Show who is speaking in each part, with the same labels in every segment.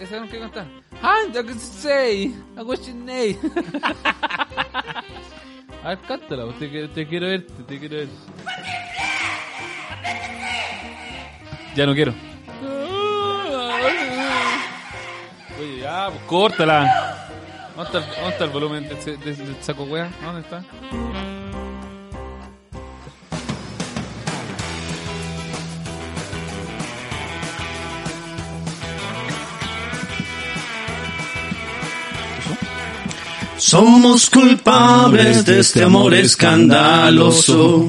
Speaker 1: esa no que Ah, cantar. Hand, I can say, I wish your name. A ver, cántala, pues, te, qui- te quiero verte, te quiero ver. Ya no quiero. Oye, ya, pues córtala. ¿Dónde está, el- dónde está el volumen de ese- de ese saco wea? ¿Dónde está?
Speaker 2: Somos culpables de este amor escandaloso.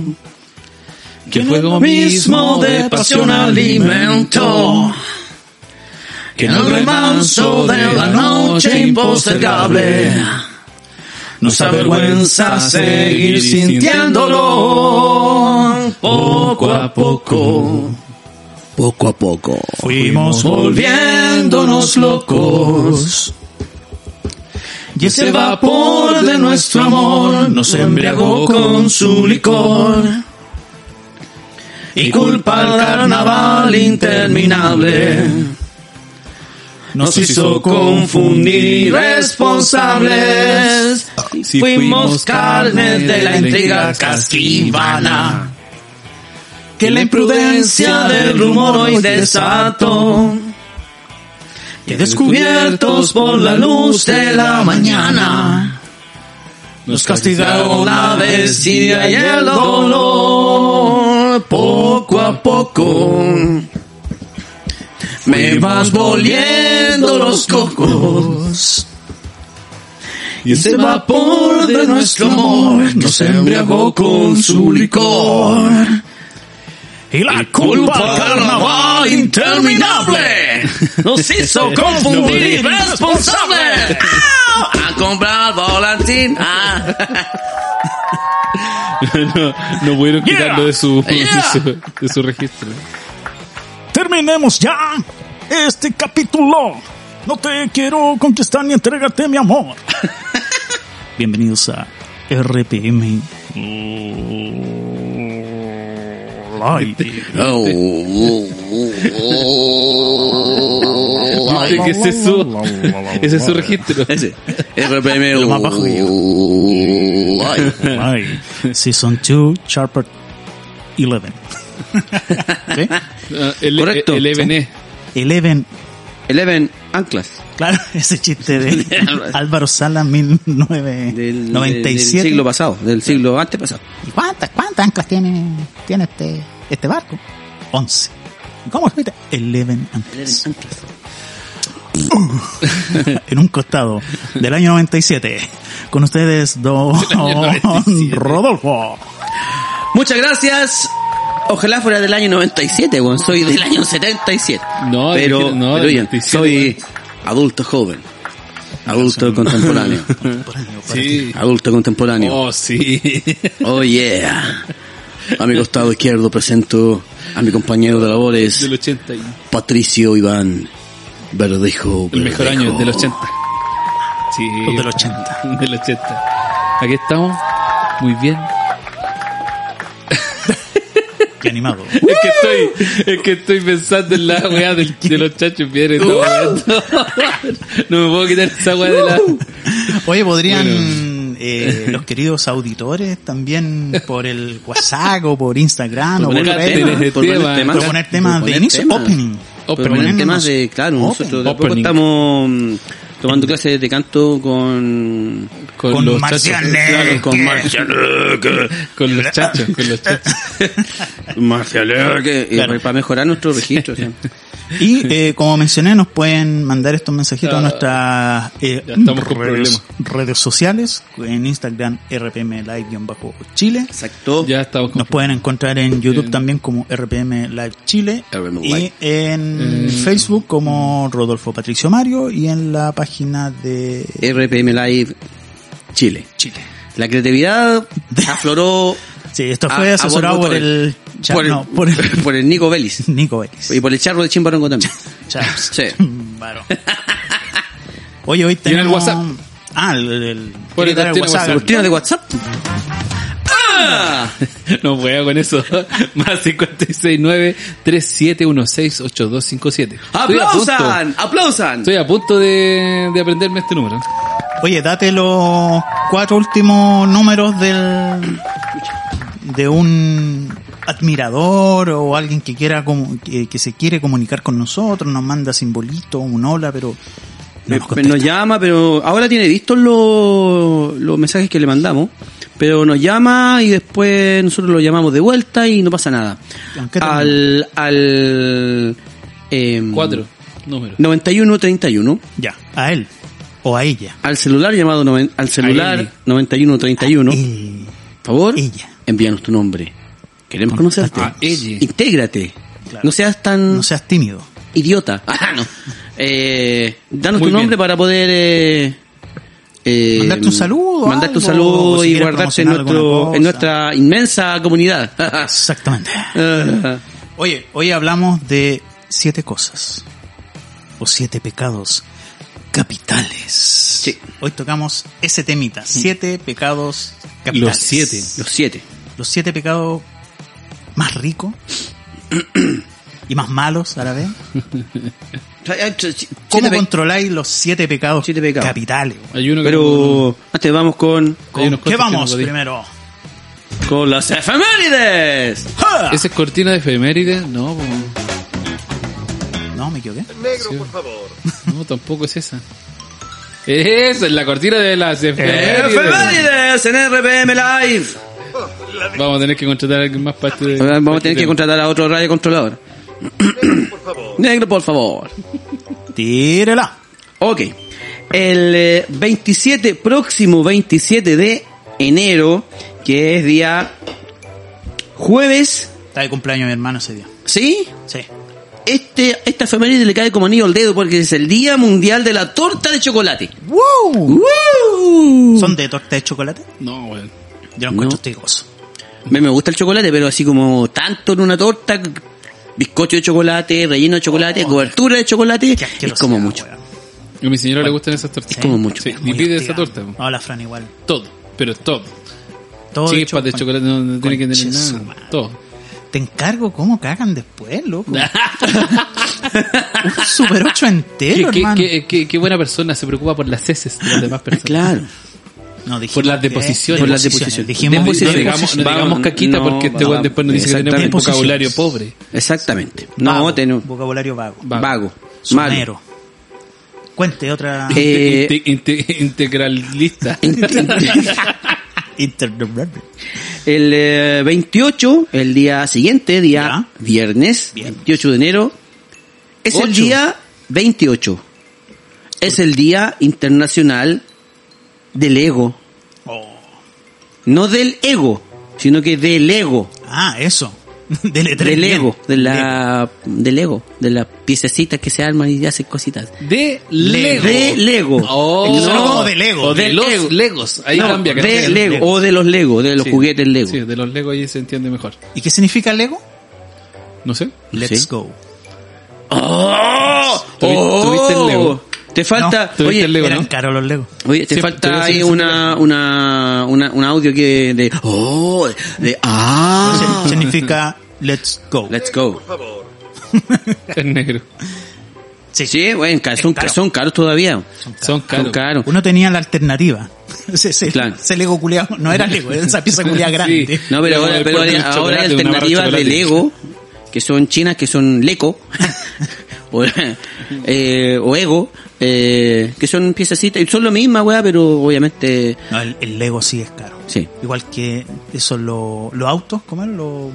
Speaker 2: Que no es lo mismo de pasión alimento. Que en el remanso de la noche impostergable. Nos avergüenza seguir sintiéndolo. Poco a poco. Poco a poco. Fuimos volviéndonos locos. Y ese vapor de nuestro amor nos embriagó con su licor. Y culpa al carnaval interminable. Nos hizo confundir responsables. Si fuimos carnes de la intriga casquivana. Que la imprudencia del rumor hoy desató que descubiertos por la luz de la mañana nos castigaron la desidia y el dolor poco a poco me vas volviendo los cocos y ese vapor de nuestro amor nos embriagó con su licor y la culpa al carnaval interminable nos hizo confundir responsables a comprar volantina.
Speaker 1: no, no pudieron
Speaker 3: Yeah,
Speaker 1: quitarlo de su,
Speaker 2: yeah.
Speaker 1: de su de su registro.
Speaker 3: Terminemos ya este capítulo. No te quiero conquistar ni entrégate mi amor. Bienvenidos a RPM. Oh, Live.
Speaker 1: Viste que ese es su, ese es su registro.
Speaker 2: Ese, RPM.
Speaker 3: más bajo que yo.
Speaker 2: Ay.
Speaker 3: Live. Season 2, Chapter 11. ¿Ok?
Speaker 1: Ah, El,
Speaker 2: Correcto.
Speaker 1: El, E. el EBN.
Speaker 3: 11.
Speaker 2: Eleven Anclas.
Speaker 3: Claro, ese chiste de Álvaro Sala, 1997.
Speaker 2: Del, del siglo pasado, del siglo antes pasado.
Speaker 3: ¿Y cuántas, cuántas anclas tiene, tiene este, este barco? 11. ¿Cómo se mete? 11 anclas. en un costado del año 97. Con ustedes, don Rodolfo.
Speaker 2: Muchas gracias. Ojalá fuera del año 97, weón. Soy del año 77.
Speaker 1: No,
Speaker 2: pero,
Speaker 1: dijera- no,
Speaker 2: pero, oigan,
Speaker 1: 97,
Speaker 2: soy adulto joven. Adulto contemporáneo.
Speaker 1: Sí.
Speaker 2: Adulto contemporáneo.
Speaker 1: Oh, sí.
Speaker 2: Oh yeah. A mi costado izquierdo presento a mi compañero de labores,
Speaker 1: Del 80. y-
Speaker 2: Patricio Iván Verdejo.
Speaker 1: El mejor
Speaker 2: Verdejo.
Speaker 1: año, del 80. Sí.
Speaker 3: Los del 80.
Speaker 1: Del 80. Aquí estamos. Muy bien.
Speaker 3: Qué animado.
Speaker 1: Es que estoy, es que estoy pensando en la weá del, de los chachos piedras. No, no me puedo quitar esa weá de la.
Speaker 3: Oye, podrían eh, los queridos auditores también por el WhatsApp o por Instagram o por
Speaker 1: Proponer
Speaker 3: Facebook,
Speaker 1: temas. Este tema,
Speaker 3: proponer temas de inicio, opening.
Speaker 1: Opening.
Speaker 2: Proponer temas
Speaker 3: Ponernos-
Speaker 2: de, claro, nosotros de a poco
Speaker 1: Opening.
Speaker 2: estamos mm, tomando clases de canto con...
Speaker 1: Con,
Speaker 3: Con
Speaker 1: los
Speaker 3: marcianes.
Speaker 1: chachos.
Speaker 3: Claro,
Speaker 2: con
Speaker 3: ¿Qué?
Speaker 2: Marcialeque.
Speaker 1: Con los chachos, con los chachos.
Speaker 2: Marcialeque. Y
Speaker 3: Claro.
Speaker 2: Para mejorar nuestro registro. sí.
Speaker 3: Y eh, como mencioné, nos pueden mandar estos mensajitos a
Speaker 1: Ah,
Speaker 3: nuestras eh,
Speaker 1: ya estamos con
Speaker 3: redes, redes sociales, en Instagram rpm live-chile.
Speaker 2: Exacto.
Speaker 1: Ya estamos con.
Speaker 3: Nos pueden encontrar en YouTube también como RPM Live Chile
Speaker 2: RPM
Speaker 3: y
Speaker 2: Live.
Speaker 3: en
Speaker 1: Eh, mm.
Speaker 3: Facebook como Rodolfo Patricio Mario y en la página de
Speaker 2: RPM Live Chile.
Speaker 3: Chile.
Speaker 2: La creatividad afloró...
Speaker 3: Sí, esto
Speaker 2: a-
Speaker 3: fue
Speaker 2: a
Speaker 3: asesorado
Speaker 2: bordo
Speaker 3: por el, cha-
Speaker 2: por ah, el,
Speaker 3: no, por el
Speaker 2: por el Nico Vélez.
Speaker 3: Nico Vélez.
Speaker 2: Y por el charro de Chimbarongo también.
Speaker 3: Charles.
Speaker 2: Sí.
Speaker 3: Varón. Oye, hoy
Speaker 1: Y en el
Speaker 3: tenemos...
Speaker 1: WhatsApp.
Speaker 3: Ah, el, el,
Speaker 1: Por el
Speaker 3: el
Speaker 1: tiene WhatsApp.
Speaker 2: Los tiros de WhatsApp. ¡Ah!
Speaker 1: No puedo con eso. Más 569 37168257. Estoy a punto.
Speaker 2: ¡Aplausan! ¡Aplausan!
Speaker 1: Estoy a punto de, de aprenderme este número.
Speaker 3: Oye, date los cuatro últimos números del de un admirador o alguien que quiera comu- que, que se quiere comunicar con nosotros, nos manda simbolito, un hola, pero no nos
Speaker 2: Pero nos
Speaker 3: contesta.
Speaker 2: llama, pero ahora tiene vistos los, los mensajes que le mandamos. Pero nos llama y después nosotros lo llamamos de vuelta y no pasa nada.
Speaker 3: ¿En qué
Speaker 2: Al. al em,
Speaker 1: Cuatro números.
Speaker 2: 9131.
Speaker 3: Ya, a él o a ella.
Speaker 2: Al celular llamado noven- al
Speaker 1: Ahí.
Speaker 2: celular 9131. Por
Speaker 3: Él.
Speaker 2: favor,
Speaker 3: Ella.
Speaker 2: envíanos tu nombre. Queremos conocerte.
Speaker 1: Ah, ella.
Speaker 2: Intégrate.
Speaker 3: Claro.
Speaker 2: No seas tan
Speaker 3: No seas tímido.
Speaker 2: idiota. Ah, no. Eh, danos
Speaker 1: Muy
Speaker 2: tu nombre
Speaker 1: bien.
Speaker 2: para poder eh, eh,
Speaker 3: Mandarte un saludo,
Speaker 2: mandarte un
Speaker 3: algo,
Speaker 2: saludo
Speaker 3: o si
Speaker 2: y
Speaker 3: quieres
Speaker 2: guardarte en,
Speaker 3: promocionar alguna
Speaker 2: nuestro,
Speaker 3: cosa.
Speaker 2: en nuestra inmensa comunidad.
Speaker 3: Exactamente.
Speaker 2: Ah,
Speaker 3: Oye, hoy hablamos de siete cosas o siete pecados capitales.
Speaker 2: Sí.
Speaker 3: Hoy tocamos ese temita, siete pecados
Speaker 1: Los
Speaker 3: capitales.
Speaker 1: siete.
Speaker 2: los siete.
Speaker 3: Los siete pecados más ricos y más malos a la vez. ¿Cómo
Speaker 2: Siete pe-
Speaker 3: controláis los siete pecados,
Speaker 2: Siete pecados.
Speaker 3: capitales?
Speaker 1: Hay uno que no-
Speaker 2: Pero antes vamos con,
Speaker 1: Hay unas
Speaker 3: ¿Con
Speaker 1: cosas que
Speaker 3: qué vamos
Speaker 1: no podí-
Speaker 3: primero?
Speaker 2: con las efemérides.
Speaker 3: ¡Ja!
Speaker 1: ¿Esa es cortina de efeméride? No, po.
Speaker 3: No, me equivoqué.
Speaker 1: no, tampoco es esa. Esa es la cortina de las efemérides.
Speaker 2: Eh, Efemérides en RPM Live.
Speaker 1: Vamos a tener que contratar a alguien más para este.
Speaker 2: Ahora Vamos a tener
Speaker 1: para este
Speaker 2: que
Speaker 1: tema.
Speaker 2: contratar a otro radio controlador. Negro, por favor.
Speaker 3: Tírela.
Speaker 2: Ok. El eh, 27, próximo 27 de enero, que es día jueves,
Speaker 3: Está de cumpleaños mi hermano ese día.
Speaker 2: ¿sí?
Speaker 3: Sí.
Speaker 2: Este, esta efeméride le cae como anillo al dedo porque es el Día Mundial de la Torta de Chocolate.
Speaker 3: ¡Wow!
Speaker 2: ¡Woo!
Speaker 3: ¿Son de torta de chocolate?
Speaker 1: No, weón.
Speaker 2: No.
Speaker 3: Yo lo encuentro hostigoso.
Speaker 2: Me, me gusta el chocolate, pero así como tanto en una torta, bizcocho de chocolate, relleno de chocolate, cobertura de chocolate,
Speaker 3: Oh, Qué
Speaker 2: es
Speaker 3: asquerosidad,
Speaker 2: como mucho.
Speaker 3: weón.
Speaker 1: A mi señora le gustan esas tortas.
Speaker 2: Ah, Es como mucho. este
Speaker 1: Sí,
Speaker 2: Es
Speaker 1: y
Speaker 3: Muy
Speaker 1: pide esa
Speaker 3: hostigante.
Speaker 1: torta. po.
Speaker 3: No, la Fran igual.
Speaker 1: Todo, pero todo.
Speaker 3: Todo de
Speaker 1: Chispas de
Speaker 3: chocolate.
Speaker 1: chocolate no, no tiene que tener
Speaker 3: Conche su
Speaker 1: nada.
Speaker 3: madre.
Speaker 1: Todo.
Speaker 3: Te encargo cómo cagan después, loco. Un super 8 entero,
Speaker 1: ¿Qué, qué,
Speaker 3: hermano.
Speaker 1: qué- qué- qué buena persona se preocupa por las heces de las demás personas.
Speaker 2: Claro.
Speaker 3: No, dijimos
Speaker 1: Por las
Speaker 3: que-
Speaker 1: deposiciones.
Speaker 2: Por las deposiciones.
Speaker 3: Dijimos
Speaker 1: Después no
Speaker 2: Deposiciones.
Speaker 1: digamos, no digamos
Speaker 2: Vamos,
Speaker 1: caquita
Speaker 2: no,
Speaker 1: porque este
Speaker 2: vamos.
Speaker 1: weón después nos dice que tenemos un
Speaker 3: Exactamente.
Speaker 1: vocabulario pobre.
Speaker 2: Exactamente.
Speaker 3: Vago,
Speaker 2: No, tenemos.
Speaker 3: Vocabulario vago.
Speaker 1: Vago.
Speaker 2: Vago. Malo.
Speaker 3: Sumero. Cuente otra.
Speaker 2: Eh,
Speaker 1: Inte- inte- integralista.
Speaker 3: Internet.
Speaker 2: El eh, 28, el día siguiente, día
Speaker 3: Ya.
Speaker 2: viernes,
Speaker 3: Bien.
Speaker 2: 28 de enero, es el
Speaker 3: Ocho.
Speaker 2: día 28. Es el día internacional del ego.
Speaker 3: Oh.
Speaker 2: No del ego, sino que del ego.
Speaker 3: Ah, eso. Del,
Speaker 2: Del ego, de la, del ego, de las piececitas que se arman y hacen cositas.
Speaker 1: De Lego.
Speaker 2: De Lego.
Speaker 1: Oh.
Speaker 3: No, como de Lego.
Speaker 1: O de
Speaker 2: Del
Speaker 1: los
Speaker 2: Lego.
Speaker 1: Legos. Ahí
Speaker 2: No,
Speaker 1: cambia.
Speaker 2: de
Speaker 1: ¿cachai?
Speaker 2: Lego, o de los Lego, de los
Speaker 1: Sí.
Speaker 2: juguetes Lego.
Speaker 1: Sí, de los Lego ahí se entiende mejor.
Speaker 3: ¿Y qué significa el ego?
Speaker 1: No sé.
Speaker 3: Let's
Speaker 2: Sí.
Speaker 3: go.
Speaker 2: ¡Oh!
Speaker 1: Tuvi- tuviste el Lego.
Speaker 2: Te falta,
Speaker 3: No,
Speaker 1: tuviste
Speaker 2: oye,
Speaker 1: el Lego,
Speaker 3: Eran
Speaker 1: ¿no?
Speaker 3: caros los legos.
Speaker 2: Oye, te
Speaker 1: Sí, te voy
Speaker 2: falta
Speaker 1: a
Speaker 2: ahí
Speaker 1: decir
Speaker 2: una, una, una, un audio que de, oh, de, ah,
Speaker 3: Sen- Significa let's go.
Speaker 2: let's go.
Speaker 1: Es negro.
Speaker 3: Sí.
Speaker 2: Sí, bueno, ca- son,
Speaker 3: Es caro.
Speaker 2: son caros todavía.
Speaker 1: Son caros.
Speaker 2: Son caros.
Speaker 3: Uno tenía la alternativa. Ese, ese,
Speaker 2: Claro.
Speaker 3: ese Lego culiado no era Lego, era esa pieza culiada grande.
Speaker 1: Sí.
Speaker 2: No, pero
Speaker 1: Luego
Speaker 2: ahora,
Speaker 1: el
Speaker 2: pero
Speaker 1: puerto
Speaker 2: ahora-
Speaker 1: del
Speaker 2: ahora hay
Speaker 1: chocolate, una barra de
Speaker 2: alternativas de
Speaker 1: chocolate.
Speaker 2: Lego, que son chinas, que son leco, o, eh, o ego, eh, que son piececitas, y son lo misma, weá, pero obviamente,
Speaker 3: No, el, el Lego sí es caro.
Speaker 2: Sí.
Speaker 3: Igual que esos los los autos, ¿cómo eran? Los,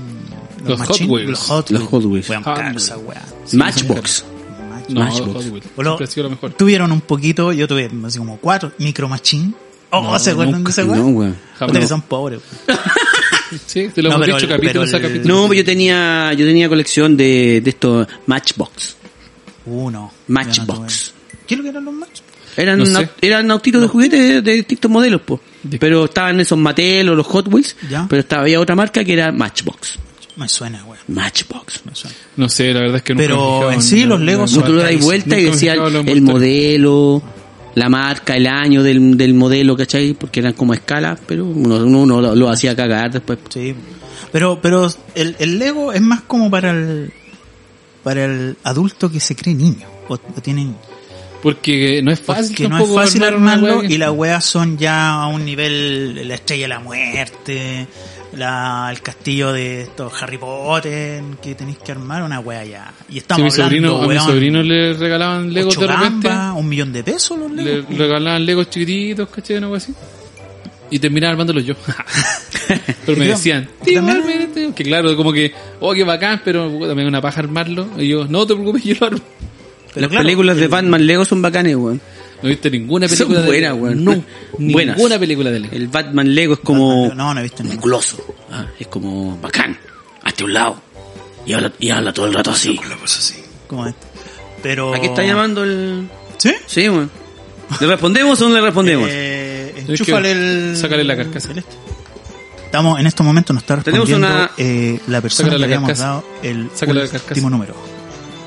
Speaker 1: Los Hot Wheels.
Speaker 3: Los Hot
Speaker 2: Los
Speaker 3: Wheels.
Speaker 2: Hot Wheels.
Speaker 3: Weón,
Speaker 1: Hot
Speaker 3: caro
Speaker 1: Wheels.
Speaker 3: esa weá.
Speaker 2: Matchbox.
Speaker 3: Mach-
Speaker 1: No,
Speaker 2: Matchbox.
Speaker 1: Hot Wheels.
Speaker 3: O los-
Speaker 1: Siempre ha sido lo mejor.
Speaker 3: Tuvieron un poquito, yo tuve así como cuatro. Micro Machine. Oh,
Speaker 1: No,
Speaker 3: ¿se acuerdan
Speaker 1: nunca,
Speaker 3: de esa weá?
Speaker 2: No, weá.
Speaker 1: Jamás.
Speaker 3: Ustedes son pobres.
Speaker 1: Sí, te lo
Speaker 3: No,
Speaker 1: hemos
Speaker 3: pero
Speaker 1: dicho
Speaker 3: el-
Speaker 1: capítulo
Speaker 3: pero
Speaker 1: a
Speaker 3: el-
Speaker 1: capítulo.
Speaker 2: No, yo tenía, yo tenía colección de, de estos Matchbox.
Speaker 3: Uno.
Speaker 2: Matchbox.
Speaker 3: ¿Qué es lo que eran los Matchbox?
Speaker 2: Eran,
Speaker 1: No sé.
Speaker 2: aut- eran autitos de juguete de, de distintos modelos, po.
Speaker 1: De-
Speaker 2: Pero estaban esos Mattel o los Hot Wheels,
Speaker 3: Ya.
Speaker 2: pero estaba, había otra marca que era Matchbox.
Speaker 3: Me suena, weón.
Speaker 2: Matchbox.
Speaker 3: Me suena.
Speaker 1: No sé, la verdad es que nunca
Speaker 3: Pero
Speaker 1: me he fijado
Speaker 3: en sí, los
Speaker 1: la-
Speaker 3: Legos
Speaker 1: la-
Speaker 2: No, tú le das
Speaker 3: carísimo.
Speaker 2: vuelta y
Speaker 1: Nunca me
Speaker 2: decía
Speaker 1: fijaba los
Speaker 2: el
Speaker 1: envoltorios.
Speaker 2: modelo, la marca, el año del, del modelo, ¿cachai? Porque eran como a escala, pero uno, uno, uno lo, lo hacía cagar después.
Speaker 3: Sí. Pero, pero el, el Lego es más como para el, para el adulto que se cree niño. O, o tiene niño.
Speaker 1: Porque no es fácil
Speaker 3: que no es
Speaker 1: tampoco
Speaker 3: fácil
Speaker 1: una
Speaker 3: armarlo
Speaker 1: wea que-
Speaker 3: y las weas son ya a un nivel la estrella de la muerte la, el castillo de estos Harry Potter que tenéis que armar una wea ya y
Speaker 1: Si mi
Speaker 3: estamos
Speaker 1: sobrino,
Speaker 3: hablando
Speaker 1: a mi
Speaker 3: weón,
Speaker 1: sobrino le regalaban Legos
Speaker 3: ocho
Speaker 1: de repente.
Speaker 3: gambas, un millón de pesos los
Speaker 1: Le
Speaker 3: legos
Speaker 1: regalaban Legos chiquititos, ¿cachai? Una wea así. Y terminaba armándolos yo. pero me
Speaker 3: Y tam-
Speaker 1: decían,
Speaker 3: y
Speaker 1: "Tío,
Speaker 3: también-
Speaker 1: ármale, tío". que claro, como que, oh, qué bacán, pero puta, me da una paja armarlo. Y yo, no te preocupes, yo lo armo.
Speaker 3: Pero
Speaker 2: Las
Speaker 3: claro,
Speaker 2: películas de
Speaker 3: el-
Speaker 2: Batman Lego son bacanes, weón.
Speaker 1: No viste ninguna
Speaker 2: Son
Speaker 1: película de
Speaker 2: buenas,
Speaker 1: Lego.
Speaker 2: weón.
Speaker 1: No,
Speaker 2: Buenas.
Speaker 1: ninguna película de Lego.
Speaker 2: El Batman Lego es como
Speaker 3: no no he visto ninguna.
Speaker 2: musculoso. ah, es como bacán. Hazte un lado. Y habla, y habla todo el rato así.
Speaker 3: como este. pero
Speaker 2: Aquí está llamando el...
Speaker 3: sí
Speaker 2: Sí, weón. ¿Le respondemos o no le respondemos?
Speaker 3: Eh, enchúfale el.
Speaker 1: sácale la carcasa.
Speaker 3: el este. Estamos, en estos momentos nos está
Speaker 2: Tenemos
Speaker 3: respondiendo
Speaker 2: una-
Speaker 3: eh, la persona
Speaker 1: Sácale
Speaker 3: que
Speaker 1: la
Speaker 3: le habíamos
Speaker 1: carcasa.
Speaker 3: dado el
Speaker 1: Sácale la carcasa.
Speaker 3: último número.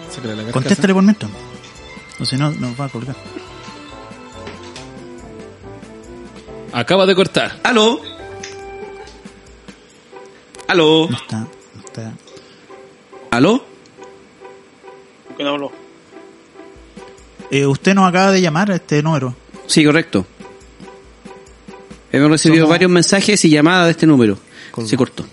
Speaker 1: Sácale la carcasa.
Speaker 3: Contéstale por mientras. O si no, nos va a colgar.
Speaker 1: Acaba de cortar.
Speaker 2: ¿Aló? ¿Aló?
Speaker 3: No está. No está.
Speaker 2: ¿Aló?
Speaker 4: ¿Quién habló?
Speaker 3: Eh, usted nos acaba de llamar a este número.
Speaker 2: Sí, correcto. Hemos recibido
Speaker 3: Somos-
Speaker 2: varios mensajes y llamadas de este número.
Speaker 3: Colgó.
Speaker 2: Se cortó.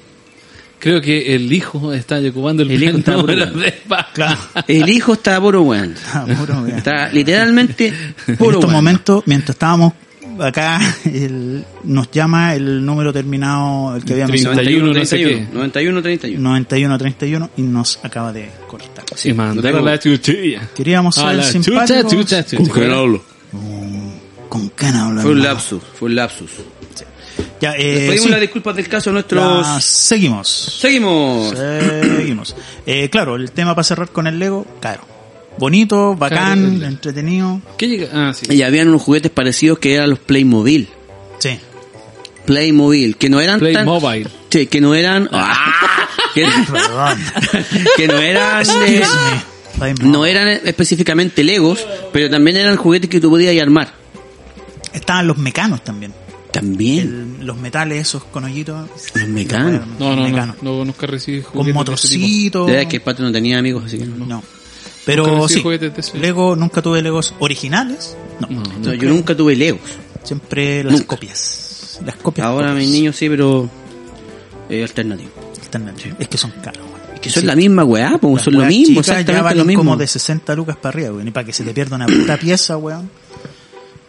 Speaker 1: Creo que el hijo está ocupando el,
Speaker 2: El hijo está
Speaker 1: número
Speaker 2: ocupando.
Speaker 1: de paja.
Speaker 3: Claro.
Speaker 2: El hijo está puro weón.
Speaker 3: Ah, puro, mira.
Speaker 2: Está literalmente
Speaker 3: en
Speaker 2: puro
Speaker 3: estos
Speaker 2: weón.
Speaker 3: momentos, mientras estábamos acá, el- nos llama el número terminado, el que habíamos
Speaker 1: Treinta.
Speaker 2: 91,
Speaker 1: 91, no sé
Speaker 2: 31. 91, 31.
Speaker 3: 91-31, y nos acaba de cortar.
Speaker 1: Sí, mandar a la chuchilla.
Speaker 3: Queríamos
Speaker 1: A
Speaker 3: ser
Speaker 1: la
Speaker 3: simpáticos.
Speaker 1: chucha, chucha, chucha.
Speaker 3: ¿Con quién hablamos?
Speaker 2: Fue un lapsus, fue un lapsus.
Speaker 3: Ya, eh,
Speaker 2: Pedimos
Speaker 3: sí,
Speaker 2: las disculpas del caso a nuestros...
Speaker 3: la- seguimos.
Speaker 2: Seguimos.
Speaker 3: Seguimos. Eh, claro, el tema para cerrar con el Lego, caro. Bonito,
Speaker 1: Caro el
Speaker 3: bacán,
Speaker 1: Lego.
Speaker 3: entretenido.
Speaker 1: ¿Qué llega? Ah, sí.
Speaker 2: Y habían unos juguetes parecidos que eran los Playmobil.
Speaker 3: Sí.
Speaker 2: Playmobil, que no eran tan...
Speaker 1: Playmobil.
Speaker 2: Sí, que no eran... ¡Ah! que,
Speaker 3: Perdón.
Speaker 2: que no eran... eh,
Speaker 3: Excuse me. Ay, no.
Speaker 2: no eran específicamente Legos, pero también eran juguetes que tú podías armar.
Speaker 3: Estaban los mecanos también.
Speaker 2: También.
Speaker 3: El- los metales esos con hoyitos.
Speaker 2: Los mecanos.
Speaker 1: No, no, no,
Speaker 3: Mecanos.
Speaker 1: no, nunca recibí juguetes
Speaker 3: Con
Speaker 1: de ese tipo.
Speaker 3: motorcitos.
Speaker 2: La verdad es que el pato no tenía amigos, así que no.
Speaker 3: No.
Speaker 1: Nunca
Speaker 3: Pero
Speaker 1: recibí
Speaker 3: sí,
Speaker 1: juguetes de ese. Mm.
Speaker 3: Lego, nunca tuve Legos originales. No.
Speaker 1: No, no.
Speaker 2: No, yo nunca tuve Legos.
Speaker 3: Siempre las
Speaker 2: Nunca.
Speaker 3: copias. Las copias.
Speaker 2: Ahora
Speaker 3: copias.
Speaker 2: mis niños sí, pero eh, alternativo.
Speaker 3: Están- Es que son caros. güey.
Speaker 2: Que son la misma weá, pues
Speaker 3: Las
Speaker 2: son lo
Speaker 3: weas
Speaker 2: mismo,
Speaker 3: chicas ya
Speaker 2: exactamente
Speaker 3: valen
Speaker 2: lo mismo.
Speaker 3: como de 60 lucas para arriba, güey. Ni para que se te pierda una puta pieza, weón.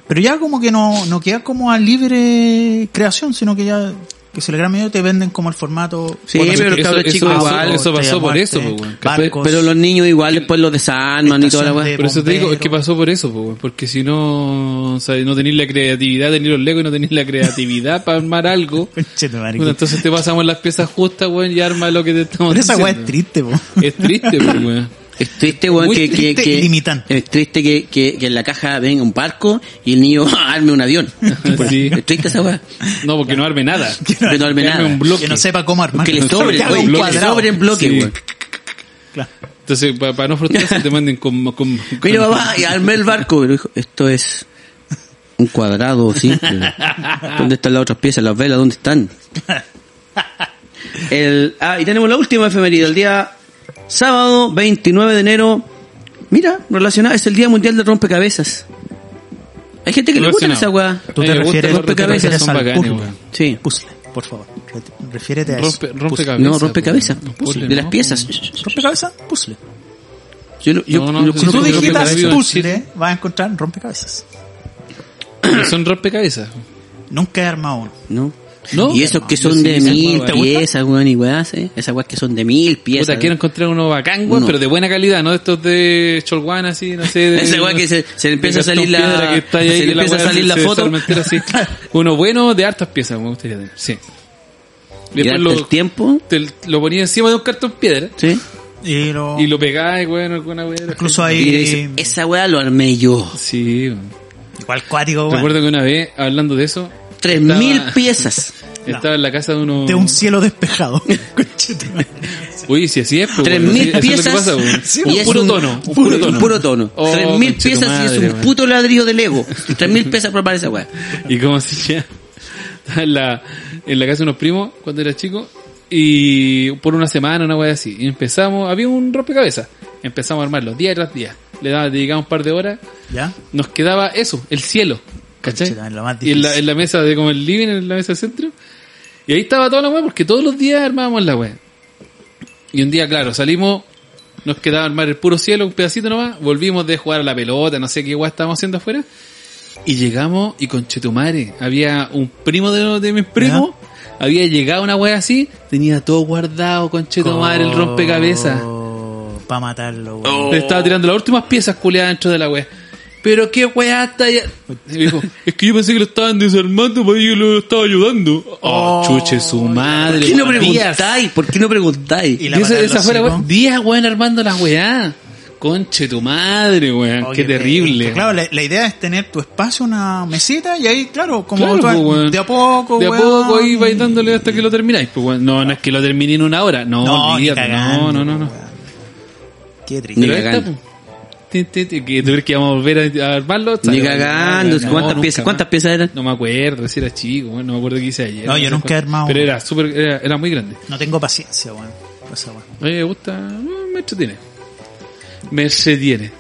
Speaker 3: Pero ya como que no, no queda como a libre creación, sino que ya que se le gran medio te venden como el formato.
Speaker 2: Sí,
Speaker 3: Bueno,
Speaker 2: pero los
Speaker 1: eso-
Speaker 2: cabros
Speaker 1: eso-
Speaker 2: chicos
Speaker 1: eso-
Speaker 2: igual.
Speaker 1: eso pasó por
Speaker 3: Muerte,
Speaker 1: eso, pues, weón.
Speaker 3: barcos.
Speaker 2: Pero los niños igual después los desarman y toda la weá.
Speaker 3: Estación
Speaker 1: Por eso te digo, es que
Speaker 3: Bombero.
Speaker 1: pasó por eso, po, weón, porque si no, o sea, no tenéis la creatividad, tenéis los legos y no tenéis la creatividad para armar algo.
Speaker 3: Conche tu madre,
Speaker 1: Bueno,
Speaker 3: que-
Speaker 1: entonces te pasamos las piezas justas, weón, y arma lo que te estamos
Speaker 3: Pero esa weá es
Speaker 1: diciendo.
Speaker 3: triste, po.
Speaker 1: Es triste, po, weón.
Speaker 2: Es triste, weón,
Speaker 1: Muy
Speaker 2: que, que-
Speaker 3: triste
Speaker 2: que-
Speaker 3: y limitante.
Speaker 2: Es triste que, que, que en la caja venga un barco y el niño arme un avión.
Speaker 1: Pues Sí.
Speaker 2: Es triste esa weá.
Speaker 1: No, porque no arme nada.
Speaker 2: Que no arme
Speaker 1: Que arme
Speaker 2: nada.
Speaker 1: un bloque.
Speaker 3: Que no sepa cómo armar.
Speaker 2: Que le sobre,
Speaker 3: Que haga un
Speaker 2: weón, que le
Speaker 3: cuadrado.
Speaker 2: sobre en bloque,
Speaker 1: Sí.
Speaker 2: weón.
Speaker 3: Claro.
Speaker 1: Entonces, para no frustrarse, te manden con... con, con-
Speaker 2: Mira, papá, y armé el barco. Pero dijo, esto es un cuadrado simple. ¿Dónde están las otras piezas? Las velas, ¿dónde están? El, ah, y tenemos la última efeméride. El día sábado 29 de enero. Mira, relacionado, es el Día Mundial del Rompecabezas. Hay gente que le gusta
Speaker 1: Relacionado.
Speaker 2: esa weá.
Speaker 3: Tú
Speaker 1: A
Speaker 3: te
Speaker 1: mí me gusta
Speaker 3: refieres-
Speaker 1: los rompecabezas,
Speaker 3: te refieres
Speaker 1: son
Speaker 3: al
Speaker 1: bacanes,
Speaker 3: puzzle.
Speaker 1: weón.
Speaker 2: Sí.
Speaker 3: Puzzle, por favor. Re- Refiérete a eso.
Speaker 1: Rompe, rompecabezas.
Speaker 2: pues, No, rompecabezas. pues,
Speaker 1: po, weón. Puzzle,
Speaker 2: de las
Speaker 1: ¿no?
Speaker 2: piezas.
Speaker 3: ¿Rompecabezas? Puzzle.
Speaker 2: Yo, lo- yo
Speaker 1: No, no,
Speaker 2: lo
Speaker 1: si
Speaker 3: Si
Speaker 2: conozco
Speaker 1: Rompecabezas.
Speaker 3: tú
Speaker 2: como
Speaker 3: digitas
Speaker 2: rompecabezas.
Speaker 1: Rompecabezas.
Speaker 3: puzzle, vas a encontrar rompecabezas.
Speaker 1: Son rompecabezas.
Speaker 3: Nunca he armado uno.
Speaker 2: No.
Speaker 1: ¿No?
Speaker 2: Y esos que
Speaker 1: Yo
Speaker 2: son
Speaker 1: sí,
Speaker 2: de
Speaker 1: esa
Speaker 2: mil
Speaker 1: hueá, weón.
Speaker 2: piezas, weón, y weas, eh. Esas weas que son de mil piezas.
Speaker 1: Puta, quiero encontrar uno bacán, weón,
Speaker 2: No.
Speaker 1: pero de buena calidad, ¿no? Estos de Cholguán, así, no sé. De,
Speaker 2: Esa weá que se- se le empieza
Speaker 1: de
Speaker 2: a salir la-
Speaker 1: cartón piedra que está ahí,
Speaker 2: se le
Speaker 1: que la
Speaker 2: empieza a
Speaker 1: weá
Speaker 2: salir la
Speaker 1: se
Speaker 2: foto.
Speaker 1: desarma entera, así. Uno bueno de hartas piezas, me gustaría tener, sí. Y
Speaker 2: Y
Speaker 1: después
Speaker 2: darte el
Speaker 1: lo,
Speaker 2: tiempo,
Speaker 1: te- lo ponía encima de un cartón piedra
Speaker 2: ¿sí?
Speaker 3: Y lo,
Speaker 1: y lo pegaba, y, weón, alguna weá.
Speaker 3: incluso
Speaker 2: Y
Speaker 3: hay eh,
Speaker 2: dice, esa weá lo armé yo.
Speaker 1: Sí, weón.
Speaker 3: igual cuático, weón.
Speaker 1: Recuerdo que una vez, hablando de eso,
Speaker 2: Tres
Speaker 1: Estaba-
Speaker 2: mil piezas.
Speaker 1: estaba en la casa de uno...
Speaker 3: de un cielo despejado. Conchetumare.
Speaker 1: Uy, si así es, pues,
Speaker 2: Tres
Speaker 1: weón,
Speaker 2: mil
Speaker 1: sí, eso es lo que
Speaker 2: piezas
Speaker 1: pasa, weón.
Speaker 2: y
Speaker 1: Un
Speaker 2: es
Speaker 1: puro
Speaker 2: un-
Speaker 1: tono, un puro tono.
Speaker 2: puro tono.
Speaker 1: Oh,
Speaker 2: Tres mil
Speaker 1: conche tu
Speaker 2: piezas y es
Speaker 1: madre,
Speaker 2: un
Speaker 1: weón.
Speaker 2: puto ladrillo de Lego. Tres mil pesos por para esa weá.
Speaker 1: ¿Y cómo se llama? Estaba en la, en la casa de unos primos cuando era chico y por una semana, una weá así. Y empezamos, había un rompecabezas. Empezamos a armarlo día tras día. Le daba, dedicaba un par de horas.
Speaker 3: ¿Ya?
Speaker 1: Nos quedaba eso, el cielo. ¿Cachai?
Speaker 3: Conchita, lo más
Speaker 1: y en la,
Speaker 3: difícil.
Speaker 1: en la mesa de como el living, en la mesa del centro. Y ahí estaba toda la weá porque todos los días armábamos la weá. Y un día, claro, salimos, nos quedaba armar el puro cielo, un pedacito nomás, volvimos de jugar a la pelota, no sé qué guay estábamos haciendo afuera, y llegamos, y con Chetumare, había un primo de, de mis primos, había llegado una wea así, tenía todo guardado con Chetumare, el rompecabezas.
Speaker 3: Para Oh, matarlo, weón.
Speaker 1: Le estaba tirando las últimas piezas culiadas dentro de la wea. Pero qué wea está ya. Y dijo, es que yo pensé que lo estaban desarmando, pero yo lo estaba ayudando. Oh, chuche su madre.
Speaker 2: ¿Por qué no
Speaker 1: días.
Speaker 2: preguntáis? ¿Por qué no preguntáis?
Speaker 3: Y
Speaker 1: Y
Speaker 3: la
Speaker 1: esa,
Speaker 3: patada en
Speaker 1: esa
Speaker 3: los
Speaker 1: fue la
Speaker 3: cinco.
Speaker 1: weá. Días, weón, armando las weá. Conche tu madre, weón.
Speaker 3: Oh,
Speaker 1: Qué terrible.
Speaker 3: triste. Claro, la, la idea es tener tu espacio, una mesita, y ahí, claro, como
Speaker 1: Claro,
Speaker 3: tú-
Speaker 1: pues, weón.
Speaker 3: de a poco,
Speaker 1: De a
Speaker 3: weón.
Speaker 1: poco ahí vais dándole hasta que lo termináis. Pues, weón. No, no es que lo terminé en una hora. No,
Speaker 3: No, ni
Speaker 1: olvídate.
Speaker 3: cagando,
Speaker 1: no, no, no.
Speaker 3: weón. Qué
Speaker 2: Ni
Speaker 1: Pero
Speaker 3: triste.
Speaker 1: ahí está,
Speaker 2: cagando.
Speaker 1: pues. Tin, tin, tin, Que tú crees que vamos a volver a a armarlo.
Speaker 2: Ni
Speaker 1: Sale, weón.
Speaker 2: cagando.
Speaker 1: No,
Speaker 2: ¿Cuántas
Speaker 1: nunca
Speaker 2: piezas,
Speaker 1: más.
Speaker 2: cuántas piezas eran?
Speaker 1: No me acuerdo, si era chico, weón, no me acuerdo qué hice ayer.
Speaker 3: No, yo
Speaker 1: sé
Speaker 3: nunca he
Speaker 1: cuánto.
Speaker 3: armado
Speaker 1: Pero
Speaker 3: uno.
Speaker 1: era súper, era, era muy grande.
Speaker 3: No tengo paciencia, weón. Esa weón.
Speaker 1: A mí me gusta, mm, me entretiene. Me entretiene.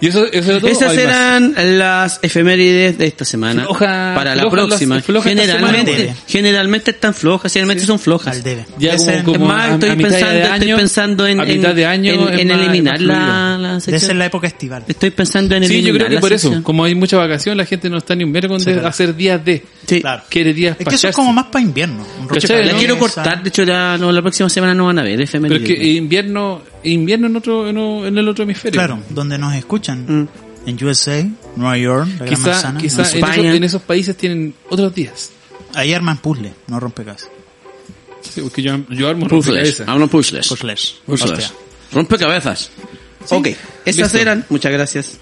Speaker 1: Y eso, eso era todo.
Speaker 2: Esas
Speaker 1: Hay más.
Speaker 2: eran las efemérides de esta semana.
Speaker 1: Floja-
Speaker 2: para la
Speaker 1: flojas las-
Speaker 2: próxima.
Speaker 1: flojas esta
Speaker 2: generalmente,
Speaker 3: semana,
Speaker 2: generalmente están flojas, generalmente son flojas.
Speaker 3: Al debe.
Speaker 1: Ya
Speaker 3: Debe
Speaker 1: como-
Speaker 3: ser-
Speaker 1: como-
Speaker 2: Es más,
Speaker 1: a-
Speaker 2: estoy,
Speaker 1: a mitad de
Speaker 2: pensando, estoy
Speaker 1: año-
Speaker 2: pensando en,
Speaker 1: a
Speaker 2: en-
Speaker 1: mitad de año
Speaker 2: en-
Speaker 1: es
Speaker 2: en
Speaker 1: más-
Speaker 2: eliminar
Speaker 1: es más fluido.
Speaker 2: la, la
Speaker 3: Debe ser
Speaker 2: sección.
Speaker 3: la época estival.
Speaker 2: Estoy pensando en
Speaker 1: Sí,
Speaker 2: eliminar
Speaker 1: yo creo que
Speaker 2: la
Speaker 1: por eso,
Speaker 2: sección.
Speaker 1: como hay mucha vacación, la gente no está ni un vergo
Speaker 3: Sí,
Speaker 1: de
Speaker 3: claro.
Speaker 1: hacer días de.
Speaker 2: Sí.
Speaker 3: Claro.
Speaker 1: Quiere días
Speaker 3: Es que eso
Speaker 1: payarse.
Speaker 3: es como más para invierno. Un roche
Speaker 1: ¿Cachai,
Speaker 3: para
Speaker 2: La
Speaker 1: no?
Speaker 2: quiero
Speaker 3: esa.
Speaker 2: cortar, de hecho la, no, la próxima semana no van a ver
Speaker 1: Pero es
Speaker 2: efemérides.
Speaker 1: que invierno, invierno en otro, en, o- en el otro hemisferio.
Speaker 3: Claro, donde nos escuchan.
Speaker 2: Mm.
Speaker 3: En USA, Nueva York, la Gran
Speaker 1: Quizá,
Speaker 3: Manzana.
Speaker 1: quizá
Speaker 3: no sé.
Speaker 1: en,
Speaker 2: España.
Speaker 1: esos, en esos países tienen otros días.
Speaker 3: Ahí arman puzzle, no rompecabezas.
Speaker 1: Sí, porque yo, yo armo
Speaker 2: Puzzles.
Speaker 1: rompecabezas.
Speaker 2: Hablo puzzles.
Speaker 3: Puzzles.
Speaker 2: Puzzles.
Speaker 3: Hostia.
Speaker 2: Rompecabezas. Ok, esas
Speaker 1: Listo.
Speaker 2: eran. Muchas gracias.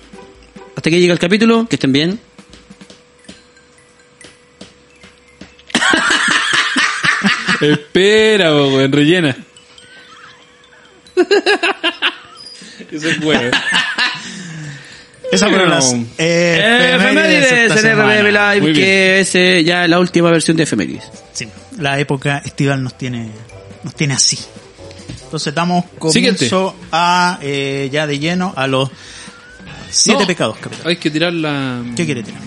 Speaker 2: Hasta que llega el capítulo, que estén bien.
Speaker 1: Espera, po, weón, rellena. Eso es bueno.
Speaker 3: Esas fueron las
Speaker 1: Bueno.
Speaker 3: efemérides de esta
Speaker 2: Eh, Efemérides en
Speaker 3: semana.
Speaker 2: RBB Live,
Speaker 1: Muy bien.
Speaker 2: que es eh, ya la última versión de Efemérides.
Speaker 3: Sí, la época estival nos tiene, nos tiene así. Entonces damos comienzo
Speaker 1: Siguiente.
Speaker 3: a eh, ya de lleno a los siete
Speaker 1: No.
Speaker 3: pecados, capitán.
Speaker 1: Hay que tirar la,
Speaker 3: ¿Qué quiere tirar?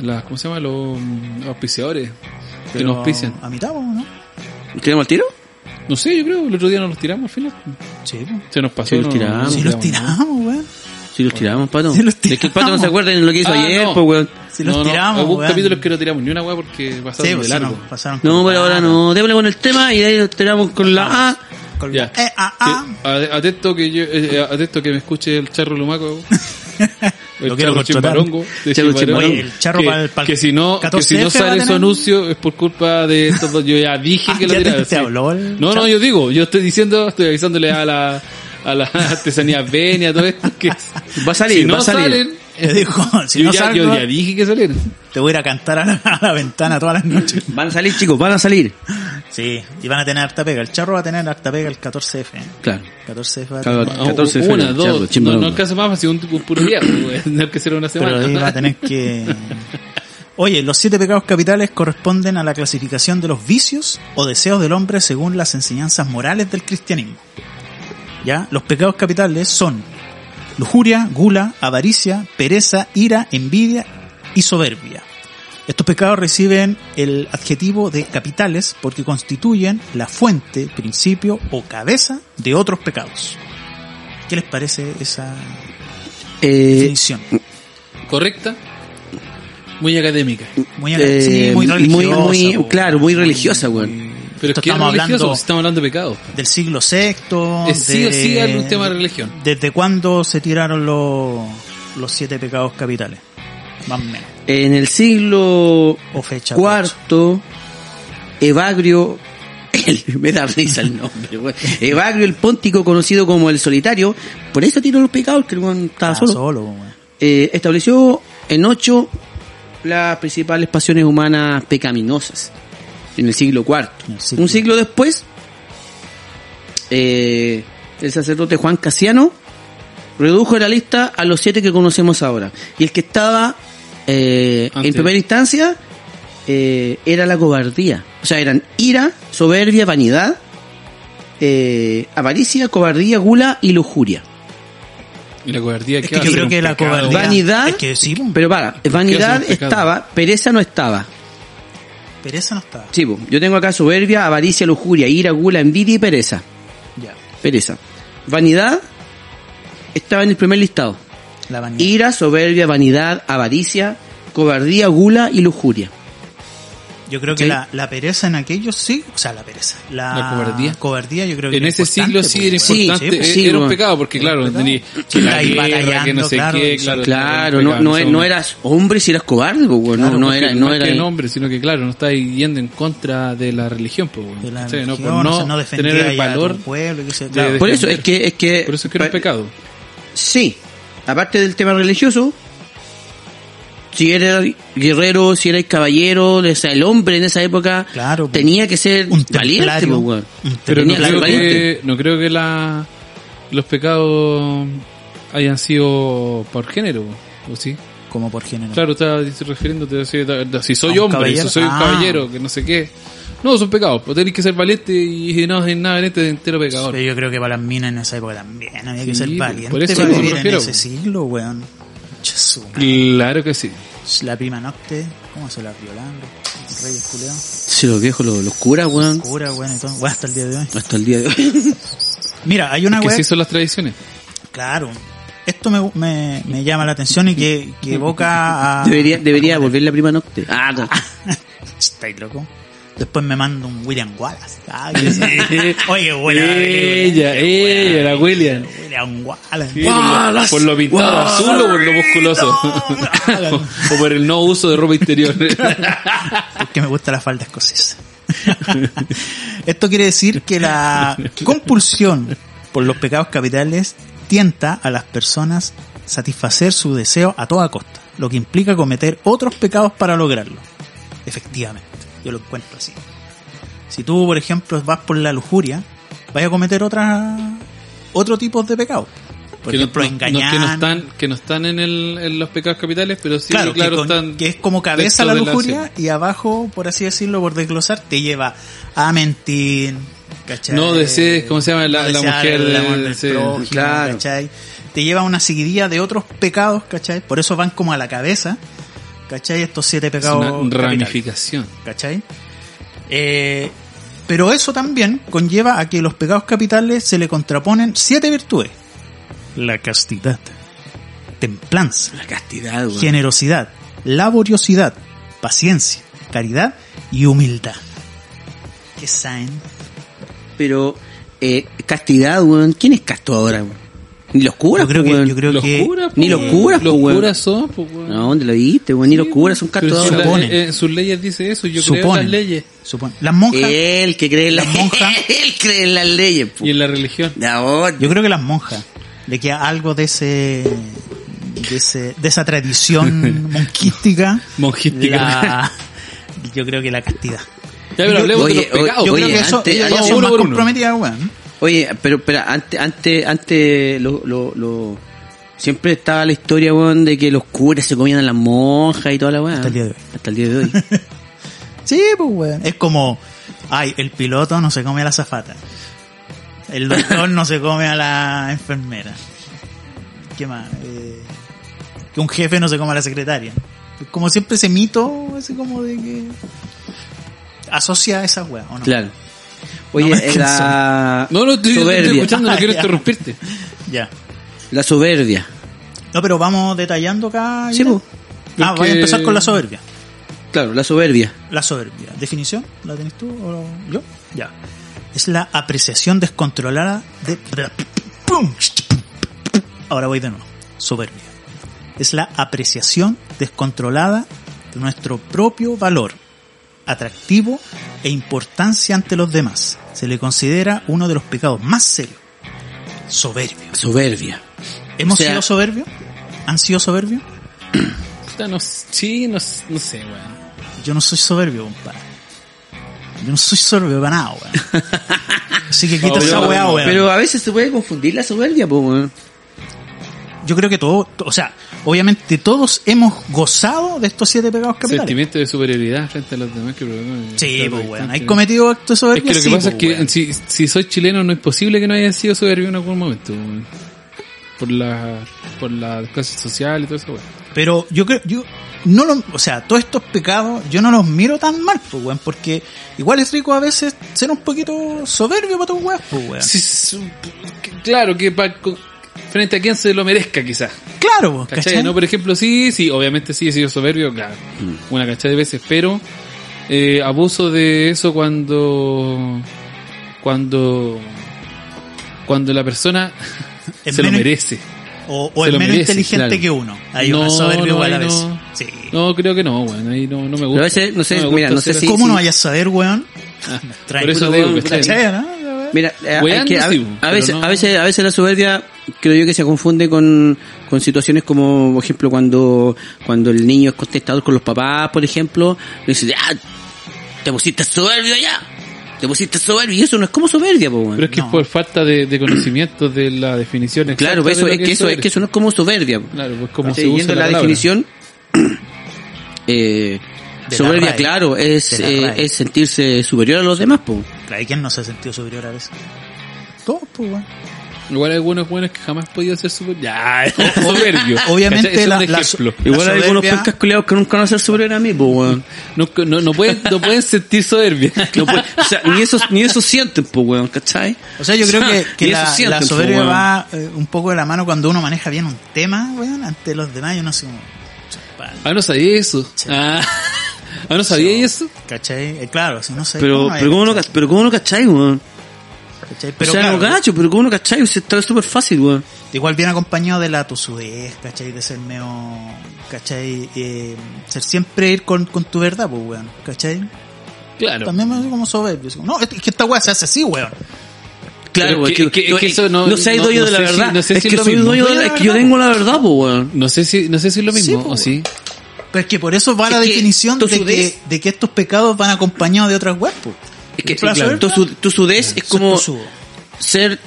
Speaker 1: la- ¿cómo se llama? Los mm, auspiciadores que
Speaker 3: Pero
Speaker 1: nos auspician.
Speaker 3: A mitad, ¿o ¿no?
Speaker 2: ¿Tenemos el tiro?
Speaker 1: No sé, yo creo, el otro día nos los tiramos al final.
Speaker 3: Sí,
Speaker 1: Se nos pasó.
Speaker 2: Sí, los
Speaker 1: no-
Speaker 2: tiramos.
Speaker 1: no
Speaker 3: si
Speaker 2: Sí,
Speaker 3: los tiramos, weón.
Speaker 2: Si los tiramos, pato.
Speaker 3: Sí los
Speaker 2: Es que el pato no
Speaker 3: tiramos.
Speaker 2: se acuerda de lo que hizo
Speaker 1: Ah,
Speaker 2: ayer,
Speaker 1: no.
Speaker 2: pues, weón.
Speaker 3: Si los
Speaker 1: No, no,
Speaker 3: tiramos,
Speaker 1: Hubo un
Speaker 3: weón.
Speaker 1: capítulo que no tiramos ni una weá porque
Speaker 3: Sí,
Speaker 1: pasaron de
Speaker 3: pues, si
Speaker 1: largo.
Speaker 3: nos pasaron
Speaker 2: No, pero ahora
Speaker 3: con-
Speaker 2: no. Démosle con el tema y de ahí lo tiramos con la A.
Speaker 3: Con
Speaker 1: Ya.
Speaker 3: eh, ah, ah.
Speaker 1: Que- a- atento que yo, eh, eh, atento que me escuche el charro lumaco.
Speaker 3: Lo
Speaker 1: El
Speaker 3: quiero
Speaker 1: charro
Speaker 3: contratar.
Speaker 1: chimbarongo. de
Speaker 2: Charro
Speaker 1: Chimbarongo.
Speaker 2: Chimbarongo.
Speaker 3: Oye, el charro
Speaker 1: que,
Speaker 3: pa'l- pa'l
Speaker 1: que si no, que si
Speaker 3: 14F
Speaker 1: no
Speaker 3: va a
Speaker 1: sale su
Speaker 3: tener.
Speaker 1: anuncio es por culpa de estos dos. Yo ya dije
Speaker 3: Ah,
Speaker 1: que lo
Speaker 3: ya te-
Speaker 1: tiraba.
Speaker 3: te habló el
Speaker 1: No, no,
Speaker 3: charro.
Speaker 1: yo digo, yo estoy diciendo, estoy avisándole a la, a la artesanía Benia, a todo esto. Que,
Speaker 2: Va a salir,
Speaker 1: si no
Speaker 2: va a salir.
Speaker 1: salen,
Speaker 3: Yo digo, si
Speaker 1: yo,
Speaker 3: no
Speaker 1: ya,
Speaker 3: salgo,
Speaker 1: yo ya dije que salieron.
Speaker 3: te voy a ir a cantar a la, a la ventana todas las noches.
Speaker 2: Van a salir, chicos, van a salir.
Speaker 3: Sí, y van a tener harta pega. El charro va a tener harta pega el 14F. ¿eh?
Speaker 2: Claro.
Speaker 3: 14F va a
Speaker 2: Claro,
Speaker 3: tener.
Speaker 2: Ah, 14 de
Speaker 1: una,
Speaker 2: febrero,
Speaker 1: dos.
Speaker 2: charro,
Speaker 1: no,
Speaker 2: chimbarongo.
Speaker 1: no alcanza más, ha sido un, un puro día. pues, No hay que ser una semana.
Speaker 3: Pero ahí va a tener que... Oye, los siete pecados capitales corresponden a la clasificación de los vicios o deseos del hombre según las enseñanzas morales del cristianismo. ¿Ya? Los pecados capitales son lujuria, gula, avaricia, pereza, ira, envidia y soberbia. Estos pecados reciben el adjetivo de capitales porque constituyen la fuente, principio o cabeza de otros pecados. ¿Qué les parece esa
Speaker 2: Eh,
Speaker 3: definición?
Speaker 1: Correcta, muy académica.
Speaker 3: Muy,
Speaker 2: eh,
Speaker 3: sí, muy religiosa.
Speaker 2: muy-
Speaker 3: po.
Speaker 2: claro, muy religiosa, weón.
Speaker 1: Pero es
Speaker 3: Esto
Speaker 1: que estamos
Speaker 3: estamos
Speaker 1: hablando,
Speaker 3: hablando
Speaker 1: estamos hablando de pecados.
Speaker 3: del siglo VI.
Speaker 1: Es sí
Speaker 3: de-
Speaker 1: o sí algún tema de religión.
Speaker 3: ¿Desde cuándo se tiraron los, los siete pecados capitales? Más o menos.
Speaker 2: En el siglo
Speaker 3: O fecha.
Speaker 2: cuarto, Evagrio, el- me da risa el nombre, weón. Evagrio el Póntico, conocido como el Solitario, por eso tiró los pecados, que el weón estaba
Speaker 3: Ah,
Speaker 2: solo,
Speaker 3: solo, weón.
Speaker 2: eh, estableció en ocho las principales pasiones humanas pecaminosas, en el siglo cuarto.
Speaker 3: En el siglo-
Speaker 2: Un siglo después, eh, el sacerdote Juan Casiano redujo la lista a los siete que conocemos ahora. Y el que estaba eh, en
Speaker 1: Antes.
Speaker 2: primera instancia eh, era la cobardía. O sea, eran ira, soberbia, vanidad, eh, avaricia, cobardía, gula y lujuria.
Speaker 1: Y la cobardía
Speaker 3: Es
Speaker 1: ¿qué
Speaker 3: que
Speaker 1: va a
Speaker 3: yo
Speaker 1: ser?
Speaker 3: creo
Speaker 1: Un
Speaker 3: que la
Speaker 1: pecado.
Speaker 3: cobardía-
Speaker 2: Vanidad,
Speaker 3: Es que sí, po.
Speaker 2: pero para, vanidad
Speaker 1: es un pecado?
Speaker 2: estaba, pereza no estaba.
Speaker 3: Pereza no está.
Speaker 2: Sí, po, yo tengo acá soberbia, avaricia, lujuria, ira, gula, envidia y pereza.
Speaker 3: Ya.
Speaker 2: Pereza. Vanidad estaba en el primer listado.
Speaker 3: La vanidad.
Speaker 2: Ira, soberbia, vanidad, avaricia, cobardía, gula y lujuria.
Speaker 3: Yo creo que
Speaker 2: ¿Sí?
Speaker 3: la, la pereza en aquellos sí, o sea, la pereza, la,
Speaker 1: La cobardía.
Speaker 3: yo creo que
Speaker 1: En
Speaker 3: era
Speaker 1: ese siglo
Speaker 3: importante,
Speaker 1: sí
Speaker 3: pues,
Speaker 1: era
Speaker 2: sí,
Speaker 1: importante.
Speaker 2: sí,
Speaker 1: eh,
Speaker 2: sí,
Speaker 1: era un
Speaker 2: bueno.
Speaker 1: pecado, porque claro,
Speaker 3: Era un
Speaker 1: tenía
Speaker 3: pecado.
Speaker 1: que la
Speaker 3: Ahí
Speaker 1: guerra, que no
Speaker 3: batallando,
Speaker 1: sé
Speaker 3: claro,
Speaker 1: qué,
Speaker 3: sí.
Speaker 1: claro.
Speaker 2: Claro,
Speaker 1: era un
Speaker 2: no,
Speaker 1: pecado
Speaker 2: no,
Speaker 1: en
Speaker 2: e-
Speaker 1: ese
Speaker 2: no
Speaker 1: momento.
Speaker 2: eras hombre si eras cobarde, po, weón.
Speaker 1: pues, Claro,
Speaker 2: no, no
Speaker 1: porque
Speaker 2: era, no
Speaker 1: es
Speaker 2: era.
Speaker 1: que nombre, sino que claro, no está yendo en contra de la religión, pues, weón,
Speaker 3: De la
Speaker 1: ¿cachai? No,
Speaker 3: religión,
Speaker 1: por
Speaker 3: no,
Speaker 1: no,
Speaker 3: se- no defendía
Speaker 1: tener el
Speaker 3: ya a tu
Speaker 1: valor,
Speaker 3: pueblo, y qué sé yo.
Speaker 1: de-
Speaker 3: Claro.
Speaker 1: de-
Speaker 2: Por eso es que, es que.
Speaker 1: por eso es que era un pecado.
Speaker 2: Sí. Aparte del tema religioso, si eras guerrero, si eras caballero, o sea, el hombre en esa época
Speaker 3: Claro, po.
Speaker 2: tenía que ser
Speaker 3: Un
Speaker 2: valiente,
Speaker 3: templario,
Speaker 2: po, weón.
Speaker 3: un
Speaker 1: Pero no
Speaker 2: Tenía que
Speaker 1: creo
Speaker 2: ser valiente.
Speaker 1: que, no creo que la, los pecados hayan sido por género, ¿o sí?
Speaker 3: como por género.
Speaker 1: Claro, estaba refiriéndote a si, a si soy
Speaker 3: ¿A un
Speaker 1: hombre,
Speaker 3: caballero?
Speaker 1: si soy un
Speaker 3: Ah.
Speaker 1: caballero, que no sé qué. No, son pecados, pues tenés que ser valiente y no es nada valiente de entero pecador.
Speaker 3: Pero yo creo que para las minas en esa época también había que
Speaker 1: Sí,
Speaker 3: ser
Speaker 1: por
Speaker 3: valiente
Speaker 1: eso
Speaker 3: para
Speaker 1: me
Speaker 3: vivir en
Speaker 1: refiero,
Speaker 3: ese
Speaker 1: po.
Speaker 3: siglo, weón. Che, su madre.
Speaker 1: Claro que sí.
Speaker 3: La prima nocte, ¿cómo se la violaron? Los Reyes culeados.
Speaker 2: Si los viejos, los, los curas, weón.
Speaker 3: Cura, weón, y todo. Weón, hasta el día de hoy.
Speaker 2: Hasta el día de hoy.
Speaker 3: Mira, hay una
Speaker 1: Que
Speaker 3: weá-
Speaker 1: sí son las tradiciones.
Speaker 3: Claro. Esto me, me, me llama la atención y que, que evoca a...
Speaker 2: debería, debería volver la prima nocte. Ah, no.
Speaker 3: ¿Estáis loco? Después me mando un William Wallace. Ah, que- Oye, qué buena.
Speaker 1: Ella, ella, la William.
Speaker 3: William Wallace.
Speaker 1: Sí, por lo-
Speaker 2: Wallace,
Speaker 1: Por lo pintado
Speaker 2: Wallace.
Speaker 1: azul o por lo musculoso.
Speaker 3: No,
Speaker 1: o por el no uso de ropa interior.
Speaker 3: Porque me gusta la falda escocesa. Esto quiere decir que la compulsión por los pecados capitales tienta a las personas satisfacer su deseo a toda costa, lo que implica cometer otros pecados para lograrlo. Efectivamente, yo lo encuentro así. Si tú, por ejemplo, vas por la lujuria, vas a cometer otras otro tipo de pecados. Por
Speaker 1: que, no,
Speaker 3: ejemplo,
Speaker 1: no-
Speaker 3: engañar.
Speaker 1: que no están, que no están en, el, en los pecados capitales, pero sí,
Speaker 3: claro,
Speaker 1: claro,
Speaker 3: que con- que,
Speaker 1: están.
Speaker 3: es como
Speaker 1: dentro
Speaker 3: cabeza la
Speaker 1: de la
Speaker 3: lujuria
Speaker 1: acción.
Speaker 3: y abajo, por así decirlo, por desglosar, te lleva a mentir, ¿cachai?
Speaker 1: No desees, ¿cómo se llama? La- la
Speaker 3: desear
Speaker 1: mujer
Speaker 3: el
Speaker 1: de-
Speaker 3: amor del
Speaker 1: sí,
Speaker 3: prójimo,
Speaker 2: claro.
Speaker 3: ¿cachai? Te lleva a una seguidilla de otros pecados, ¿cachai? Por eso van como a la cabeza, ¿cachai? Estos siete
Speaker 1: es una
Speaker 3: pecados. capitales.
Speaker 1: ramificación.
Speaker 3: ¿cachai? Eh, pero eso también conlleva a que los pecados capitales se le contraponen siete virtudes. La castidad, templanza,
Speaker 2: La castidad, weón.
Speaker 3: generosidad, laboriosidad, paciencia, caridad y humildad. ¿Qué saben?
Speaker 2: Pero, eh, castidad, weón. ¿Quién es casto ahora, weón? Ni los curas, pues,
Speaker 3: Yo creo
Speaker 2: weón.
Speaker 3: que, yo creo
Speaker 1: Los
Speaker 3: que
Speaker 1: curas, po,
Speaker 2: Ni los curas,
Speaker 1: Los
Speaker 2: po,
Speaker 3: pues,
Speaker 2: weón.
Speaker 1: curas son, po, pues, weón.
Speaker 2: No, ¿dónde lo viste, weón? Ni los curas son
Speaker 1: Pero
Speaker 2: castos
Speaker 1: si la-
Speaker 2: ahora.
Speaker 3: suponen.
Speaker 1: eh, en sus leyes dice eso, yo creo en
Speaker 3: suponen,
Speaker 1: las leyes
Speaker 3: suponen. Las monjas,
Speaker 1: Eh.
Speaker 2: Él que cree en las
Speaker 3: Las monjas.
Speaker 2: Él cree en las leyes, po.
Speaker 1: y en la religión.
Speaker 2: De ahora.
Speaker 3: yo creo que las monjas le queda algo de ese, de ese, de esa tradición monquística.
Speaker 1: Monjística.
Speaker 3: La- yo creo que la castidad.
Speaker 1: Ya, pero
Speaker 3: yo-
Speaker 1: hablemos
Speaker 2: oye,
Speaker 1: de los
Speaker 2: oye,
Speaker 1: pecados.
Speaker 2: yo
Speaker 3: Yo
Speaker 1: po.
Speaker 3: creo que eso
Speaker 2: antes-
Speaker 3: ella ya
Speaker 1: Ah, antes-
Speaker 3: son
Speaker 1: uno
Speaker 3: más
Speaker 1: por uno.
Speaker 3: comprometida, weón.
Speaker 2: Oye, pero, pero antes, antes, antes, lo, lo, lo- siempre estaba la historia, weón, de que los curas se comían a las monjas y toda la weá.
Speaker 3: Hasta el día de hoy.
Speaker 2: Hasta el día de hoy.
Speaker 3: Sí, pues weón. Es como, ay, el piloto no se come a la zafata. El doctor no se come a la enfermera. ¿Qué más? Eh, que un jefe no se come a la secretaria. Como siempre ese mito, ese como de que asocia a esa weá, ¿o no?
Speaker 2: Claro. Oye, eh,
Speaker 3: No me
Speaker 2: la,
Speaker 1: No, no, estoy, estoy
Speaker 2: soberbia.
Speaker 1: escuchando, no quiero
Speaker 3: Ya.
Speaker 1: interrumpirte.
Speaker 3: Ya.
Speaker 2: La soberbia.
Speaker 3: No, pero vamos detallando acá.
Speaker 2: Sí, pues.
Speaker 3: ya.
Speaker 2: po.
Speaker 3: ah, voy
Speaker 1: Porque-
Speaker 3: a empezar con la soberbia.
Speaker 2: Claro, la soberbia.
Speaker 3: La soberbia. ¿Definición? ¿La tenés tú o yo? Ya. Es la apreciación descontrolada de... ¡Pum! Ahora voy de nuevo. Soberbia. Es la apreciación descontrolada de nuestro propio valor, atractivo e importancia ante los demás. Se le considera uno de los pecados más serios. Soberbio.
Speaker 2: Soberbia.
Speaker 3: ¿Hemos
Speaker 2: O sea-
Speaker 3: sido soberbios? ¿Han sido soberbios?
Speaker 1: Puta, no, sí, no, no sé, weón.
Speaker 3: Yo no soy soberbio, compadre. Yo no soy sorbebanado, weón. Así que quita
Speaker 1: No,
Speaker 3: esa
Speaker 1: pero-
Speaker 3: weá, weón.
Speaker 2: Pero a veces se puede confundir la soberbia, po, weón.
Speaker 3: Yo creo que todo, o sea, obviamente todos hemos gozado de estos siete pecados capitales.
Speaker 1: Sentimiento de superioridad frente a los demás que provocan-
Speaker 3: Sí, pues weón. ¿Hay
Speaker 1: constante.
Speaker 3: cometido actos de
Speaker 1: Es
Speaker 3: soberbia?
Speaker 1: que lo que
Speaker 3: Sí,
Speaker 1: pasa
Speaker 3: po,
Speaker 1: es que
Speaker 3: weón.
Speaker 1: si, si soy chileno no es posible que no haya sido soberbio en algún momento. weón. Por la, por la clase social y todo eso, weón.
Speaker 3: Pero yo creo, yo no lo, o sea, todos estos pecados yo no los miro tan mal, pues weón, porque igual es rico a veces ser un poquito soberbio para tus weas, pues weón.
Speaker 1: Sí, sí, claro que pa- co- frente a quien se lo merezca quizás.
Speaker 3: Claro, pues,
Speaker 1: ¿Cachai?
Speaker 3: ¿cachai?
Speaker 1: No, por ejemplo, sí, sí, obviamente sí he sido soberbio, claro.
Speaker 2: Mm.
Speaker 1: Una cachada de veces, pero eh, abuso de eso cuando cuando cuando la persona
Speaker 3: Es
Speaker 1: se lo
Speaker 3: menos-
Speaker 1: merece.
Speaker 3: O, o
Speaker 1: se
Speaker 3: es
Speaker 1: lo
Speaker 3: menos
Speaker 1: merece,
Speaker 3: inteligente
Speaker 1: claro.
Speaker 3: que uno. Hay una
Speaker 1: No, no,
Speaker 3: soberbia igual a
Speaker 1: ahí
Speaker 3: veces.
Speaker 1: no.
Speaker 3: Sí.
Speaker 1: No, creo que no, bueno, ahí no, no me gusta.
Speaker 2: a veces, no sé,
Speaker 1: me
Speaker 2: mira,
Speaker 1: gusta
Speaker 2: no sé
Speaker 1: ser así.
Speaker 2: si-
Speaker 3: ¿Cómo no vaya a saber, weón?
Speaker 2: Ah,
Speaker 1: Por eso
Speaker 2: Puta,
Speaker 1: digo,
Speaker 2: weón,
Speaker 1: ¿cachai?
Speaker 2: puta,
Speaker 3: ¿Cachai, no?
Speaker 2: Mira, eh,
Speaker 1: Weón,
Speaker 2: es que a,
Speaker 1: sí,
Speaker 2: ve- a
Speaker 1: pero
Speaker 2: veces,
Speaker 1: no-
Speaker 2: a veces, a veces la soberbia creo yo que se confunde con, con situaciones como, por ejemplo, cuando, cuando el niño es contestador con los papás, por ejemplo, le dice, ah, te pusiste soberbio ya, te pusiste soberbio, y eso no es como soberbia, po, weón.
Speaker 1: Pero es que
Speaker 3: No.
Speaker 1: es por falta de, de conocimiento de la definición exacta
Speaker 2: Claro, pues
Speaker 1: de
Speaker 2: eso,
Speaker 1: lo
Speaker 2: es que eso, es
Speaker 1: soberbio.
Speaker 2: que eso no es como soberbia. po.
Speaker 1: Claro, pues como
Speaker 2: Sí,
Speaker 1: se usa
Speaker 2: yendo a
Speaker 1: la,
Speaker 2: la,
Speaker 1: palabra.
Speaker 2: definición, eh,
Speaker 3: De la
Speaker 2: soberbia,
Speaker 3: RAE.
Speaker 2: claro, es,
Speaker 3: De la
Speaker 2: eh,
Speaker 3: RAE.
Speaker 2: es sentirse superior a los demás, po.
Speaker 3: Claro, ¿y quién no se ha sentido superior a veces? Todos, pues, weón.
Speaker 1: Igual hay algunos buenos que jamás han podido ser super... Ya, soberbio. ¿Cachai? Ese
Speaker 3: Obviamente
Speaker 1: es
Speaker 3: la,
Speaker 1: un
Speaker 3: la-
Speaker 1: ejemplo.
Speaker 3: la
Speaker 2: Igual hay algunos
Speaker 3: soberbia-
Speaker 2: pencas culiados que nunca van a ser superiores a mí, po, weón.
Speaker 1: No, no, no, pueden, no pueden sentir soberbia.
Speaker 2: No puede- o sea, ni eso, ni eso sienten, po, weón, ¿cachai?
Speaker 3: O sea, yo creo que, que
Speaker 2: ni
Speaker 3: la,
Speaker 2: eso sienten,
Speaker 3: la
Speaker 2: po,
Speaker 3: soberbia
Speaker 2: weón.
Speaker 3: va eh, un poco de la mano cuando uno maneja bien un tema, weón, ante los demás, yo no sé cómo...
Speaker 1: Ah, no sabía eso.
Speaker 3: Sí.
Speaker 1: Ah, ah, no sabía eso.
Speaker 3: ¿Cachai? Eh, claro, si no sé...
Speaker 2: Pero,
Speaker 3: hay,
Speaker 2: pero, ¿cómo no, ca- pero ¿cómo no cachai, weón?
Speaker 3: eh, ¿cachai?
Speaker 2: Pero
Speaker 3: Pero
Speaker 2: o sea,
Speaker 3: claro,
Speaker 2: no cacho, pero ¿cómo no cachai? O sea, está súper fácil, weón.
Speaker 3: igual viene acompañado de la tosudez, ¿cachai? De ser medio... ¿Cachai? Eh, ser siempre ir con, con tu verdad, pues, weón, ¿cachai?
Speaker 1: Claro.
Speaker 3: También me hace como soberbio. así como, No, es que esta weá se hace así, weón.
Speaker 1: Pero
Speaker 2: Claro, weón. eh,
Speaker 1: es que- que- es que eso no-
Speaker 2: no soy
Speaker 1: no-
Speaker 2: dueño
Speaker 1: no
Speaker 2: de la
Speaker 1: sé si-
Speaker 2: verdad.
Speaker 1: no sé
Speaker 2: es
Speaker 1: si
Speaker 2: que
Speaker 1: es lo
Speaker 2: soy
Speaker 1: mismo.
Speaker 2: dueño de la- es que yo tengo la verdad, po, weón.
Speaker 1: No sé si, no sé si es lo
Speaker 3: Sí,
Speaker 1: mismo,
Speaker 3: po,
Speaker 1: o sí.
Speaker 3: Pero es que por eso va
Speaker 2: Es
Speaker 3: la
Speaker 2: que
Speaker 3: definición de
Speaker 2: tosudez-
Speaker 3: que, de que estos pecados van acompañados de otras weas, pues.
Speaker 2: Es que
Speaker 3: Sí, claro.
Speaker 2: tu, su- tu sudez es como
Speaker 3: Ser tosudo.
Speaker 2: ser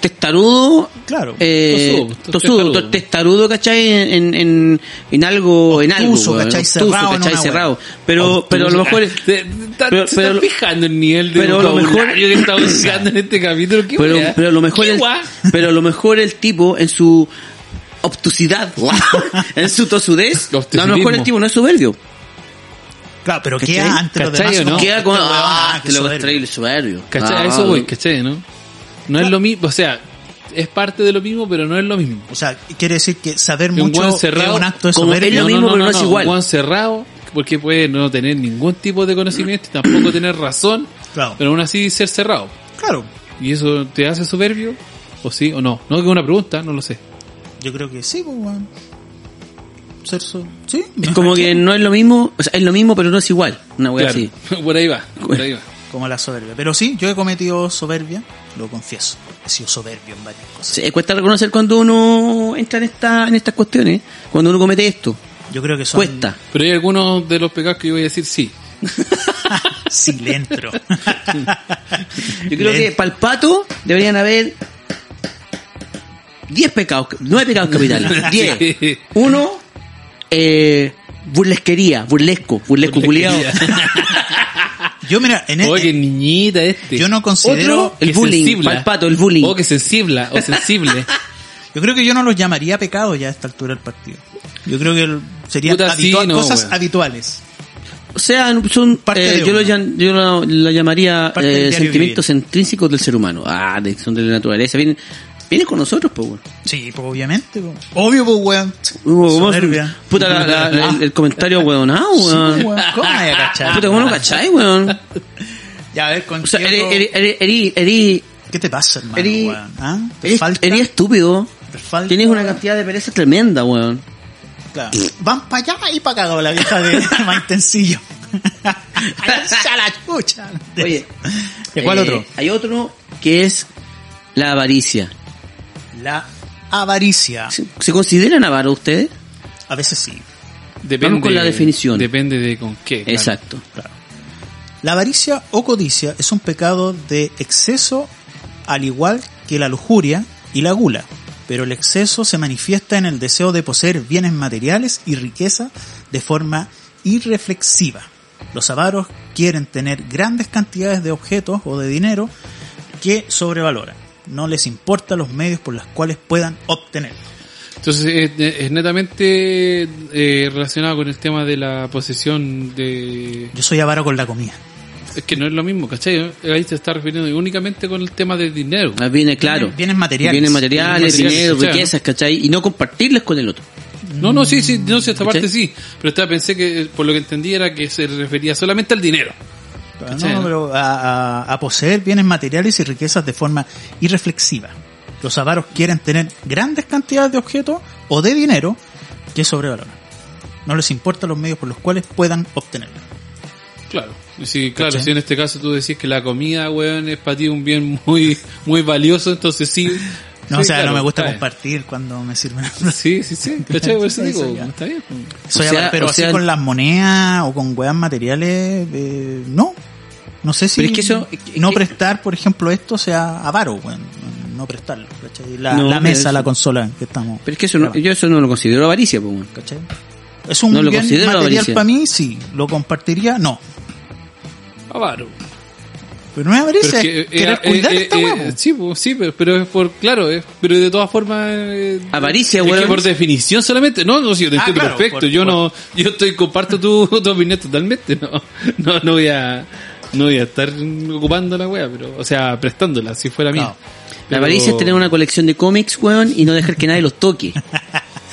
Speaker 2: testarudo
Speaker 3: Claro.
Speaker 2: eh,
Speaker 1: Tosudo,
Speaker 2: tosudo,
Speaker 1: testarudo.
Speaker 2: to- testarudo, ¿cachai? En, en, en algo, en algo.
Speaker 3: Obtuso,
Speaker 2: weón.
Speaker 3: ¿cachai?
Speaker 2: Obtuso,
Speaker 3: Cerrado en
Speaker 2: ¿cachai?
Speaker 3: una
Speaker 2: Cerrado.
Speaker 3: wea.
Speaker 2: Pero, pero a lo mejor,
Speaker 1: Ah, te- te- ta-
Speaker 2: pero-
Speaker 1: se
Speaker 2: pero-
Speaker 1: están fijando el nivel de
Speaker 2: pero a lo mejor-
Speaker 1: vocabulario que estamos usando en este capítulo. ¿Qué
Speaker 2: pero,
Speaker 1: wea?
Speaker 2: pero a lo mejor,
Speaker 1: ¿Qué
Speaker 2: el,
Speaker 1: wea?
Speaker 2: pero a lo mejor el tipo en su obtusidad, en su tosudez, a lo mejor el
Speaker 1: Obtusivismo.
Speaker 2: tipo no es soberbio.
Speaker 3: Claro, pero
Speaker 2: ¿Cachai?
Speaker 3: queda ante los
Speaker 1: ¿Cachai
Speaker 3: demás.
Speaker 1: o no?
Speaker 3: como,
Speaker 2: Queda con,
Speaker 3: este weón,
Speaker 2: ah,
Speaker 3: qué
Speaker 2: te lo
Speaker 3: soberbio.
Speaker 2: trae el soberbio.
Speaker 1: ¿Cachai?
Speaker 2: Ah,
Speaker 1: A eso voy, ¿cachai? ¿No? No es lo mismo, o sea, es parte de lo mismo, pero no es lo mismo.
Speaker 3: O sea, quiere decir que saber
Speaker 1: un
Speaker 3: mucho
Speaker 1: weón cerrado,
Speaker 3: es un acto de
Speaker 2: como
Speaker 3: soberbia.
Speaker 2: es lo mismo, pero no es igual.
Speaker 1: Un weón cerrado, porque puede no tener ningún tipo de conocimiento y tampoco tener razón,
Speaker 3: Claro.
Speaker 1: pero aún así ser cerrado.
Speaker 3: Claro,
Speaker 1: ¿Y eso te hace soberbio? ¿O sí o no? No, que es una pregunta, no lo sé.
Speaker 3: yo creo que sí, pues, weón. Ser so- Sí,
Speaker 2: Es como que no es lo mismo, o sea, es lo mismo, pero no es igual. Una wea
Speaker 1: Claro.
Speaker 2: así.
Speaker 1: Por ahí va, por ahí va.
Speaker 3: Como la soberbia. Pero sí, yo he cometido soberbia, lo confieso. He sido soberbio en varias cosas.
Speaker 2: Se cuesta reconocer cuando uno entra en, esta, en estas cuestiones, cuando uno comete esto.
Speaker 3: Yo creo que son...
Speaker 2: Cuesta.
Speaker 1: Pero hay algunos de los pecados que yo voy a decir sí.
Speaker 3: Sí, le entro.
Speaker 2: Yo creo que para el pato deberían haber 10 pecados, 9 pecados capitales. 10.
Speaker 1: Sí.
Speaker 2: Uno, eh, burlesquería, burlesco, burlesco culiado.
Speaker 3: Yo, mira,
Speaker 1: Oye,
Speaker 3: en este...
Speaker 1: Oh, qué niñita este.
Speaker 3: Yo no considero...
Speaker 2: Otro- El bullying, pa'l pato, el bullying.
Speaker 1: O Oh, que sensible, o sensible.
Speaker 3: Yo creo que yo no los llamaría pecado ya a esta altura del partido. Yo creo que el- serían
Speaker 1: Puta, sí,
Speaker 3: habitua-
Speaker 1: no,
Speaker 3: cosas
Speaker 1: weón.
Speaker 3: habituales.
Speaker 2: O sea, son,
Speaker 3: Parte
Speaker 2: eh,
Speaker 3: de
Speaker 2: yo, lo,
Speaker 3: uno.
Speaker 2: llan- yo lo, lo llamaría
Speaker 3: Parte del
Speaker 2: eh,
Speaker 3: diario
Speaker 2: sentimientos intrínsecos del ser humano. Ah, de- son de la naturaleza. Vienen, vienen con nosotros, pues, weón.
Speaker 3: Sí, pues obviamente. pues. Obvio, pues, weón.
Speaker 2: Uh, vamos-
Speaker 3: Soberbia.
Speaker 2: Puta, la- la- la- el, el comentario, weón. Ah,
Speaker 3: Sí, pues,
Speaker 2: weón.
Speaker 3: weón. ¿Cómo me voy a cachar?
Speaker 2: Puta, ¿cómo no cachai, weón?
Speaker 3: Ya, a ver, con
Speaker 2: O sea,
Speaker 3: Diego,
Speaker 2: eres, eres, eres, eres, eres,
Speaker 3: ¿Qué te pasa, hermano,
Speaker 2: eres-
Speaker 3: weón? ¿Ah? ¿Te
Speaker 2: eres-
Speaker 3: falta?
Speaker 2: eres estúpido.
Speaker 3: ¿Te falta?
Speaker 2: Tienes una cantidad de pereza tremenda, weón.
Speaker 3: Claro. Van para allá y para acá, la vieja de Maitencillo. ¡Alza la chucha!
Speaker 2: Oye.
Speaker 3: ¿Y cuál
Speaker 2: eh,
Speaker 3: otro?
Speaker 2: Hay otro que es la avaricia.
Speaker 3: La avaricia.
Speaker 2: ¿Se, se consideran avaros ustedes?
Speaker 3: A veces Ah. sí.
Speaker 1: Depende,
Speaker 2: Vamos con la definición.
Speaker 1: Depende de con qué. claro.
Speaker 2: Exacto.
Speaker 3: La avaricia o codicia es un pecado de exceso al igual que la lujuria y la gula, pero el exceso se manifiesta en el deseo de poseer bienes materiales y riqueza de forma irreflexiva. Los avaros quieren tener grandes cantidades de objetos o de dinero que sobrevaloran. No les importa los medios por los cuales puedan obtenerlo.
Speaker 1: Entonces es, es netamente eh, relacionado con el tema de la posesión de...
Speaker 3: Yo soy avaro con la comida.
Speaker 1: Es que no es lo mismo, ¿cachai? Ahí se está refiriendo únicamente con el tema del dinero.
Speaker 2: Ah, Viene, claro.
Speaker 3: Bienes- bienes materiales.
Speaker 2: Vienen materiales,
Speaker 1: Bienes materiales,
Speaker 2: dinero,
Speaker 1: claro.
Speaker 2: riquezas, ¿cachai? Y no compartirlas con el otro.
Speaker 1: No, no, sí, sí, no sé, esta
Speaker 2: ¿Cachai?
Speaker 1: parte sí. Pero estaba, pensé que eh, por lo que entendí era que se refería solamente al dinero.
Speaker 3: Ah,
Speaker 1: ¿Cachai,
Speaker 3: no,
Speaker 1: no?
Speaker 3: pero a, a- a poseer bienes materiales y riquezas de forma irreflexiva. Los avaros quieren tener grandes cantidades de objetos o de dinero que sobrevaloran. No les importan los medios por los cuales puedan obtenerlo.
Speaker 1: Claro. Y Sí, claro,
Speaker 3: ¿Cachai?
Speaker 1: si en este caso tú decís que la comida, weón, es para ti un bien muy muy valioso, entonces sí.
Speaker 3: No,
Speaker 1: sí,
Speaker 3: o sea,
Speaker 1: claro,
Speaker 3: no me gusta
Speaker 1: está bien.
Speaker 3: compartir cuando me sirven.
Speaker 1: Sí, sí, sí, ¿cachai? Por eso
Speaker 3: Sí,
Speaker 1: digo,
Speaker 3: sí, ya.
Speaker 1: está bien.
Speaker 3: Soy
Speaker 2: sea,
Speaker 3: avaro, pero
Speaker 2: o
Speaker 3: así
Speaker 2: sea-
Speaker 3: con las monedas o con weas materiales, eh, no. No sé si
Speaker 2: Pero es que eso- es que-
Speaker 3: no
Speaker 2: es que-
Speaker 3: prestar, por ejemplo, esto sea avaro, weón. No prestarlo, ¿cachai? La,
Speaker 2: No,
Speaker 3: la
Speaker 2: pero
Speaker 3: mesa,
Speaker 2: eso-
Speaker 3: la consola en que estamos.
Speaker 2: Pero es que eso no,
Speaker 3: grabando.
Speaker 2: yo eso no lo considero avaricia, pues. weón.
Speaker 3: ¿Cachai? Es un
Speaker 2: No lo
Speaker 3: bien
Speaker 2: considero
Speaker 3: material
Speaker 2: avaricia.
Speaker 3: para mí, sí. Lo compartiría, no.
Speaker 1: Avaro.
Speaker 3: Pero no es avaricia,
Speaker 1: Pero
Speaker 3: es
Speaker 1: es que, eh,
Speaker 3: querer
Speaker 1: eh,
Speaker 3: cuidar este
Speaker 1: eh,
Speaker 3: esta
Speaker 1: eh,
Speaker 3: hueá, po.
Speaker 1: Sí, pues, sí, pero, pero es por, claro, es- pero de todas formas. eh,
Speaker 2: Avaricia,
Speaker 1: es
Speaker 2: weón.
Speaker 1: que por definición solamente. No, no, sí, yo te
Speaker 3: Ah,
Speaker 1: entiendo
Speaker 3: claro,
Speaker 1: perfecto.
Speaker 3: por-
Speaker 1: yo
Speaker 3: por-
Speaker 1: no, yo estoy, comparto tu, tu opinión totalmente. No, no, no voy a, no voy a estar ocupando la wea, pero, o sea, prestándola, si fuera mía.
Speaker 3: No.
Speaker 2: La
Speaker 1: Pero-
Speaker 2: avaricia es tener una colección de cómics, weón, y no dejar que nadie los toque.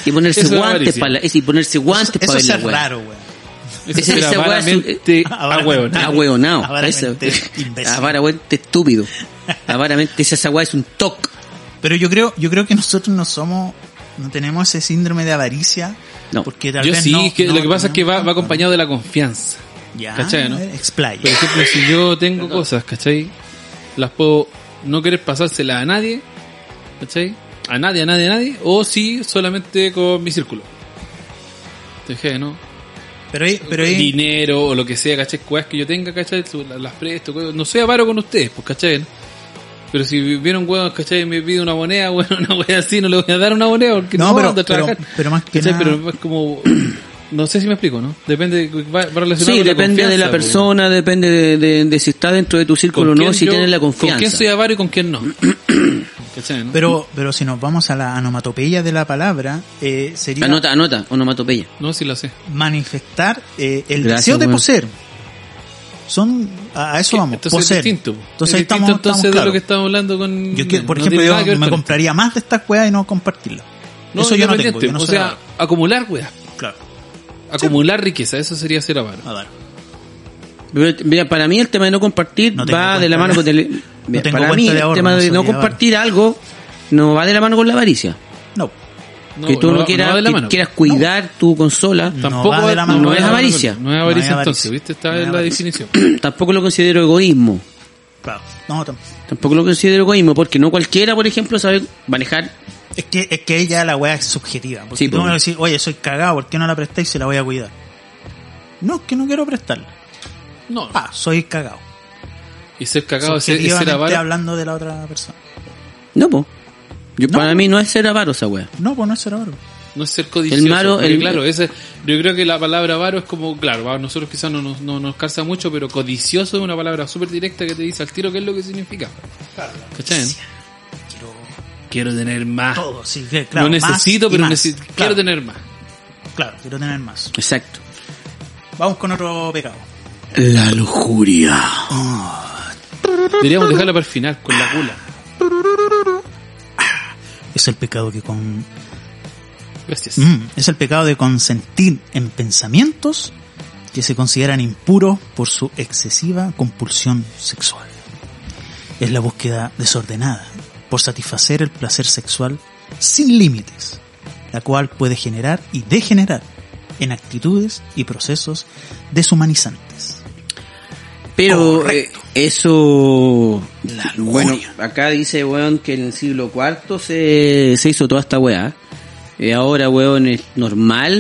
Speaker 2: Y ponerse
Speaker 1: Eso es
Speaker 2: guantes
Speaker 1: avaricia.
Speaker 2: para y ponerse guantes
Speaker 3: Eso
Speaker 2: para
Speaker 3: es
Speaker 2: verla, weón.
Speaker 3: raro, weón.
Speaker 1: Eso
Speaker 2: esa-
Speaker 1: era
Speaker 2: esa wea es un-
Speaker 1: avaramente
Speaker 3: avaramente.
Speaker 1: ahueonado.
Speaker 2: Ah, weonao.
Speaker 3: Avaramente
Speaker 2: Eso.
Speaker 3: imbécil.
Speaker 2: Avaramente estúpido. Avaramente esa esa weá es un toc.
Speaker 3: Pero yo creo, yo creo que nosotros no somos, no tenemos ese síndrome de avaricia.
Speaker 2: No.
Speaker 3: Porque tal
Speaker 1: Yo
Speaker 3: vez
Speaker 1: sí,
Speaker 3: no-
Speaker 1: es que
Speaker 3: no
Speaker 1: lo que pasa es que va,
Speaker 3: tenemos
Speaker 1: va
Speaker 3: tanto.
Speaker 1: acompañado de la confianza.
Speaker 3: Ya, eh,
Speaker 1: ¿cachai, no? Pues,
Speaker 3: a ver, explaya.
Speaker 1: Por ejemplo, si yo tengo cosas, ¿cachai? Las puedo no querer pasárselas a nadie, ¿cachai? A nadie, a nadie, a nadie. O si solamente con mi círculo. Dejé, ¿no?
Speaker 3: Pero, ahí- pero eh, ahí-
Speaker 1: Dinero o lo que sea, ¿cachai? Cosas que yo tenga, ¿cachai? Su- la- Las presto, cosas- no soy avaro con ustedes, pues, ¿cachai? no? Pero si vieron huevos, ¿cachai? Me pide una moneda, bueno, una wea así, no le voy a dar una moneda porque
Speaker 3: No,
Speaker 1: no,
Speaker 3: pero-
Speaker 1: ando a trabajar.
Speaker 3: pero- pero más que
Speaker 1: ¿Cachai?
Speaker 3: nada-
Speaker 1: Pero es como... No sé si me explico, ¿no? Depende, va, va relacionado
Speaker 2: Sí,
Speaker 1: con la
Speaker 2: depende de
Speaker 1: confianza,
Speaker 2: la
Speaker 1: pues.
Speaker 2: persona, depende de, de- de si está dentro de tu círculo o
Speaker 1: ¿Con
Speaker 2: no,
Speaker 1: quién
Speaker 2: si
Speaker 1: yo-
Speaker 2: tienes la
Speaker 1: ¿Con quién
Speaker 2: confianza.
Speaker 1: soy avaro y con quién no? ¿Cachai, no?
Speaker 3: pero, pero si nos vamos a la onomatopeya de la palabra, eh, sería
Speaker 2: Anota, anota, onomatopeya.
Speaker 1: no, sí lo sé.
Speaker 3: manifestar eh, el
Speaker 2: Gracias,
Speaker 3: deseo de
Speaker 2: weón.
Speaker 3: poseer. Son, a, a eso
Speaker 1: Que-
Speaker 3: vamos,
Speaker 1: entonces
Speaker 3: poseer.
Speaker 1: es distinto. es
Speaker 3: Entonces ahí
Speaker 1: distinto
Speaker 3: estamos,
Speaker 1: entonces
Speaker 3: estamos
Speaker 1: de lo
Speaker 3: claros.
Speaker 1: que estamos hablando con...
Speaker 3: Yo que- por
Speaker 1: no
Speaker 3: ejemplo,
Speaker 1: tiene nada que
Speaker 3: yo
Speaker 1: ver
Speaker 3: me
Speaker 1: con-
Speaker 3: compraría más de estas weas y no compartirlas.
Speaker 1: No,
Speaker 3: eso yo no tengo.
Speaker 1: independiente,
Speaker 3: Yo no
Speaker 1: o
Speaker 3: soy
Speaker 1: sea,
Speaker 3: avaro.
Speaker 1: acumular, weá.
Speaker 3: claro.
Speaker 1: Acumular riqueza, eso sería ser avaro.
Speaker 3: A ver.
Speaker 2: Pero, mira, para mí el tema de no compartir
Speaker 3: No tengo
Speaker 2: va
Speaker 3: cuenta
Speaker 2: de la
Speaker 3: de-
Speaker 2: mano con... el-
Speaker 3: no
Speaker 2: mira,
Speaker 3: tengo
Speaker 2: para
Speaker 3: cuenta
Speaker 2: mí
Speaker 3: de
Speaker 2: el
Speaker 3: ahorro,
Speaker 2: tema
Speaker 3: no
Speaker 2: de
Speaker 3: soy
Speaker 2: no
Speaker 3: avaro.
Speaker 2: compartir algo no va de la mano con la avaricia.
Speaker 3: No.
Speaker 1: No,
Speaker 2: que tú no,
Speaker 1: va-
Speaker 2: quieras,
Speaker 1: va de la
Speaker 2: que
Speaker 1: mano. Mm.
Speaker 2: quieras cuidar tu consola,
Speaker 3: No
Speaker 1: Tampoco
Speaker 3: va de
Speaker 1: va-
Speaker 3: la
Speaker 1: no,
Speaker 3: mano,
Speaker 2: no
Speaker 1: es
Speaker 2: es
Speaker 1: avaricia.
Speaker 2: avarincia.
Speaker 1: No es
Speaker 3: No
Speaker 1: avaricia
Speaker 3: es
Speaker 1: entonces,
Speaker 3: avaricia.
Speaker 1: ¿viste? Está
Speaker 3: No es
Speaker 1: en la
Speaker 3: avaricia.
Speaker 1: definición.
Speaker 2: tampoco lo considero egoísmo.
Speaker 3: Claro. No, tam-
Speaker 2: Tampoco lo considero egoísmo, porque no cualquiera, por ejemplo, sabe manejar.
Speaker 3: es que, es que ella la wea es subjetiva. Porque
Speaker 2: Sí,
Speaker 3: tú
Speaker 2: po.
Speaker 3: me
Speaker 1: pues.
Speaker 3: vas a decir, oye, soy cagado, ¿por qué no la prestáis y se la voy a cuidar? No, es que no quiero prestarla.
Speaker 1: No,
Speaker 3: Ah, soy cagado.
Speaker 1: y ser cagado es ser- es ser
Speaker 3: Subjetivamente
Speaker 1: avaro.
Speaker 3: hablando de la otra persona.
Speaker 2: No, po. Yo,
Speaker 3: No.
Speaker 2: Para mí no es ser avaro esa wea.
Speaker 3: No, pues no es ser avaro.
Speaker 1: No es ser codicioso.
Speaker 2: El malo-
Speaker 1: porque
Speaker 2: el-
Speaker 1: claro, ese, yo creo que la palabra avaro es como, claro, a nosotros quizás no, nos- no nos calza mucho, pero codicioso es una palabra súper directa que te dice al tiro qué es lo que significa. ¿Cachai?
Speaker 3: Quiero
Speaker 1: Quiero tener más.
Speaker 3: todo, sí, que- claro.
Speaker 1: no
Speaker 3: más
Speaker 1: necesito,
Speaker 3: y
Speaker 1: pero
Speaker 3: más.
Speaker 1: necesito,
Speaker 3: Claro,
Speaker 1: quiero tener más.
Speaker 3: Claro, quiero tener más.
Speaker 2: Exacto.
Speaker 3: Vamos con otro pecado.
Speaker 2: La lujuria.
Speaker 1: Deberíamos dejarla para el final, con
Speaker 3: Ah.
Speaker 1: la gula.
Speaker 3: Es el pecado que con
Speaker 1: Gracias.
Speaker 3: Mm, es el pecado de consentir en pensamientos que se consideran impuros por su excesiva compulsión sexual. Es la búsqueda desordenada por satisfacer el placer sexual sin límites, la cual puede generar y degenerar en actitudes y procesos deshumanizantes.
Speaker 2: Pero eh, eso... bueno, acá dice, weón, que en el siglo IV se, se hizo toda esta weá. Eh, ahora, weón, es normal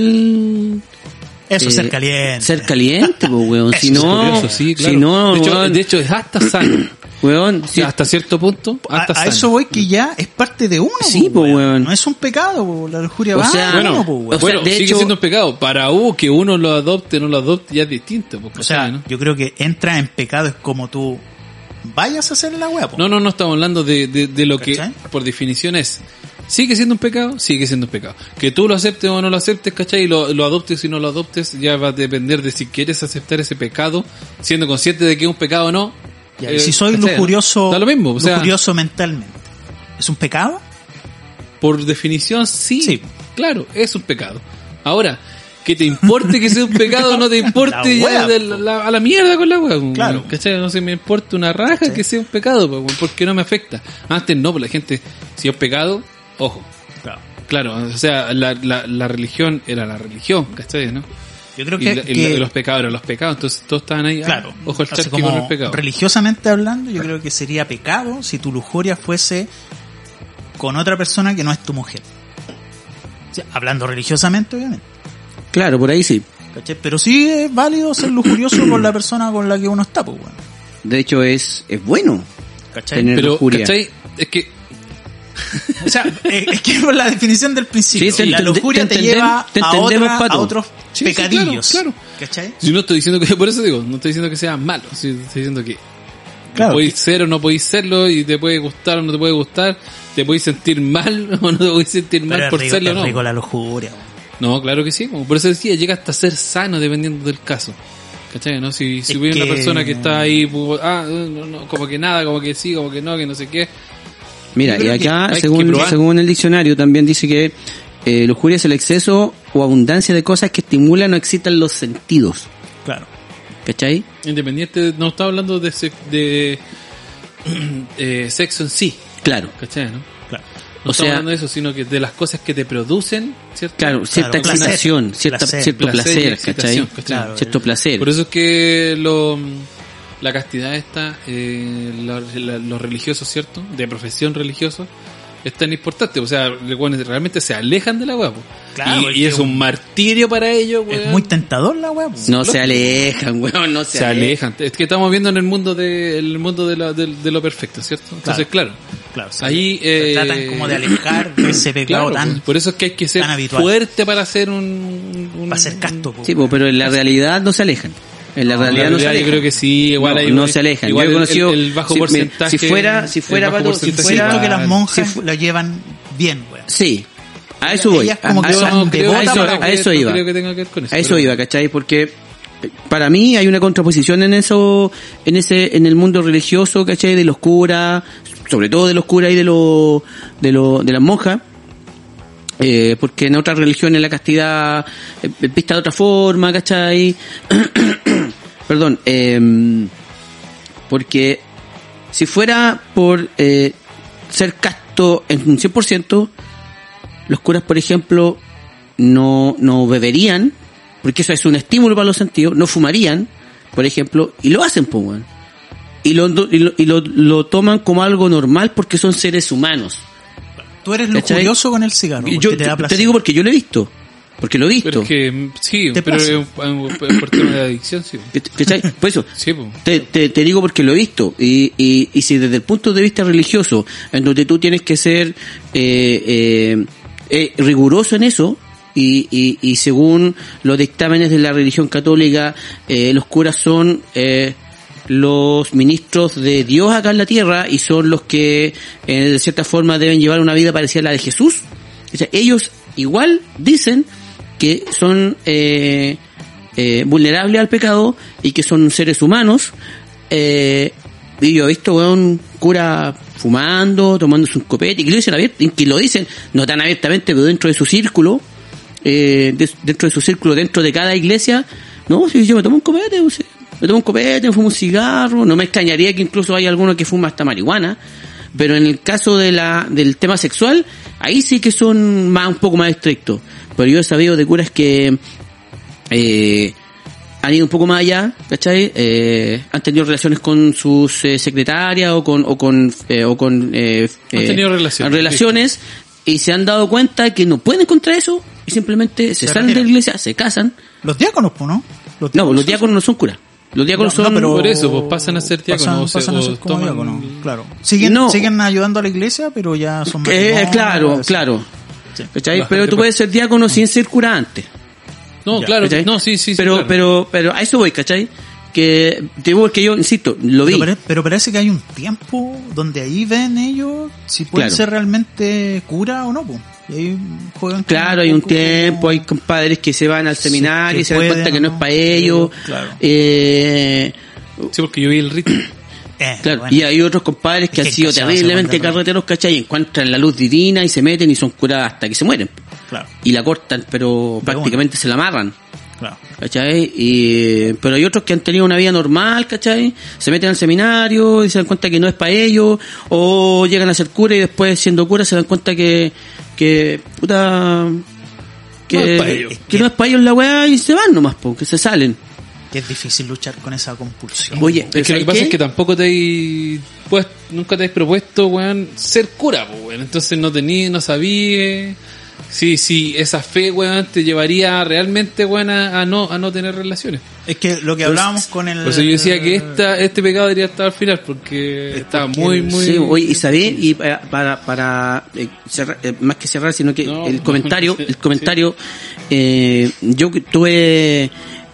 Speaker 3: Eso es
Speaker 2: eh,
Speaker 3: ser caliente.
Speaker 2: Ser caliente, pues, weón. Si
Speaker 1: Es
Speaker 2: no,
Speaker 1: curioso, sí, claro.
Speaker 2: si no,
Speaker 1: de, hecho,
Speaker 2: weón,
Speaker 1: de hecho, es hasta sano.
Speaker 2: weón, si-
Speaker 1: Hasta cierto punto,
Speaker 3: A,
Speaker 1: hasta
Speaker 3: a
Speaker 1: sano.
Speaker 3: eso voy que ya es parte de uno.
Speaker 2: Sí, po,
Speaker 3: po,
Speaker 2: weón.
Speaker 3: No es un pecado, po, la lujuria
Speaker 2: O
Speaker 3: va
Speaker 2: sea,
Speaker 3: a uno,
Speaker 1: bueno,
Speaker 3: po, weón.
Speaker 2: o sea,
Speaker 1: bueno,
Speaker 2: de
Speaker 1: sigue
Speaker 2: hecho-
Speaker 1: siendo un pecado. Para U, que uno lo adopte, no lo adopte, ya es distinto. pues,
Speaker 3: O sea,
Speaker 1: ¿no?
Speaker 3: yo creo que entra en pecado es como tú vayas a hacer la weá. po.
Speaker 1: No, no, no estamos hablando de, de, de lo que
Speaker 3: ¿Cachai?
Speaker 1: por definición es. Sigue siendo un pecado, sigue siendo un pecado. Que tú lo aceptes o no lo aceptes, ¿cachai? Y lo, lo adoptes y no lo adoptes, ya va a depender de si quieres aceptar ese pecado, siendo consciente de que es un pecado o no.
Speaker 3: Ya,
Speaker 1: eh,
Speaker 3: y si soy
Speaker 1: ¿cachai?
Speaker 3: lujurioso,
Speaker 1: Da lo mismo, o sea,
Speaker 3: lujurioso mentalmente, ¿es un pecado?
Speaker 1: por definición sí,
Speaker 3: Sí.
Speaker 1: Claro, es un pecado. Ahora, que te importe que sea un pecado o no te importe,
Speaker 3: La
Speaker 1: ya
Speaker 3: wea,
Speaker 1: de
Speaker 3: po.
Speaker 1: la- la- a la mierda con la wea.
Speaker 3: Claro.
Speaker 1: ¿Cachai? No se me importa una raja que sea un pecado, po, porque no me afecta. Antes no, pues la gente, si es pecado, ojo. Claro, o sea, la, la, la religión era la religión, ¿cachai? ¿no?
Speaker 3: Yo creo
Speaker 1: Y,
Speaker 3: que,
Speaker 1: la- y
Speaker 3: que-
Speaker 1: los pecados eran los pecados, entonces todos estaban ahí. ah,
Speaker 3: claro,
Speaker 1: ojo el
Speaker 3: así
Speaker 1: charqui
Speaker 3: como
Speaker 1: con el pecado.
Speaker 3: religiosamente hablando, yo creo que sería pecado si tu lujuria fuese con otra persona que no es tu mujer. O sea, hablando religiosamente, obviamente.
Speaker 2: claro, por ahí sí.
Speaker 3: ¿cachai? Pero sí es válido ser lujurioso con la persona con la que uno está, pues, weón.
Speaker 2: De hecho, es, es bueno.
Speaker 3: ¿Cachai?
Speaker 2: Tener-
Speaker 1: Pero,
Speaker 2: lujuria.
Speaker 1: ¿cachai? Es que
Speaker 3: O sea, es es que por la definición del principio,
Speaker 2: Sí, te
Speaker 3: la
Speaker 2: enten-
Speaker 3: lujuria
Speaker 2: te
Speaker 3: te,
Speaker 2: entendem-
Speaker 3: lleva
Speaker 2: te
Speaker 3: a,
Speaker 2: entendemos,
Speaker 3: otra-
Speaker 2: Pato.
Speaker 3: a otros
Speaker 1: Sí, sí,
Speaker 3: pecadillos.
Speaker 1: claro,
Speaker 3: ¿Cachai?
Speaker 1: Yo no estoy diciendo que, por eso digo, no estoy diciendo que sea malo, sí, estoy diciendo que
Speaker 3: Claro,
Speaker 1: podéis ser o no podéis serlo y te puede gustar o no te puede gustar, te podéis sentir mal o no te podéis sentir mal
Speaker 3: Pero es
Speaker 1: por
Speaker 3: rico,
Speaker 1: serlo o
Speaker 3: es
Speaker 1: no.
Speaker 3: rico la lujuria. weón.
Speaker 1: No, claro que sí, como por eso decía, llega hasta ser sano dependiendo del caso. ¿Cachai? ¿No? Si, si
Speaker 3: Es
Speaker 1: hubiera
Speaker 3: que-
Speaker 1: una persona que está ahí, pues, ah, no, no, como que nada, como que sí, como que no, que no sé qué.
Speaker 2: Mira,
Speaker 1: Yo
Speaker 2: y
Speaker 1: creo que
Speaker 2: acá,
Speaker 1: hay que
Speaker 2: según,
Speaker 1: probar.
Speaker 2: según el diccionario, también dice que eh, lujuria es el exceso o abundancia de cosas que estimulan o excitan los sentidos.
Speaker 3: Claro.
Speaker 2: ¿Cachai?
Speaker 1: Independiente, no está hablando de, se- de eh, sexo en sí,
Speaker 2: Claro.
Speaker 1: ¿cachai? ¿No?
Speaker 3: Claro.
Speaker 1: No
Speaker 2: O
Speaker 1: estamos
Speaker 2: sea-
Speaker 1: hablando de eso, sino que de las cosas que te producen, ¿cierto?
Speaker 2: Claro, cierta
Speaker 3: Claro, placer,
Speaker 2: excitación, cierta-
Speaker 3: placer,
Speaker 2: cierto
Speaker 1: placer y
Speaker 2: placer,
Speaker 1: excitación,
Speaker 2: ¿cachai?
Speaker 1: ¿cachai?
Speaker 3: Claro.
Speaker 2: Cierto placer.
Speaker 1: Por eso es que lo, la castidad está, eh, la- la- los religiosos, ¿cierto? De profesión religiosa, es tan importante. O sea, los weones realmente se alejan de la weá. po.
Speaker 3: Claro,
Speaker 1: y, y
Speaker 3: porque
Speaker 1: es un martirio para ellos,
Speaker 3: Es
Speaker 1: weón.
Speaker 3: muy tentador la weá. weón.
Speaker 2: no se alejan, weón, no se,
Speaker 1: se alejan. Es que estamos viendo en el mundo de, el mundo de, la- de- de lo perfecto, ¿cierto? Entonces, claro.
Speaker 3: Claro, sí.
Speaker 1: Ahí,
Speaker 3: Se
Speaker 1: eh,
Speaker 3: tratan como de alejar de ese pecado
Speaker 1: claro,
Speaker 3: tan.
Speaker 1: pues, por eso es que hay que ser
Speaker 3: tan habitual.
Speaker 1: fuerte para ser un, un-
Speaker 3: para ser casto. pues. po.
Speaker 2: Sí, pues, po, pero en la realidad no se alejan. En la
Speaker 1: En
Speaker 2: realidad no se
Speaker 1: realidad yo
Speaker 2: alejan.
Speaker 1: creo que sí, igual
Speaker 2: no,
Speaker 1: hay-
Speaker 2: no se alejan.
Speaker 1: igual
Speaker 2: yo he
Speaker 1: el-
Speaker 2: conocido
Speaker 1: el, el bajo
Speaker 2: si, mira,
Speaker 1: porcentaje.
Speaker 2: si fuera, si
Speaker 1: el
Speaker 2: fuera,
Speaker 1: bajo
Speaker 2: Pato, si
Speaker 1: porcentaje
Speaker 2: fuera,
Speaker 3: Siento que las monjas
Speaker 2: Si fu-
Speaker 3: la llevan bien, weón.
Speaker 2: sí, a eso voy.
Speaker 3: Ellas como
Speaker 2: a,
Speaker 3: que
Speaker 2: a-
Speaker 1: Yo
Speaker 3: son
Speaker 1: Ah, no creo-
Speaker 3: devotas
Speaker 1: a eso-
Speaker 2: para-
Speaker 1: a eso
Speaker 2: no
Speaker 1: iba.
Speaker 2: creo que a eso
Speaker 1: pero-
Speaker 2: iba, ¿cachai? Porque eh, para mí hay una contraposición en eso, en ese, en el mundo religioso, ¿cachai? De los curas, sobre todo de los curas y de los, de los, de las monjas. Eh, porque en otras religiones la castidad eh, es vista de otra forma, ¿cachai? Perdón, eh, porque si fuera por eh, ser casto en un 100%, los curas, por ejemplo, no, no beberían, porque eso es un estímulo para los sentidos, no fumarían, por ejemplo, y lo hacen, pues, weón. Y, lo, y, lo, y lo- lo toman como algo normal porque son seres humanos.
Speaker 3: Tú eres
Speaker 2: ¿Cachai?
Speaker 3: lujurioso con el cigarro.
Speaker 2: Y
Speaker 3: porque
Speaker 2: yo
Speaker 3: te, da
Speaker 2: te,
Speaker 3: placer.
Speaker 2: digo porque yo lo he visto, porque lo he
Speaker 1: Pero
Speaker 2: visto.
Speaker 1: es que, mm, sí,
Speaker 3: ¿Te
Speaker 1: pero
Speaker 3: pasa?
Speaker 1: es un- un- por tema de adicción, sí.
Speaker 2: ¿Cachai? Por eso,
Speaker 1: Sí, po.
Speaker 2: Te, te, te digo porque lo he visto. Y, y, y si desde el punto de vista religioso, en donde tú tienes que ser eh, eh, eh, riguroso en eso, y, y, y según los dictámenes de la religión católica, eh, los curas son eh, los ministros de Dios acá en la tierra y son los que, eh, de cierta forma, deben llevar una vida parecida a la de Jesús. O sea, ellos igual dicen que son eh, eh, vulnerables al pecado y que son seres humanos. Eh, y yo he visto weón, cura fumando, tomándose un copete, y que lo dicen, abier- y que lo dicen no tan abiertamente, pero dentro de su círculo, eh, de- dentro de su círculo, dentro de cada iglesia, no, si yo me tomo un copete, o sea, me tomo un copete, me fumo un cigarro, no me extrañaría que incluso haya alguno que fuma hasta marihuana, pero en el caso de la, del tema sexual, ahí sí que son más, un poco más estrictos, pero yo he sabido de curas que, eh, han ido un poco más allá, ¿cachai? Eh, han tenido relaciones con sus eh, secretarias o con, o con, eh, o con, eh,
Speaker 1: Han
Speaker 2: eh,
Speaker 1: tenido relaciones,
Speaker 2: relaciones, y se han dado cuenta que no pueden contra eso y simplemente se,
Speaker 3: Se
Speaker 2: salen de
Speaker 3: retiran.
Speaker 2: la iglesia, se casan.
Speaker 3: Los diáconos, pues, ¿no? Los
Speaker 2: No, los diáconos no son curas. Los diáconos
Speaker 3: No, no,
Speaker 2: son...
Speaker 3: pero-
Speaker 1: Por eso, pues pasan a ser diáconos. o se-
Speaker 3: pasan a
Speaker 1: o
Speaker 3: ser como
Speaker 1: toman-
Speaker 3: diáconos, claro. Siguen,
Speaker 2: No.
Speaker 3: siguen ayudando a la iglesia, pero ya son
Speaker 2: Eh,
Speaker 3: matrimonios,
Speaker 2: claro,
Speaker 3: así.
Speaker 2: claro.
Speaker 3: Sí.
Speaker 2: ¿Cachai?
Speaker 1: La
Speaker 2: Pero
Speaker 1: gente
Speaker 2: tú puedes ser diácono sin ser cura antes.
Speaker 1: No,
Speaker 3: Ya.
Speaker 1: claro.
Speaker 2: ¿cachai?
Speaker 1: No, sí, sí. sí,
Speaker 2: Pero,
Speaker 1: claro.
Speaker 2: pero, pero a eso voy, ¿cachai? Que, te digo que yo, insisto, lo vi.
Speaker 3: Pero, pare- pero parece que hay un tiempo donde ahí ven ellos si pueden
Speaker 2: Claro.
Speaker 3: ser realmente cura o no. po. Y ahí juegan con-
Speaker 2: Claro, hay un
Speaker 3: con-
Speaker 2: tiempo, hay compadres que se van al seminario
Speaker 3: que
Speaker 2: y se dan
Speaker 3: pueden,
Speaker 2: cuenta que no es
Speaker 3: ¿no?
Speaker 2: para ellos.
Speaker 3: Claro.
Speaker 2: Eh,
Speaker 1: Sí, porque yo vi el ritmo.
Speaker 3: Eh,
Speaker 2: claro.
Speaker 3: bueno.
Speaker 2: Y hay otros compadres que
Speaker 3: Es que
Speaker 2: han sido
Speaker 3: cachados se
Speaker 2: terriblemente
Speaker 3: mandan, ¿no?
Speaker 2: carreteros, ¿cachai? Y encuentran la luz divina y se meten y son curados hasta que se mueren.
Speaker 3: Claro,
Speaker 2: Y la cortan, pero
Speaker 3: De
Speaker 2: prácticamente se la amarran.
Speaker 3: claro.
Speaker 2: ¿Cachai? Y, pero hay otros que han tenido una vida normal, ¿cachai? Se meten al seminario y se dan cuenta que no es para ellos, o llegan a ser cura y después siendo cura se dan cuenta que, que, puta, que
Speaker 1: No es pa' ellos.
Speaker 2: que no es para ellos la weá y se van nomás, po, que se salen.
Speaker 3: Que es difícil luchar con esa compulsión.
Speaker 2: Oye, pero
Speaker 1: Es que lo
Speaker 2: ¿sabes
Speaker 1: que pasa
Speaker 2: qué?
Speaker 1: es que tampoco te hay, pues, nunca te has propuesto, weón, ser cura, po, weón. Entonces no tenías, no sabías. Sí, sí, esa fe, weón, te llevaría realmente, weón, a, a no, a no tener relaciones.
Speaker 3: es que lo que
Speaker 2: pues,
Speaker 3: hablábamos con el...
Speaker 1: Por eso yo decía que esta, este pecado debería estar al final, porque está
Speaker 3: porque
Speaker 1: muy,
Speaker 3: el-
Speaker 1: muy...
Speaker 2: Sí, oye, y saber, y para, para, para, eh, cerrar, eh, más que cerrar, sino que
Speaker 1: No,
Speaker 2: el
Speaker 1: no,
Speaker 2: comentario,
Speaker 1: sí,
Speaker 2: el comentario, eh, yo que estuve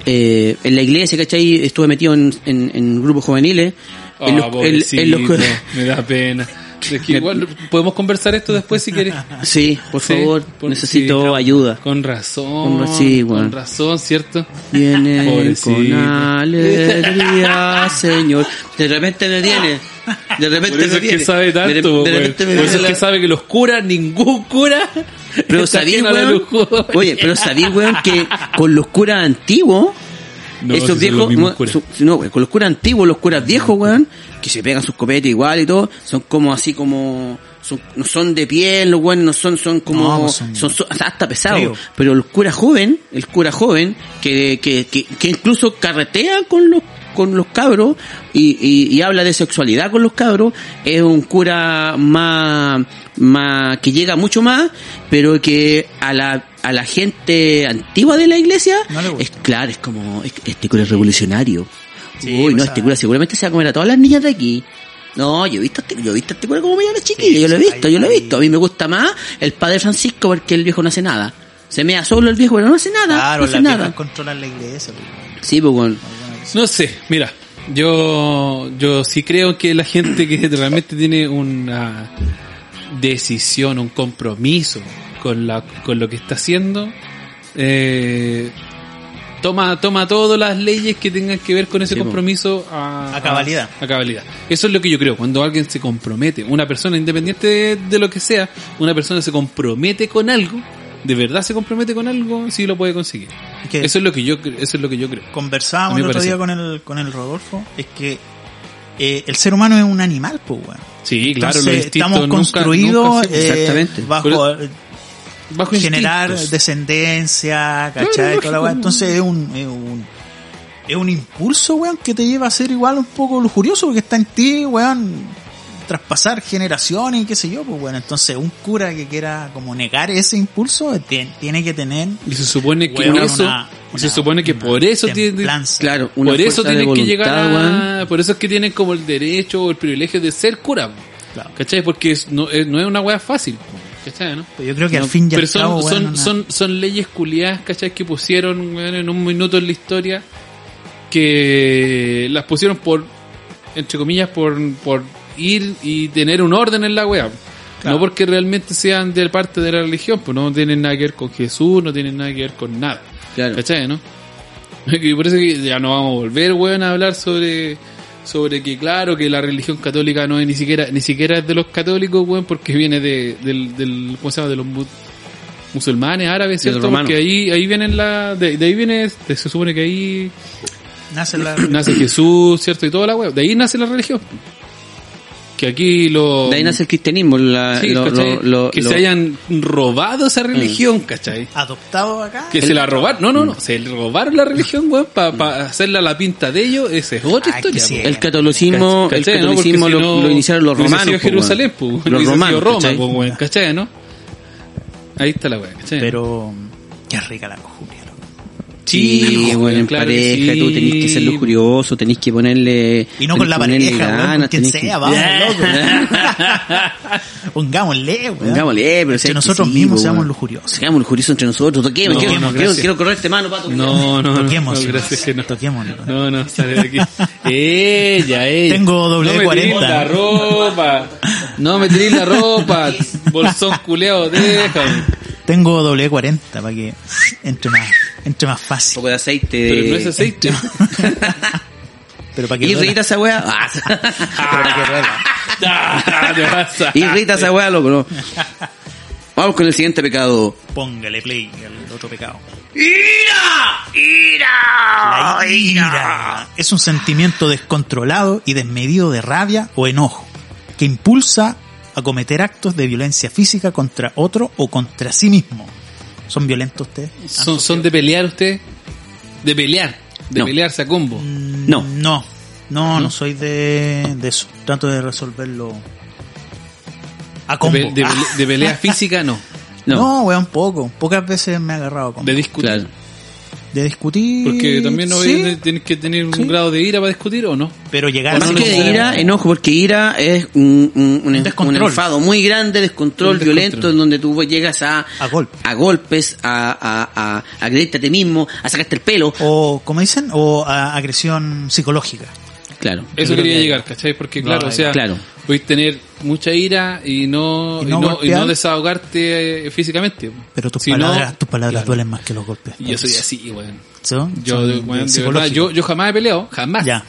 Speaker 2: eh, en la iglesia, ¿cachai? Estuve metido en, en, en grupos juveniles.
Speaker 1: Ah,
Speaker 2: en los- en- en los-
Speaker 1: pobrecito, me da pena. Es que igual podemos conversar esto después si quieres.
Speaker 2: sí, por
Speaker 1: Sí,
Speaker 2: favor,
Speaker 1: por-
Speaker 2: necesito
Speaker 1: sí, claro.
Speaker 2: ayuda.
Speaker 1: Con razón,
Speaker 2: Con ra- sí, weón.
Speaker 1: con razón, ¿cierto?
Speaker 2: Viene
Speaker 1: Pobrecito.
Speaker 2: con alegría, Señor. De repente me viene. De repente
Speaker 1: Por eso
Speaker 2: me
Speaker 1: es
Speaker 2: viene.
Speaker 1: que sabe
Speaker 2: de, re-
Speaker 1: tanto,
Speaker 2: de
Speaker 1: weón.
Speaker 2: repente me
Speaker 1: Por eso
Speaker 2: viene
Speaker 1: es
Speaker 2: la-
Speaker 1: que sabe que los curas, ningún cura.
Speaker 2: Pero
Speaker 1: está
Speaker 2: sabí,
Speaker 1: ajeno a la
Speaker 2: weón.
Speaker 1: lujuria.
Speaker 2: Oye, pero sabí, weón, que con los curas antiguos,
Speaker 1: No, si
Speaker 2: esos
Speaker 1: son los
Speaker 2: viejos,
Speaker 1: mismos
Speaker 2: no,
Speaker 1: curas.
Speaker 2: su- no, weón, con los curas antiguos, los curas viejos, weón, que se pegan sus copetes igual y todo, son como así como, son, no son de piel, los weón, no son, son como,
Speaker 3: No, pues
Speaker 2: son,
Speaker 3: son-
Speaker 2: son- hasta pesados.
Speaker 3: Frío.
Speaker 2: Pero el cura joven, el cura joven, que, que, que, que incluso carretea con los, con los cabros y, y, y habla de sexualidad con los cabros, es un cura más, más, que llega mucho más, pero que a la, a la gente antigua de la iglesia,
Speaker 3: No le gusta.
Speaker 2: es claro, es como, es- este cura es revolucionario.
Speaker 3: Sí, pues, ah.
Speaker 2: Uy, no,
Speaker 3: o sea-
Speaker 2: este cura seguramente se va a comer a todas las niñas de aquí. No, yo he visto, a este- yo he visto a este cura como me a las chiquillas,
Speaker 3: Sí,
Speaker 2: yo lo he
Speaker 3: sí,
Speaker 2: visto,
Speaker 3: ahí-
Speaker 2: yo lo he
Speaker 3: ahí-
Speaker 2: visto. A mí me gusta más el padre Francisco porque el viejo no hace nada. Se mea solo el viejo, pero no hace nada.
Speaker 3: Claro,
Speaker 2: no hace
Speaker 3: las viejas
Speaker 2: nada.
Speaker 3: controlan la iglesia. pues.
Speaker 2: Sí, pues, weón.
Speaker 1: No sé, mira, yo, yo sí creo que la gente que realmente tiene una decisión, un compromiso con, la, con lo que está haciendo, eh, toma, toma todas las leyes que tengan que ver con ese
Speaker 2: Sí, po.
Speaker 1: compromiso a,
Speaker 3: A cabalidad.
Speaker 1: A, cabalidad. Eso es lo que yo creo, cuando alguien se compromete, una persona independiente de, de lo que sea, una persona se compromete con algo, de verdad se compromete con algo, sí lo puede conseguir.
Speaker 3: Es que-
Speaker 1: Eso es lo que yo, cre- eso es lo que yo creo. A
Speaker 3: conversábamos
Speaker 1: mí
Speaker 3: el
Speaker 1: me
Speaker 3: otro día con el, con el Rodolfo, es que eh, el ser humano es un animal, pues, weón.
Speaker 1: Sí, claro,
Speaker 3: Entonces,
Speaker 1: los instintos
Speaker 3: estamos
Speaker 1: nunca-
Speaker 3: construidos
Speaker 1: nunca se-
Speaker 3: eh,
Speaker 2: Exactamente.
Speaker 3: bajo
Speaker 1: Pero-
Speaker 3: eh,
Speaker 1: bajo
Speaker 3: generar
Speaker 1: instintos.
Speaker 3: descendencia, ¿cachai?
Speaker 1: lógico.
Speaker 3: Toda la weá. Entonces es un, es un es un impulso, weón, que te lleva a ser igual un poco lujurioso porque está en ti, weón, traspasar generaciones y qué sé yo, pues bueno, entonces un cura que quiera como negar ese impulso eh, tie- tiene que tener
Speaker 1: y se supone que
Speaker 3: weón,
Speaker 1: por eso
Speaker 3: una-
Speaker 1: se
Speaker 3: una-
Speaker 1: supone que
Speaker 3: una
Speaker 1: por eso tiene
Speaker 3: templanza.
Speaker 2: Claro, una
Speaker 1: por eso
Speaker 2: fuerza de
Speaker 1: tienen que llegar
Speaker 2: voluntad,
Speaker 1: a- por eso es que tienen como el derecho o el privilegio de ser cura,
Speaker 3: Claro.
Speaker 1: ¿cachai? Porque es- no, es, no es una wea fácil, ¿cachai? ¿no?
Speaker 3: Pero yo creo que
Speaker 2: No,
Speaker 3: al fin y
Speaker 1: Pero
Speaker 3: al
Speaker 1: son,
Speaker 3: cabo, weón,
Speaker 1: son,
Speaker 3: una-
Speaker 1: son, son leyes culiadas, ¿cachai? Que pusieron weón, en un minuto en la historia, que las pusieron por, entre comillas, por, por ir y tener un orden en la wea.
Speaker 3: Claro.
Speaker 1: No porque realmente sean de parte de la religión, pues no tienen nada que ver con Jesús, no tienen nada que ver con nada.
Speaker 2: Claro.
Speaker 1: ¿Cachai, no? Y por eso que ya no vamos a volver, weón, a hablar sobre sobre que claro que la religión católica no es ni siquiera ni siquiera es de los católicos, weón, porque viene de del, del ¿cómo se llama? de los mu- musulmanes, árabes,
Speaker 2: De los
Speaker 1: ¿cierto?
Speaker 2: romanos.
Speaker 1: Porque ahí ahí vienen la de, de ahí viene se supone que ahí
Speaker 3: nace la-
Speaker 1: nace Jesús, ¿cierto? Y toda la weón. De ahí nace la religión. Que aquí lo
Speaker 2: De ahí nace el cristianismo, la,
Speaker 1: Sí,
Speaker 2: lo-
Speaker 1: ¿cachai?
Speaker 2: lo- lo-
Speaker 1: que
Speaker 2: lo-
Speaker 1: se hayan robado esa religión, ¿cachai?
Speaker 3: adoptado acá.
Speaker 1: Que se la robaron, no, no,
Speaker 2: Mm.
Speaker 1: no, se robaron la religión, weón, para hacerla la pinta de ellos, esa es otra
Speaker 3: Ay,
Speaker 1: historia.
Speaker 3: que sí.
Speaker 1: po.
Speaker 2: Ah, el catolicismo, el
Speaker 1: ¿Cachai, no? Porque
Speaker 2: catolicismo
Speaker 1: si
Speaker 2: lo,
Speaker 1: no,
Speaker 2: lo iniciaron los
Speaker 1: hubiese
Speaker 2: romanos.
Speaker 1: sido
Speaker 2: po, weón.
Speaker 1: Jerusalén, pues, po,
Speaker 2: los
Speaker 1: hubiese sido
Speaker 2: romanos.
Speaker 1: Roma, pues,
Speaker 2: ¿cachai?
Speaker 1: po, weón, ¿cachai, no? Ahí está la weá, ¿cachai?
Speaker 3: Pero Qué rica la lujuria, loco.
Speaker 2: Sí,
Speaker 1: Sí,
Speaker 2: bueno, en
Speaker 1: claro que
Speaker 2: pareja,
Speaker 1: sí.
Speaker 2: tú tenés que ser lujurioso, tenés que ponerle.
Speaker 3: Y no
Speaker 2: tenés
Speaker 3: con la
Speaker 2: que ponerle
Speaker 3: pareja, weón, con quien
Speaker 2: tenés que- Ah,
Speaker 3: sea, vamos,
Speaker 2: Ya.
Speaker 3: Pongámosle, weón.
Speaker 2: Pongámosle, pero
Speaker 3: Que
Speaker 2: sé que
Speaker 3: nosotros
Speaker 2: sí,
Speaker 3: mismos
Speaker 2: weón.
Speaker 3: seamos lujuriosos.
Speaker 2: Seamos lujuriosos entre nosotros. Toquemos,
Speaker 1: No,
Speaker 2: quiero,
Speaker 1: no,
Speaker 2: quiero,
Speaker 1: gracias.
Speaker 2: quiero correrte mano, pato.
Speaker 1: No, no, no, no,
Speaker 3: Toquémoslo.
Speaker 1: gracias que no.
Speaker 3: Toquémoslo.
Speaker 1: No, no, sale de aquí. Ella, ella.
Speaker 3: Tengo
Speaker 1: No me
Speaker 3: W40.
Speaker 1: tirís la ropa. No me tirís la ropa. Bolsón culeado, déjame.
Speaker 3: Tengo W40 para que entre más, entre más
Speaker 2: Un
Speaker 3: fácil.
Speaker 2: poco de aceite.
Speaker 1: Pero no es aceite.
Speaker 3: Pero para que
Speaker 2: Y
Speaker 3: duela.
Speaker 2: rita esa weá. Ah,
Speaker 3: Para que duela.
Speaker 1: Ah, te pasa.
Speaker 2: y rita esa weá, loco. no. Vamos con el siguiente pecado.
Speaker 3: Póngale play al otro pecado.
Speaker 2: ¡Ira! ¡Ira!
Speaker 3: La ira es un sentimiento descontrolado y desmedido de rabia o enojo que impulsa a cometer actos de violencia física contra otro o contra sí mismo. ¿Son violentos ustedes?
Speaker 1: Son, son de pelear usted. De pelear. De
Speaker 2: No.
Speaker 1: pelearse a combo.
Speaker 2: No.
Speaker 3: No, no, no soy de, de eso. Trato de resolverlo a
Speaker 1: De,
Speaker 3: combo.
Speaker 1: pe- de
Speaker 3: Ah,
Speaker 1: pele- de pelea física, no.
Speaker 2: No.
Speaker 3: no, weón, poco. Pocas veces me he agarrado a combo.
Speaker 1: De discutir.
Speaker 2: Claro.
Speaker 3: De discutir.
Speaker 1: Porque también no
Speaker 3: sí,
Speaker 1: ves- tienes que tener un
Speaker 3: Sí.
Speaker 1: grado de ira para discutir o no.
Speaker 3: Pero llegar
Speaker 2: Más
Speaker 1: no
Speaker 2: que
Speaker 1: necesariamente.
Speaker 2: ira, enojo, porque ira es un, un, un,
Speaker 3: descontrol.
Speaker 2: un enfado muy grande, descontrol,
Speaker 1: Un descontrol.
Speaker 2: violento, en donde tú llegas a,
Speaker 3: a golpe.
Speaker 2: a golpes, a, a, a, a agredirte a ti mismo, a sacarte el pelo.
Speaker 3: O, como dicen, o a agresión psicológica.
Speaker 2: Claro.
Speaker 1: Eso
Speaker 3: creo
Speaker 1: quería
Speaker 3: que-
Speaker 1: llegar, ¿cachai? Porque
Speaker 3: No,
Speaker 1: claro, o
Speaker 3: ahí-
Speaker 1: sea,
Speaker 2: claro.
Speaker 1: podéis tener mucha ira y no,
Speaker 3: Y
Speaker 1: y no,
Speaker 3: no
Speaker 1: y
Speaker 3: golpear.
Speaker 1: no desahogarte eh, físicamente.
Speaker 3: Pero tus
Speaker 1: Si no-
Speaker 3: palabras, tus palabras duelen más que los golpes.
Speaker 1: Yo soy así, weón.
Speaker 3: ¿Son?
Speaker 1: Yo,
Speaker 3: Son
Speaker 1: weón, de verdad,
Speaker 3: psicológicos.
Speaker 1: yo, yo jamás he peleado, jamás.
Speaker 3: Ya.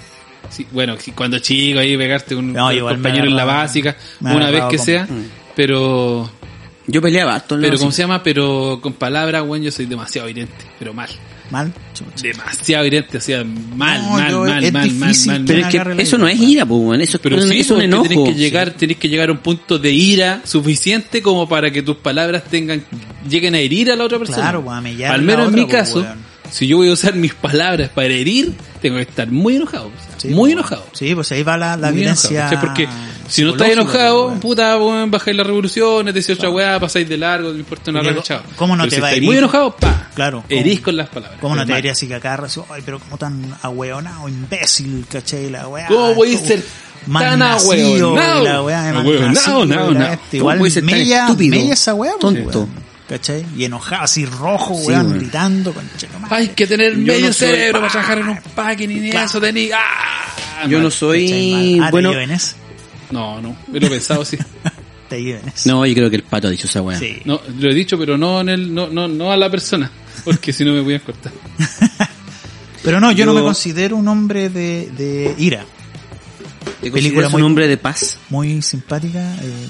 Speaker 1: Sí, bueno, sí, cuando chico ahí pegarte un
Speaker 3: No,
Speaker 1: un
Speaker 3: igual me
Speaker 1: compañero en la
Speaker 3: agarraba-
Speaker 1: básica,
Speaker 3: me
Speaker 1: una vez
Speaker 3: agarraba
Speaker 1: que
Speaker 3: con- Mm.
Speaker 1: sea, pero
Speaker 2: Yo peleaba harto en la
Speaker 1: pero cómo
Speaker 2: básica.
Speaker 1: se llama, pero con palabras, weón, yo soy demasiado hiriente, pero mal.
Speaker 3: Mal. chucha.
Speaker 1: Demasiado hiriente, o sea, mal,
Speaker 3: No,
Speaker 1: mal,
Speaker 3: yo-
Speaker 1: mal,
Speaker 3: es
Speaker 1: mal, mal,
Speaker 3: difícil,
Speaker 1: mal,
Speaker 3: pero
Speaker 1: mal.
Speaker 2: Pero es
Speaker 3: agarre
Speaker 2: que
Speaker 3: la
Speaker 2: eso
Speaker 3: ira.
Speaker 2: no es ira, pues, weón, eso es
Speaker 1: Pero
Speaker 2: un-
Speaker 1: sí,
Speaker 2: es un
Speaker 1: porque
Speaker 2: enojo.
Speaker 1: tenés que llegar, tenés que llegar a un punto de ira suficiente como para que tus palabras tengan lleguen a herir a la otra persona.
Speaker 3: Claro, pues, a mellar
Speaker 1: Al
Speaker 3: la
Speaker 1: menos en
Speaker 3: otra,
Speaker 1: mi
Speaker 3: pues,
Speaker 1: caso,
Speaker 3: weón.
Speaker 1: si yo voy a usar mis palabras para herir, tengo que estar muy enojado, o sea,
Speaker 3: Sí,
Speaker 1: muy
Speaker 3: pues,
Speaker 1: enojado.
Speaker 3: Sí, pues ahí va la, la
Speaker 1: muy
Speaker 3: violencia.
Speaker 1: enojado, ¿cachai? Porque si no estás
Speaker 3: psicológica,
Speaker 1: enojado,
Speaker 3: weón.
Speaker 1: puta, weón, bajáis las revoluciones, decís otra weá, pasáis de largo, no importa una
Speaker 3: Porque
Speaker 1: raja,
Speaker 3: co-
Speaker 1: chao.
Speaker 3: ¿cómo no
Speaker 1: Pero
Speaker 3: te
Speaker 1: si
Speaker 3: va a
Speaker 1: estáis
Speaker 3: herir?
Speaker 1: muy enojado, pa,
Speaker 3: Claro,
Speaker 1: herís
Speaker 3: ¿cómo?
Speaker 1: con las palabras.
Speaker 3: ¿Cómo no
Speaker 1: Pero
Speaker 3: te
Speaker 1: mal.
Speaker 3: diría así que acá recibo, ay, pero como tan ahueonado, imbécil, caché, la weá.
Speaker 1: ¿Cómo podís
Speaker 3: tú,
Speaker 1: ser
Speaker 3: mal
Speaker 1: tan
Speaker 3: nacido,
Speaker 1: ahueonado?
Speaker 3: La weá, de mal
Speaker 1: Ahueonado,
Speaker 3: nacido,
Speaker 1: no,
Speaker 3: la
Speaker 1: no.
Speaker 3: bestia.
Speaker 2: ¿Cómo
Speaker 3: Igual
Speaker 2: podís ser tan
Speaker 3: media,
Speaker 2: estúpido?
Speaker 3: media esa weá, pues,
Speaker 2: Tonto.
Speaker 3: weón, ¿Cachai? Y enojado, así rojo,
Speaker 2: Sí,
Speaker 3: weón,
Speaker 2: weón.
Speaker 3: gritando, concha, tu madre.
Speaker 1: Hay que tener
Speaker 2: Yo
Speaker 1: medio
Speaker 2: no soy-
Speaker 1: cerebro para trabajar en un packing y ni
Speaker 3: Ah. Claro.
Speaker 1: eso tenía. ¡Ah!
Speaker 2: Yo no
Speaker 1: Mal.
Speaker 2: soy
Speaker 3: ¿Cachai? Mal. Ah,
Speaker 2: bueno.
Speaker 3: ¿Te lleven eso?
Speaker 1: No, no, yo lo he pensado, sí.
Speaker 3: Te lleven eso.
Speaker 2: No, yo creo que el pato ha dicho esa weá.
Speaker 3: Sí.
Speaker 1: No, lo he dicho, pero no, en el, no, no, no a la persona, porque si no me voy a cortar.
Speaker 3: Pero no, yo, no
Speaker 2: Yo-
Speaker 3: me considero un hombre de, de ira.
Speaker 2: ¿Te
Speaker 3: Película
Speaker 2: consideras
Speaker 3: muy-
Speaker 2: un hombre de paz?
Speaker 3: Muy simpática. eh,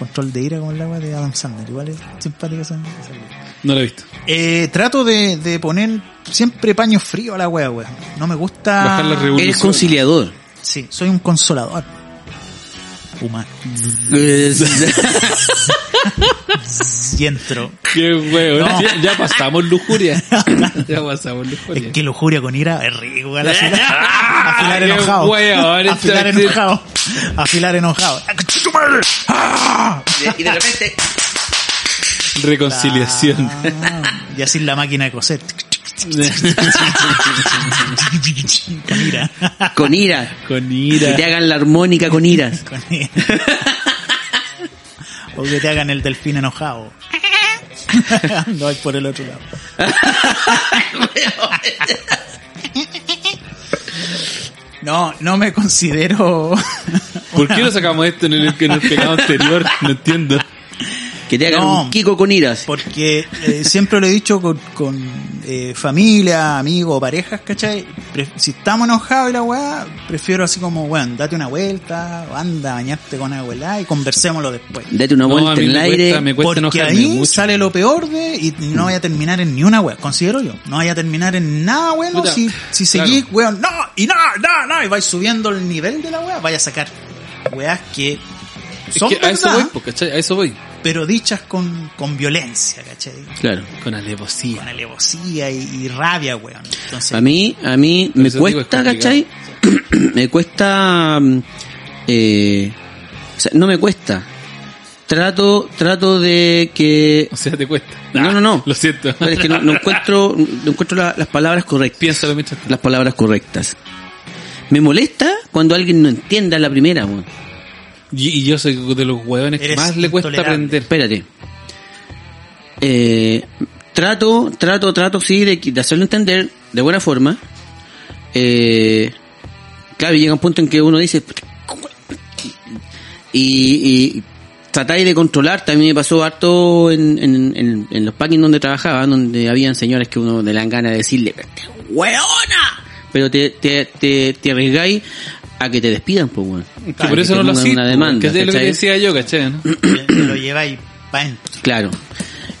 Speaker 3: control de ira como el agua de Adam Sandler. Igual es simpática esa. esa película.
Speaker 1: No lo he visto.
Speaker 3: Eh, trato de, de poner siempre paño frío a la wea, weón. No me gusta.
Speaker 1: Bajar la revolución.
Speaker 2: Eres conciliador.
Speaker 3: Sí, soy un consolador. Humano. Y entro.
Speaker 1: Qué weón.
Speaker 3: No.
Speaker 1: Ya, ya pasamos lujuria. ya pasamos lujuria.
Speaker 3: Es que lujuria con ira es rico, weón. Afilar,
Speaker 1: Ah,
Speaker 3: afilar
Speaker 1: qué
Speaker 3: enojado.
Speaker 1: weón,
Speaker 3: afilar
Speaker 1: este-
Speaker 3: enojado. Afilar enojado. ¡Tu madre! ¡Ah!
Speaker 2: y de repente.
Speaker 1: Reconciliación.
Speaker 3: Ah, y así la máquina de coser. con ira.
Speaker 2: Con ira.
Speaker 1: Con
Speaker 2: Que te
Speaker 1: ira.
Speaker 2: hagan la armónica con iras.
Speaker 3: Con ira. O que te hagan el delfín enojado. No hay por el otro lado. No, no me considero.
Speaker 1: ¿Por qué no sacamos esto en el, en el pecado anterior? No entiendo.
Speaker 2: Que te hagan
Speaker 3: No.
Speaker 2: un Kiko con iras.
Speaker 3: Porque eh, siempre lo he dicho con, con, eh, familia, amigos, parejas, ¿cachai? Pre- si estamos enojados y la weá, prefiero así como, weón, date una vuelta, o anda, bañarte con agua helada y conversémoslo después.
Speaker 2: Date
Speaker 1: No,
Speaker 2: una vuelta
Speaker 1: a
Speaker 2: en
Speaker 1: mí
Speaker 2: el
Speaker 1: me
Speaker 2: aire.
Speaker 1: cuesta, me cuesta
Speaker 3: Porque
Speaker 1: enojarme
Speaker 3: ahí
Speaker 1: mucho.
Speaker 3: sale lo peor de y no voy a terminar en ni una weá, considero yo. No voy a terminar en nada bueno
Speaker 1: Puta,
Speaker 3: si, si
Speaker 1: claro.
Speaker 3: seguís, weón, no, y no, no, no, y vais subiendo el nivel de la weá, vais a sacar weas que
Speaker 1: Es
Speaker 3: son
Speaker 1: que a eso
Speaker 3: verdad,
Speaker 1: voy, po, ¿cachai? A eso voy.
Speaker 3: pero dichas con, con violencia, ¿cachai?
Speaker 2: Claro.
Speaker 1: Con
Speaker 3: con
Speaker 1: alevosía.
Speaker 3: alevosía y, y rabia, weón. Entonces,
Speaker 1: Ah,
Speaker 2: A mí, a mí
Speaker 1: Por
Speaker 2: me
Speaker 1: eso digo,
Speaker 2: cuesta,
Speaker 1: es
Speaker 2: ¿cachai? me cuesta. mm, Eh, o sea, no me cuesta. trato, trato de que...
Speaker 1: O sea, te cuesta.
Speaker 2: No, no, no.
Speaker 1: Lo siento.
Speaker 2: Pero es que no, no encuentro, no encuentro la- las palabras correctas.
Speaker 1: Piénsalo mientras
Speaker 2: Las palabras correctas. Me molesta cuando alguien no entienda la primera, weón.
Speaker 1: Y, y yo soy de los hueones que
Speaker 3: Eres
Speaker 1: más le cuesta
Speaker 3: intolerable.
Speaker 1: aprender.
Speaker 2: Espérate. Eh, trato, trato, trato, sí, de, de hacerlo entender de buena forma. Eh, claro, y llega un punto en que uno dice... "Puta, ¿cómo?" Y, y tratáis de controlar. También me pasó harto en, en, en- en los packings donde trabajaba, donde habían señoras que uno le dan ganas de decirle, ¡Hueona! Pero te, te, te, te arriesgáis a que te despidan, pues, weón.
Speaker 1: Que
Speaker 2: A
Speaker 1: por
Speaker 2: que
Speaker 1: eso
Speaker 2: te
Speaker 1: no lo
Speaker 2: pongan
Speaker 1: hacía.
Speaker 2: una demanda,
Speaker 1: Que es lo que
Speaker 2: ¿cachai?
Speaker 1: decía yo, ¿cachai? ¿no?
Speaker 3: Te- te lo lleváis pa' dentro.
Speaker 2: Claro.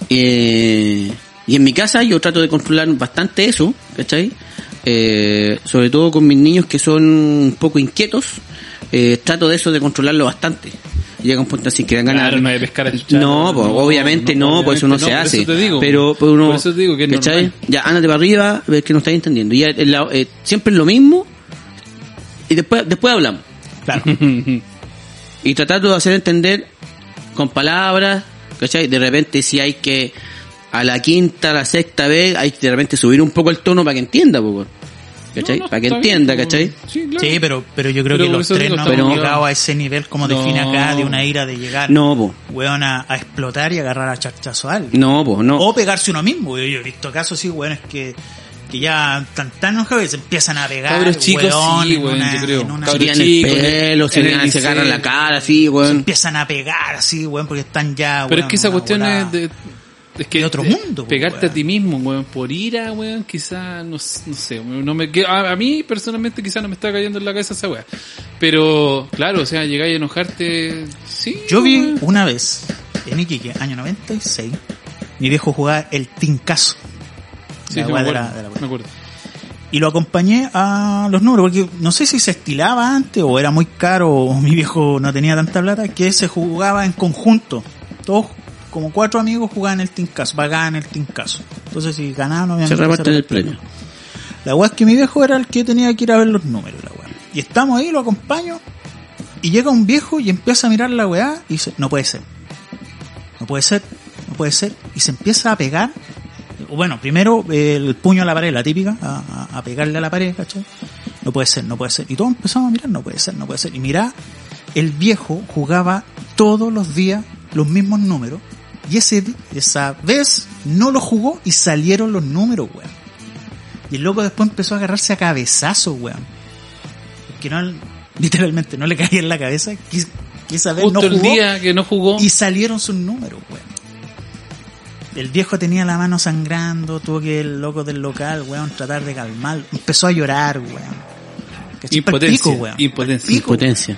Speaker 2: Eh, y en mi casa yo trato de controlar bastante eso, ¿cachai? Eh, sobre todo con mis niños que son un poco inquietos, eh, trato de eso de controlarlo bastante. Llega un punto así que dan ganas
Speaker 1: Claro, no hay pescar a chuchar.
Speaker 2: No, pues, obviamente no, pues eso no
Speaker 1: obviamente
Speaker 2: se
Speaker 1: por
Speaker 2: hace.
Speaker 1: eso te digo.
Speaker 2: pero, pero uno,
Speaker 1: Por eso te digo que es
Speaker 2: ¿cachai?
Speaker 1: normal.
Speaker 2: Ya, ándate para arriba, ver que no estás entendiendo. Ya, el lado- eh, siempre es lo mismo y después, después hablamos
Speaker 3: Claro.
Speaker 2: y tratar de hacer entender con palabras, ¿cachai? De repente si hay que a la quinta, a la sexta vez, hay que de repente subir un poco el tono para que entienda, poco, ¿cachai?
Speaker 1: No, no,
Speaker 2: para que
Speaker 1: está
Speaker 2: entienda,
Speaker 1: bien,
Speaker 2: ¿cachai?
Speaker 1: Sí, claro.
Speaker 3: Sí, pero, pero yo creo
Speaker 1: Pero
Speaker 3: que
Speaker 1: por
Speaker 3: los
Speaker 1: eso
Speaker 3: tres
Speaker 1: digo,
Speaker 3: no
Speaker 1: estamos
Speaker 3: hemos
Speaker 1: ligados.
Speaker 3: llegado a ese nivel como
Speaker 1: No.
Speaker 3: define acá de una ira de llegar,
Speaker 2: No, po,
Speaker 3: weón, a, a explotar y agarrar a charchazo a alguien.
Speaker 2: no, po, no.
Speaker 1: Oh,
Speaker 3: O pegarse uno mismo. Yo, yo he visto casos así, weón, es que, que ya están tan enojados que se empiezan a pegar.
Speaker 1: Cabros chicos,
Speaker 3: weón,
Speaker 1: sí,
Speaker 3: en
Speaker 1: weón,
Speaker 3: una-
Speaker 1: yo creo.
Speaker 3: en una-
Speaker 2: Se
Speaker 1: Cabros
Speaker 2: tiran el
Speaker 1: chicos, en el-
Speaker 2: pelo, se,
Speaker 1: en el
Speaker 2: tiran- se agarran
Speaker 1: liceo.
Speaker 2: la cara, así, weón.
Speaker 3: empiezan a pegar así, weón, porque están ya.
Speaker 1: Pero
Speaker 3: Ah, weón,
Speaker 1: es que esa
Speaker 3: una
Speaker 1: cuestión
Speaker 3: volada.
Speaker 1: es de... Es que
Speaker 3: de otro
Speaker 1: te-
Speaker 3: mundo, po,
Speaker 1: Pegarte
Speaker 3: weón.
Speaker 1: a ti mismo, weón, por ira, weón, quizá, no, s- no sé, weón, no me, que- a, a mí personalmente quizá no me está cayendo en la cabeza esa weá. Pero, claro, o sea, llegar y enojarte, sí.
Speaker 3: Yo vi
Speaker 1: weón.
Speaker 3: una vez en Iquique, año 96, mi viejo jugaba el Tincaso.
Speaker 1: Sí,
Speaker 3: la
Speaker 1: sí, me
Speaker 3: weá de
Speaker 1: acuerdo,
Speaker 3: la- de la weá.
Speaker 1: me acuerdo.
Speaker 3: Y lo acompañé a los números, porque no sé si se estilaba antes o era muy caro o mi viejo no tenía tanta plata, que se jugaba en conjunto. Todos, como cuatro amigos, jugaban el Tincaso, pagaban el Tincaso. Entonces si ganaban, obviamente...
Speaker 2: Se reparten el
Speaker 3: repartía.
Speaker 2: premio.
Speaker 3: La weá es que mi viejo era el que tenía que ir a ver los números, la weá. Y estamos ahí, lo acompaño, y llega un viejo y empieza a mirar la weá y dice, no puede ser. No puede ser, no puede ser. Y se empieza a pegar. Bueno, primero eh, el puño a la pared, la típica, a, a- a pegarle a la pared, ¿cachai? No puede ser, no puede ser. Y todos empezamos a mirar, no puede ser, no puede ser. Y mirá, el viejo jugaba todos los días los mismos números. Y ese, di- esa vez no lo jugó y salieron los números, weón. Y el loco después empezó a agarrarse a cabezazos, weón. Porque no, literalmente no le caía en la cabeza. Que, que esa vez
Speaker 1: Justo
Speaker 3: no jugó
Speaker 1: el día que no jugó,
Speaker 3: y salieron sus números, weón. El viejo tenía la mano sangrando, tuvo que el loco del local, weón, tratar de calmarlo. Empezó a llorar, weón. ¿Cachai? Pa'l
Speaker 1: Impotencia,
Speaker 3: pico, weón.
Speaker 1: impotencia.
Speaker 3: Pa'l pico,
Speaker 2: Impotencia.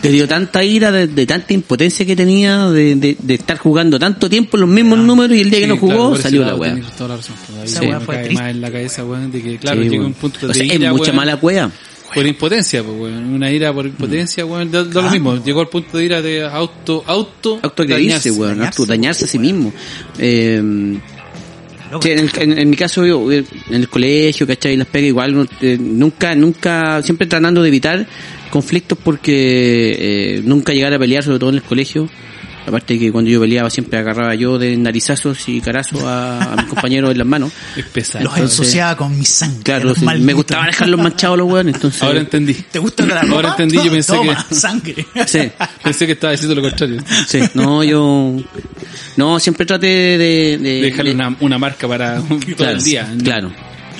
Speaker 2: Te dio tanta ira de, de tanta impotencia que tenía de, de, de estar jugando tanto tiempo los mismos números y el día que
Speaker 1: Sí,
Speaker 2: no jugó
Speaker 1: claro, por ese
Speaker 2: salió la
Speaker 1: lado
Speaker 2: weá.
Speaker 1: tenés toda la razón, pues, ahí
Speaker 3: Esa
Speaker 1: sí,
Speaker 3: weá
Speaker 1: me
Speaker 3: fue
Speaker 1: cae
Speaker 3: triste,
Speaker 1: más en la cabeza, weón, de que, claro,
Speaker 2: Sí,
Speaker 1: llega
Speaker 2: weón.
Speaker 1: un punto de
Speaker 2: O sea, es
Speaker 1: ira,
Speaker 2: mucha
Speaker 1: weón,
Speaker 2: mala cueva.
Speaker 1: Por impotencia, pues, weón. Una ira por impotencia, weón. Da, da lo mismo. Llegó al punto de ira de auto, auto,
Speaker 2: Auto que
Speaker 1: dañarse.
Speaker 2: dice, weón,
Speaker 3: dañarse,
Speaker 2: auto dañarse a sí mismo. Eh,
Speaker 3: loco.
Speaker 2: sí, en, el- en- en mi caso, yo, eh, en el colegio, ¿cachai? Las pegas igual, no, eh, nunca, nunca, siempre tratando de evitar conflictos porque eh, nunca llegar a pelear, sobre todo en el colegio. Aparte que cuando yo peleaba siempre agarraba yo de narizazos y carazos a, a mis compañeros en las manos.
Speaker 1: Es pesado.
Speaker 3: Los
Speaker 2: entonces-
Speaker 3: ensuciaba con mi sangre.
Speaker 2: Claro,
Speaker 3: los
Speaker 2: sí, me
Speaker 3: malditos.
Speaker 2: gustaba dejarlos manchados los weones, entonces...
Speaker 1: Ahora entendí.
Speaker 3: ¿Te gusta la ropa?
Speaker 1: Ahora entendí, yo pensé
Speaker 3: Toma,
Speaker 1: que-
Speaker 3: sangre.
Speaker 2: Sí.
Speaker 1: Pensé que estaba diciendo lo contrario.
Speaker 2: Sí, no, yo. No, siempre trate de. de,
Speaker 1: De Dejarle una, una marca para todo
Speaker 2: claro,
Speaker 1: el día.
Speaker 2: Eh, Claro.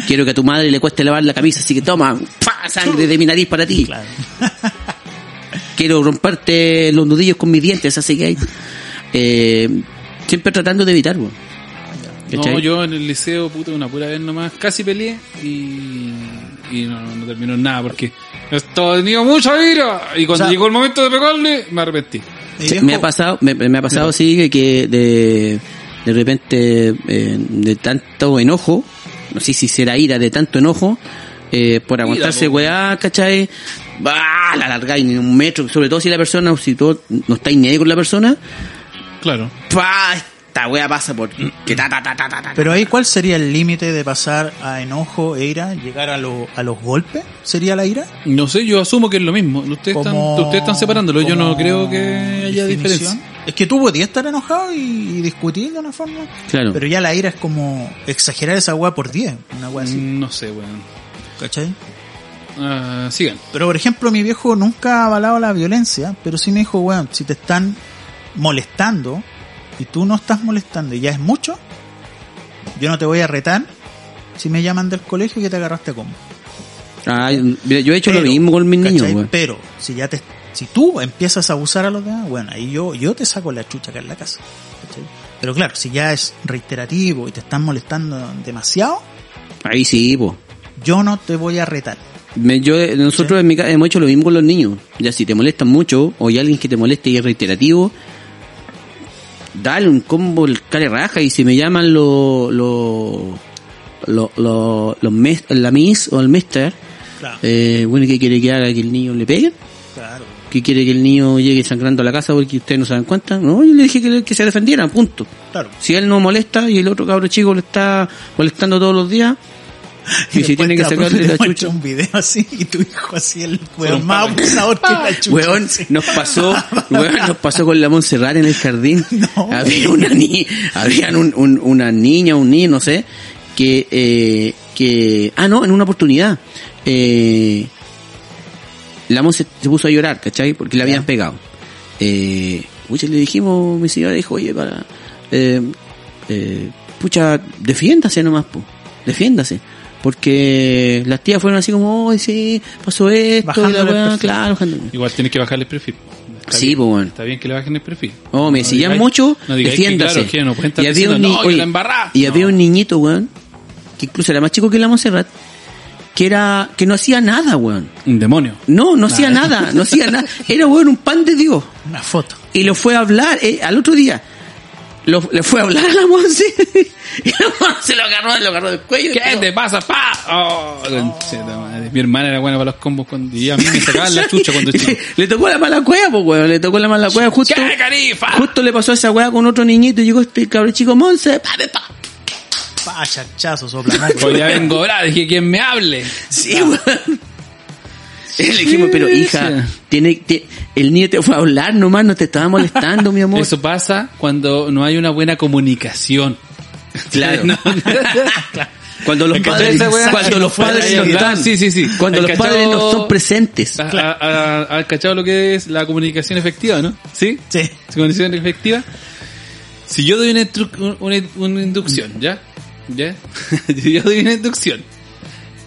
Speaker 2: Quiero que a tu madre le cueste lavar la camisa, así que toma, ¡fa! sangre de mi nariz para ti.
Speaker 3: Claro.
Speaker 2: Quiero romperte los nudillos con mis dientes, así que hay. Eh, siempre tratando de evitarlo.
Speaker 1: No, yo en el liceo, puta, una pura vez nomás, casi peleé y, y no, no terminó en nada porque esto tenía mucha ira. Y cuando
Speaker 3: O sea-
Speaker 1: llegó el momento de pegarle, me arrepentí.
Speaker 3: Mi
Speaker 2: Sí,
Speaker 3: viejo-
Speaker 2: me ha pasado, me, me ha pasado sí que, que de, de repente eh, de tanto enojo, no sé si será ira de tanto enojo, eh, por aguantarse
Speaker 1: po.
Speaker 2: weá, ¿cachai? Bah, la largáis en un metro, sobre todo si la persona, o si tú no estáis ni ahí con la persona,
Speaker 1: Claro.
Speaker 2: ¡pah! esta weá pasa por que ta, ta, ta, ta, ta, ta.
Speaker 3: Pero ahí, ¿cuál sería el límite de pasar a enojo e ira? ¿Llegar a, lo- a los golpes? ¿Sería la ira?
Speaker 1: No sé, yo asumo que es lo mismo. Ustedes, están,
Speaker 3: Como-
Speaker 1: ustedes están separándolo. Yo no
Speaker 3: como
Speaker 1: creo que haya
Speaker 3: definición.
Speaker 1: diferencia.
Speaker 3: Es que tú podías estar enojado y, y discutir de una forma.
Speaker 2: Claro.
Speaker 3: Pero ya la ira es como exagerar esa weá por 10. Una weá así.
Speaker 1: Mm, No sé, weón.
Speaker 3: ¿Cachai?
Speaker 1: Ah, sigan.
Speaker 3: Pero por ejemplo, mi viejo nunca ha avalado la violencia, pero sí me dijo, weón, si te están molestando y tú no estás molestando y ya es mucho, yo no te voy a retar si me llaman del colegio que te agarraste como.
Speaker 2: Ah, mira, yo he hecho lo
Speaker 3: Pero,
Speaker 2: mismo con mis niños,
Speaker 3: ¿cachai?
Speaker 2: weón.
Speaker 3: Pero si ya te si tú empiezas a abusar a los demás, bueno, ahí yo yo te saco la chucha acá en la casa. ¿cachai? Pero claro, si ya es reiterativo y te están molestando demasiado,
Speaker 2: Ahí sí, po.
Speaker 3: yo no te voy a retar.
Speaker 2: Me- yo, eh, nosotros en mi casa hemos hecho lo mismo con los niños. Ya si te molestan mucho, o hay alguien que te moleste y es reiterativo, dale un combo, el cale raja, y si me llaman los los los los mes- la miss o el mister,
Speaker 3: Claro,
Speaker 2: eh, bueno, ¿qué quiere que haga? ¿Que el niño le pegue?
Speaker 3: claro.
Speaker 2: ¿Que quiere que el niño llegue sangrando a la casa porque ustedes no se dan cuenta? No, yo le dije que, que se defendiera, punto.
Speaker 3: Claro.
Speaker 2: Si él no molesta y el otro cabro chico le está molestando todos los días, y si
Speaker 3: después
Speaker 2: tiene que
Speaker 3: te
Speaker 2: sacarle
Speaker 3: te
Speaker 2: la
Speaker 3: muestra
Speaker 2: chucha.
Speaker 3: un video así y tu hijo así el weón más abusador que la chucha.
Speaker 2: Ah, Weón,
Speaker 3: Sí.
Speaker 2: nos pasó, weón, nos pasó con la Montserrat en el jardín.
Speaker 3: No.
Speaker 2: Había una ni, habían un- un- una niña, un niño, no sé, que, eh, que, ah, no, en una oportunidad, eh, la Monse se puso a llorar, ¿cachai? Porque la habían pegado. Eh, pucha, le dijimos, mi señora dijo, oye, para, eh, eh, pucha, defiéndase nomás, po, defiéndase. Porque las tías fueron así como, oye, sí, pasó esto, y
Speaker 3: Bajándole
Speaker 2: la
Speaker 3: el
Speaker 2: weá,
Speaker 3: perfil.
Speaker 2: claro, bajándole.
Speaker 1: Igual tienes que bajarle el perfil. Está
Speaker 2: Sí,
Speaker 1: bien.
Speaker 2: pues, bueno.
Speaker 1: Está bien que le bajen el perfil.
Speaker 2: Oh, me
Speaker 1: No
Speaker 2: decían
Speaker 1: digáis-
Speaker 2: mucho,
Speaker 1: no digáis que,
Speaker 2: defiéndase.
Speaker 1: claro, que no pueden estar
Speaker 2: y había, un,
Speaker 1: diciendo,
Speaker 2: ni-
Speaker 1: "No, yo
Speaker 2: oye,
Speaker 1: la embarrá".
Speaker 2: y había
Speaker 1: No.
Speaker 2: un niñito, weón, que incluso era más chico que la Monserrat, que era, que no hacía nada, weón.
Speaker 1: Un demonio.
Speaker 2: No, no hacía nada, no hacía nada. Era, weón, un pan de Dios.
Speaker 3: Una foto.
Speaker 2: Y lo fue a hablar, eh, al otro día. Lo, le fue a hablar a la Monse. Y la Monse lo agarró, lo agarró del cuello.
Speaker 1: ¿Qué te pasa, pa? Oh, concheta madre. Mi hermana era buena para los combos cuando y a mí me sacaban la chucha cuando chico.
Speaker 2: Le, le tocó la mala cueva, pues, weón. Le tocó la mala cueva justo.
Speaker 1: ¡Qué carifa!
Speaker 2: Justo le pasó esa weá con otro niñito y llegó este cabrón chico Monse. Pa, pa, pa.
Speaker 3: Pa, chachazo, soplamoco.
Speaker 1: Hoy ya vengo, ¿verdad? Dije, ¿quién me hable?
Speaker 2: Sí, weón. Le dijimos, pero hija, tiene, te- el niño te fue a hablar nomás, no te estaba molestando, mi amor.
Speaker 1: Eso pasa cuando no hay una buena comunicación.
Speaker 2: claro.
Speaker 1: No.
Speaker 2: Cuando los
Speaker 1: Es que
Speaker 2: padres,
Speaker 1: esa weá-
Speaker 2: cuando los padres no están,
Speaker 1: Sí, sí, sí.
Speaker 2: cuando
Speaker 1: El
Speaker 2: los padres
Speaker 1: cachao-
Speaker 2: no son presentes.
Speaker 1: ¿Has cachado lo que es la comunicación efectiva, no? ¿Sí?
Speaker 3: Sí.
Speaker 1: Su condición efectiva. Si yo doy una, instru- una, una inducción, ¿ya? ¿Ya? si yo doy una inducción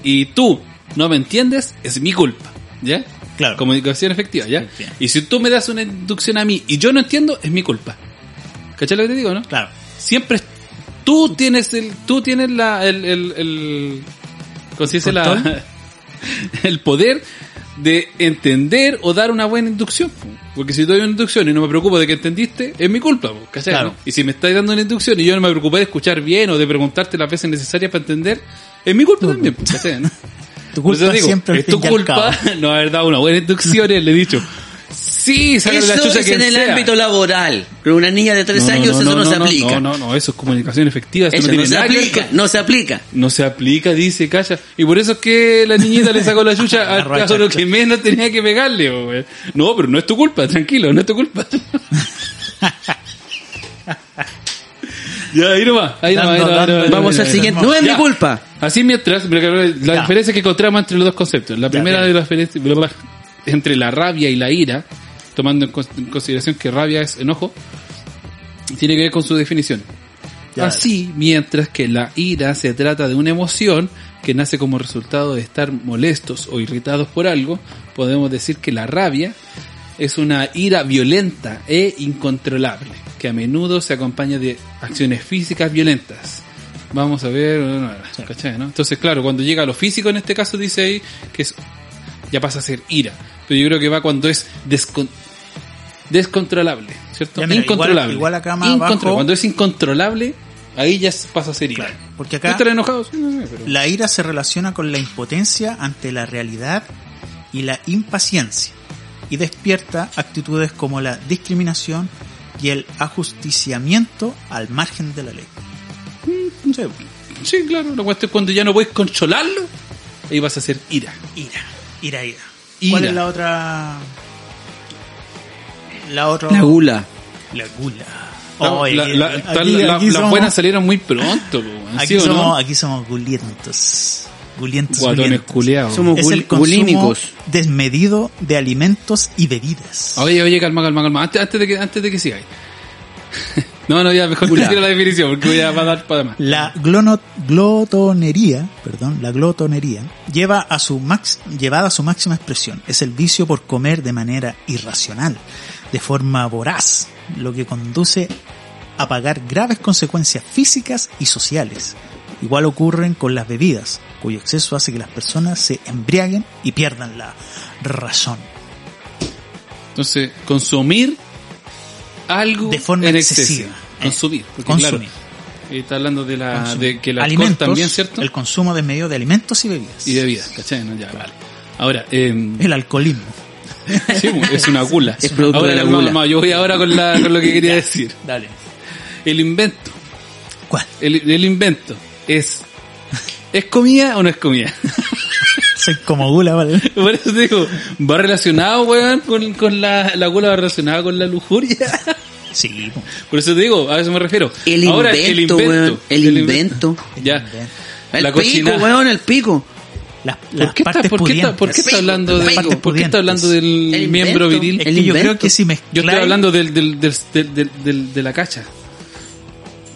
Speaker 1: y tú no me entiendes, es mi culpa, ¿ya?
Speaker 3: Claro.
Speaker 1: Comunicación efectiva, ¿ya?
Speaker 3: Sí, sí.
Speaker 1: Y si tú me das una inducción a mí y yo no entiendo, es mi culpa. ¿Cachai lo que te digo, no?
Speaker 3: Claro.
Speaker 1: Siempre es- tú tienes el, tú tienes la, el, el, el ¿cómo se dice? La,
Speaker 3: ¿Control?
Speaker 1: el poder de entender o dar una buena inducción. po. Porque si doy una inducción y no me preocupo de que entendiste, es mi culpa, po, ¿cachai?
Speaker 3: Claro.
Speaker 1: no? Y si me estás dando una inducción y yo no me preocupé de escuchar bien o de preguntarte las veces necesarias para entender, es mi culpa también, po, ¿cachai? no?
Speaker 3: Tu
Speaker 2: Pues
Speaker 3: culpa
Speaker 1: Entonces digo,
Speaker 3: siempre al
Speaker 1: es tu
Speaker 3: fin y al
Speaker 1: culpa
Speaker 3: cabo.
Speaker 1: no haber dado una buena inducción, y le he dicho. Sí, sacar la
Speaker 2: Eso
Speaker 1: chucha
Speaker 2: es
Speaker 1: que
Speaker 2: en el
Speaker 1: sea.
Speaker 2: ámbito laboral. Pero una niña de tres años, eso no, se aplica.
Speaker 1: No, no, no, eso es comunicación efectiva, eso,
Speaker 2: eso
Speaker 1: no tiene
Speaker 2: no se
Speaker 1: nada que ver
Speaker 2: aplica,
Speaker 1: con-
Speaker 2: no se aplica.
Speaker 1: No se aplica, dice Calla. Y por eso es que la niñita le sacó la chucha al
Speaker 3: Arracha.
Speaker 1: caso lo que menos tenía que pegarle. po, wey. No, pero no es tu culpa, tranquilo, no es tu culpa. ya, ahí nomás, ahí nomás, ahí
Speaker 3: Dando,
Speaker 1: nomás, ahí
Speaker 3: dando.
Speaker 1: nomás.
Speaker 2: Vamos al siguiente. No es mi
Speaker 1: Ya.
Speaker 2: culpa.
Speaker 1: Así mientras, la
Speaker 3: Ya.
Speaker 1: diferencia que encontramos entre los dos conceptos. La primera
Speaker 3: dale.
Speaker 1: de las diferencias bla, bla, entre la rabia y la ira, tomando en cons- en consideración que rabia es enojo, tiene que ver con su definición.
Speaker 3: Ya.
Speaker 2: Ah,
Speaker 1: Así, mientras que la ira se trata de una emoción que nace como resultado de estar molestos o irritados por algo, podemos decir que la rabia es una ira violenta e incontrolable, que a menudo se acompaña de acciones físicas violentas. Vamos a ver, ¿cachai, no? Entonces, claro, cuando llega a lo físico en este caso dice ahí que es ya pasa a ser ira, pero yo creo que va cuando es descon- descontrolable, ¿cierto?
Speaker 3: Ya, mira,
Speaker 1: incontrolable.
Speaker 3: igual- igual acá más
Speaker 1: Incontrolable.
Speaker 3: abajo-
Speaker 1: Cuando es incontrolable, ahí ya pasa a ser ira.
Speaker 3: Claro, porque
Speaker 1: ¿Tú
Speaker 3: acá
Speaker 1: estás enojado? Sí, no sé, pero-
Speaker 3: la ira se relaciona con la impotencia ante la realidad y la impaciencia y despierta actitudes como la discriminación y el ajusticiamiento al margen de la ley. Sí,
Speaker 1: Mm, Sí, claro, la cuestión es cuando ya no puedes controlarlo, ahí vas a ser ira.
Speaker 3: ira, ira, ira.
Speaker 1: Ira.
Speaker 3: ¿Cuál es la otra? La otra.
Speaker 2: La gula.
Speaker 3: La gula.
Speaker 1: No,
Speaker 3: Oye,
Speaker 1: la- la-
Speaker 3: aquí-
Speaker 1: tal- la-
Speaker 3: aquí
Speaker 1: las
Speaker 3: somos-
Speaker 1: buenas salieron muy pronto, po, weón.
Speaker 3: Aquí
Speaker 1: ¿sí o
Speaker 3: somos,
Speaker 1: no?
Speaker 3: aquí somos gulientos. Gulientos,
Speaker 1: Guatones
Speaker 3: gulientos.
Speaker 1: culiados.
Speaker 2: Somos
Speaker 3: Es el
Speaker 2: gul-
Speaker 3: consumo
Speaker 2: gulímicos.
Speaker 3: desmedido de alimentos y bebidas.
Speaker 1: Oye, oye, calma, calma, calma. Antes, antes de que, antes de que sigáis. no, no, ya, mejor
Speaker 2: Culiao.
Speaker 1: tira la definición, porque ya va a dar para más.
Speaker 3: La glono- glotonería, perdón, la glotonería lleva a su max, llevada a su máxima expresión. Es el vicio por comer de manera irracional, de forma voraz, lo que conduce a pagar graves consecuencias físicas y sociales. Igual ocurren con las bebidas, cuyo exceso hace que las personas se embriaguen y pierdan la razón.
Speaker 1: Entonces, consumir algo
Speaker 3: De forma
Speaker 1: en exceso.
Speaker 3: excesiva. Eh,
Speaker 1: Consumir. Porque,
Speaker 3: consumir.
Speaker 1: claro, eh, está hablando de, la,
Speaker 3: Consumo.
Speaker 1: de que la alcohol
Speaker 3: alimentos,
Speaker 1: también, ¿cierto?
Speaker 3: el consumo desmedido de alimentos y bebidas.
Speaker 1: Y bebidas, ¿cachai? No, ya, vale. Ahora, eh,
Speaker 3: El alcoholismo.
Speaker 1: Sí, es una gula.
Speaker 2: Es producto
Speaker 1: ahora,
Speaker 2: de la
Speaker 1: calma,
Speaker 2: gula.
Speaker 1: calma, yo voy ahora con, la- con lo que quería decir.
Speaker 3: Dale.
Speaker 1: El invento.
Speaker 3: ¿Cuál?
Speaker 1: El, el invento es... ¿Es comida o no es comida?
Speaker 3: Soy como gula, ¿vale?
Speaker 1: Por eso te digo, va relacionado, weón, con, con la, la gula, va relacionado con la lujuria.
Speaker 3: Sí, po.
Speaker 1: Por eso te digo, a eso me refiero.
Speaker 2: El
Speaker 1: Ahora,
Speaker 2: invento, weón, el invento.
Speaker 1: Ya.
Speaker 2: El
Speaker 1: la
Speaker 2: pico,
Speaker 1: cocina.
Speaker 2: weón, el pico.
Speaker 3: Las, las
Speaker 1: ¿Por qué, está,
Speaker 3: partes
Speaker 1: por qué está-
Speaker 3: pudientes.
Speaker 1: por qué está
Speaker 2: Pico,
Speaker 1: hablando, de-
Speaker 2: las partes
Speaker 1: por qué está
Speaker 3: pudientes.
Speaker 1: hablando del
Speaker 2: El
Speaker 1: miembro
Speaker 2: invento.
Speaker 1: viril?
Speaker 3: Es
Speaker 2: El
Speaker 3: que yo
Speaker 2: invento.
Speaker 3: creo que si mezcláis...
Speaker 1: Yo estoy hablando del, del, del, del- del- del- de la cacha.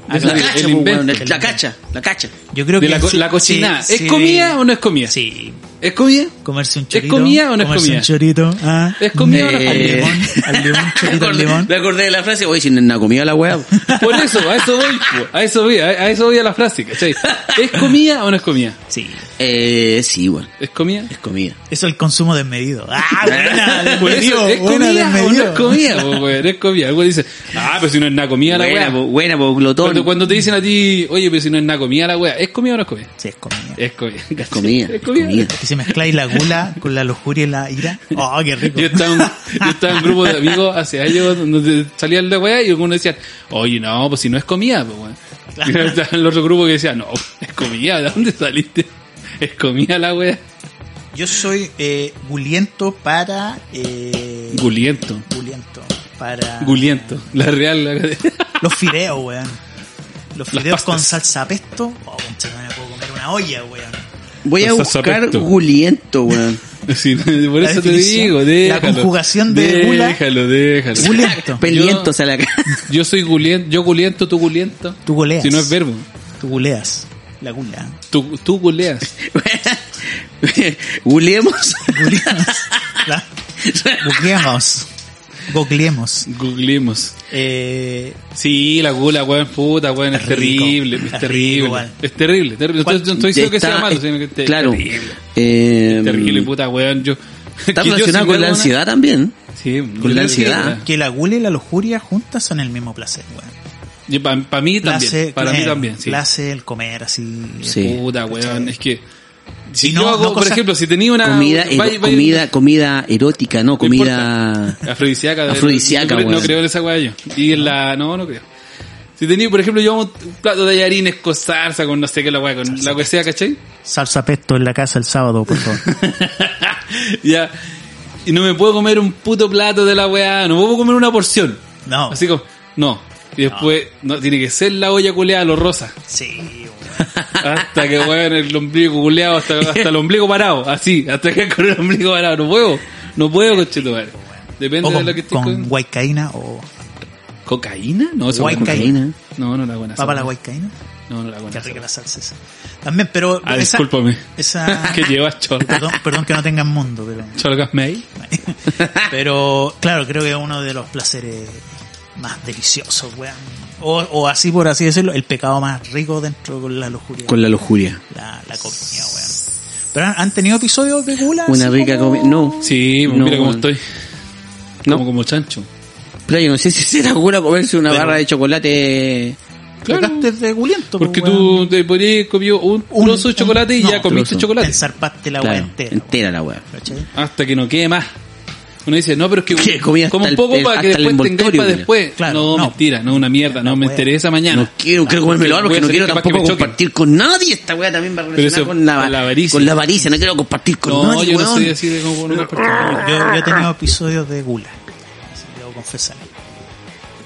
Speaker 3: Ah,
Speaker 1: Eso
Speaker 2: La
Speaker 1: sí,
Speaker 2: cacha,
Speaker 1: el
Speaker 2: po,
Speaker 1: invento.
Speaker 2: weón, la cacha, la cacha.
Speaker 3: Yo creo
Speaker 1: de
Speaker 3: que
Speaker 1: la co-
Speaker 3: si-
Speaker 1: la cochinada.
Speaker 3: si-
Speaker 1: ¿Es
Speaker 3: si-
Speaker 1: comida o no es comida?
Speaker 3: Sí.
Speaker 1: ¿Es comida?
Speaker 3: Comerse un chorito.
Speaker 1: comida o no es
Speaker 3: comerse
Speaker 1: comida?
Speaker 3: un chorito. ah.
Speaker 1: ¿Es comida o no es
Speaker 2: Eh,
Speaker 3: Al
Speaker 1: comida?
Speaker 3: limón.
Speaker 2: Me
Speaker 3: Al limón, chorito al
Speaker 2: acordé,
Speaker 3: limón.
Speaker 2: me acordé de la frase, oye, si no ha comido la weá.
Speaker 1: Por eso, a eso voy, po, a eso voy, a, a eso voy a la frase, ¿cachai? ¿Es comida o no es comida?
Speaker 3: Sí.
Speaker 2: Eh, sí, weón,
Speaker 1: ¿Es comida?
Speaker 2: es comida.
Speaker 3: Eso es el consumo desmedido. ¡Ah, buena!
Speaker 1: Por eso,
Speaker 3: desmedido,
Speaker 1: ¿es comida
Speaker 3: buena,
Speaker 1: o no
Speaker 3: desmedido.
Speaker 1: es comida? po, weón? es comida. Algo dice, ah, pero si no es nada comida la
Speaker 2: Buena,
Speaker 1: weá.
Speaker 2: po, buena, po, glotón.
Speaker 1: Cuando, cuando te dicen a ti, oye, pero si no es nada comida la weá, ¿es comida o no es comida?
Speaker 3: Sí, es comida.
Speaker 1: Es comida. ¿cachai?
Speaker 2: Comida,
Speaker 1: Es comida.
Speaker 2: comida.
Speaker 3: Que si mezcláis la gula con la lujuria y la ira. ¡Oh, qué rico!
Speaker 1: Yo estaba, en, yo estaba en un grupo de amigos hace años donde salían la weá y algunos decían, oye, no, pues si no es comida, pues weón. Y estaba el otro grupo que decía, no, es comida, ¿de dónde saliste? Es comida la weá.
Speaker 3: Yo soy eh, guliento para... Eh,
Speaker 1: Guliento.
Speaker 3: guliento. Para...
Speaker 1: Guliento. La real. la-
Speaker 3: Los fideos, weón. Los
Speaker 1: Las
Speaker 3: fideos con
Speaker 1: pastas.
Speaker 3: salsa pesto. Oh, concha, no me puedo comer una olla, weón.
Speaker 2: Voy a
Speaker 1: Con
Speaker 2: buscar
Speaker 1: sazapecto.
Speaker 2: guliento, weón.
Speaker 1: Sí, por
Speaker 3: La
Speaker 1: eso te
Speaker 3: definición,
Speaker 1: digo,
Speaker 3: la
Speaker 1: déjalo.
Speaker 3: conjugación de gula-
Speaker 1: Déjalo, déjalo.
Speaker 3: Guliento.
Speaker 2: Peliento, o sea, la ca-
Speaker 1: Yo soy guliento, yo guliento, tú guliento.
Speaker 3: Tú goleas.
Speaker 1: Si no es verbo.
Speaker 3: Tú guleas. La gula.
Speaker 1: Tú, tú guleas.
Speaker 2: Guliemos.
Speaker 3: Guleamos. La... Googleamos. Googleemos.
Speaker 1: Googleemos.
Speaker 3: Eh,
Speaker 1: Sí, la gula, weón, puta, weón, es,
Speaker 3: Es rico.
Speaker 1: terrible,
Speaker 3: Es
Speaker 1: es
Speaker 3: rico,
Speaker 1: terrible,
Speaker 3: weón.
Speaker 1: es terrible, terrible. Yo no estoy diciendo que sea malo, sino que es
Speaker 2: Claro.
Speaker 1: terrible,
Speaker 2: Eh,
Speaker 1: terrible, puta, weón, yo...
Speaker 2: Está
Speaker 1: que yo sin
Speaker 2: relacionado con
Speaker 1: ver
Speaker 2: la
Speaker 1: una-
Speaker 2: ansiedad también.
Speaker 1: Sí,
Speaker 2: con la ansiedad.
Speaker 3: que la gula y la lujuria juntas son el mismo placer, weón.
Speaker 1: Para mí
Speaker 3: La
Speaker 1: también,
Speaker 3: hace
Speaker 1: para mí
Speaker 3: comer,
Speaker 1: también, sí.
Speaker 3: La hace el comer así.
Speaker 2: Sí.
Speaker 1: Puta, weón, es que... Si
Speaker 3: Y
Speaker 1: yo
Speaker 3: no-
Speaker 1: hago,
Speaker 3: no
Speaker 1: por
Speaker 3: cosas-
Speaker 1: ejemplo, si tenía una...
Speaker 2: comida, ero-
Speaker 1: vaya- vaya-
Speaker 2: comida, comida erótica, no,
Speaker 1: No
Speaker 2: comida.
Speaker 1: Afrodisíaca. de-
Speaker 2: Afrodisíaca,
Speaker 1: no, creo- no
Speaker 2: weón.
Speaker 1: creo en esa weá yo. Y en la... No, no creo. Si tenía, por ejemplo, yo hago un plato de harines con salsa, con no sé qué, la weá, con la que sea, ¿cachai?
Speaker 3: Salsa pesto en la casa el sábado, por favor.
Speaker 1: ya. Y no me puedo comer un puto plato de la weá, no puedo comer una porción.
Speaker 3: No. Ah.
Speaker 1: Así como, no. Y después, no, tiene que ser la olla culeada a los rosas.
Speaker 3: Sí, weón.
Speaker 1: Hasta que weón el ombligo culeado, hasta, hasta el ombligo parado. Así, hasta que con el ombligo parado. No puedo, no puedo, cochito, Depende
Speaker 3: O
Speaker 1: de lo que Ah, estés
Speaker 3: con,
Speaker 1: con.
Speaker 3: con huaycaína o...
Speaker 1: ¿Cocaína? No, esa weá no-
Speaker 3: Huaycaína.
Speaker 2: Cocaína.
Speaker 1: No, no la buena.
Speaker 3: ¿Papa la huaycaína?
Speaker 1: No, no la buena.
Speaker 3: Qué rica la salsa esa. También, pero...
Speaker 1: Ah,
Speaker 3: esa-
Speaker 1: discúlpame.
Speaker 3: Esa...
Speaker 1: ¿Qué llevas, Chol?
Speaker 3: perdón, perdón que no tengan mundo, pero...
Speaker 1: Cholgas May?
Speaker 3: Pero claro, creo que es uno de los placeres más deliciosos, weón. O, o así por así decirlo, el pecado más rico dentro con la lujuria.
Speaker 2: Con la lujuria.
Speaker 3: la, la comida, weón. Pero han, han tenido episodios de gula.
Speaker 2: Una
Speaker 3: así
Speaker 2: rica
Speaker 3: como-
Speaker 2: comida. No,
Speaker 1: Ah, Sí,
Speaker 2: No,
Speaker 1: mira cómo
Speaker 2: weón.
Speaker 1: estoy.
Speaker 2: No.
Speaker 1: Como, como chancho.
Speaker 2: playa, no sé si será cura comerse una
Speaker 3: Pero-
Speaker 2: barra de chocolate.
Speaker 1: Claro.
Speaker 3: Pecaste de guliento, pues,
Speaker 1: Porque
Speaker 2: pues,
Speaker 3: weón.
Speaker 1: tú te podrías comer un
Speaker 3: Un-
Speaker 1: trozo de
Speaker 3: un-
Speaker 1: chocolate y
Speaker 3: no,
Speaker 1: ya comiste
Speaker 2: trozo.
Speaker 1: chocolate.
Speaker 3: Te ensarpaste la
Speaker 2: Claro,
Speaker 3: weá entera.
Speaker 2: entera la weá.
Speaker 3: ¿cachai?
Speaker 1: Hasta que no quede más. Uno dice, no, pero es que
Speaker 2: Que comí hasta
Speaker 1: como un
Speaker 2: el-
Speaker 1: poco
Speaker 2: el-
Speaker 1: para que
Speaker 2: hasta el
Speaker 1: después tengáis
Speaker 2: envoltorio,
Speaker 1: para
Speaker 2: mira.
Speaker 1: después.
Speaker 3: Claro,
Speaker 1: no,
Speaker 3: no.
Speaker 1: mentira, no, una mierda, no,
Speaker 3: La
Speaker 1: me
Speaker 3: wea.
Speaker 1: interesa mañana.
Speaker 2: No quiero, quiero comérmelo ahora
Speaker 1: Voy
Speaker 2: porque
Speaker 1: a
Speaker 2: no
Speaker 1: ser
Speaker 2: quiero
Speaker 1: capaz que
Speaker 2: tampoco
Speaker 1: me choque.
Speaker 2: compartir con nadie esta weá también para
Speaker 1: Pero eso-
Speaker 2: relacionar con la,
Speaker 1: con la avaricia.
Speaker 2: con la avaricia, no quiero compartir con
Speaker 1: No,
Speaker 2: nadie,
Speaker 1: yo no
Speaker 2: weón.
Speaker 1: soy así de como no comparto.
Speaker 3: Yo, yo he tenido episodios de gula. Así debo confesar.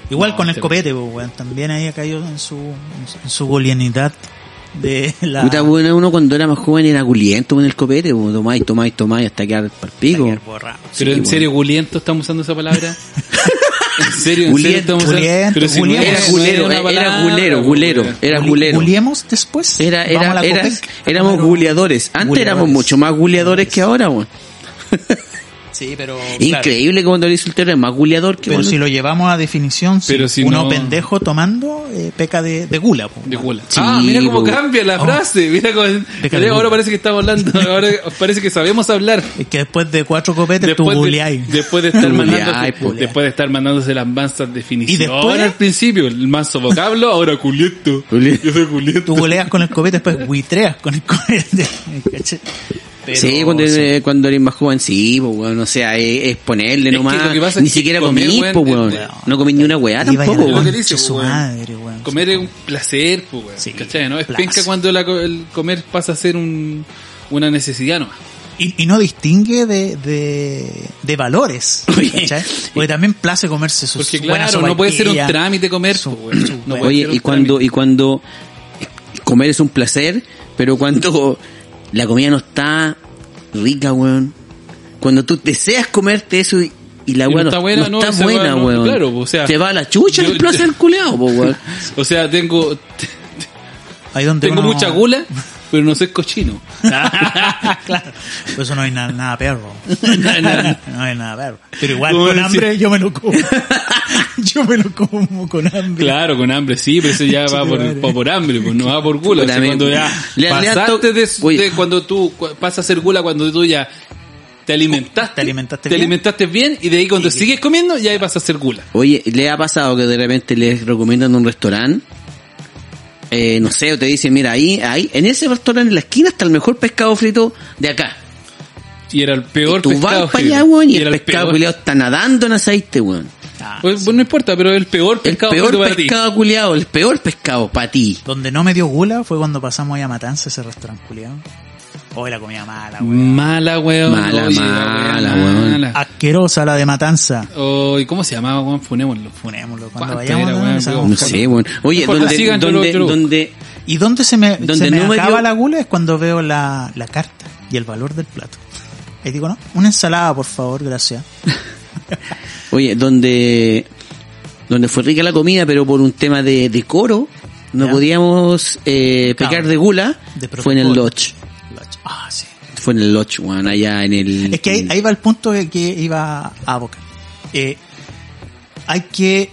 Speaker 3: Igual
Speaker 1: No,
Speaker 3: con el
Speaker 1: este-
Speaker 3: copete, pues, weón. También ahí ha caído en su, en su golianidad de la...
Speaker 2: Puta, bueno, uno cuando era más joven era guliento con el copete, pues, tomáis, tomáis, tomáis hasta quedar para el pico.
Speaker 3: Quedar borrado.
Speaker 1: Pero en
Speaker 2: bueno.
Speaker 1: serio, Guliento, estamos usando esa palabra. En serio, en serio,
Speaker 2: Guliento,
Speaker 1: estamos usando.
Speaker 3: Guliento,
Speaker 1: Pero si no
Speaker 3: Guliento.
Speaker 1: es-
Speaker 2: Era
Speaker 1: no
Speaker 2: gulero,
Speaker 1: una
Speaker 2: era,
Speaker 1: palabra,
Speaker 2: gulero, gulero,
Speaker 1: weón.
Speaker 2: era
Speaker 3: Guli-
Speaker 2: gulero.
Speaker 3: ¿Guliemos después?
Speaker 2: Era,
Speaker 3: Vamos a
Speaker 2: era,
Speaker 3: la
Speaker 2: era,
Speaker 3: Copec.
Speaker 2: éramos
Speaker 3: Pero-
Speaker 2: guleadores. Antes éramos
Speaker 3: Guleadores.
Speaker 2: mucho más guleadores que ahora, weón.
Speaker 3: Sí, pero... claro.
Speaker 2: Increíble que cuando el soltero es más guleador que
Speaker 3: Pero
Speaker 2: bueno.
Speaker 3: si lo llevamos a definición, si
Speaker 1: Pero si
Speaker 3: uno
Speaker 1: no-
Speaker 3: pendejo tomando eh, peca de, de gula. po.
Speaker 1: De gula.
Speaker 2: Sí,
Speaker 1: ah, mira cómo
Speaker 2: pues.
Speaker 1: cambia
Speaker 3: Oh.
Speaker 1: la frase. Mira cómo,
Speaker 3: Déjale,
Speaker 1: ahora
Speaker 3: gula.
Speaker 1: parece que estamos hablando. Ahora parece que sabemos hablar.
Speaker 3: Es que después de cuatro copetes
Speaker 1: Después
Speaker 3: tú
Speaker 1: de,
Speaker 3: guleáis.
Speaker 1: después de estar
Speaker 2: Tú
Speaker 1: mandándose,
Speaker 2: guleáis, pues.
Speaker 1: después de estar mandándose las mansas definiciones.
Speaker 3: ¿Y después?
Speaker 1: al principio, el manso vocablo, ahora culieto.
Speaker 2: Culieto.
Speaker 1: Yo soy culieto.
Speaker 3: Tú goleas con el copete, después buitreas con el copete. ¿cachai? Pero-
Speaker 2: sí, cuando, eh, cuando eres más joven, sí, pues, weón, o sea, es, es ponerle
Speaker 1: Es que
Speaker 2: nomás.
Speaker 1: lo que pasa
Speaker 2: Ni
Speaker 1: es que
Speaker 2: siquiera
Speaker 1: comer,
Speaker 2: comí,
Speaker 1: weón,
Speaker 2: pues,
Speaker 1: es-
Speaker 2: weón.
Speaker 1: weón.
Speaker 2: No comí ni una weá
Speaker 3: Iba a ir
Speaker 2: Ah, tampoco,
Speaker 3: a
Speaker 1: lo
Speaker 2: weón.
Speaker 1: que dice,
Speaker 3: su
Speaker 1: weón.
Speaker 3: madre, weón.
Speaker 1: Comer es un placer, pues, weón.
Speaker 3: Sí,
Speaker 1: ¿Cachai? ¿no? Es
Speaker 3: placer.
Speaker 1: penca cuando la co- el comer pasa a ser un, una necesidad nomás.
Speaker 3: Y, y no distingue de, de, de valores. ¿cachai? Porque también place comerse sus
Speaker 1: Porque
Speaker 3: buenas
Speaker 1: claro, no puede ser un
Speaker 3: sopaipillas.
Speaker 1: trámite comer,
Speaker 3: su-
Speaker 1: pues, weón.
Speaker 3: su-
Speaker 1: No puede
Speaker 2: Oye,
Speaker 1: ser un
Speaker 2: y cuando,
Speaker 1: trámite.
Speaker 2: y cuando comer es un placer, pero cuando la comida no está rica, weón. Cuando tú deseas comerte eso y, y la
Speaker 1: Y no
Speaker 2: weá no,
Speaker 1: está
Speaker 2: no
Speaker 1: buena,
Speaker 2: está
Speaker 1: no,
Speaker 2: buena,
Speaker 1: se va, no,
Speaker 2: weón.
Speaker 1: claro, o sea,
Speaker 2: Te va a la chucha
Speaker 1: yo-
Speaker 2: el placer culeado, po, weón.
Speaker 1: O sea, tengo,
Speaker 3: Ahí donde
Speaker 1: tengo
Speaker 3: uno-
Speaker 1: mucha gula, pero no soy cochino.
Speaker 3: claro. Por eso no hay nada, nada perro.
Speaker 1: Na- na-
Speaker 3: No hay nada perro. Pero igual
Speaker 1: Como
Speaker 3: con
Speaker 1: decía-
Speaker 3: hambre yo me lo como. yo me lo como con hambre.
Speaker 1: Claro, con hambre, sí, pero eso ya va por,
Speaker 3: Madre.
Speaker 1: va por hambre, pues no va por gula. O sea,
Speaker 2: También.
Speaker 1: cuando ya
Speaker 2: Le- le han
Speaker 1: pasaste
Speaker 2: to-
Speaker 1: de,
Speaker 2: Oye.
Speaker 1: de cuando tú cu- pasas a ser gula, cuando tú ya te alimentaste,
Speaker 3: Te alimentaste
Speaker 1: te
Speaker 3: bien.
Speaker 1: alimentaste bien y de ahí cuando sigues comiendo, ya ahí vas a ser gula.
Speaker 2: Oye, ¿le ha pasado que de repente les recomiendan un restaurante? Eh, no sé, o te dicen, mira, ahí, ahí, en ese restaurante en la esquina está el mejor pescado frito de acá.
Speaker 1: Y era el peor
Speaker 2: Y tú
Speaker 1: pescado.
Speaker 2: vas para
Speaker 1: Javier.
Speaker 2: allá, weón, y, el
Speaker 1: era
Speaker 2: pescado
Speaker 1: peor.
Speaker 2: culeado está nadando en aceite, weón.
Speaker 3: Ah,
Speaker 1: Pues, pues no importa, pero el peor
Speaker 2: El
Speaker 1: pescado
Speaker 2: peor
Speaker 1: frito para ti.
Speaker 2: pescado culeado, el peor pescado para ti.
Speaker 3: Donde no me dio gula fue cuando pasamos ahí a Matanza ese restaurante culiado. Hoy la comida mala, weón.
Speaker 1: Mala, weón.
Speaker 2: Mala,
Speaker 1: Oye, la
Speaker 2: mala,
Speaker 1: weón,
Speaker 2: weón.
Speaker 1: mala.
Speaker 3: Asquerosa la de Matanza.
Speaker 1: Oye, ¿Cómo se llamaba, weón? Funémoslo.
Speaker 3: Funémoslo.
Speaker 1: ¿Cuánto
Speaker 3: Cuando vayamos
Speaker 1: era,
Speaker 3: ¿no?
Speaker 1: weón?
Speaker 3: Esa-
Speaker 2: No sé, weón. Oye,
Speaker 1: Mejor
Speaker 2: donde,
Speaker 1: sigan, yo lo-
Speaker 2: donde,
Speaker 1: yo lo-
Speaker 2: donde,
Speaker 3: Y donde se me,
Speaker 2: Donde
Speaker 3: se me
Speaker 2: no me
Speaker 3: acaba
Speaker 2: dio-
Speaker 3: la gula es cuando veo la, la carta y el valor del plato. Ahí digo, no, una ensalada, por favor, gracias.
Speaker 2: oye, donde, donde fue rica la comida, pero por un tema de decoro, no
Speaker 3: Ya.
Speaker 2: podíamos eh,
Speaker 3: Claro.
Speaker 2: pecar de gula,
Speaker 3: De
Speaker 2: fue en el
Speaker 3: protocolo.
Speaker 2: lodge.
Speaker 3: Ah, sí.
Speaker 2: Fue en el lodge, weón, allá en el...
Speaker 3: Es que ahí, ahí va el punto de que iba a boca. Eh, hay que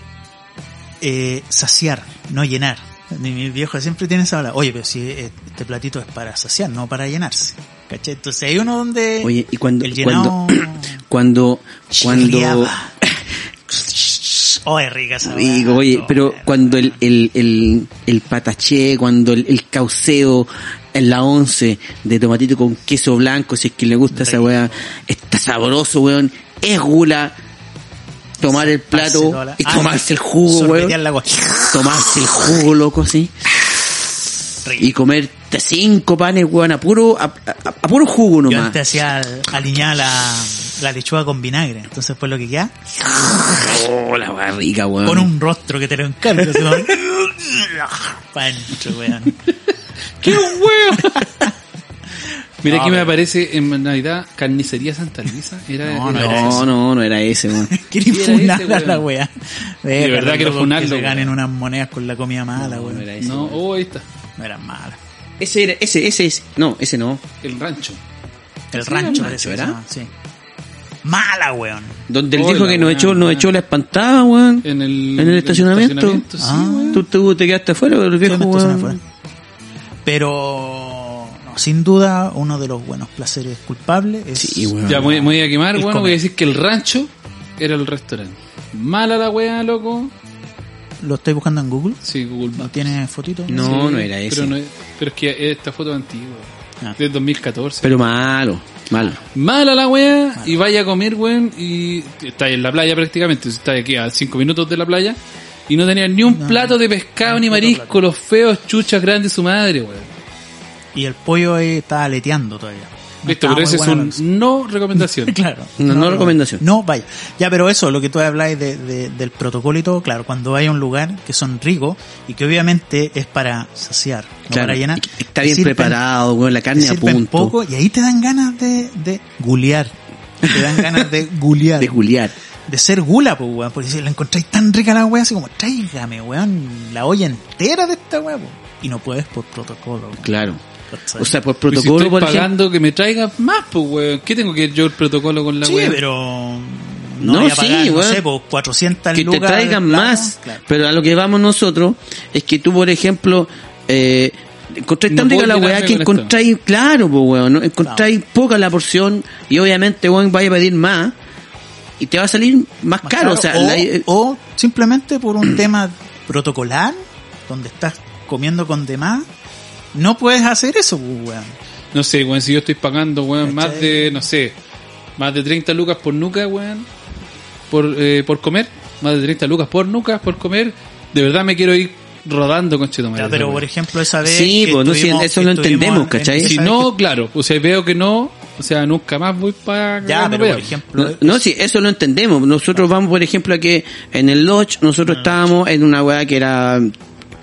Speaker 3: eh, saciar, no llenar. Mi- Mi viejo siempre tiene esa habla. Oye, pero si eh, este platito es para saciar, no para llenarse. ¿Cachai? Entonces hay uno donde
Speaker 2: Oye, y cuando,
Speaker 3: el llenado...
Speaker 2: cuando, cuando, cuando,
Speaker 3: Chileaba. oh, es rica esa
Speaker 2: Digo,
Speaker 3: weá,
Speaker 2: oye,
Speaker 3: no,
Speaker 2: pero
Speaker 3: weá,
Speaker 2: cuando
Speaker 3: weá.
Speaker 2: el, el, el, el pataché, cuando el, el cauceo en la once de tomatito con queso blanco, si es que le gusta esa
Speaker 3: Rico.
Speaker 2: weá, está sabroso, weón, es gula. Tomar el plato
Speaker 3: Dárselo a la-
Speaker 2: y
Speaker 3: Ah,
Speaker 2: tomarse el jugo,
Speaker 3: sorbetear
Speaker 2: weón.
Speaker 3: la weá.
Speaker 2: Tomarse el jugo, loco, así.
Speaker 3: Rico.
Speaker 2: Y comerte cinco panes, weón, a puro, a, a- a puro jugo
Speaker 3: Yo
Speaker 2: nomás.
Speaker 3: antes hacía al- aliñar la, la lechuga con vinagre. Entonces, pues lo que queda,
Speaker 2: Oh, la weá rica, weón.
Speaker 3: con un rostro que te lo encargo. así como- Pa' dentro, weón.
Speaker 1: ¡Qué huevo! Mira,
Speaker 3: No,
Speaker 1: aquí me
Speaker 3: pero-
Speaker 1: aparece en Navidad Carnicería Santa Luisa. Era,
Speaker 3: No, no
Speaker 1: era-
Speaker 3: era
Speaker 2: No, no, no era ese, weón.
Speaker 3: Quieren
Speaker 1: Mira ese,
Speaker 3: funar a la
Speaker 1: weón.
Speaker 3: weá.
Speaker 1: De verdad quiero
Speaker 3: funar
Speaker 1: funarlo,
Speaker 3: Que se
Speaker 1: weón.
Speaker 3: ganen unas monedas con la comida mala, weón.
Speaker 2: no
Speaker 3: No,
Speaker 2: era
Speaker 1: No, oh, ahí está.
Speaker 3: eran malas.
Speaker 2: Ese era, ese, ese, ese. No, ese no.
Speaker 1: El rancho.
Speaker 3: El
Speaker 2: Sí,
Speaker 3: rancho,
Speaker 2: el
Speaker 3: parece
Speaker 2: rancho,
Speaker 3: que se
Speaker 2: ¿era?
Speaker 3: llama, Sí. Mala, weón.
Speaker 2: Donde él
Speaker 1: Hola,
Speaker 2: dijo que nos
Speaker 1: weón,
Speaker 2: echó, nos
Speaker 1: weón.
Speaker 2: echó la espantada, weón.
Speaker 1: En el,
Speaker 2: En el estacionamiento.
Speaker 1: sí,
Speaker 3: Ah.
Speaker 1: weón.
Speaker 2: Tú, tú te quedaste afuera, pero el viejo,
Speaker 3: Sí, me estoy
Speaker 2: weón.
Speaker 3: afuera. Pero no, sin duda uno de los buenos placeres culpables es
Speaker 2: Sí, weón.
Speaker 1: Ya me voy, me voy a quemar,
Speaker 3: El
Speaker 1: weón.
Speaker 3: comer.
Speaker 1: Voy a decir que el rancho era el restaurante. Mala la weá, loco.
Speaker 3: lo estoy buscando en Google.
Speaker 1: Sí, Google
Speaker 3: ¿No
Speaker 1: Maps.
Speaker 3: tiene fotito?
Speaker 2: No. era
Speaker 1: Pero,
Speaker 2: ese.
Speaker 1: no es- pero es que esta foto es antigua.
Speaker 3: Ah.
Speaker 1: Del 2014.
Speaker 2: Pero malo, malo.
Speaker 1: Mala la weá, y vaya a comer, weón, y estáis en la playa prácticamente, estáis aquí a cinco minutos de la playa, y no tenías ni un
Speaker 3: No,
Speaker 1: plato de pescado
Speaker 3: no,
Speaker 1: ni
Speaker 3: no,
Speaker 1: marisco,
Speaker 3: plato.
Speaker 1: los feos chuchas grandes de su madre, weón.
Speaker 3: Y el pollo ahí está aleteando todavía.
Speaker 1: Listo, pero
Speaker 3: estaba muy
Speaker 1: ese es
Speaker 3: buena la
Speaker 1: un
Speaker 3: cosa.
Speaker 1: no recomendación.
Speaker 3: Claro.
Speaker 2: No, no recomendación.
Speaker 3: No, vaya. Ya, pero eso, lo que tú habláis de, de- del protocolo y todo, claro, cuando hay un lugar que son ricos y que obviamente es para saciar, no
Speaker 2: Claro,
Speaker 3: para llenar.
Speaker 2: y- Está bien
Speaker 3: te sirven-
Speaker 2: preparado, weón, la
Speaker 3: te
Speaker 2: carne a
Speaker 3: sirven
Speaker 2: punto.
Speaker 3: poco y ahí te dan ganas de, de gulear. Te dan ganas de gulear.
Speaker 2: De Juliar.
Speaker 3: de ser gula, pues, weón. Porque si la encontráis tan rica la weá, así como, tráigame, weón, la olla entera de esta weá, po". Y no puedes por protocolo, weón.
Speaker 2: Claro.
Speaker 3: ¿cachai?
Speaker 2: O sea, por
Speaker 1: Pues si
Speaker 2: protocolo,
Speaker 1: estoy
Speaker 2: por ejemplo.
Speaker 1: pagando que me traigan más, pues, weón. ¿Qué tengo que ir yo el protocolo con la
Speaker 3: sí,
Speaker 1: weón?
Speaker 3: pero.
Speaker 2: No,
Speaker 3: No, voy a pagar,
Speaker 2: sí,
Speaker 3: no
Speaker 2: weón.
Speaker 3: sé, po, 400
Speaker 2: que te
Speaker 3: lucas de
Speaker 2: traigan
Speaker 3: plato.
Speaker 2: más.
Speaker 3: Claro.
Speaker 2: Pero a lo que vamos nosotros es que tú, por ejemplo, eh, encontráis
Speaker 1: No
Speaker 2: tan rica
Speaker 1: puedo
Speaker 2: la
Speaker 1: llenarme
Speaker 2: weá que
Speaker 1: con esto.
Speaker 2: encontráis, claro, pues weón, ¿no? encontráis poca la porción y obviamente, weón, vaya a pedir más y te va a salir más,
Speaker 3: Más
Speaker 2: caro. O sea, la- eh,
Speaker 3: o simplemente por un tema protocolar, donde estás comiendo con demás, no puedes hacer eso, po, weón.
Speaker 1: No sé, weón, si yo estoy pagando, weón, más
Speaker 3: ¿Cachai?
Speaker 1: de, no sé, más de 30 lucas por nuca, weón, por, eh, por comer, más de 30 lucas por nuca, por comer, de verdad me quiero ir rodando con Chetumare.
Speaker 3: Ya, pero por ejemplo, esa vez.
Speaker 2: Sí,
Speaker 3: que
Speaker 2: po, no, sí,
Speaker 3: estuvimos-
Speaker 2: eso
Speaker 3: que
Speaker 2: lo
Speaker 3: estuvimos
Speaker 2: entendemos,
Speaker 3: en-
Speaker 2: ¿cachai?
Speaker 3: esa
Speaker 1: Si
Speaker 3: vez
Speaker 1: no, claro, o sea, veo que no, o sea, nunca más voy para...
Speaker 3: que- Ya, pero por ejemplo.
Speaker 2: No, no, sí, eso lo entendemos.
Speaker 3: Ah.
Speaker 2: Nosotros vamos, por ejemplo, a que en el Lodge nosotros estábamos en una weá que era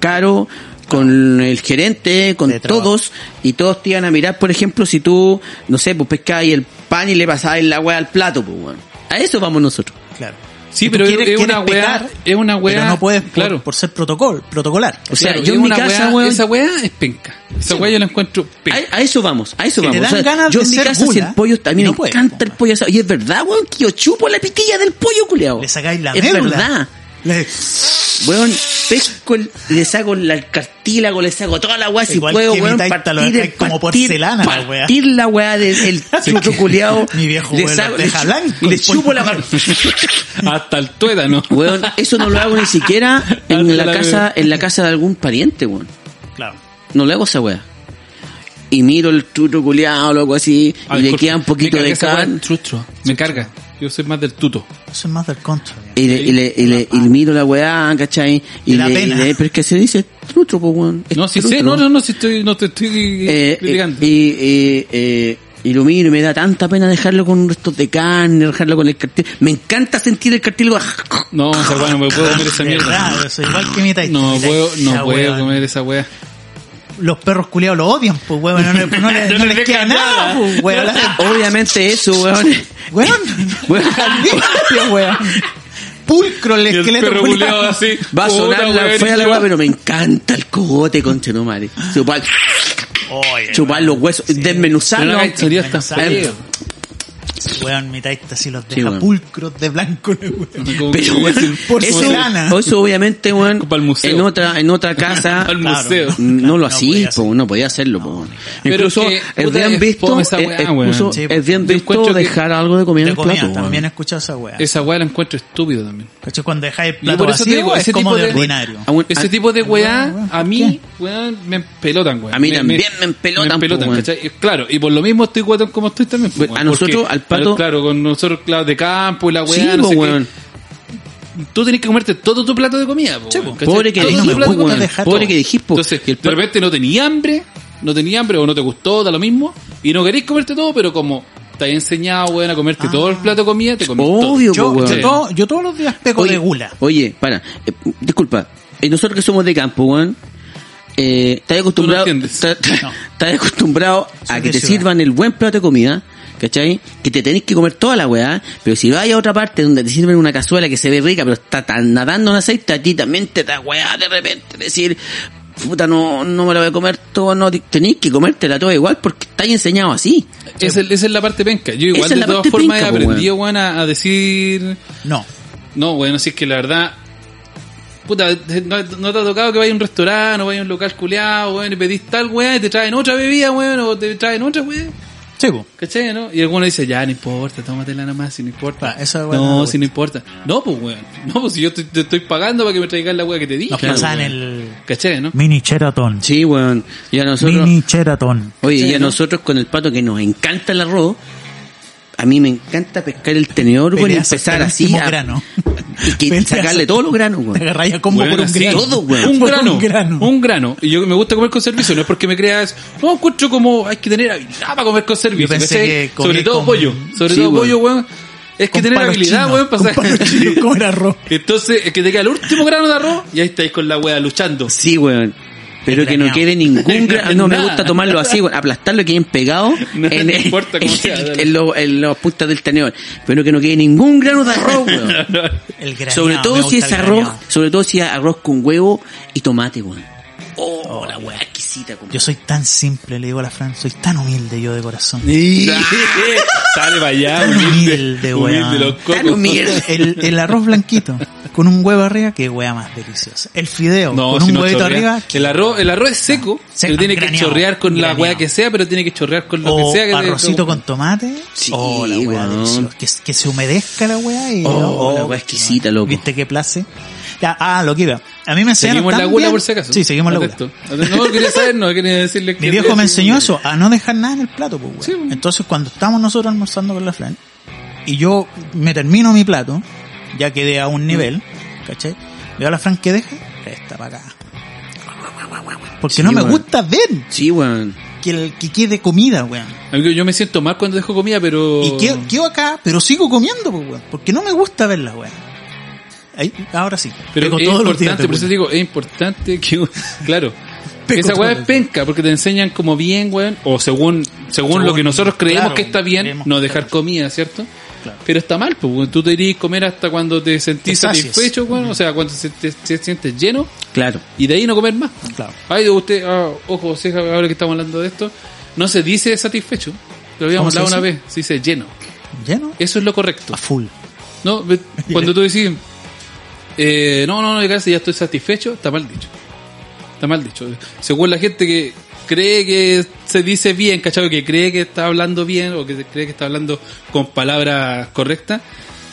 Speaker 2: caro, con el gerente, con
Speaker 3: Ah. De trabajo.
Speaker 2: todos, y todos te iban a mirar, por ejemplo, si tú, no sé, pues pescabas el pan y le pasabas la weá al plato, pues weón. A eso vamos nosotros.
Speaker 3: Claro.
Speaker 1: Sí,
Speaker 3: Tú
Speaker 1: pero es,
Speaker 3: quieres-
Speaker 1: es
Speaker 3: quieres
Speaker 1: una weá,
Speaker 3: pecar,
Speaker 1: es una weá...
Speaker 3: Pero no puedes por,
Speaker 1: claro.
Speaker 3: por ser protocol, protocolar.
Speaker 2: O sea,
Speaker 1: Claro,
Speaker 2: yo
Speaker 1: es
Speaker 2: en mi
Speaker 1: una
Speaker 2: casa,
Speaker 1: weá-
Speaker 2: weón,
Speaker 1: Esa weá es penca. Esa weá yo la encuentro penca.
Speaker 2: a, a eso vamos, a eso
Speaker 3: Que te
Speaker 2: vamos.
Speaker 3: dan ganas
Speaker 2: yo
Speaker 3: de
Speaker 2: en mi
Speaker 3: ser
Speaker 2: casa, si
Speaker 3: gula,
Speaker 2: el pollo, a mí
Speaker 3: y
Speaker 2: me
Speaker 3: no puedes,
Speaker 2: encanta
Speaker 3: pues,
Speaker 2: el pollo asado. Y es verdad, weón, que yo chupo la pitilla del pollo, culeado.
Speaker 3: Le sacáis la
Speaker 2: Es
Speaker 3: médula.
Speaker 2: verdad.
Speaker 3: Le-
Speaker 2: Weón, pesco, el- le saco la- el cartílago, le saco toda la weá si
Speaker 3: Igual
Speaker 2: puedo,
Speaker 3: que
Speaker 2: weón.
Speaker 3: imitáis
Speaker 2: Partir,
Speaker 3: talonaca
Speaker 2: el-
Speaker 3: como
Speaker 2: partir-
Speaker 3: porcelana, la weá.
Speaker 2: partir la weá del chucho culiao.
Speaker 3: mi viejo
Speaker 2: le
Speaker 3: weón,
Speaker 2: saco,
Speaker 3: las
Speaker 2: le,
Speaker 3: deja
Speaker 2: chu-
Speaker 3: blanco,
Speaker 2: le
Speaker 3: el
Speaker 2: chupo
Speaker 3: pollo.
Speaker 2: la par-
Speaker 1: Hasta el tuétano.
Speaker 2: Weón, eso no lo hago ni siquiera en la
Speaker 1: La
Speaker 2: casa, en la casa de algún pariente, weón.
Speaker 3: Claro.
Speaker 2: No le hago esa weá. Y miro el chucho culiao, loco, así, y le queda un poquito de carne.
Speaker 1: Me carga. Yo soy más del tuto.
Speaker 3: Eso es más del control.
Speaker 2: Y le, y le, y le- y le miro la weá, ¿cachai? Y
Speaker 3: Y la
Speaker 2: le, y
Speaker 3: Ah. pena.
Speaker 2: le- pero es que se dice trutro, pues, weón. Es
Speaker 1: No, si sé,
Speaker 2: trutro.
Speaker 1: no, no, no, si estoy, no te estoy
Speaker 2: Eh, eh,
Speaker 1: criticando.
Speaker 2: y, y, eh, y lo miro y me da tanta pena dejarlo con restos de carne, dejarlo con el cartel. Me encanta sentir el cartel.
Speaker 1: no, o sea, bueno, me puedo comer esa mierda.
Speaker 3: Verdad, eso es igual que imitáis.
Speaker 1: No
Speaker 3: imitáis
Speaker 1: puedo,
Speaker 3: esa
Speaker 1: no puedo
Speaker 3: weá.
Speaker 1: comer esa weá.
Speaker 3: Los perros culiados lo odian, pues, weón. No, le- no le- no les queda nada, pues, weón.
Speaker 2: Obviamente eso, weón.
Speaker 3: Weón.
Speaker 2: Weón.
Speaker 3: al limpio, weón. Pulcro el
Speaker 1: Y el
Speaker 3: esqueleto
Speaker 1: perro
Speaker 3: culiao.
Speaker 1: culeado así.
Speaker 2: Va a sonar
Speaker 1: puta,
Speaker 2: la
Speaker 1: weón,
Speaker 2: fea
Speaker 1: y
Speaker 2: la
Speaker 1: yo-
Speaker 2: weá, pero me encanta el cogote con chenomare. Chupar,
Speaker 3: Oye,
Speaker 2: chupar los huesos,
Speaker 1: Pero
Speaker 2: desmenuzarlo.
Speaker 1: la cachonía está
Speaker 2: Eh,
Speaker 1: fea.
Speaker 3: weón, imitáis así los
Speaker 2: Sí,
Speaker 3: deja
Speaker 2: weón.
Speaker 3: pulcros de blanco, weón.
Speaker 1: Como que
Speaker 2: Pero,
Speaker 1: voy a
Speaker 2: weón,
Speaker 1: decir,
Speaker 3: por
Speaker 2: eso,
Speaker 3: porcelana.
Speaker 2: eso obviamente, weón,
Speaker 1: Pa'l museo.
Speaker 2: en otra, en otra casa,
Speaker 1: Al museo.
Speaker 3: Claro.
Speaker 2: No lo
Speaker 3: No podía
Speaker 2: hacía, po,
Speaker 3: hacer.
Speaker 2: no podía hacerlo. po.
Speaker 1: Pero
Speaker 2: Incluso
Speaker 1: que,
Speaker 2: es
Speaker 1: puta,
Speaker 2: bien
Speaker 1: es
Speaker 2: visto,
Speaker 1: fome
Speaker 2: es,
Speaker 1: esa weá,
Speaker 2: es-
Speaker 1: weón.
Speaker 2: incluso
Speaker 3: Sí,
Speaker 2: es bien
Speaker 1: yo
Speaker 2: visto
Speaker 1: encuentro que-
Speaker 2: dejar algo de comida en
Speaker 3: De
Speaker 2: el plato.
Speaker 3: comida,
Speaker 2: weón.
Speaker 3: también he escuchado esa weá.
Speaker 1: Esa weá la encuentro estúpida también.
Speaker 3: ¿Cachai? Cuando dejáis el
Speaker 1: Y
Speaker 3: plato
Speaker 1: por eso te
Speaker 3: vacío
Speaker 1: digo,
Speaker 3: es
Speaker 1: ese
Speaker 3: como
Speaker 1: tipo
Speaker 3: de
Speaker 1: de- Ah,
Speaker 3: ordinario.
Speaker 2: A un-
Speaker 1: Ese
Speaker 2: a-
Speaker 1: tipo de weá, a mí,
Speaker 3: ¿Qué?
Speaker 1: weón, me empelotan, weón.
Speaker 2: ah, A mí también me empelotan,
Speaker 1: Me empelotan,
Speaker 2: po, weón.
Speaker 1: ¿cachai? Claro, y por lo mismo estoy guatón como estoy también. po,
Speaker 2: Pues,
Speaker 1: weón,
Speaker 2: a nosotros,
Speaker 1: porque-
Speaker 2: al pato-
Speaker 1: Claro, con nosotros, claro, de campo y la weá,
Speaker 2: Sí,
Speaker 1: no
Speaker 2: po,
Speaker 1: sé qué.
Speaker 2: weón.
Speaker 1: Tú tenés que comerte todo tu plato de comida, po,
Speaker 3: Sí,
Speaker 1: weón,
Speaker 3: po.
Speaker 1: ¿cachai?
Speaker 2: pues. Pobre que
Speaker 1: Todo
Speaker 3: Ay,
Speaker 2: dijís,
Speaker 3: no
Speaker 1: tu
Speaker 3: me
Speaker 2: po,
Speaker 1: plato de
Speaker 3: puedo
Speaker 2: weón.
Speaker 1: comida.
Speaker 3: dejar
Speaker 2: Pobre
Speaker 3: todo.
Speaker 2: que dijís, po.
Speaker 1: Entonces,
Speaker 2: Que el
Speaker 1: de
Speaker 2: plato-
Speaker 1: repente no tenía hambre, no tenía hambre o no te gustó, da lo mismo, y no querés comerte todo, pero como te has enseñado, weón, a comerte todo el plato de comida, te comís
Speaker 2: Ah. Obvio, po,
Speaker 3: Yo,
Speaker 2: weón.
Speaker 3: yo, todo- yo todos los días peco de gula.
Speaker 2: Oye, para, eh, disculpa, eh, nosotros que somos de campo, weón, eh, estás acostumbrado,
Speaker 1: Tú no entiendes.
Speaker 2: estás-
Speaker 3: No.
Speaker 2: estás acostumbrado a
Speaker 3: Soy de
Speaker 2: que te
Speaker 3: ciudad.
Speaker 2: sirvan el buen plato de comida, ¿cachai? Que te tenés que comer toda la weá, pero si vas a otra parte donde te sirven una cazuela que se ve rica, pero está tan nadando en aceite, a ti también te da weá de repente decir, puta, no, no me la voy a comer todo, no, tenés que comértela toda igual porque estás enseñado así.
Speaker 1: Esa es, esa es la parte penca. Yo igual
Speaker 2: Eh, Esa es
Speaker 1: de
Speaker 2: la
Speaker 1: todas
Speaker 2: parte
Speaker 1: formas he
Speaker 2: penca, po,
Speaker 1: aprendido, weón, a, a decir...
Speaker 3: No.
Speaker 1: No, bueno, si es que la verdad... Puta, no, no te ha tocado que vayas a un restaurante o vayas a un local culeado, weón, y pedís tal weá y te traen otra bebida, weón, o te traen otra weá.
Speaker 3: Sí, po.
Speaker 1: ¿Cachai, no? Y alguno dice, ya, no importa, tómatela nomás, si no importa.
Speaker 3: Ah, esa weá no
Speaker 1: no,
Speaker 3: me
Speaker 1: si no importa. No, pues, weón. No, pues, si yo te, te estoy pagando para que me traigas la weá que te dije.
Speaker 3: Nos
Speaker 2: Claro,
Speaker 3: pasaban
Speaker 1: weón.
Speaker 3: el
Speaker 1: ¿Cachai, no?
Speaker 3: mini Sheraton.
Speaker 2: Sí, weón, y a nosotros...
Speaker 3: Mini Sheraton.
Speaker 2: Oye,
Speaker 1: Sí,
Speaker 2: y a
Speaker 1: ¿no?
Speaker 2: nosotros con el pato que nos encanta el arroz, a mí me encanta pescar el tenedor weón, y
Speaker 3: Peleas hasta
Speaker 2: empezar
Speaker 3: el
Speaker 2: así
Speaker 3: último
Speaker 2: a,
Speaker 3: grano.
Speaker 2: Y que
Speaker 3: Vente a-
Speaker 2: sacarle todos los granos,
Speaker 3: Te
Speaker 2: weón.
Speaker 3: agarráis a combo
Speaker 1: Weón,
Speaker 3: por un
Speaker 1: así,
Speaker 3: grano.
Speaker 2: todo, weón.
Speaker 1: Un
Speaker 3: Por
Speaker 1: grano,
Speaker 3: un
Speaker 1: un
Speaker 3: grano.
Speaker 1: grano. Y yo me gusta comer con servicio, no es porque me creas. No, encuentro como hay que tener habilidad para comer con servicio.
Speaker 3: Yo pensé
Speaker 1: ¿cachai?
Speaker 3: que comí
Speaker 1: sobre todo
Speaker 3: con-
Speaker 1: pollo. Sobre
Speaker 2: Sí,
Speaker 1: todo
Speaker 2: weón.
Speaker 1: pollo, weón. Es que
Speaker 3: Con
Speaker 1: tener
Speaker 3: palos
Speaker 1: habilidad,
Speaker 3: chinos,
Speaker 1: weón, para
Speaker 3: con palos chinos, comer arroz.
Speaker 1: Entonces, es que te queda el último grano de arroz y ahí estáis con la wea luchando.
Speaker 2: Sí, weón. Pero que no
Speaker 3: Graneado.
Speaker 2: quede ningún grano. No, me
Speaker 1: Nada.
Speaker 2: gusta tomarlo así, weón. Aplastarlo que bien pegado
Speaker 1: No,
Speaker 2: en,
Speaker 1: no importa cómo
Speaker 2: en-
Speaker 1: sea, dale.
Speaker 2: en lo- en las puntas del tenedor. Pero que no quede ningún grano de arroz, weón.
Speaker 3: El graneado,
Speaker 2: Sobre
Speaker 3: me
Speaker 2: todo si
Speaker 3: gusta
Speaker 2: es
Speaker 3: el
Speaker 2: arroz,
Speaker 3: graneado.
Speaker 2: sobre todo si es arroz con huevo y tomate, weón. Oh, la weá exquisita, compadre.
Speaker 3: Yo soy tan simple, le digo a la Fran, soy tan humilde yo de corazón.
Speaker 1: Sale para allá,
Speaker 3: Tan humilde,
Speaker 1: humilde. Humilde
Speaker 3: weón.
Speaker 1: los
Speaker 2: Tan
Speaker 1: cocos.
Speaker 2: humilde.
Speaker 3: El, el arroz blanquito con un huevo arriba, qué hueá más deliciosa. El fideo
Speaker 1: No,
Speaker 3: con
Speaker 1: si
Speaker 3: un
Speaker 1: no
Speaker 3: huevito
Speaker 1: chorrea.
Speaker 3: arriba,
Speaker 1: El arroz, el arroz es seco,
Speaker 3: Se-
Speaker 1: pero tiene que
Speaker 3: graneado,
Speaker 1: chorrear con la
Speaker 3: graneado.
Speaker 1: weá que sea, pero tiene que chorrear con lo
Speaker 3: o
Speaker 1: que sea. Que te-
Speaker 3: arrocito con tomate.
Speaker 2: Sí,
Speaker 3: oh, la hueá
Speaker 2: weón.
Speaker 3: deliciosa. Que, que se humedezca la hueá y.
Speaker 2: Oh, la hueá exquisita, loco.
Speaker 3: ¿Viste qué place? Ya, ah, lo que iba. A mí me enseñaron.
Speaker 1: Seguimos en la
Speaker 3: tan
Speaker 1: gula
Speaker 3: bien-
Speaker 1: por si acaso.
Speaker 3: Sí, seguimos en la gula.
Speaker 1: Atento. Atento. No, quería saber, no quería decirle que.
Speaker 3: Mi viejo me enseñó eso, a no dejar nada en el plato, pues, weón.
Speaker 1: Sí, weón.
Speaker 3: Entonces, cuando estábamos nosotros almorzando con la Fran, y yo me termino mi plato, ya quedé a un nivel, ¿cachai? Veo a la Fran que deja, está para acá. Porque
Speaker 2: Sí,
Speaker 3: no me
Speaker 2: weón.
Speaker 3: gusta ver
Speaker 2: Sí, weón.
Speaker 3: que, el- que quede comida, weón.
Speaker 1: Amigo, yo me siento mal cuando dejo comida, pero.
Speaker 3: Y quedo, quedo acá, pero sigo comiendo, pues, weón. Porque no me gusta verla, weón. Ahí, ahora sí.
Speaker 1: Pero
Speaker 3: Pego
Speaker 1: es
Speaker 3: todos los días
Speaker 1: importante, pues,
Speaker 3: de
Speaker 1: por eso digo,
Speaker 3: weón.
Speaker 1: es importante que. Claro.
Speaker 3: Peco
Speaker 1: esa
Speaker 3: todos
Speaker 1: weá
Speaker 3: los
Speaker 1: es
Speaker 3: días.
Speaker 1: penca, porque te enseñan como bien, weón, o según, según,
Speaker 3: Según-
Speaker 1: lo que nosotros creemos
Speaker 3: claro,
Speaker 1: que está bien,
Speaker 3: creemos
Speaker 1: no
Speaker 3: que
Speaker 1: dejar
Speaker 3: está
Speaker 1: comida, ¿cierto?
Speaker 3: Claro.
Speaker 1: Pero está mal, pues, weón. Tú te irías a comer hasta cuando te sentís
Speaker 3: Te sacies.
Speaker 1: satisfecho, weón, o sea, cuando se- te, te sientes lleno,
Speaker 2: Claro.
Speaker 1: y de ahí no comer más.
Speaker 3: Claro.
Speaker 1: Ay, usted, ah, ojo, ceja, ahora que estamos hablando de esto, no se dice satisfecho. Lo
Speaker 3: ¿Cómo
Speaker 1: habíamos
Speaker 3: se
Speaker 1: hablado una
Speaker 3: dice? Ah.
Speaker 1: vez, se dice lleno.
Speaker 3: Lleno,
Speaker 1: Eso es lo correcto.
Speaker 3: a full.
Speaker 1: No, ve- cuando tú decís, eh, no, no, no, gracias, ya estoy satisfecho, está mal dicho. Está mal dicho. Según la gente que cree que se dice bien, ¿cachai? Que cree que está hablando bien o que cree que está hablando con palabras correctas,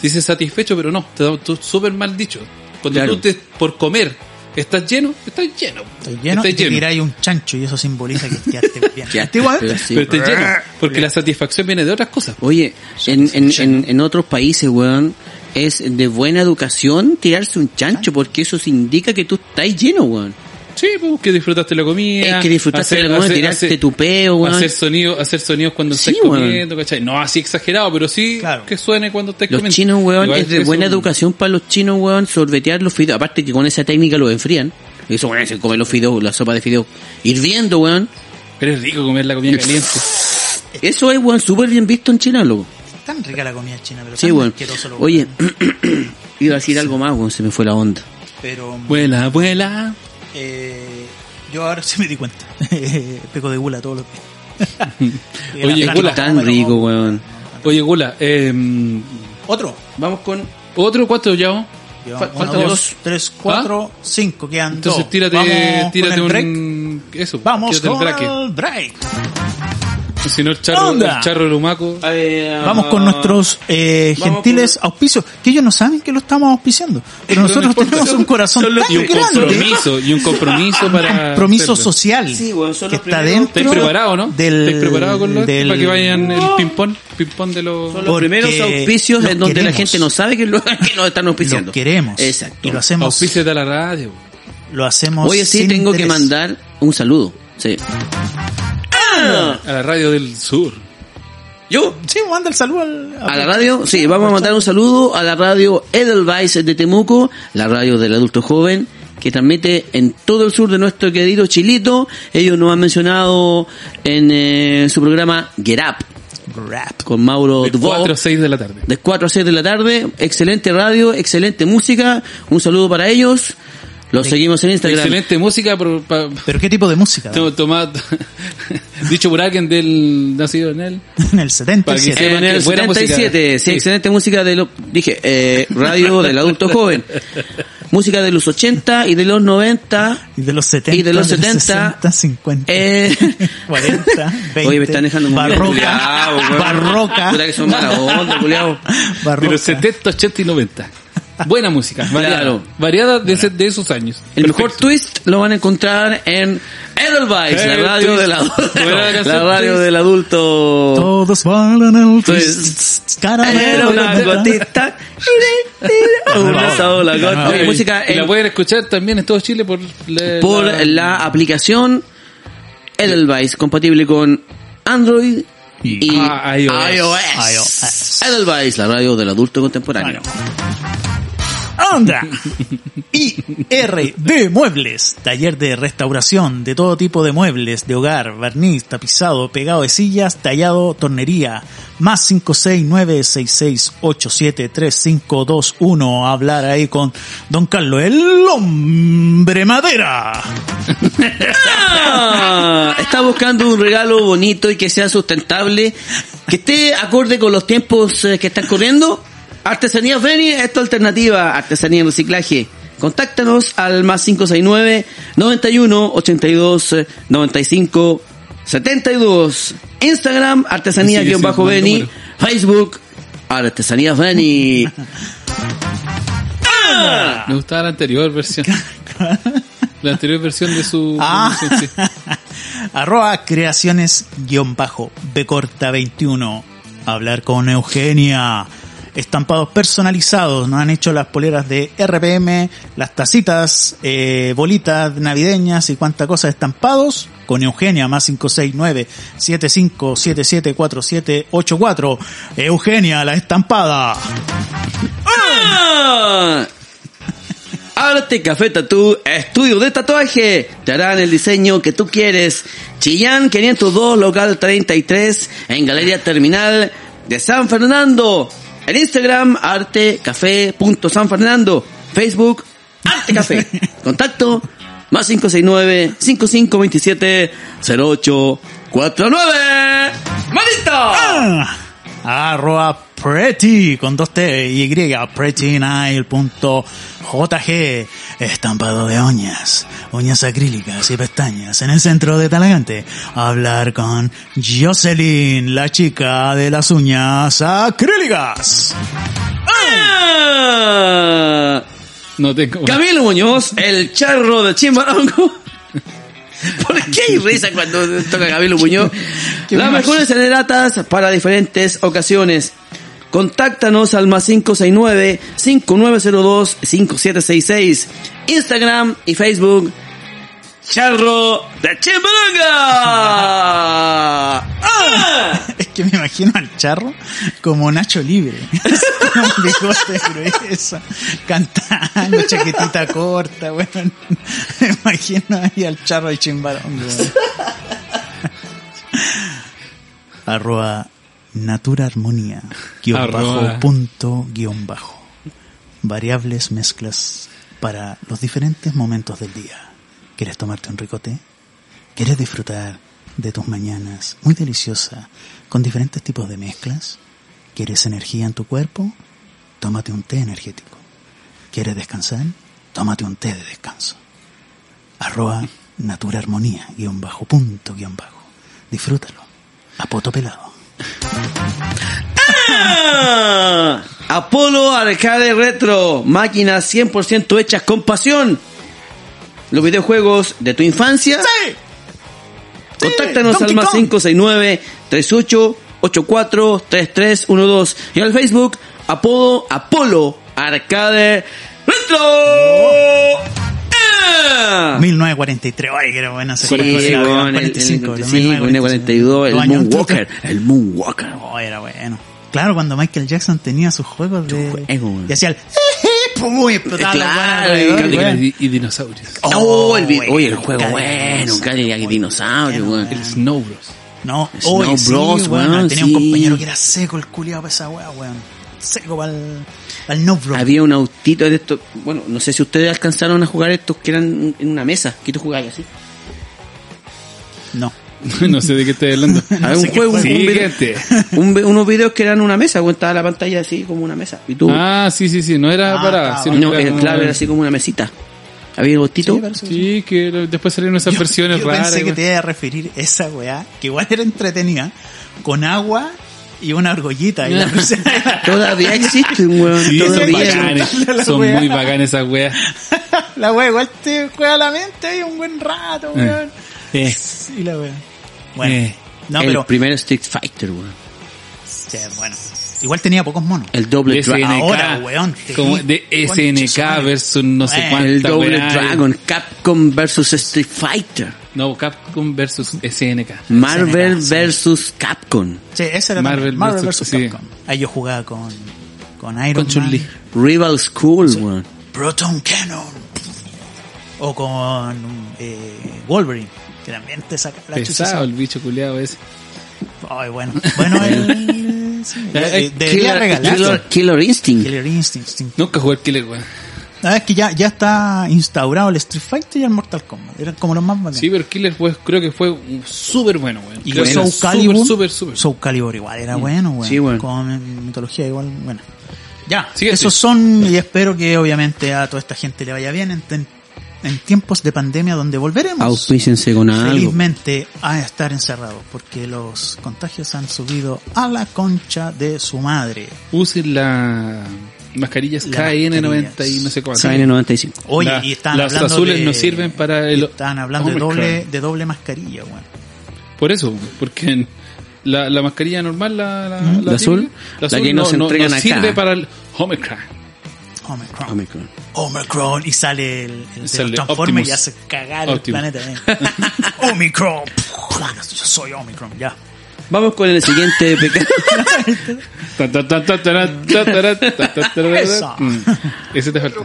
Speaker 1: dice satisfecho, pero no, te da tú súper mal dicho. Cuando
Speaker 2: Claro.
Speaker 1: tú te, por comer, estás lleno, estás lleno.
Speaker 3: Estoy lleno
Speaker 1: Estás
Speaker 3: y te tiráis un chancho y eso simboliza que quedaste bien.
Speaker 2: Ya,
Speaker 3: Antiguamente,
Speaker 2: pero sí.
Speaker 1: Este
Speaker 2: pues.
Speaker 1: Pero
Speaker 2: Ah,
Speaker 1: estás lleno. Porque la satisfacción viene de otras cosas. pues.
Speaker 2: Oye, en, en, en, en otros países, weón, es de buena educación tirarse un chancho porque eso se indica que tú estás lleno, weón.
Speaker 1: Sí, pues, que disfrutaste la comida.
Speaker 2: Es que disfrutaste
Speaker 1: hacer-
Speaker 2: la comida,
Speaker 1: hacer-
Speaker 2: tiraste
Speaker 1: hacer-
Speaker 2: tu peo, weón.
Speaker 1: Hacer sonidos, hacer sonidos cuando
Speaker 2: Sí,
Speaker 1: estés
Speaker 2: weón.
Speaker 1: comiendo, ¿cachai? No así exagerado, pero sí
Speaker 3: Claro.
Speaker 1: que suene cuando estés
Speaker 2: Los
Speaker 1: comiendo.
Speaker 2: chinos, weón,
Speaker 1: Igual
Speaker 2: es de
Speaker 1: eso,
Speaker 2: buena
Speaker 1: weón.
Speaker 2: educación para los chinos, weón, sorbetear los fideos. Aparte que con esa técnica los enfrían. Eso, weón, se comen los fideos, la sopa de fideos hirviendo, weón.
Speaker 1: Pero es rico comer la comida caliente.
Speaker 2: Eso es, weón, súper bien visto en China, loco.
Speaker 3: es tan rica la comida china, pero
Speaker 2: Sí,
Speaker 3: tan
Speaker 2: weón.
Speaker 3: asqueroso lo
Speaker 2: Oye, iba a decir algo más, weón, se me fue la onda.
Speaker 3: Pero
Speaker 1: Vuela, vuela.
Speaker 3: eh, yo ahora sí me di cuenta. Peco de gula todos los días. Y
Speaker 1: Oye,
Speaker 3: la-
Speaker 1: gula.
Speaker 2: Tan rico, weón.
Speaker 1: Oye, Gula, eh,
Speaker 3: Otro.
Speaker 2: Vamos con...
Speaker 1: ¿otro cuánto ya? vamos?
Speaker 3: Llevamos
Speaker 1: Fa-
Speaker 3: uno,
Speaker 1: falta
Speaker 3: dos,
Speaker 1: dos. ¿Ah?
Speaker 3: tres, cuatro, cinco. Quedan
Speaker 1: Entonces
Speaker 3: dos.
Speaker 1: tírate,
Speaker 3: Vamos
Speaker 1: tírate
Speaker 3: con el break.
Speaker 1: un... Eso,
Speaker 3: Vamos
Speaker 1: tírate el
Speaker 3: con
Speaker 1: braque.
Speaker 3: el break.
Speaker 1: Si no, el charro,
Speaker 3: Onda.
Speaker 1: el charro lumaco.
Speaker 3: Vamos con nuestros eh,
Speaker 2: vamos
Speaker 3: gentiles auspicios, que ellos no saben que lo estamos auspiciando, pero nosotros tenemos un corazón tan
Speaker 1: y un
Speaker 3: grande,
Speaker 1: compromiso, y un compromiso para...
Speaker 3: compromiso
Speaker 1: hacerlo.
Speaker 3: Ah, social,
Speaker 2: Sí, bueno, son
Speaker 3: que
Speaker 2: los
Speaker 3: está
Speaker 2: primeros.
Speaker 3: dentro
Speaker 1: ¿Estáis preparados, no?
Speaker 3: del...
Speaker 1: ¿Estáis preparados con los...
Speaker 3: del-
Speaker 1: Para que vayan el ping-pong, ping-pong de los...
Speaker 2: Son los
Speaker 3: Porque
Speaker 2: primeros auspicios
Speaker 3: los
Speaker 2: en donde
Speaker 3: queremos.
Speaker 2: la gente no sabe que, lo, que nos están auspiciando.
Speaker 3: Lo queremos.
Speaker 2: Exacto.
Speaker 3: Y lo hacemos,
Speaker 1: Auspicios de la radio.
Speaker 3: lo hacemos
Speaker 2: Oye, sí,
Speaker 3: sin
Speaker 2: tengo
Speaker 3: interés.
Speaker 2: que mandar un saludo. Sí.
Speaker 3: Ah.
Speaker 1: A la radio del sur.
Speaker 2: ¿Yo?
Speaker 3: Sí, manda el saludo al...
Speaker 2: A la radio, sí, vamos a mandar un saludo a la radio Edelweiss de Temuco, la radio del adulto joven, que transmite en todo el sur de nuestro querido Chilito. Ellos nos han mencionado en eh, su programa Get Up,
Speaker 3: Rap.
Speaker 2: con Mauro
Speaker 1: De
Speaker 2: Dubov.
Speaker 1: 4 a 6 de la tarde.
Speaker 2: de 4 a 6 de la tarde. Excelente radio, excelente música. Un saludo para ellos. Los seguimos en Instagram.
Speaker 1: Excelente música. Por, pa-
Speaker 3: Pero qué tipo de música,
Speaker 1: to- toma- dicho por alguien del nacido en él.
Speaker 3: en el 77.
Speaker 1: Para
Speaker 2: Eh, En el
Speaker 1: Buena música.
Speaker 2: 77, sí,
Speaker 1: Sí.
Speaker 2: excelente música de los, dije, eh, radio del adulto joven. Música de los 80 y de los 90.
Speaker 3: Y de los 70,
Speaker 2: Y de los 70,
Speaker 3: 60, 50,
Speaker 2: Eh,
Speaker 3: 40, 20.
Speaker 2: Oye, me están dejando muy bien,
Speaker 3: barroca,
Speaker 2: culiao, weón.
Speaker 3: barroca,
Speaker 2: Puta que son mala onda, culiao.
Speaker 1: De
Speaker 3: barroca.
Speaker 1: los 70, 80 y 90. Buena música, variada,
Speaker 2: Claro.
Speaker 1: variada de, ese- de esos años.
Speaker 2: El
Speaker 1: Perfecto.
Speaker 2: mejor twist lo van a encontrar en Edelweiss, la
Speaker 1: El
Speaker 2: radio,
Speaker 1: twist.
Speaker 2: del
Speaker 1: ¿Cómo era la
Speaker 2: adulto,
Speaker 1: canción?
Speaker 2: la radio
Speaker 1: Twist.
Speaker 2: del adulto.
Speaker 3: Todos bailan el
Speaker 2: Pues,
Speaker 3: twist, caramelo
Speaker 2: Era una
Speaker 3: de verdad.
Speaker 2: gotita, una sola gota.
Speaker 1: Ah, y-
Speaker 2: Oye, música
Speaker 1: y la
Speaker 2: en-
Speaker 1: pueden escuchar también en todo Chile por la,
Speaker 2: por
Speaker 1: la-
Speaker 2: la aplicación Edelweiss, compatible con Android y
Speaker 1: Ah, iOS.
Speaker 3: iOS.
Speaker 2: Edelweiss, la radio del adulto contemporáneo.
Speaker 3: Andra y RD Muebles, taller de restauración de todo tipo de muebles, de hogar, barniz, tapizado, pegado de sillas, tallado, tornería. Más 569-6687-3521. Hablar ahí con Don Carlos, el hombre madera.
Speaker 2: Ah, está buscando un regalo bonito y que sea sustentable, que esté acorde con los tiempos eh, que están corriendo. Artesanía Feni es tu alternativa, artesanía en reciclaje. Contáctanos al más 569 91 82 95 72. Instagram, artesanía
Speaker 1: Sigue
Speaker 2: guión bajo
Speaker 1: siendo el
Speaker 2: Feni. Facebook, artesanía Feni.
Speaker 1: Me gustaba la anterior versión. la anterior versión de su...
Speaker 3: Ah.
Speaker 1: canción, sí.
Speaker 3: Arroba creaciones guión bajo B corta 21. Hablar con Eugenia. Estampados personalizados. Nos han hecho las poleras de RPM, las tacitas, eh, bolitas navideñas y cuánta cosa estampados. Con Eugenia, más 569-75774784. Eugenia, la estampada.
Speaker 2: ¡Ah! Arte Café Tatú, estudio de tatuaje. Te harán el diseño que tú quieres. Chillán 502, local 33, en Galería Terminal de San Fernando. En Instagram, artecafé.sanfernando. Facebook, Arte Café. Contacto, más 569-5527-0849.
Speaker 3: Ah,
Speaker 2: ¡Maldito!
Speaker 3: Arroba Pretty con dos T y prettynail.jg Estampado de uñas, uñas acrílicas y pestañas en el centro de Talagante. Hablar con Jocelyn, la chica de las uñas acrílicas.
Speaker 2: ¡Ah!
Speaker 1: No tengo...
Speaker 2: Camilo Muñoz, el charro de Chimbarongo. ¿Por qué hay risa cuando toca Camilo Muñoz?
Speaker 3: Que
Speaker 2: Las
Speaker 3: me
Speaker 2: mejores serenatas para diferentes ocasiones. Contáctanos al más 569-5902-5766. Instagram y Facebook. Charro de Chimbaronga. ¡Ah!
Speaker 3: Es que me imagino al charro como Nacho Libre. Con bigote grueso, cantando, chaquetita corta, bueno. Me imagino ahí al charro de chimbarongo. weón. Arroba Natura Armonía, guión
Speaker 1: Arroba.
Speaker 3: bajo, punto, guión bajo. Variables mezclas para los diferentes momentos del día. ¿Quieres tomarte un ricote? ¿Quieres disfrutar de tus mañanas muy deliciosa con diferentes tipos de mezclas? ¿Quieres energía en tu cuerpo? Tómate un té energético. ¿Quieres descansar? Tómate un té de descanso. Arroba Natura Armonía, guión bajo, punto, guión bajo. Disfrútalo. A poto pelado.
Speaker 2: ¡Ah! Apolo Arcade Retro, máquinas 100% hechas con pasión. Los videojuegos de tu infancia. Contáctanos
Speaker 3: Donkey
Speaker 2: al más
Speaker 3: Kong.
Speaker 2: 569 38 84 3312 y al Facebook apodo Apolo Arcade Retro.
Speaker 3: Oh.
Speaker 2: ¡Ah!
Speaker 3: 1943. Ay, que era buena
Speaker 2: Sí,
Speaker 3: serie. Era
Speaker 2: bueno, el,
Speaker 3: buena, 45,
Speaker 2: el-
Speaker 3: los
Speaker 2: sí, 1942, el
Speaker 3: Los años
Speaker 2: Moonwalker,
Speaker 3: antes-
Speaker 2: el Moonwalker.
Speaker 3: Oh, era bueno. Claro, cuando Michael Jackson tenía sus juegos de...
Speaker 2: juego, güey.
Speaker 3: y hacía el... ¡Pum! Y explotaba la
Speaker 2: Claro,
Speaker 3: guana alrededor,
Speaker 2: y-
Speaker 1: Candy
Speaker 3: güey.
Speaker 1: Crush y, y dinosaurios.
Speaker 2: Oh, el, vi-
Speaker 3: bueno,
Speaker 2: oye, el juego
Speaker 3: Cadillac
Speaker 2: bueno,
Speaker 3: Dinosaurio,
Speaker 2: Cadillac y
Speaker 3: bueno,
Speaker 2: Dinosaurio,
Speaker 3: bueno.
Speaker 2: weón.
Speaker 1: El Snow Bros.
Speaker 3: No,
Speaker 2: Snow
Speaker 3: oye, sí,
Speaker 2: Bros,
Speaker 3: weón,
Speaker 2: weón,
Speaker 3: tenía
Speaker 2: sí.
Speaker 3: un compañero que era seco el culiado para esa weá, weón. Seco para el, no bro.
Speaker 2: Había un autito de estos, bueno, no sé si ustedes alcanzaron a jugar estos que eran en una mesa, que tú jugabas así.
Speaker 3: No.
Speaker 1: no sé de qué estoy hablando. Ah,
Speaker 2: Había un
Speaker 3: sé qué
Speaker 2: juego, un
Speaker 3: juego.
Speaker 2: video-
Speaker 1: Siguiente.
Speaker 2: un vi- unos videos que eran una mesa, weón, estaba la pantalla así como una mesa. Y tú,
Speaker 1: Ah, sí, sí, sí. No era
Speaker 3: Ah,
Speaker 1: para...
Speaker 3: claro.
Speaker 1: sino
Speaker 2: no,
Speaker 1: que
Speaker 2: el clave era así como una mesita. Había un autito.
Speaker 3: Sí, parece que sí.
Speaker 1: Sí, que lo- después salieron esas versiones
Speaker 3: Yo
Speaker 1: raras.
Speaker 3: pensé que
Speaker 1: güey.
Speaker 3: te iba a referir esa weá, que igual era entretenida, con agua y una argollita. Y la persona-
Speaker 2: Todavía existen, weón.
Speaker 1: Sí, son
Speaker 2: todavía.
Speaker 1: bacanes. Son muy bacanes esas weas.
Speaker 3: la wea igual te juega la mente ahí un buen rato,
Speaker 1: Eh.
Speaker 3: weón.
Speaker 1: Eh,
Speaker 3: Y la wea. Bueno,
Speaker 1: Eh.
Speaker 3: no,
Speaker 2: el
Speaker 3: pero.
Speaker 2: primer Street Fighter, weón.
Speaker 3: sí, bueno, igual tenía pocos monos.
Speaker 2: El doble
Speaker 1: de SNK.
Speaker 2: Dragon.
Speaker 3: Ahora, weón, te
Speaker 1: como
Speaker 3: vi.
Speaker 1: de
Speaker 3: Concha su
Speaker 1: SNK
Speaker 3: madre.
Speaker 1: versus no sé
Speaker 3: Eh,
Speaker 1: cuánta
Speaker 2: El doble
Speaker 1: wea.
Speaker 2: Dragon. Capcom versus Street Fighter.
Speaker 1: No, Capcom versus SNK.
Speaker 2: Marvel
Speaker 3: sí.
Speaker 2: versus Capcom.
Speaker 3: Sí, ese era
Speaker 1: Marvel
Speaker 3: Marvel, Marvel
Speaker 1: versus-
Speaker 3: vs.
Speaker 1: sí.
Speaker 3: Capcom. Ahí yo jugaba con, con
Speaker 1: Con
Speaker 3: Iron Man.
Speaker 1: Chun-Li.
Speaker 2: Rival School, weón.
Speaker 3: Proton Cannon. O con eh, Wolverine, que también te saca la
Speaker 1: Pesado
Speaker 3: chucha.
Speaker 1: el bicho culiado ese.
Speaker 3: Ay, bueno. Bueno, el, sí,
Speaker 1: Eh, eh,
Speaker 3: debería
Speaker 2: Killer,
Speaker 3: regalar
Speaker 2: Killer Instinct.
Speaker 3: Killer Instinct. Instinct.
Speaker 1: Nunca jugué al Killer, weón.
Speaker 3: No, es que ya, ya está instaurado el Street Fighter y el Mortal Kombat. Eran como los más bacanes.
Speaker 1: Sí, pero Killer fue, creo que fue un súper bueno, weón.
Speaker 3: y
Speaker 1: Creo
Speaker 3: con
Speaker 1: que
Speaker 3: Soul
Speaker 1: era
Speaker 3: Calibur.
Speaker 1: Súper, súper, súper.
Speaker 3: Soul Calibur igual era bueno, weón.
Speaker 2: Sí, weón.
Speaker 3: Con mitología igual, bueno. Ya,
Speaker 1: Siguiente.
Speaker 3: esos son, y espero que obviamente a toda esta gente le vaya bien en, en- en tiempos de pandemia donde volveremos.
Speaker 2: Auspícense con algo.
Speaker 3: felizmente a estar encerrados porque los contagios han subido a la concha de su madre.
Speaker 1: Usen la mascarillas
Speaker 3: La
Speaker 1: KN90 y
Speaker 3: mascarillas.
Speaker 1: no sé cuánto.
Speaker 2: KN95.
Speaker 3: Oye,
Speaker 1: La-
Speaker 3: y están
Speaker 1: las
Speaker 3: hablando
Speaker 1: azules
Speaker 3: de-
Speaker 1: no sirven para el-
Speaker 3: Están hablando de
Speaker 1: Omicron.
Speaker 3: doble de doble mascarilla, weón.
Speaker 1: Por eso, porque en- la, la mascarilla normal, la, la,
Speaker 2: ¿La azul?
Speaker 1: la
Speaker 2: La
Speaker 1: azul
Speaker 2: que
Speaker 1: no,
Speaker 2: nos
Speaker 1: no-
Speaker 2: entregan
Speaker 1: no
Speaker 2: acá.
Speaker 1: sirve para el Omicron.
Speaker 3: Omicron.
Speaker 2: Omicron.
Speaker 3: Omicron y sale el, el de
Speaker 1: Sale
Speaker 3: los Transformers
Speaker 1: Optimus.
Speaker 3: y hace cagar
Speaker 1: Optimus.
Speaker 3: el planeta. eh. Omicron. Yo soy Omicron, ya.
Speaker 2: Vamos con el siguiente pecado.
Speaker 1: Ta, ta, ta, ta, ta, ta, ta, ta, ta, ta, ta,
Speaker 3: Eso.
Speaker 1: Mm. Ese te falta.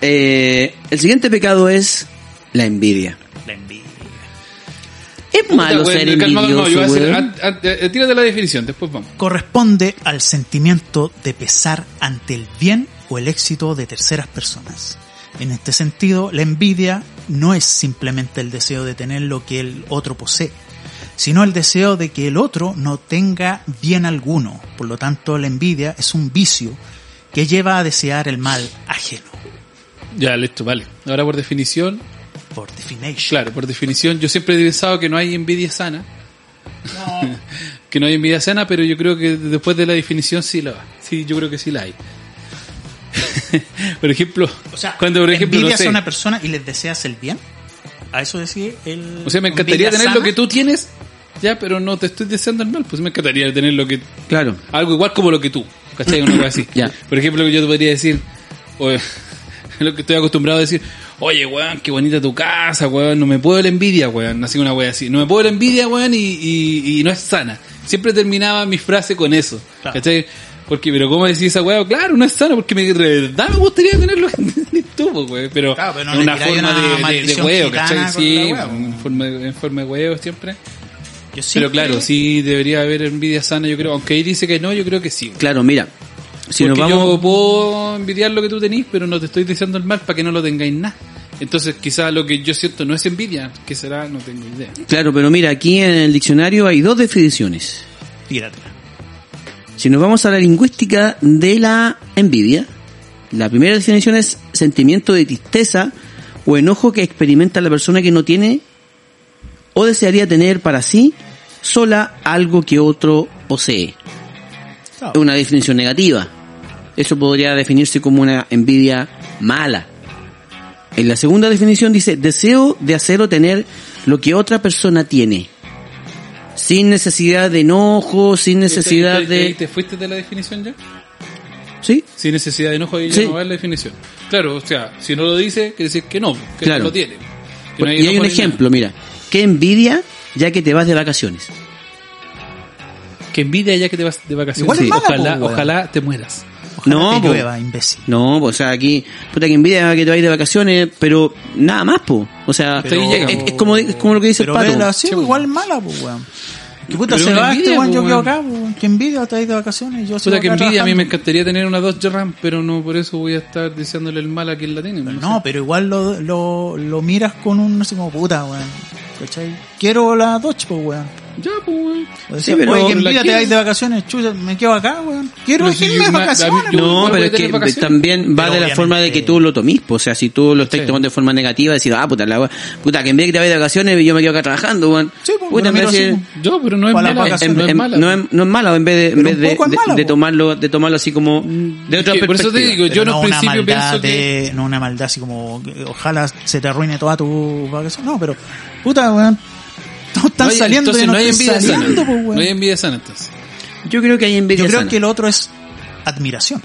Speaker 2: Eh, el siguiente pecado es la envidia.
Speaker 3: La envidia.
Speaker 2: Es malo
Speaker 1: Puta,
Speaker 2: ser
Speaker 1: weón, calma, calma, yo voy a
Speaker 2: envidioso,
Speaker 1: hacer-
Speaker 2: weón.
Speaker 1: an- an- eh, Tírate la definición, después vamos.
Speaker 3: Corresponde al sentimiento de pesar ante el bien o el éxito de terceras personas. En este sentido, la envidia no es simplemente el deseo de tener lo que el otro posee, sino el deseo de que el otro no tenga bien alguno. Por lo tanto, la envidia es un vicio que lleva a desear el mal ajeno.
Speaker 1: Ya, listo, vale. Ahora por definición,
Speaker 3: Por definition.
Speaker 1: claro, por definición, yo siempre he pensado que no hay envidia sana. que no hay envidia sana, pero yo creo que después de la definición sí la Sí, yo creo que sí la hay. por ejemplo,
Speaker 3: O sea,
Speaker 1: cuando por ejemplo, no
Speaker 3: envidias
Speaker 1: sé,
Speaker 3: a una persona y les deseas el bien. A eso decir el.
Speaker 1: o sea, me encantaría tener lo que tú tienes, ya, pero no te estoy deseando el mal, pues me encantaría tener lo que
Speaker 2: Claro.
Speaker 1: algo igual como lo que tú, ¿cachai? Una cosa así.
Speaker 2: Ya.
Speaker 1: Por ejemplo, yo te podría decir, o, lo que estoy acostumbrado a decir, oye, weón, qué bonita tu casa, weón, no me puedo la envidia, weón, así una wea así, no me puedo la envidia, weón, y, y- y no es sana. Siempre terminaba mi frase con eso,
Speaker 3: Claro.
Speaker 1: ¿cachai? Porque, pero ¿cómo decís esa weá? Claro, no es sana, porque me, de verdad me gustaría tenerlo en tú, pues, weón, pero,
Speaker 3: Claro, pero no
Speaker 1: en
Speaker 3: le
Speaker 1: una
Speaker 3: tiráis
Speaker 1: forma
Speaker 3: una
Speaker 1: de- de, de,
Speaker 3: maldición
Speaker 1: huevo,
Speaker 3: gitana
Speaker 1: ¿cachai?
Speaker 3: con
Speaker 1: Sí,
Speaker 3: la pues. wea,
Speaker 1: en
Speaker 3: weón.
Speaker 1: forma, en forma de huevo siempre.
Speaker 3: Yo
Speaker 1: Pero
Speaker 3: siempre-
Speaker 1: claro, sí debería haber envidia sana, yo creo. Aunque ahí dice que no, yo creo que sí.
Speaker 2: Claro, mira. Si nos
Speaker 1: Porque
Speaker 2: vamos.
Speaker 1: yo puedo envidiar lo que tú tenís, pero no te estoy deseando el mal para que no lo tengáis nada. Entonces, quizás lo que yo siento no es envidia, que será, no tengo idea.
Speaker 2: Claro, pero mira, aquí en el diccionario hay dos definiciones.
Speaker 3: Tíratela.
Speaker 2: Si nos vamos a la lingüística de la envidia, la primera definición es sentimiento de tristeza o enojo que experimenta la persona que no tiene o desearía tener para sí sola algo que otro posee.
Speaker 3: Claro.
Speaker 2: Es una definición negativa. Eso podría definirse como una envidia mala. En la segunda definición dice deseo de hacer o tener lo que otra persona tiene. Sin necesidad de enojo, sin necesidad
Speaker 1: ¿Te- te- te-
Speaker 2: de...
Speaker 1: ¿Te fuiste de la definición ya?
Speaker 2: ¿Sí?
Speaker 1: Sin necesidad de enojo, ahí
Speaker 2: Sí.
Speaker 1: ya no va la definición. Claro, o sea, si no lo dice, quiere decir que no, que
Speaker 2: Claro.
Speaker 1: no lo tiene. Que no
Speaker 2: y hay
Speaker 1: enojo
Speaker 2: un
Speaker 1: ni nada.
Speaker 2: ejemplo, mira. Qué envidia ya que te vas de vacaciones.
Speaker 1: Que envidia ya que te vas de vacaciones.
Speaker 3: Igual es mala,
Speaker 1: ojalá,
Speaker 3: po, weón.
Speaker 1: ojalá te mueras.
Speaker 3: Ojalá
Speaker 2: No,
Speaker 3: te
Speaker 2: po.
Speaker 3: llueva, imbécil.
Speaker 2: No, po, o sea, aquí, puta que envidia que te vayas de vacaciones, pero nada más, po. O sea,
Speaker 1: Pero-
Speaker 2: es, es- es como, es como lo que dice el
Speaker 3: Pero
Speaker 2: pato.
Speaker 3: vela, sí,
Speaker 1: Sí,
Speaker 3: po,
Speaker 1: po.
Speaker 3: igual mala, pues, weón. Que puta
Speaker 1: Pero
Speaker 3: se
Speaker 1: una
Speaker 3: va este
Speaker 1: envidia,
Speaker 3: weón,
Speaker 1: po,
Speaker 3: yo quedo
Speaker 1: weón.
Speaker 3: acá, po. Que envidia, te vas de vacaciones. Yo sigo
Speaker 1: Puta que
Speaker 3: acá
Speaker 1: envidia, a mí me
Speaker 3: trabajando.
Speaker 1: encantaría tener una 2 RAM, pero no por eso voy a estar deseándole el mal a quien la tiene. pues, sé.
Speaker 3: No, pero igual lo, lo, lo miras con un, no sé, como puta, weón. ¿Cachai? Quiero la Dodge, pues, weón.
Speaker 1: Ya, pues, weón.
Speaker 3: O
Speaker 2: Sí,
Speaker 3: sea,
Speaker 2: pero
Speaker 3: oye, que en
Speaker 1: la
Speaker 3: vida te
Speaker 1: quiero.
Speaker 3: vais de vacaciones, chuta, me quedo acá, weón. Quiero
Speaker 1: Pero si
Speaker 3: irme
Speaker 1: yo
Speaker 3: de
Speaker 1: me- la-
Speaker 3: vacaciones.
Speaker 1: yo-
Speaker 2: No,
Speaker 1: Igual
Speaker 2: pero
Speaker 1: puede
Speaker 2: es que
Speaker 1: tener vacaciones.
Speaker 2: también va
Speaker 3: Pero
Speaker 2: de la
Speaker 3: obviamente-
Speaker 2: forma de que tú lo tomís, po. o sea, si tú lo estás
Speaker 1: Sí.
Speaker 2: tomando de forma negativa, decir, ah, puta, la wea- puta, que en vez de que te vayas de vacaciones, yo me quedo acá trabajando, weón.
Speaker 3: Sí, po,
Speaker 2: Puta,
Speaker 3: bueno,
Speaker 2: en vez
Speaker 3: mira,
Speaker 2: de-
Speaker 3: sí, po.
Speaker 1: Yo, pero no es
Speaker 3: Para las
Speaker 1: mala.
Speaker 3: vacaciones.
Speaker 1: pues, no es
Speaker 2: en-
Speaker 1: mala.
Speaker 2: no, es, no es malo en vez de, en
Speaker 3: Pero
Speaker 2: vez
Speaker 3: un
Speaker 2: de,
Speaker 3: poco es
Speaker 2: de-
Speaker 3: malo,
Speaker 2: de
Speaker 3: po.
Speaker 2: tomarlo de tomarlo así como de otra
Speaker 1: que por eso te
Speaker 2: perspectiva.
Speaker 1: digo, yo
Speaker 3: Pero
Speaker 1: en un
Speaker 3: una
Speaker 1: principio
Speaker 3: maldad
Speaker 1: pienso que-
Speaker 3: de- no una maldad así como eh, ojalá se te arruine toda tu vacación no pero puta weón todos están
Speaker 1: No hay-
Speaker 3: saliendo
Speaker 1: entonces
Speaker 3: yo no,
Speaker 1: no hay
Speaker 3: estoy
Speaker 1: envidia sana.
Speaker 3: saliendo, po, weón.
Speaker 1: No hay envidia sana, entonces.
Speaker 2: Yo creo que hay envidia
Speaker 3: yo creo
Speaker 2: sana.
Speaker 3: que lo otro es admiración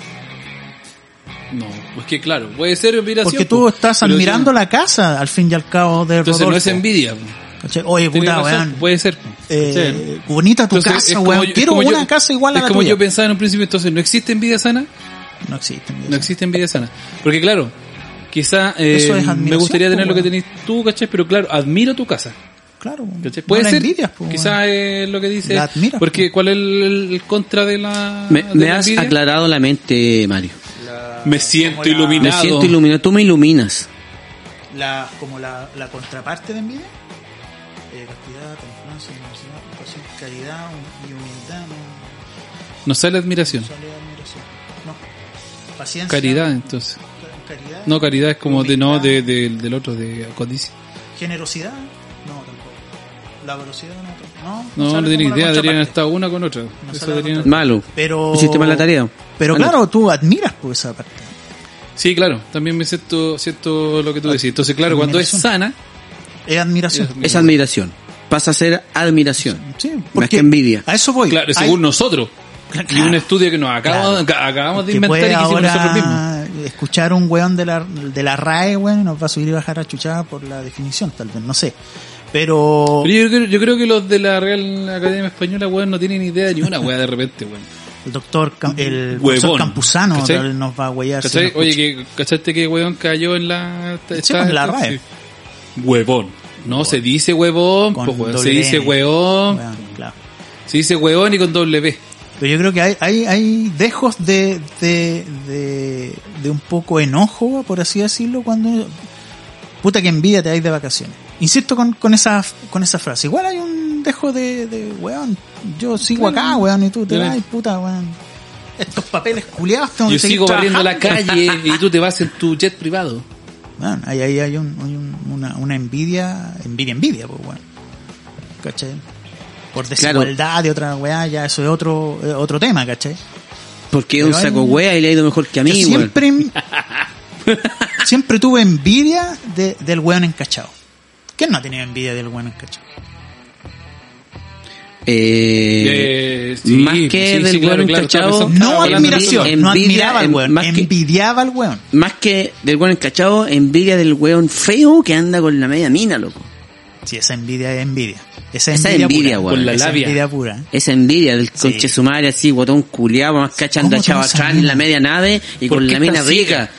Speaker 1: No, pues que claro, puede ser admiración.
Speaker 3: porque
Speaker 1: po,
Speaker 3: tú estás
Speaker 1: pero
Speaker 3: admirando
Speaker 1: yo-
Speaker 3: la casa al fin y al cabo de
Speaker 1: Entonces
Speaker 3: Rodolfo
Speaker 1: no es envidia. po.
Speaker 3: ¿Cachai? oye
Speaker 1: Tenés
Speaker 3: puta
Speaker 1: razón,
Speaker 3: weón
Speaker 1: Puede ser. pues.
Speaker 3: eh, bonita tu
Speaker 1: Entonces, es
Speaker 3: casa
Speaker 1: como
Speaker 3: weón
Speaker 1: yo- es
Speaker 3: quiero
Speaker 1: como
Speaker 3: una
Speaker 1: yo-
Speaker 3: casa igual a
Speaker 1: Es
Speaker 3: la
Speaker 1: como
Speaker 3: tuya
Speaker 1: yo pensaba en un principio, entonces no existe envidia sana,
Speaker 3: no existe
Speaker 1: no existe envidia sana. Porque claro, quizá eh,
Speaker 3: Eso es
Speaker 1: me
Speaker 3: admiración,
Speaker 1: gustaría tener
Speaker 3: po,
Speaker 1: lo que
Speaker 3: weón.
Speaker 1: tenés tú, ¿cachai? Pero claro, admiro tu casa.
Speaker 3: claro weón.
Speaker 1: ¿Cachai?
Speaker 3: No
Speaker 1: Puede
Speaker 3: la
Speaker 1: ser,
Speaker 3: envidias, po, weón.
Speaker 1: quizá es lo que dice,
Speaker 3: pues, La pues. admiras,
Speaker 1: porque ¿cuál es el, el contra de la
Speaker 2: me,
Speaker 3: Ah,
Speaker 1: de
Speaker 2: me
Speaker 1: la
Speaker 2: has
Speaker 1: envidia?
Speaker 2: aclarado la mente, Mario.
Speaker 1: Me siento
Speaker 3: Como la-
Speaker 2: Me
Speaker 1: iluminado.
Speaker 2: siento iluminado, tú me iluminas.
Speaker 3: la, como la, la contraparte de envidia. Eh, castidad, confianza, generosidad, pasión, caridad hum- y humildad no
Speaker 1: No sale admiración.
Speaker 3: sale admiración. No. Paciencia.
Speaker 1: Caridad, entonces.
Speaker 3: ca- Caridad.
Speaker 1: No, caridad es como de no
Speaker 3: Humildad.
Speaker 1: de, de- del otro, de codicia.
Speaker 3: Generosidad. No, tampoco. La velocidad no. tampoco. No,
Speaker 1: No, no
Speaker 3: sale
Speaker 1: tienen
Speaker 3: como la
Speaker 1: idea, deberían
Speaker 3: contraparte.
Speaker 1: estar una con otra. Eso
Speaker 3: sale la
Speaker 1: deberían-
Speaker 3: contraparte.
Speaker 2: Malo.
Speaker 3: Pero.
Speaker 2: Hiciste mala tarea.
Speaker 3: Pero
Speaker 2: Anda.
Speaker 3: claro, tú admiras por esa parte.
Speaker 1: Sí, claro, también me siento, siento lo que tú decís. Entonces, claro, cuando es sana,
Speaker 3: Es admiración.
Speaker 2: Es admiración. Pasa a ser admiración.
Speaker 3: Sí,
Speaker 2: Más que envidia.
Speaker 3: A eso voy.
Speaker 1: claro,
Speaker 3: Hay-
Speaker 1: según nosotros. Y un estudio que nos acabamos, ca- acabamos de
Speaker 3: que
Speaker 1: inventar y que
Speaker 3: puede
Speaker 1: hicimos nosotros mismos.
Speaker 3: ahora escuchar un weón de la, de la RAE, weón, y nos va a subir y bajar a chuchada por la definición, tal vez, no sé. Pero,
Speaker 1: Pero yo, creo- yo creo que los de la Real Academia Española, weón, no tienen idea de ni una weá de repente, weón.
Speaker 3: el doctor, Cam- el profesor
Speaker 1: Huevón,
Speaker 3: Campuzano
Speaker 1: ¿cachai?
Speaker 3: tal vez nos va a huellar. si
Speaker 1: ¿Cachai?
Speaker 3: nos
Speaker 1: Oye,
Speaker 3: escucha.
Speaker 1: que, ¿cachaste que weón cayó en la...
Speaker 3: Sí, pues, en la RAE.
Speaker 1: sí. Huevón. No, se dice huevón,
Speaker 3: Con
Speaker 1: pues, weón, se
Speaker 3: doble
Speaker 1: dice
Speaker 3: N.
Speaker 1: huevón,
Speaker 3: Weón, claro.
Speaker 1: se dice huevón y con doble B.
Speaker 3: Pero yo creo que hay, hay, hay dejos de, de, de, de un poco enojo, por así decirlo, cuando puta que envidia te hay de vacaciones. Insisto con, con, esa, con esa frase. Igual hay un dejo de, de weón, yo sigo acá, weón, y tú te
Speaker 1: Claro.
Speaker 3: vas, puta, weón. Estos papeles culiados tengo
Speaker 1: Yo
Speaker 3: que seguir
Speaker 1: sigo barriendo la
Speaker 3: trabajando.
Speaker 1: calle y tú te vas en tu jet privado.
Speaker 3: Weón, ahí, ahí hay, un, hay un- una, una envidia, envidia, envidia, pues, weón. ¿Cachai? Por desigualdad de otra weá, ya eso es otro, eh, otro tema, ¿cachai?
Speaker 2: Porque es un
Speaker 3: Pero hay-
Speaker 2: saco wea y le ha ido mejor que a mí,
Speaker 3: Yo
Speaker 2: weón.
Speaker 3: siempre, siempre tuve envidia de- del weón encachado. ¿Quién no ha tenido envidia del weón encachado?
Speaker 2: Eh,
Speaker 1: Eh, sí,
Speaker 2: más que
Speaker 1: sí,
Speaker 2: del
Speaker 1: sí, claro,
Speaker 2: weón
Speaker 1: claro,
Speaker 2: cachado,
Speaker 1: estaba pensando-
Speaker 3: No
Speaker 1: estaba hablando
Speaker 3: admiración,
Speaker 1: de-
Speaker 2: envidia,
Speaker 3: no admiraba al
Speaker 2: en-
Speaker 3: weón,
Speaker 2: más que-
Speaker 3: envidiaba al weón.
Speaker 2: más que del weón encachado, envidia del weón feo que anda con la media mina, loco.
Speaker 3: Sí, esa envidia es envidia. Esa
Speaker 2: Esa
Speaker 3: envidia,
Speaker 2: envidia,
Speaker 3: pura.
Speaker 2: weón. Con la
Speaker 3: Esa
Speaker 1: labia.
Speaker 3: envidia pura.
Speaker 2: Esa envidia del
Speaker 3: Sí.
Speaker 2: conche sumario así, guatón culiado, más cachando
Speaker 3: ¿Cómo
Speaker 2: echado
Speaker 3: tan
Speaker 2: atrás
Speaker 3: sabio?
Speaker 2: en la media nave y
Speaker 1: ¿Por
Speaker 2: con
Speaker 1: qué
Speaker 2: la mina
Speaker 1: tan
Speaker 2: rica.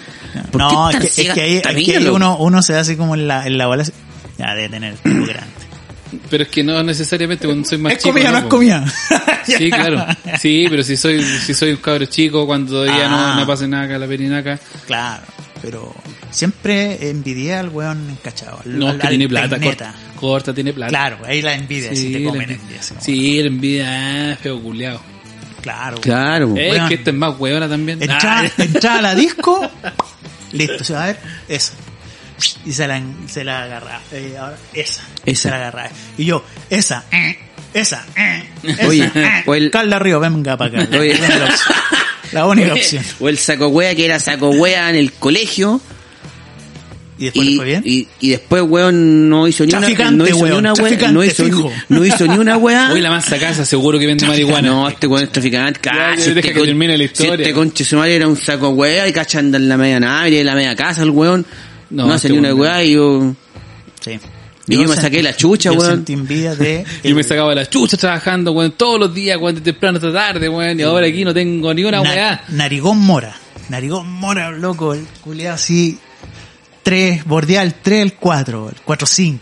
Speaker 2: ¿Por
Speaker 3: No,
Speaker 2: qué tan
Speaker 3: es que, es
Speaker 2: ciega
Speaker 3: que ahí,
Speaker 2: esta
Speaker 3: es
Speaker 2: mina,
Speaker 3: que ahí
Speaker 2: loco?
Speaker 3: uno, uno se da así como en la, en la bola. así, Ya, debe tener culo grande.
Speaker 1: Pero es que no necesariamente cuando soy más
Speaker 3: es
Speaker 1: chico.
Speaker 3: comida, no es
Speaker 1: po.
Speaker 3: comida.
Speaker 1: Sí, claro. Sí, pero si soy, si soy un cabro chico, cuando todavía
Speaker 3: Ah.
Speaker 1: no, no pase nada acá, la perinaca.
Speaker 3: Claro, pero siempre envidié al weón encachado. al-
Speaker 1: No,
Speaker 3: al-
Speaker 1: es que
Speaker 3: al
Speaker 1: tiene plata.
Speaker 3: peineta.
Speaker 1: Corta, corta, tiene plata.
Speaker 3: Claro, ahí la envidia, si te
Speaker 1: la
Speaker 3: comen
Speaker 1: envidia.
Speaker 3: envidia. así como,
Speaker 1: Sí, la envidia, ah, feo culiao.
Speaker 3: Claro.
Speaker 2: Claro, po.
Speaker 1: Eh,
Speaker 3: Weón.
Speaker 1: que esta es más hueona también.
Speaker 3: Entraba,
Speaker 1: Ah,
Speaker 3: entraba a la disco, listo, se va a ver, esa. Y se la, se la agarraba. eh, ahora, esa.
Speaker 2: Esa.
Speaker 3: Se la agarraba. Y yo, esa, eh, esa, eh, esa.
Speaker 2: Oye,
Speaker 3: eh.
Speaker 2: o el-
Speaker 3: Carla Río, venga para acá.
Speaker 2: Oye.
Speaker 3: La única opción. La única opción.
Speaker 2: O el saco wea que era saco wea en el colegio
Speaker 3: Y después le
Speaker 2: y,
Speaker 3: fue bien.
Speaker 2: y, y después weón no hizo ni una,
Speaker 3: Traficante,
Speaker 2: no hizo ni
Speaker 3: weón,
Speaker 2: una wea,
Speaker 3: traficante,
Speaker 2: no hizo,
Speaker 3: fijo.
Speaker 2: no hizo ni una wea.
Speaker 1: Hoy la masa casa seguro que vende marihuana.
Speaker 2: No, este weón es traficante, cacha,
Speaker 1: deja
Speaker 2: este
Speaker 1: que
Speaker 2: con-
Speaker 1: termine la
Speaker 2: si
Speaker 1: historia.
Speaker 2: este conche su madre era un saco wea y cacha anda en la media nave, en la media casa el weón. No,
Speaker 1: No,
Speaker 2: hace
Speaker 1: este
Speaker 2: ni una
Speaker 1: weón
Speaker 2: wea y yo,
Speaker 3: Sí.
Speaker 2: y yo me saqué la chucha,
Speaker 3: yo
Speaker 2: weón.
Speaker 3: sentí envidia de.
Speaker 1: Yo me sacaba las chuchas trabajando, weón, todos los días, weón, de temprano hasta tarde, weón, y ahora aquí no tengo ni una
Speaker 3: Na-
Speaker 1: weá.
Speaker 3: Narigón Mora. Narigón Mora, loco, el culeado así. 3, bordea el 3, el 4, el 4, 5.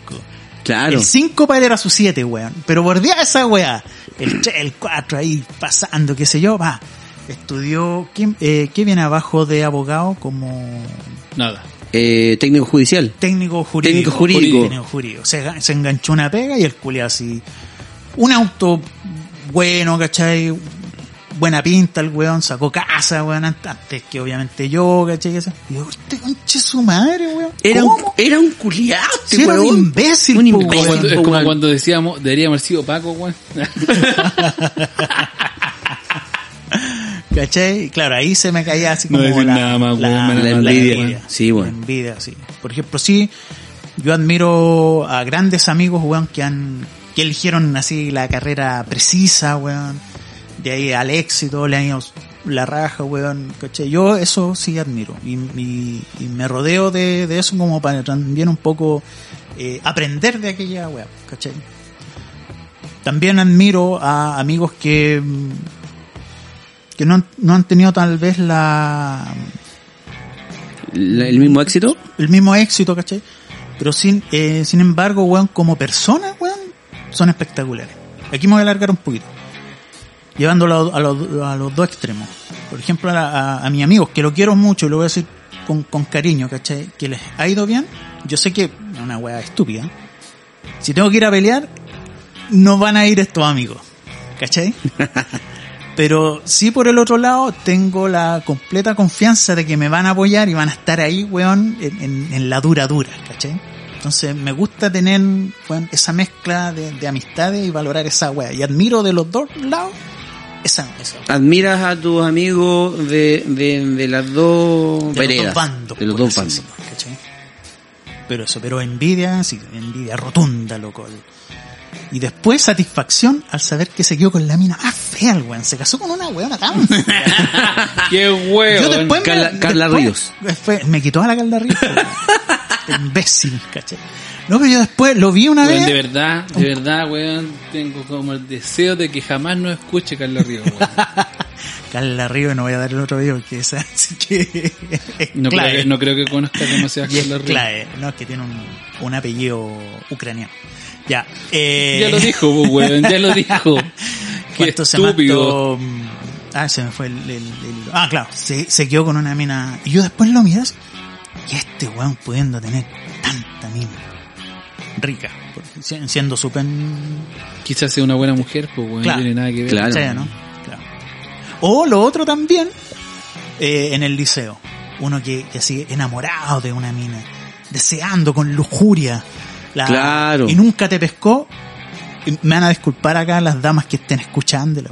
Speaker 2: Claro.
Speaker 3: El 5 para él era su 7, weón. Pero bordea esa weá. El 3, el 4, ahí pasando, qué sé yo, va. Estudió, ¿qué, eh, qué viene abajo de abogado como
Speaker 1: Nada.
Speaker 2: Eh, técnico judicial.
Speaker 3: técnico jurídico?
Speaker 2: Técnico jurídico.
Speaker 3: Técnico jurídico. Se, ga- se enganchó una pega y el culeado así. un auto bueno, ¿cachai? Buena pinta el weón, sacó casa, weón, an- antes que obviamente yo, ¿cachai? Esa- Y yo, este conche su madre, weón.
Speaker 2: Era un,
Speaker 3: ¿Cómo?
Speaker 2: era un culiado,
Speaker 3: Si era un imbécil,
Speaker 2: Un
Speaker 3: po,
Speaker 1: Como
Speaker 2: imbécil.
Speaker 3: weón.
Speaker 1: cuando- es
Speaker 2: Bueno,
Speaker 1: como
Speaker 2: bueno.
Speaker 1: cuando decíamos, debería haber sido Paco, weón.
Speaker 3: ¿Cachai? Claro, ahí se me caía así
Speaker 1: No
Speaker 3: como
Speaker 1: decir
Speaker 3: la,
Speaker 1: nada más, weón, me la
Speaker 2: La envidia. Sí, weón.
Speaker 3: La envidia, sí. Por ejemplo, sí, yo admiro a grandes amigos, weón, que han, que eligieron así la carrera precisa, weón. De ahí al éxito, le han ido la raja, weón, ¿cachai? Yo eso sí admiro. Y, y- y me rodeo de, de eso como para también un poco eh, aprender de aquella weón, ¿cachai? También admiro a amigos que, mm, que no, han- no han tenido tal vez la,
Speaker 2: La- el mismo éxito.
Speaker 3: el mismo éxito, ¿cachai? Pero sin, eh, sin embargo, weón, como personas, weón, son espectaculares. Aquí me voy a alargar un poquito. Llevándolo a, a los, a los dos extremos. Por ejemplo, a, a- a mis amigos, que lo quiero mucho y lo voy a decir con, con cariño, ¿cachai? Que les ha ido bien. Yo sé que es una weá estúpida. Si tengo que ir a pelear, no van a ir estos amigos, ¿cachai? Pero sí por el otro lado tengo la completa confianza de que me van a apoyar y van a estar ahí, weón, en, en- en la dura dura, ¿cachai? Entonces me gusta tener weón, esa mezcla de, de amistades y valorar esa weá. Y admiro de los dos lados esa, esa.
Speaker 2: Admiras a tus amigos de, de, de las dos
Speaker 3: De los
Speaker 2: veredas.
Speaker 3: dos bandos.
Speaker 2: de los
Speaker 3: por
Speaker 2: dos
Speaker 3: así
Speaker 2: bandos.
Speaker 3: decirlo, ¿cachai? Pero eso, pero envidia, sí, envidia rotunda, loco. Y después satisfacción al saber que se quedó con la mina más fea, el weón. Se casó con una weona tan fea.
Speaker 1: ¡Qué
Speaker 3: Ah. Yo
Speaker 1: huevo!
Speaker 3: después me-
Speaker 2: Carla- Carla
Speaker 3: después-
Speaker 2: Ríos.
Speaker 3: después me quitó a la Carla Ríos. güey. imbécil, caché. No, pero yo después lo vi una
Speaker 1: Weón, de
Speaker 3: vez.
Speaker 1: verdad, de verdad, weón, tengo como el deseo de que jamás no escuche Carla Ríos, weón.
Speaker 3: Carla Ríos, no voy a dar el otro video porque esa sí que es
Speaker 1: No, creo,
Speaker 3: clave.
Speaker 1: que- no creo que conozca demasiado
Speaker 3: Y
Speaker 1: a
Speaker 3: es
Speaker 1: Carla Ríos.
Speaker 3: clave. No, es que tiene un, un apellido ucraniano. Ya. Eh,
Speaker 1: Ya lo dijo, pues, weón, ya lo dijo. Qué
Speaker 3: ¿cuánto se
Speaker 1: estúpido.
Speaker 3: mató? Mm, Ah, se me fue el, el- el- Ah, claro. Se, se quedó con una mina. Y yo después lo miras. Y este weón pudiendo tener tanta mina. Rica. por- si- Siendo súper
Speaker 1: Quizás sea una buena mujer, pues, weón,
Speaker 3: Claro.
Speaker 1: no tiene nada que ver.
Speaker 2: Claro.
Speaker 3: ¿Cachai, no? Claro. O lo otro también, eh, en el liceo. Uno que, que así enamorado de una mina, deseando con lujuria. la-
Speaker 2: Claro.
Speaker 3: Y nunca te pescó. Y Me van a disculpar acá las damas que estén escuchándolo.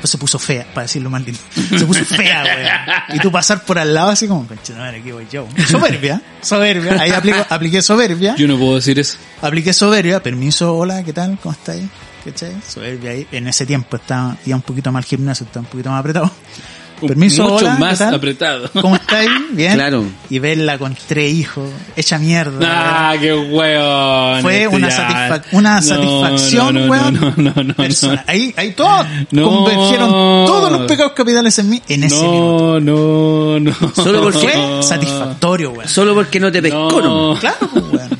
Speaker 3: Pues se puso fea, para decirlo más lindo. Se puso fea, weón. Y tú pasar por al lado así como, "Conche tu madre, aquí voy yo. Soberbia, soberbia. Ahí aplico- apliqué soberbia.
Speaker 1: Yo no puedo decir eso.
Speaker 3: Apliqué soberbia, permiso, hola, ¿qué tal? ¿Cómo estáis? ¿Cachai? Soberbia ahí. En ese tiempo estaba ya un poquito más al gimnasio, estaba un poquito más apretado. Permiso,
Speaker 1: Mucho
Speaker 3: hola, ¿qué
Speaker 1: más
Speaker 3: tal?
Speaker 1: apretado.
Speaker 3: ¿Cómo estáis? Bien.
Speaker 2: Claro.
Speaker 3: Y verla con tres hijos, hecha mierda.
Speaker 1: Ah, qué weón.
Speaker 3: Fue
Speaker 1: Esto
Speaker 3: una,
Speaker 1: ya-
Speaker 3: satisfac- una
Speaker 1: No,
Speaker 3: satisfacción,
Speaker 1: no, no,
Speaker 3: weón.
Speaker 1: No, no, no, no,
Speaker 3: personal.
Speaker 1: no.
Speaker 3: Ahí, ahí todos
Speaker 1: No.
Speaker 3: convergieron todos los pecados capitales en mí en ese minuto.
Speaker 1: No, no, no.
Speaker 2: Solo porque-
Speaker 3: Fue satisfactorio, weón.
Speaker 2: Solo porque no te pescó,
Speaker 1: No.
Speaker 2: no.
Speaker 3: Claro, pues, weón.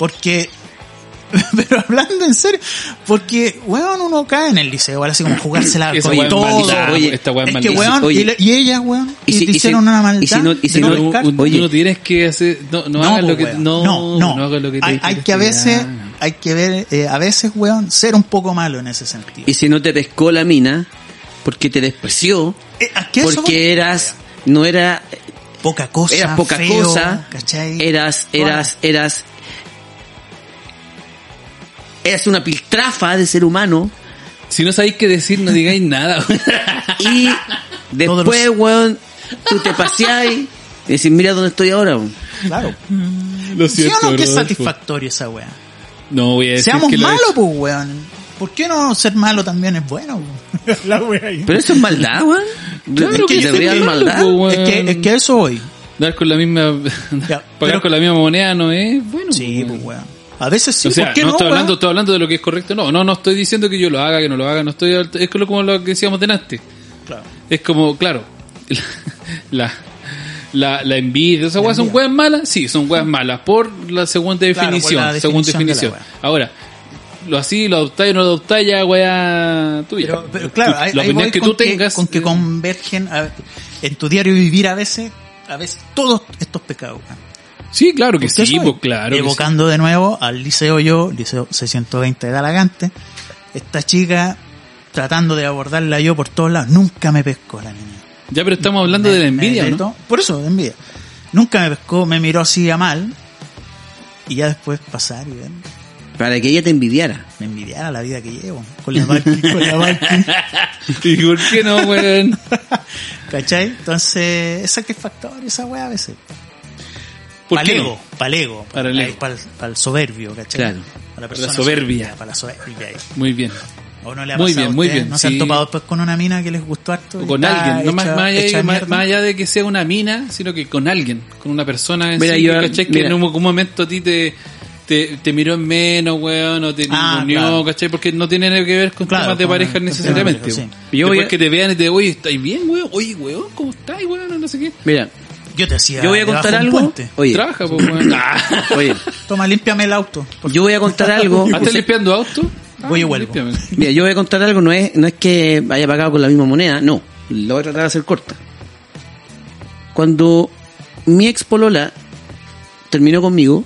Speaker 3: Porque. Pero hablando en serio, porque, weón, uno cae en el liceo, ahora así como jugársela
Speaker 1: Esa
Speaker 3: con
Speaker 1: weá es
Speaker 3: todo.
Speaker 1: maldad,
Speaker 2: oye,
Speaker 1: esta weá es
Speaker 3: es que,
Speaker 1: maldad.
Speaker 3: weón,
Speaker 2: Oye.
Speaker 3: y, le- y ella, weón, y,
Speaker 2: Y si-
Speaker 3: te
Speaker 2: y si-
Speaker 3: hicieron una maldad.
Speaker 2: y si no- y si
Speaker 3: de
Speaker 2: no-
Speaker 1: No,
Speaker 3: pescar.
Speaker 1: un-
Speaker 2: Oye.
Speaker 1: tú no tienes que hacer. No, no, hagas
Speaker 3: pues,
Speaker 1: lo que.
Speaker 3: weón,
Speaker 1: No,
Speaker 3: no, no.
Speaker 1: hagas lo que te
Speaker 3: hay, hay que a veces, hay que ver, eh, a veces, weón, ser un poco malo en ese sentido.
Speaker 2: Y si no te pescó la mina, porque te despreció,
Speaker 3: Eh, ¿a qué eso
Speaker 2: porque eras, no era,
Speaker 3: va? poca cosa,
Speaker 2: eras poca
Speaker 3: feo,
Speaker 2: cosa,
Speaker 3: ¿cachai?
Speaker 2: eras, eras, eras, eras una piltrafa de ser humano.
Speaker 1: Si no sabéis qué decir, no digáis nada.
Speaker 2: Y
Speaker 3: Todos
Speaker 2: después,
Speaker 3: los-
Speaker 2: weón, tú te paseás y decís, mira dónde estoy ahora. weón".
Speaker 3: Claro.
Speaker 1: lo
Speaker 3: ¿Sí
Speaker 1: siento,
Speaker 3: o no que es
Speaker 1: Rodolfo.
Speaker 3: satisfactorio esa weón?
Speaker 1: No voy a decir
Speaker 3: Seamos
Speaker 1: que lo
Speaker 3: malos,
Speaker 1: Eh, es.
Speaker 3: pues, weón. ¿Por qué no ser malo también es bueno? weón? La wea ahí.
Speaker 2: Pero eso es maldad, weón.
Speaker 1: Claro
Speaker 2: Es
Speaker 1: que
Speaker 2: que
Speaker 1: yo sé
Speaker 2: te
Speaker 1: que
Speaker 2: vean
Speaker 1: es malo, pues,
Speaker 2: maldad.
Speaker 1: po,
Speaker 3: Es que, es que eso hoy.
Speaker 1: Dar con la misma.
Speaker 3: Ya,
Speaker 1: pagar
Speaker 3: pero-
Speaker 1: con la misma moneda no es bueno.
Speaker 3: Sí,
Speaker 1: po,
Speaker 3: pues,
Speaker 1: weón.
Speaker 3: weón. A veces sí,
Speaker 1: Mm. o sea,
Speaker 3: ¿por qué
Speaker 1: no,
Speaker 3: no,
Speaker 1: estoy
Speaker 3: weón?
Speaker 1: hablando, estoy hablando de lo que es correcto. No, no, no estoy diciendo que yo lo haga, que no lo haga. No estoy, es como lo que decíamos delante.
Speaker 3: Claro.
Speaker 1: Es como, claro, la, la, la envidia, esas weas son weas malas, sí, son weas malas, por la segunda
Speaker 3: por la
Speaker 1: definición, según
Speaker 3: definición
Speaker 1: definición.
Speaker 3: de la
Speaker 1: Ahora, lo así, lo adoptáis o no lo adoptáis, ya wea tuya.
Speaker 3: Pero, pero claro,
Speaker 1: la
Speaker 3: ahí, ahí
Speaker 1: opinión
Speaker 3: voy
Speaker 1: que
Speaker 3: con
Speaker 1: tú tengas.
Speaker 3: con que
Speaker 1: eh,
Speaker 3: convergen a- en tu diario vivir a veces, a veces todos estos pecados. weón.
Speaker 1: sí, claro que
Speaker 3: Porque
Speaker 1: sí,
Speaker 3: eso
Speaker 1: pues
Speaker 3: es.
Speaker 1: claro. que sí.
Speaker 3: Evocando de nuevo al liceo yo, liceo 620 de Alagante, Esta chica, tratando de abordarla yo por todos lados, nunca me pescó la niña.
Speaker 1: Ya, pero estamos hablando de la
Speaker 3: Me-
Speaker 1: envidia,
Speaker 3: me
Speaker 1: ¿no?
Speaker 3: retó. Por eso, de envidia. Nunca me pescó, me miró así a mal. Y ya después pasar y ver,
Speaker 2: Para que ella te envidiara.
Speaker 3: me envidiara la vida que llevo. Con la Valky, con la Valky.
Speaker 1: ¿Y por qué no, weón?
Speaker 3: ¿Cachai? Entonces, es satisfactorio esa weá a veces.
Speaker 1: ¿Por qué
Speaker 3: palego,
Speaker 1: no?
Speaker 3: palego,
Speaker 1: Para el ego.
Speaker 3: para, el- para el soberbio, ¿cachai?
Speaker 2: Claro.
Speaker 3: Para la,
Speaker 1: la soberbia.
Speaker 3: Para la soberbia.
Speaker 1: Muy bien.
Speaker 3: O no le ha
Speaker 1: Muy
Speaker 3: pasado a
Speaker 1: bien, muy
Speaker 3: ustedes?
Speaker 1: bien,
Speaker 3: No se han
Speaker 1: sí.
Speaker 3: topado después con una mina que les gustó harto.
Speaker 1: O
Speaker 3: y
Speaker 1: con
Speaker 3: está
Speaker 1: alguien, no más,
Speaker 3: hecha-
Speaker 1: más allá,
Speaker 3: hecha
Speaker 1: de- más,
Speaker 3: mierda?
Speaker 1: más allá de que sea una mina, sino que con alguien, con una persona en
Speaker 2: Mira,
Speaker 1: sí,
Speaker 2: yo-
Speaker 1: que, ¿cachai? que
Speaker 2: mira.
Speaker 1: en un, un momento a ti te, te, te miró en menos, weón, o te
Speaker 3: Ah,
Speaker 1: ninguneó,
Speaker 3: claro.
Speaker 1: ¿cachai? Porque no tiene nada que ver con
Speaker 3: Claro,
Speaker 1: temas
Speaker 3: pues,
Speaker 1: de
Speaker 3: con-
Speaker 1: pareja
Speaker 3: con temas de
Speaker 1: necesariamente.
Speaker 3: pareja,
Speaker 1: weón.
Speaker 2: sí. Yo voy
Speaker 1: Después
Speaker 2: a-
Speaker 1: que te vean y te oye, ¿estáis bien, weón? Oye, weón, ¿cómo estás, weón? No sé qué.
Speaker 2: Mira,
Speaker 3: Yo te hacía.
Speaker 2: yo voy a contar
Speaker 3: debajo un
Speaker 2: algo.
Speaker 3: puente.
Speaker 2: Oye,
Speaker 1: Trabaja, pues, weón. Ah,
Speaker 2: oye,
Speaker 3: Toma, límpiame el auto.
Speaker 2: yo voy a contar algo.
Speaker 1: ¿Ah, ¿Estás limpiando auto?
Speaker 3: Voy y
Speaker 1: Ah,
Speaker 3: vuelvo.
Speaker 1: límpiame.
Speaker 2: Mira, yo voy a contar algo, no es, no es que haya pagado con la misma moneda, no. Lo voy a tratar de hacer corta. Cuando mi ex Polola terminó conmigo,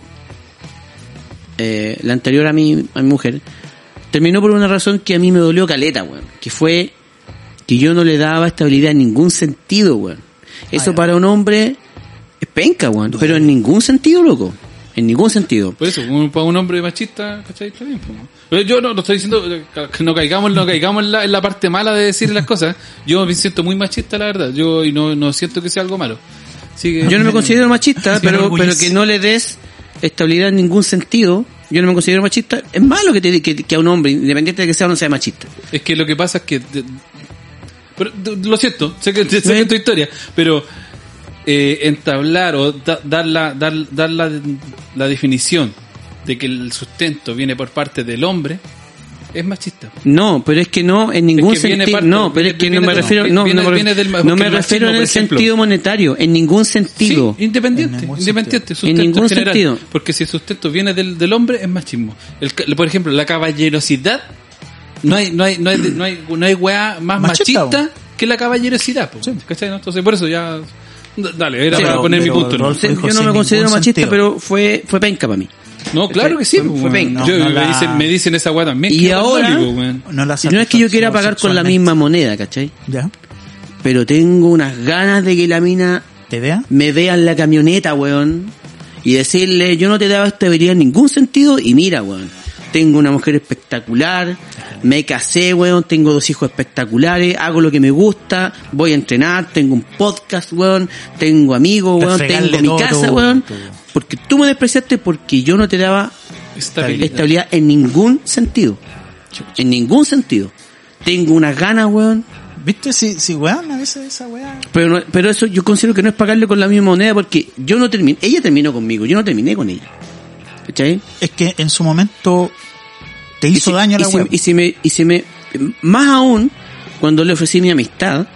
Speaker 2: eh, la anterior a mi, a mi mujer, terminó por una razón que a mí me dolió caleta, weón. Que fue que yo no le daba estabilidad en ningún sentido, weón. Eso
Speaker 3: Ah, ya.
Speaker 2: para un hombre es penca, weón. Pero en ningún sentido, loco. En ningún sentido.
Speaker 1: Por eso, un- para un hombre machista, ¿cachai? Está bien, pues, ¿no? Pero yo no, no estoy diciendo eh, ca- que no caigamos, no caigamos en, la, en la parte mala de decir las cosas. Yo me siento muy machista, la verdad. Yo y no, no siento que sea algo malo. Así que- eh,
Speaker 2: Yo no me considero machista,
Speaker 3: Sí, me
Speaker 2: pero,
Speaker 3: orgullece.
Speaker 2: pero que no le des estabilidad en ningún sentido. Yo no me considero machista. Es malo que, te, que, que a un hombre, independiente de que sea o no sea machista.
Speaker 1: Es que lo que pasa es que. de- pero, de- lo siento, sé que, sé que es tu historia, pero eh, entablar o da- dar, la, dar, dar la, la definición de que el sustento viene por parte del hombre es machista.
Speaker 2: No, pero es que no en ningún
Speaker 1: Es que viene
Speaker 2: sentido.
Speaker 1: parte-
Speaker 2: no, pero es que
Speaker 1: viene-
Speaker 2: no me
Speaker 1: viene-
Speaker 2: refiero. No,
Speaker 1: viene-
Speaker 2: no me,
Speaker 1: viene del-
Speaker 2: no
Speaker 1: porque
Speaker 2: me
Speaker 1: el
Speaker 2: refiero
Speaker 1: machismo,
Speaker 2: en
Speaker 1: por
Speaker 2: el
Speaker 1: ejemplo.
Speaker 2: sentido monetario. En ningún sentido.
Speaker 1: Sí, independiente,
Speaker 3: En ningún
Speaker 1: independiente,
Speaker 2: En
Speaker 1: sustento
Speaker 2: ningún
Speaker 1: general.
Speaker 2: sentido.
Speaker 1: Porque si el sustento viene del, del hombre, es machismo. El ca- por ejemplo, la caballerosidad, no hay, no hay, no hay, no hay, no hay weá más
Speaker 3: Machista,
Speaker 1: machista, que la caballerosidad. po, ¿cachai, no? Entonces, por eso ya... d- Dale, era
Speaker 2: Sí,
Speaker 1: para
Speaker 2: pero-
Speaker 1: poner
Speaker 3: pero
Speaker 1: mi punto. ¿no?
Speaker 3: Rolf-
Speaker 2: Sí,
Speaker 3: Dijo
Speaker 2: yo
Speaker 3: sin
Speaker 2: no me
Speaker 3: ningún
Speaker 2: considero machista,
Speaker 3: sentido.
Speaker 2: pero fue, fue penca para mí.
Speaker 1: No, claro que sí.
Speaker 2: fue-
Speaker 1: po,
Speaker 2: fue
Speaker 1: weón.
Speaker 2: penca.
Speaker 1: Yo-
Speaker 3: No, no
Speaker 1: me,
Speaker 3: la-
Speaker 1: dicen, me dicen esa weá también.
Speaker 2: Y
Speaker 1: que es
Speaker 2: ahora-
Speaker 1: católico, weón.
Speaker 3: No la
Speaker 2: No es que yo quiera
Speaker 3: satisfacción
Speaker 2: pagar con la
Speaker 3: sexualmente.
Speaker 2: misma moneda, ¿cachai?
Speaker 3: ¿Ya?
Speaker 2: Pero tengo unas ganas de que la mina
Speaker 3: ¿Te vea?
Speaker 2: me vean la camioneta, weón, y decirle, yo no te daba estabilidad en ningún sentido, y mira, weón, tengo una mujer espectacular, me casé, weón, tengo dos hijos espectaculares, hago lo que me gusta, voy a entrenar, tengo un podcast, weón, tengo amigos,
Speaker 3: Te
Speaker 2: weón,
Speaker 3: fregarle
Speaker 2: tengo mi
Speaker 3: todo
Speaker 2: casa,
Speaker 3: tu-
Speaker 2: weón,
Speaker 3: tu-
Speaker 2: porque tú me despreciaste porque yo no te daba
Speaker 1: Estabilidad.
Speaker 2: estabilidad en ningún sentido, en ningún sentido. Tengo unas ganas, weón,
Speaker 3: ¿Viste? Si, si weón, a veces esa weá.
Speaker 2: pero, no- pero eso yo considero que no es pagarle con la misma moneda porque yo no terminé, ella terminó conmigo, yo no terminé con ella. ¿Cachai?
Speaker 3: Es que en su momento te
Speaker 2: Y
Speaker 3: hizo
Speaker 2: si-
Speaker 3: daño a la
Speaker 2: y si-
Speaker 3: weá. pues,
Speaker 2: y si me, y si me, más aún, cuando le ofrecí mi amistad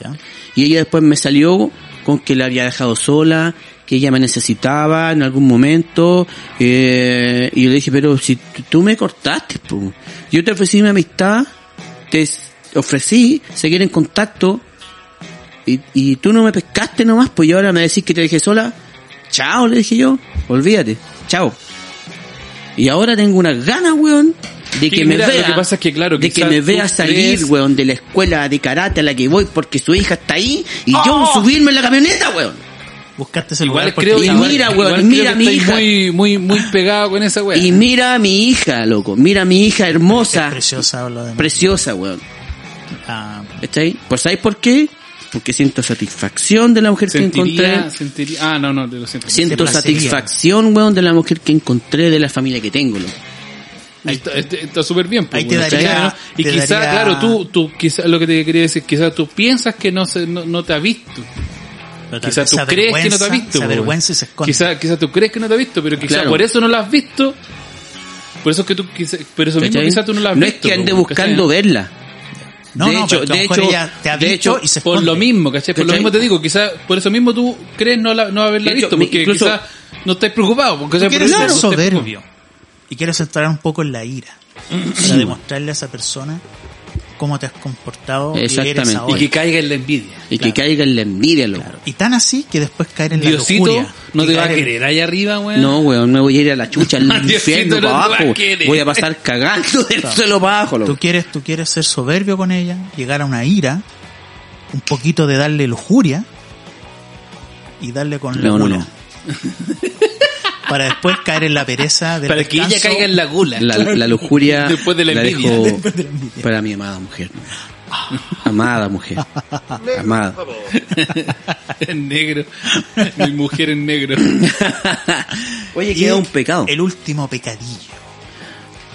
Speaker 3: Ya.
Speaker 2: y ella después me salió con que la había dejado sola, que ella me necesitaba en algún momento, eh, y yo le dije, pero si t- tú me cortaste, po. yo te ofrecí mi amistad, te s- ofrecí seguir en contacto, y, y tú no me pescaste nomás, pues y ahora me decís que te dejé sola. Chao, le dije yo. Olvídate. Chao. Y ahora tengo unas ganas, weón, de
Speaker 1: Sí,
Speaker 2: que me
Speaker 1: mira, lo
Speaker 2: vea.
Speaker 1: que pasa es que, claro,
Speaker 2: de que
Speaker 1: quizás
Speaker 2: me
Speaker 1: tú
Speaker 2: vea salir,
Speaker 1: crees-
Speaker 2: weón, de la escuela de karate a la que voy porque su hija está ahí y
Speaker 1: ¡Oh!
Speaker 2: yo subirme en la camioneta, weón.
Speaker 3: Buscaste ese
Speaker 1: Igual
Speaker 3: lugar porque
Speaker 1: creo
Speaker 2: Y
Speaker 1: que
Speaker 2: mira,
Speaker 1: igual
Speaker 2: weón,
Speaker 1: creo
Speaker 2: mira
Speaker 1: que
Speaker 2: mi
Speaker 1: estáis
Speaker 2: hija.
Speaker 1: muy, muy, muy pegado con esa weá.
Speaker 2: Y mira a mi hija, loco. Mira a mi hija hermosa,
Speaker 3: es preciosa habla de
Speaker 2: preciosa, weón.
Speaker 3: Ah,
Speaker 2: ¿Está ahí? Pues ¿sabéis por qué? Porque siento satisfacción de la mujer que encontré.
Speaker 1: Sentiría, sentiría... Ah, no, no, lo siento.
Speaker 2: Siento
Speaker 3: Te placería.
Speaker 2: satisfacción, weón, de la mujer que encontré, de la familia que tengo, loco.
Speaker 1: Ahí está está- está súper bien. pues,
Speaker 3: Ahí te
Speaker 1: bueno,
Speaker 3: daría-
Speaker 1: ¿cachai, no? Y
Speaker 3: te
Speaker 1: quizás,
Speaker 3: daría-
Speaker 1: claro, tú, tú quizás lo que te quería decir, quizás tú piensas que no, se, no, no te ha visto.
Speaker 3: pero tal
Speaker 1: Quizás
Speaker 3: vez
Speaker 1: tú
Speaker 3: se
Speaker 1: crees que no te ha
Speaker 3: avergüenza-
Speaker 1: visto. pues,
Speaker 3: Se
Speaker 1: po,
Speaker 3: avergüenza y se esconde.
Speaker 1: Quizás quizás tú crees que no te ha visto, pero quizás
Speaker 2: Claro.
Speaker 1: por eso no lo has visto. Por eso es que tú quizás, por eso mismo
Speaker 2: ¿Cachai?
Speaker 1: quizás tú no lo has
Speaker 2: No es
Speaker 1: visto.
Speaker 2: que ande
Speaker 1: po,
Speaker 2: buscando
Speaker 1: ¿cachai?
Speaker 2: verla.
Speaker 3: No,
Speaker 2: de
Speaker 3: no,
Speaker 2: hecho,
Speaker 3: pero que a lo
Speaker 2: de
Speaker 3: mejor
Speaker 2: hecho-
Speaker 3: ella te ha
Speaker 2: de
Speaker 3: visto
Speaker 2: hecho,
Speaker 3: y se esconde.
Speaker 1: Por lo mismo, ¿cachai? Por lo
Speaker 2: ¿Cachai?
Speaker 1: mismo te digo, quizás por eso mismo tú crees no, la- no haberla
Speaker 2: De hecho,
Speaker 1: visto,
Speaker 2: mi-
Speaker 1: porque
Speaker 2: incluso-
Speaker 1: quizás no estás preocupado. Porque,
Speaker 3: Tú quieres ser
Speaker 1: no estás
Speaker 3: soberbio. Y quieres entrar un poco en la ira. O sea, demostrarle a esa persona cómo te has comportado y
Speaker 2: Exactamente.
Speaker 3: eres
Speaker 1: Y
Speaker 3: ahora.
Speaker 1: que caiga en la envidia.
Speaker 2: Y que caiga en la envidia, loco.
Speaker 3: Y tan así que después caer en
Speaker 1: Diosito
Speaker 3: la lujuria.
Speaker 1: no
Speaker 3: Y
Speaker 1: te va a
Speaker 3: caer en-
Speaker 1: querer allá arriba, weón.
Speaker 2: No, weón, me voy a ir a la chucha, al
Speaker 1: Diosito, no
Speaker 2: infierno
Speaker 1: te
Speaker 2: para
Speaker 1: va a
Speaker 2: abajo.
Speaker 1: querer.
Speaker 2: Voy a pasar cagando del suelo para abajo,
Speaker 3: Tú
Speaker 2: loco.
Speaker 3: quieres, tú quieres ser soberbio con ella, llegar a una ira, un poquito de darle lujuria y darle con la
Speaker 2: No, no,
Speaker 3: gula.
Speaker 2: no.
Speaker 3: Para después caer en la pereza del
Speaker 1: Para que ella
Speaker 3: descanso.
Speaker 1: caiga en la gula.
Speaker 2: La, la lujuria
Speaker 1: Después de la envidia.
Speaker 2: dejo
Speaker 3: Después de la envidia.
Speaker 2: para mi amada mujer. Amada mujer. Amada.
Speaker 1: en negro. Mi mujer en negro.
Speaker 2: Oye,
Speaker 3: Y
Speaker 2: queda un pecado.
Speaker 3: El último pecadillo,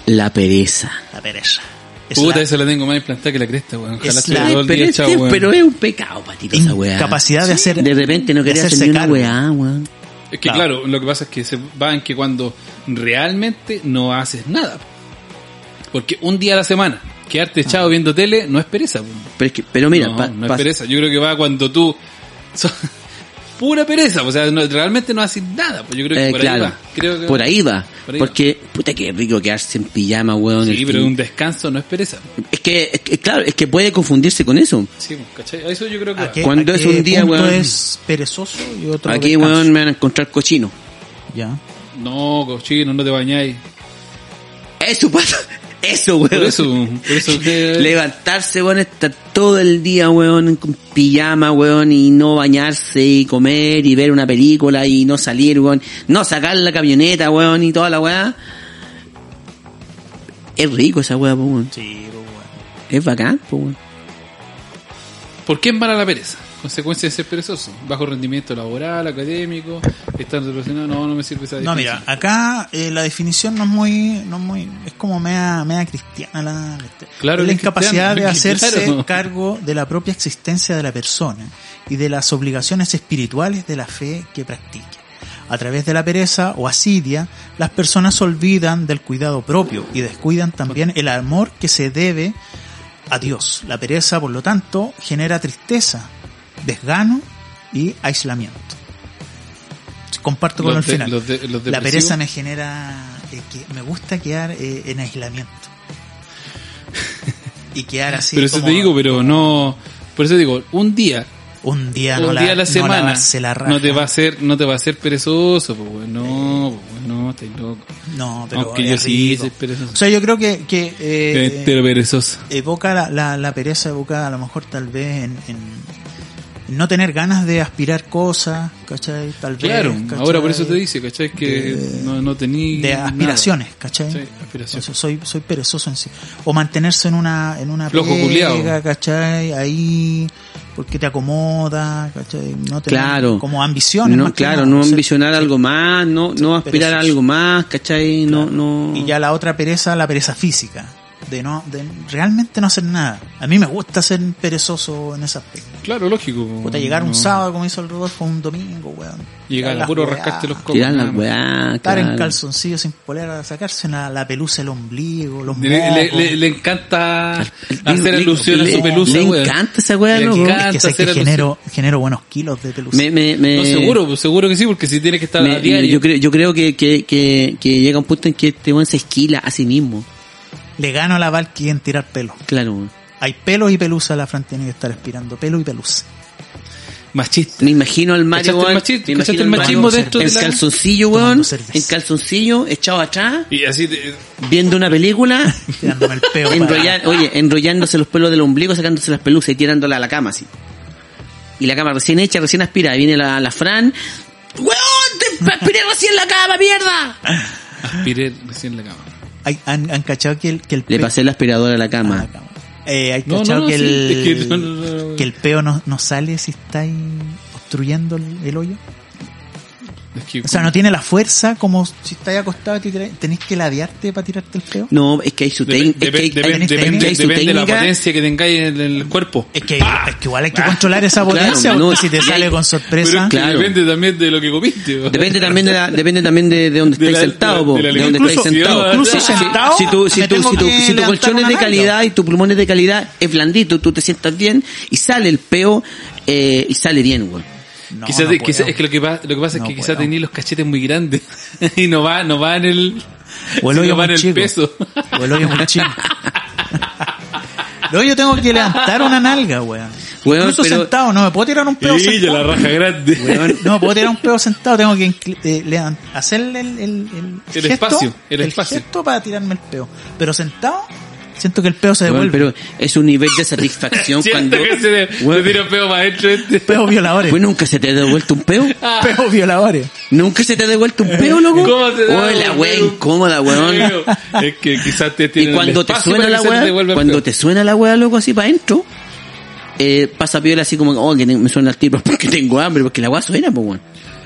Speaker 2: La pereza.
Speaker 3: la pereza. Es
Speaker 1: Puta,
Speaker 3: la
Speaker 1: esa la tengo más implantada que la cresta, weón. Ojalá
Speaker 3: Es
Speaker 1: estuviera
Speaker 3: la-
Speaker 1: todo el
Speaker 2: pero,
Speaker 1: día
Speaker 2: es
Speaker 1: echado,
Speaker 2: que-
Speaker 1: weón.
Speaker 2: pero es un pecado, patito, esa weá.
Speaker 3: incapacidad de hacer
Speaker 2: De repente no
Speaker 3: de
Speaker 2: quería hacer
Speaker 3: hacerse
Speaker 2: ni una
Speaker 3: cargo.
Speaker 2: weá, weón.
Speaker 1: Es que
Speaker 3: Claro.
Speaker 1: claro, lo que pasa es que se van que cuando realmente no haces nada. Porque un día a la semana, quedarte echado viendo tele no es pereza. po.
Speaker 2: Pero, es que, pero Ah. mira,
Speaker 1: no,
Speaker 2: pa-
Speaker 1: no es
Speaker 2: pa-
Speaker 1: pereza. Yo creo que va cuando tú... so- pura pereza, pues, o sea, no- realmente no haces nada. Pues yo creo que
Speaker 2: eh,
Speaker 1: por
Speaker 2: claro,
Speaker 1: ahí va. Creo que
Speaker 2: por ahí va.
Speaker 1: Por ahí
Speaker 2: Porque, puta, que rico quedarse en pijama, weón.
Speaker 1: Sí,
Speaker 2: el
Speaker 1: pero
Speaker 2: fin.
Speaker 1: un descanso no es pereza.
Speaker 2: es, que, es que, claro, es que puede confundirse con eso.
Speaker 1: Sí, po, ¿cachai? A Eso yo creo que...
Speaker 3: ¿A
Speaker 1: va.
Speaker 3: qué-
Speaker 2: Cuando
Speaker 3: a
Speaker 2: es
Speaker 3: qué
Speaker 2: un día,
Speaker 3: punto
Speaker 2: weón?
Speaker 3: es perezoso y otro
Speaker 2: Aquí,
Speaker 3: descanso?
Speaker 2: weón, me van a encontrar cochino.
Speaker 3: Ya.
Speaker 1: No, cochino, no te bañáis.
Speaker 2: Eso pasa. Eso, weón.
Speaker 1: Por eso, por eso que-
Speaker 2: Levantarse, weón, estar todo el día, weón, con pijama, weón, y no bañarse y comer y ver una película y no salir, weón, no sacar la camioneta, weón, y toda la weá. Es rico esa weá, po, weón.
Speaker 3: Sí, pues, weón.
Speaker 2: Es bacán, po, weón.
Speaker 1: ¿Por qué es mala la pereza? Consecuencia de ser perezoso. Bajo rendimiento laboral, académico, estar relacionado. No, no me sirve esa
Speaker 3: No,
Speaker 1: definición.
Speaker 3: mira, acá eh, la definición no es muy, no es muy, es como media, media cristiana la,
Speaker 1: Claro
Speaker 3: es
Speaker 1: que
Speaker 3: la
Speaker 1: es cristiana,
Speaker 3: incapacidad de
Speaker 1: claro.
Speaker 3: hacerse cargo de la propia existencia de la persona y de las obligaciones espirituales de la fe que practique. A través de la pereza o asidia, las personas se olvidan del cuidado propio y descuidan también el amor que se debe a Dios. La pereza, por lo tanto, genera tristeza, desgano y aislamiento. Comparto con
Speaker 1: Los
Speaker 3: el
Speaker 1: de-
Speaker 3: final.
Speaker 1: los de- los
Speaker 3: la
Speaker 1: depresivos.
Speaker 3: pereza me genera eh, que me gusta quedar eh, en aislamiento. Y quedar así
Speaker 1: Pero eso
Speaker 3: como
Speaker 1: te digo, pero no. Por eso digo, un día,
Speaker 3: un día
Speaker 1: un
Speaker 3: no
Speaker 1: día a
Speaker 3: la,
Speaker 1: la
Speaker 3: no
Speaker 1: semana,
Speaker 3: lavarse la raja.
Speaker 1: no te va a hacer, no te va a hacer perezoso, pues, weón. no, pues, weón, no, estás loco.
Speaker 3: No, pero
Speaker 1: Aunque
Speaker 3: es
Speaker 1: yo sí
Speaker 3: rico.
Speaker 1: soy perezoso.
Speaker 3: O sea, yo creo que, que eh,
Speaker 1: Pero este perezoso.
Speaker 3: evoca la, la, la pereza, evoca a lo mejor tal vez en, en no tener ganas de aspirar cosas, ¿cachai? Tal vez,
Speaker 1: Claro,
Speaker 3: ¿cachai?
Speaker 1: ahora por eso te dice, ¿cachai? Que
Speaker 3: de-
Speaker 1: no, no tení.
Speaker 3: de
Speaker 1: nada.
Speaker 3: aspiraciones, ¿cachai?
Speaker 1: Sí, aspiraciones.
Speaker 3: Entonces, soy, soy perezoso en sí. O mantenerse en una, en una
Speaker 1: Flojo culiao.
Speaker 3: ¿cachai? Ahí, porque te acomoda, ¿cachai? No tener
Speaker 2: Claro.
Speaker 3: como ambiciones.
Speaker 2: No,
Speaker 3: más que
Speaker 2: claro,
Speaker 3: nada,
Speaker 2: no
Speaker 3: ser-
Speaker 2: ambicionar algo más, no, no aspirar a
Speaker 3: perezoso.
Speaker 2: algo más, ¿cachai? No, no.
Speaker 3: Y ya la otra pereza, la pereza física. De no, de realmente no hacer nada. A mí me gusta ser perezoso en ese aspecto.
Speaker 1: Claro, lógico. pues,
Speaker 2: Mm,
Speaker 3: Puta, llegar un
Speaker 1: no.
Speaker 3: sábado, como hizo el Rodolfo, un domingo, weón.
Speaker 1: Llegar,
Speaker 3: Las
Speaker 1: puro
Speaker 3: weás,
Speaker 1: rascarte los cocos.
Speaker 2: Tirar la
Speaker 1: nada más.
Speaker 2: weá,
Speaker 3: Estar en
Speaker 2: claro.
Speaker 3: calzoncillo sin polera, sacarse la, la pelusa, el ombligo, los
Speaker 1: Le, le-
Speaker 3: mocos.
Speaker 1: le- le encanta hacer
Speaker 2: Le-
Speaker 1: alusión a
Speaker 2: le-
Speaker 1: su pelusa,
Speaker 2: Le
Speaker 1: weón.
Speaker 2: encanta esa weá,
Speaker 1: Le
Speaker 2: loco.
Speaker 1: encanta.
Speaker 3: Es que sé
Speaker 1: hacer
Speaker 3: que
Speaker 1: alusión.
Speaker 3: genero, genero buenos kilos de pelusa.
Speaker 2: Me, me, me,
Speaker 1: Pues No, seguro, pues, seguro que sí, porque si tienes que estar
Speaker 2: eh, Me-
Speaker 1: a diario.
Speaker 2: yo creo, yo creo que, que, que, que llega un punto en que este weón se esquila a sí mismo.
Speaker 3: Le gano a la Valky en tirar pelo.
Speaker 2: Claro, weón.
Speaker 3: Hay pelos y pelusa, la Fran tiene que estar aspirando pelo y pelusa.
Speaker 1: Machista.
Speaker 2: Me imagino al Mario,
Speaker 1: ¿Cachaste el
Speaker 2: weón.
Speaker 1: machi-
Speaker 2: me imagino
Speaker 1: cachaste el
Speaker 2: al Mario
Speaker 1: machismo de esto
Speaker 2: En
Speaker 1: de la-
Speaker 2: calzoncillo, weón.
Speaker 3: Tomando cerveza.
Speaker 2: En calzoncillo, echado atrás,
Speaker 1: Y así te-
Speaker 2: viendo una película,
Speaker 3: Tirándome el peo. para-
Speaker 2: enrolla- oye, enrollándose los pelos del ombligo, sacándose las pelusas y tirándola a la cama, así. Y la cama recién hecha, recién aspirada. Y viene la, la Fran. ¡Weón! ¡Te aspiré recién la cama, mierda!
Speaker 1: aspiré recién la cama.
Speaker 3: Hay- han, han cachado que el, que el
Speaker 2: Le
Speaker 3: pe-
Speaker 2: pasé la aspiradora a la
Speaker 3: Ah,
Speaker 2: cama.
Speaker 3: cama. Eh, hay
Speaker 1: No,
Speaker 3: cachado
Speaker 1: no, no,
Speaker 3: que,
Speaker 1: sí,
Speaker 3: el,
Speaker 1: es que no, no, no.
Speaker 3: que el peo no, no sale si está ahí obstruyendo el, el hoyo.
Speaker 1: Es que,
Speaker 3: O sea, no tiene la fuerza como si estáis acostado y te tiráis- tenés que ladearte para tirarte el peo.
Speaker 2: No, es que hay su
Speaker 1: Depe-
Speaker 2: técnica.
Speaker 1: depe- depende-
Speaker 3: que-
Speaker 1: depende-
Speaker 2: hay su
Speaker 1: depende de la
Speaker 2: técnica.
Speaker 1: potencia que tengáis en el cuerpo.
Speaker 3: Es que, es que igual hay que controlar esa
Speaker 2: Claro,
Speaker 3: potencia
Speaker 2: no,
Speaker 3: porque si te
Speaker 2: y
Speaker 3: sale
Speaker 2: hay-
Speaker 1: Pero
Speaker 3: con sorpresa.
Speaker 1: es que
Speaker 2: Claro.
Speaker 1: depende también de lo que comiste. weón.
Speaker 2: Depende también de, la, depende también de, de dónde
Speaker 1: De
Speaker 2: estáis
Speaker 1: la-
Speaker 2: sentado,
Speaker 1: de la-
Speaker 2: po, de,
Speaker 1: de la
Speaker 2: dónde estáis
Speaker 1: alimentación.
Speaker 2: sentado.
Speaker 1: Incluso
Speaker 2: Si-
Speaker 3: sentado,
Speaker 2: si, tu,
Speaker 3: me
Speaker 2: si, tu,
Speaker 3: tengo
Speaker 2: si, tu,
Speaker 3: que
Speaker 2: si tu
Speaker 3: levantar
Speaker 2: colchón
Speaker 3: la
Speaker 2: es de
Speaker 3: manga.
Speaker 2: calidad y tu pulmón es de calidad, es blandito, tú te sientas bien y sale el peo eh, y sale bien, güey.
Speaker 3: No,
Speaker 1: Quizás,
Speaker 3: no
Speaker 1: de- quizás-
Speaker 3: puedo.
Speaker 1: es que lo que, pa- lo que pasa
Speaker 3: No
Speaker 1: es que quizás
Speaker 3: puedo.
Speaker 1: tenéis los cachetes muy grandes y no va, no va en el,
Speaker 3: O el
Speaker 1: si
Speaker 3: hoyo
Speaker 1: no va
Speaker 3: muy
Speaker 1: en el
Speaker 3: chico.
Speaker 1: peso.
Speaker 3: O el hoyo muy chico. Luego yo tengo que levantar una nalga, weón.
Speaker 2: Weón,
Speaker 3: Incluso
Speaker 2: pero-
Speaker 3: sentado, no me puedo tirar un pedo
Speaker 1: Y
Speaker 3: sentado.
Speaker 1: la raja grande.
Speaker 2: Weón.
Speaker 3: No me puedo tirar un pedo sentado, tengo que incli- eh, levan- hacerle el, el, el,
Speaker 1: El espacio, el espacio.
Speaker 3: gesto para tirarme el pedo. Pero sentado, siento que el pedo se devuelve.
Speaker 2: Weón, pero es un nivel de satisfacción
Speaker 1: Siento
Speaker 2: cuando...
Speaker 1: que se le,
Speaker 2: Weón,
Speaker 1: le tira un peo maestro este.
Speaker 3: Peos violadores.
Speaker 2: weón, ¿Nunca se te ha devuelto un peo?
Speaker 3: Peos violadores.
Speaker 2: ¿Nunca se te ha devuelto un peo, loco?
Speaker 1: ¿Cómo te da?
Speaker 2: Oye, la
Speaker 1: un
Speaker 2: weá
Speaker 1: peo?
Speaker 2: incómoda, weón.
Speaker 1: Es que quizás te tiene
Speaker 2: Y cuando te suena la
Speaker 1: weá,
Speaker 2: weá, cuando te suena la weá, loco, así para adentro, eh, pasa piola así como, oh, que te- me suena el tipo porque tengo hambre, porque la weá suena, pues, weón.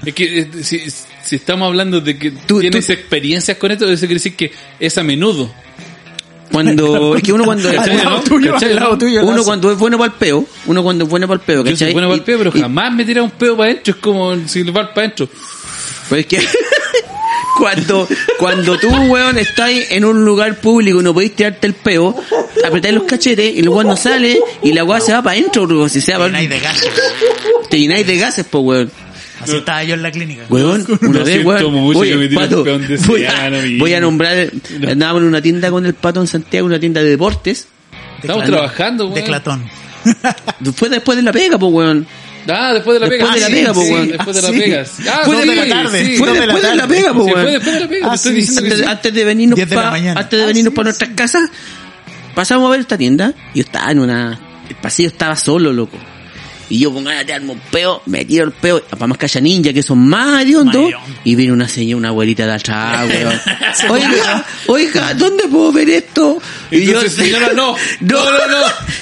Speaker 1: Es que eh, si, si estamos hablando de que
Speaker 2: Tú-
Speaker 1: tienes
Speaker 2: tú-
Speaker 1: experiencias con esto, eso quiere decir que es a menudo.
Speaker 2: Cuando, es que uno cuando,
Speaker 1: ¿Cachai,
Speaker 3: al lado
Speaker 1: no?
Speaker 3: tuyo,
Speaker 1: ¿Cachai,
Speaker 3: al lado
Speaker 1: no?
Speaker 3: tuyo.
Speaker 2: uno
Speaker 3: lo
Speaker 2: cuando es bueno para el peo, uno cuando es bueno para el peo,
Speaker 1: Yo
Speaker 2: ¿cachai?
Speaker 1: soy bueno para el peo, pero
Speaker 2: Y- y-
Speaker 1: jamás me tira un peo para adentro. Es como silbar para adentro.
Speaker 2: Pues es que cuando, cuando tú, weón, estás en un lugar público y no podéis tirarte el peo, apretáis los cachetes y el weón no sale y la weá se va para adentro, weón, si se va
Speaker 3: hace.
Speaker 2: pa'
Speaker 3: Hay de gas.
Speaker 2: te llenáis de gases, pues, weón.
Speaker 3: Así estaba yo en la clínica.
Speaker 2: Weón, una
Speaker 1: Lo
Speaker 2: vez,
Speaker 1: siento
Speaker 2: weón.
Speaker 1: mucho,
Speaker 2: oye,
Speaker 1: yo me tiro
Speaker 2: pato,
Speaker 1: un peón de
Speaker 2: voy, a,
Speaker 1: Seano, mi-
Speaker 2: voy a nombrar, andábamos en una tienda con el pato en Santiago, una tienda de deportes.
Speaker 1: Estamos
Speaker 3: Declatón.
Speaker 1: trabajando, weón.
Speaker 3: De Clatón.
Speaker 2: Fue después de la pega, pues, weón.
Speaker 1: Ah, después de la pega.
Speaker 2: Después de la
Speaker 1: Ah,
Speaker 2: pega, po,
Speaker 1: sí,
Speaker 2: weón.
Speaker 1: Después de
Speaker 3: Ah,
Speaker 1: la
Speaker 3: sí.
Speaker 1: pega. Ah,
Speaker 2: Fue
Speaker 1: sí,
Speaker 2: de
Speaker 3: la tarde.
Speaker 1: sí.
Speaker 2: Fue
Speaker 3: Dos de la
Speaker 2: después de la
Speaker 3: tarde.
Speaker 2: pega, pues,
Speaker 1: Sí, fue
Speaker 2: weón.
Speaker 1: después de la pega.
Speaker 3: Ah,
Speaker 1: te estoy
Speaker 3: sí,
Speaker 1: diciendo
Speaker 2: antes,
Speaker 1: que sí.
Speaker 2: antes de venirnos
Speaker 3: Diez de la
Speaker 2: pa-
Speaker 3: mañana.
Speaker 2: antes de
Speaker 3: Ah,
Speaker 2: venirnos
Speaker 3: sí,
Speaker 2: para nuestras casas, pasamos a ver esta tienda. Yo estaba en una, el pasillo estaba solo, loco. Y yo con ganas de darme un peo, me tiro el peo, para más calla ninja, que son más hediondos.
Speaker 3: hediondo.
Speaker 2: Y viene una señora, una abuelita de atrás, weón. oiga, oiga, ¿dónde puedo ver esto?
Speaker 1: Entonces, señora, no.
Speaker 2: no,
Speaker 1: No, no,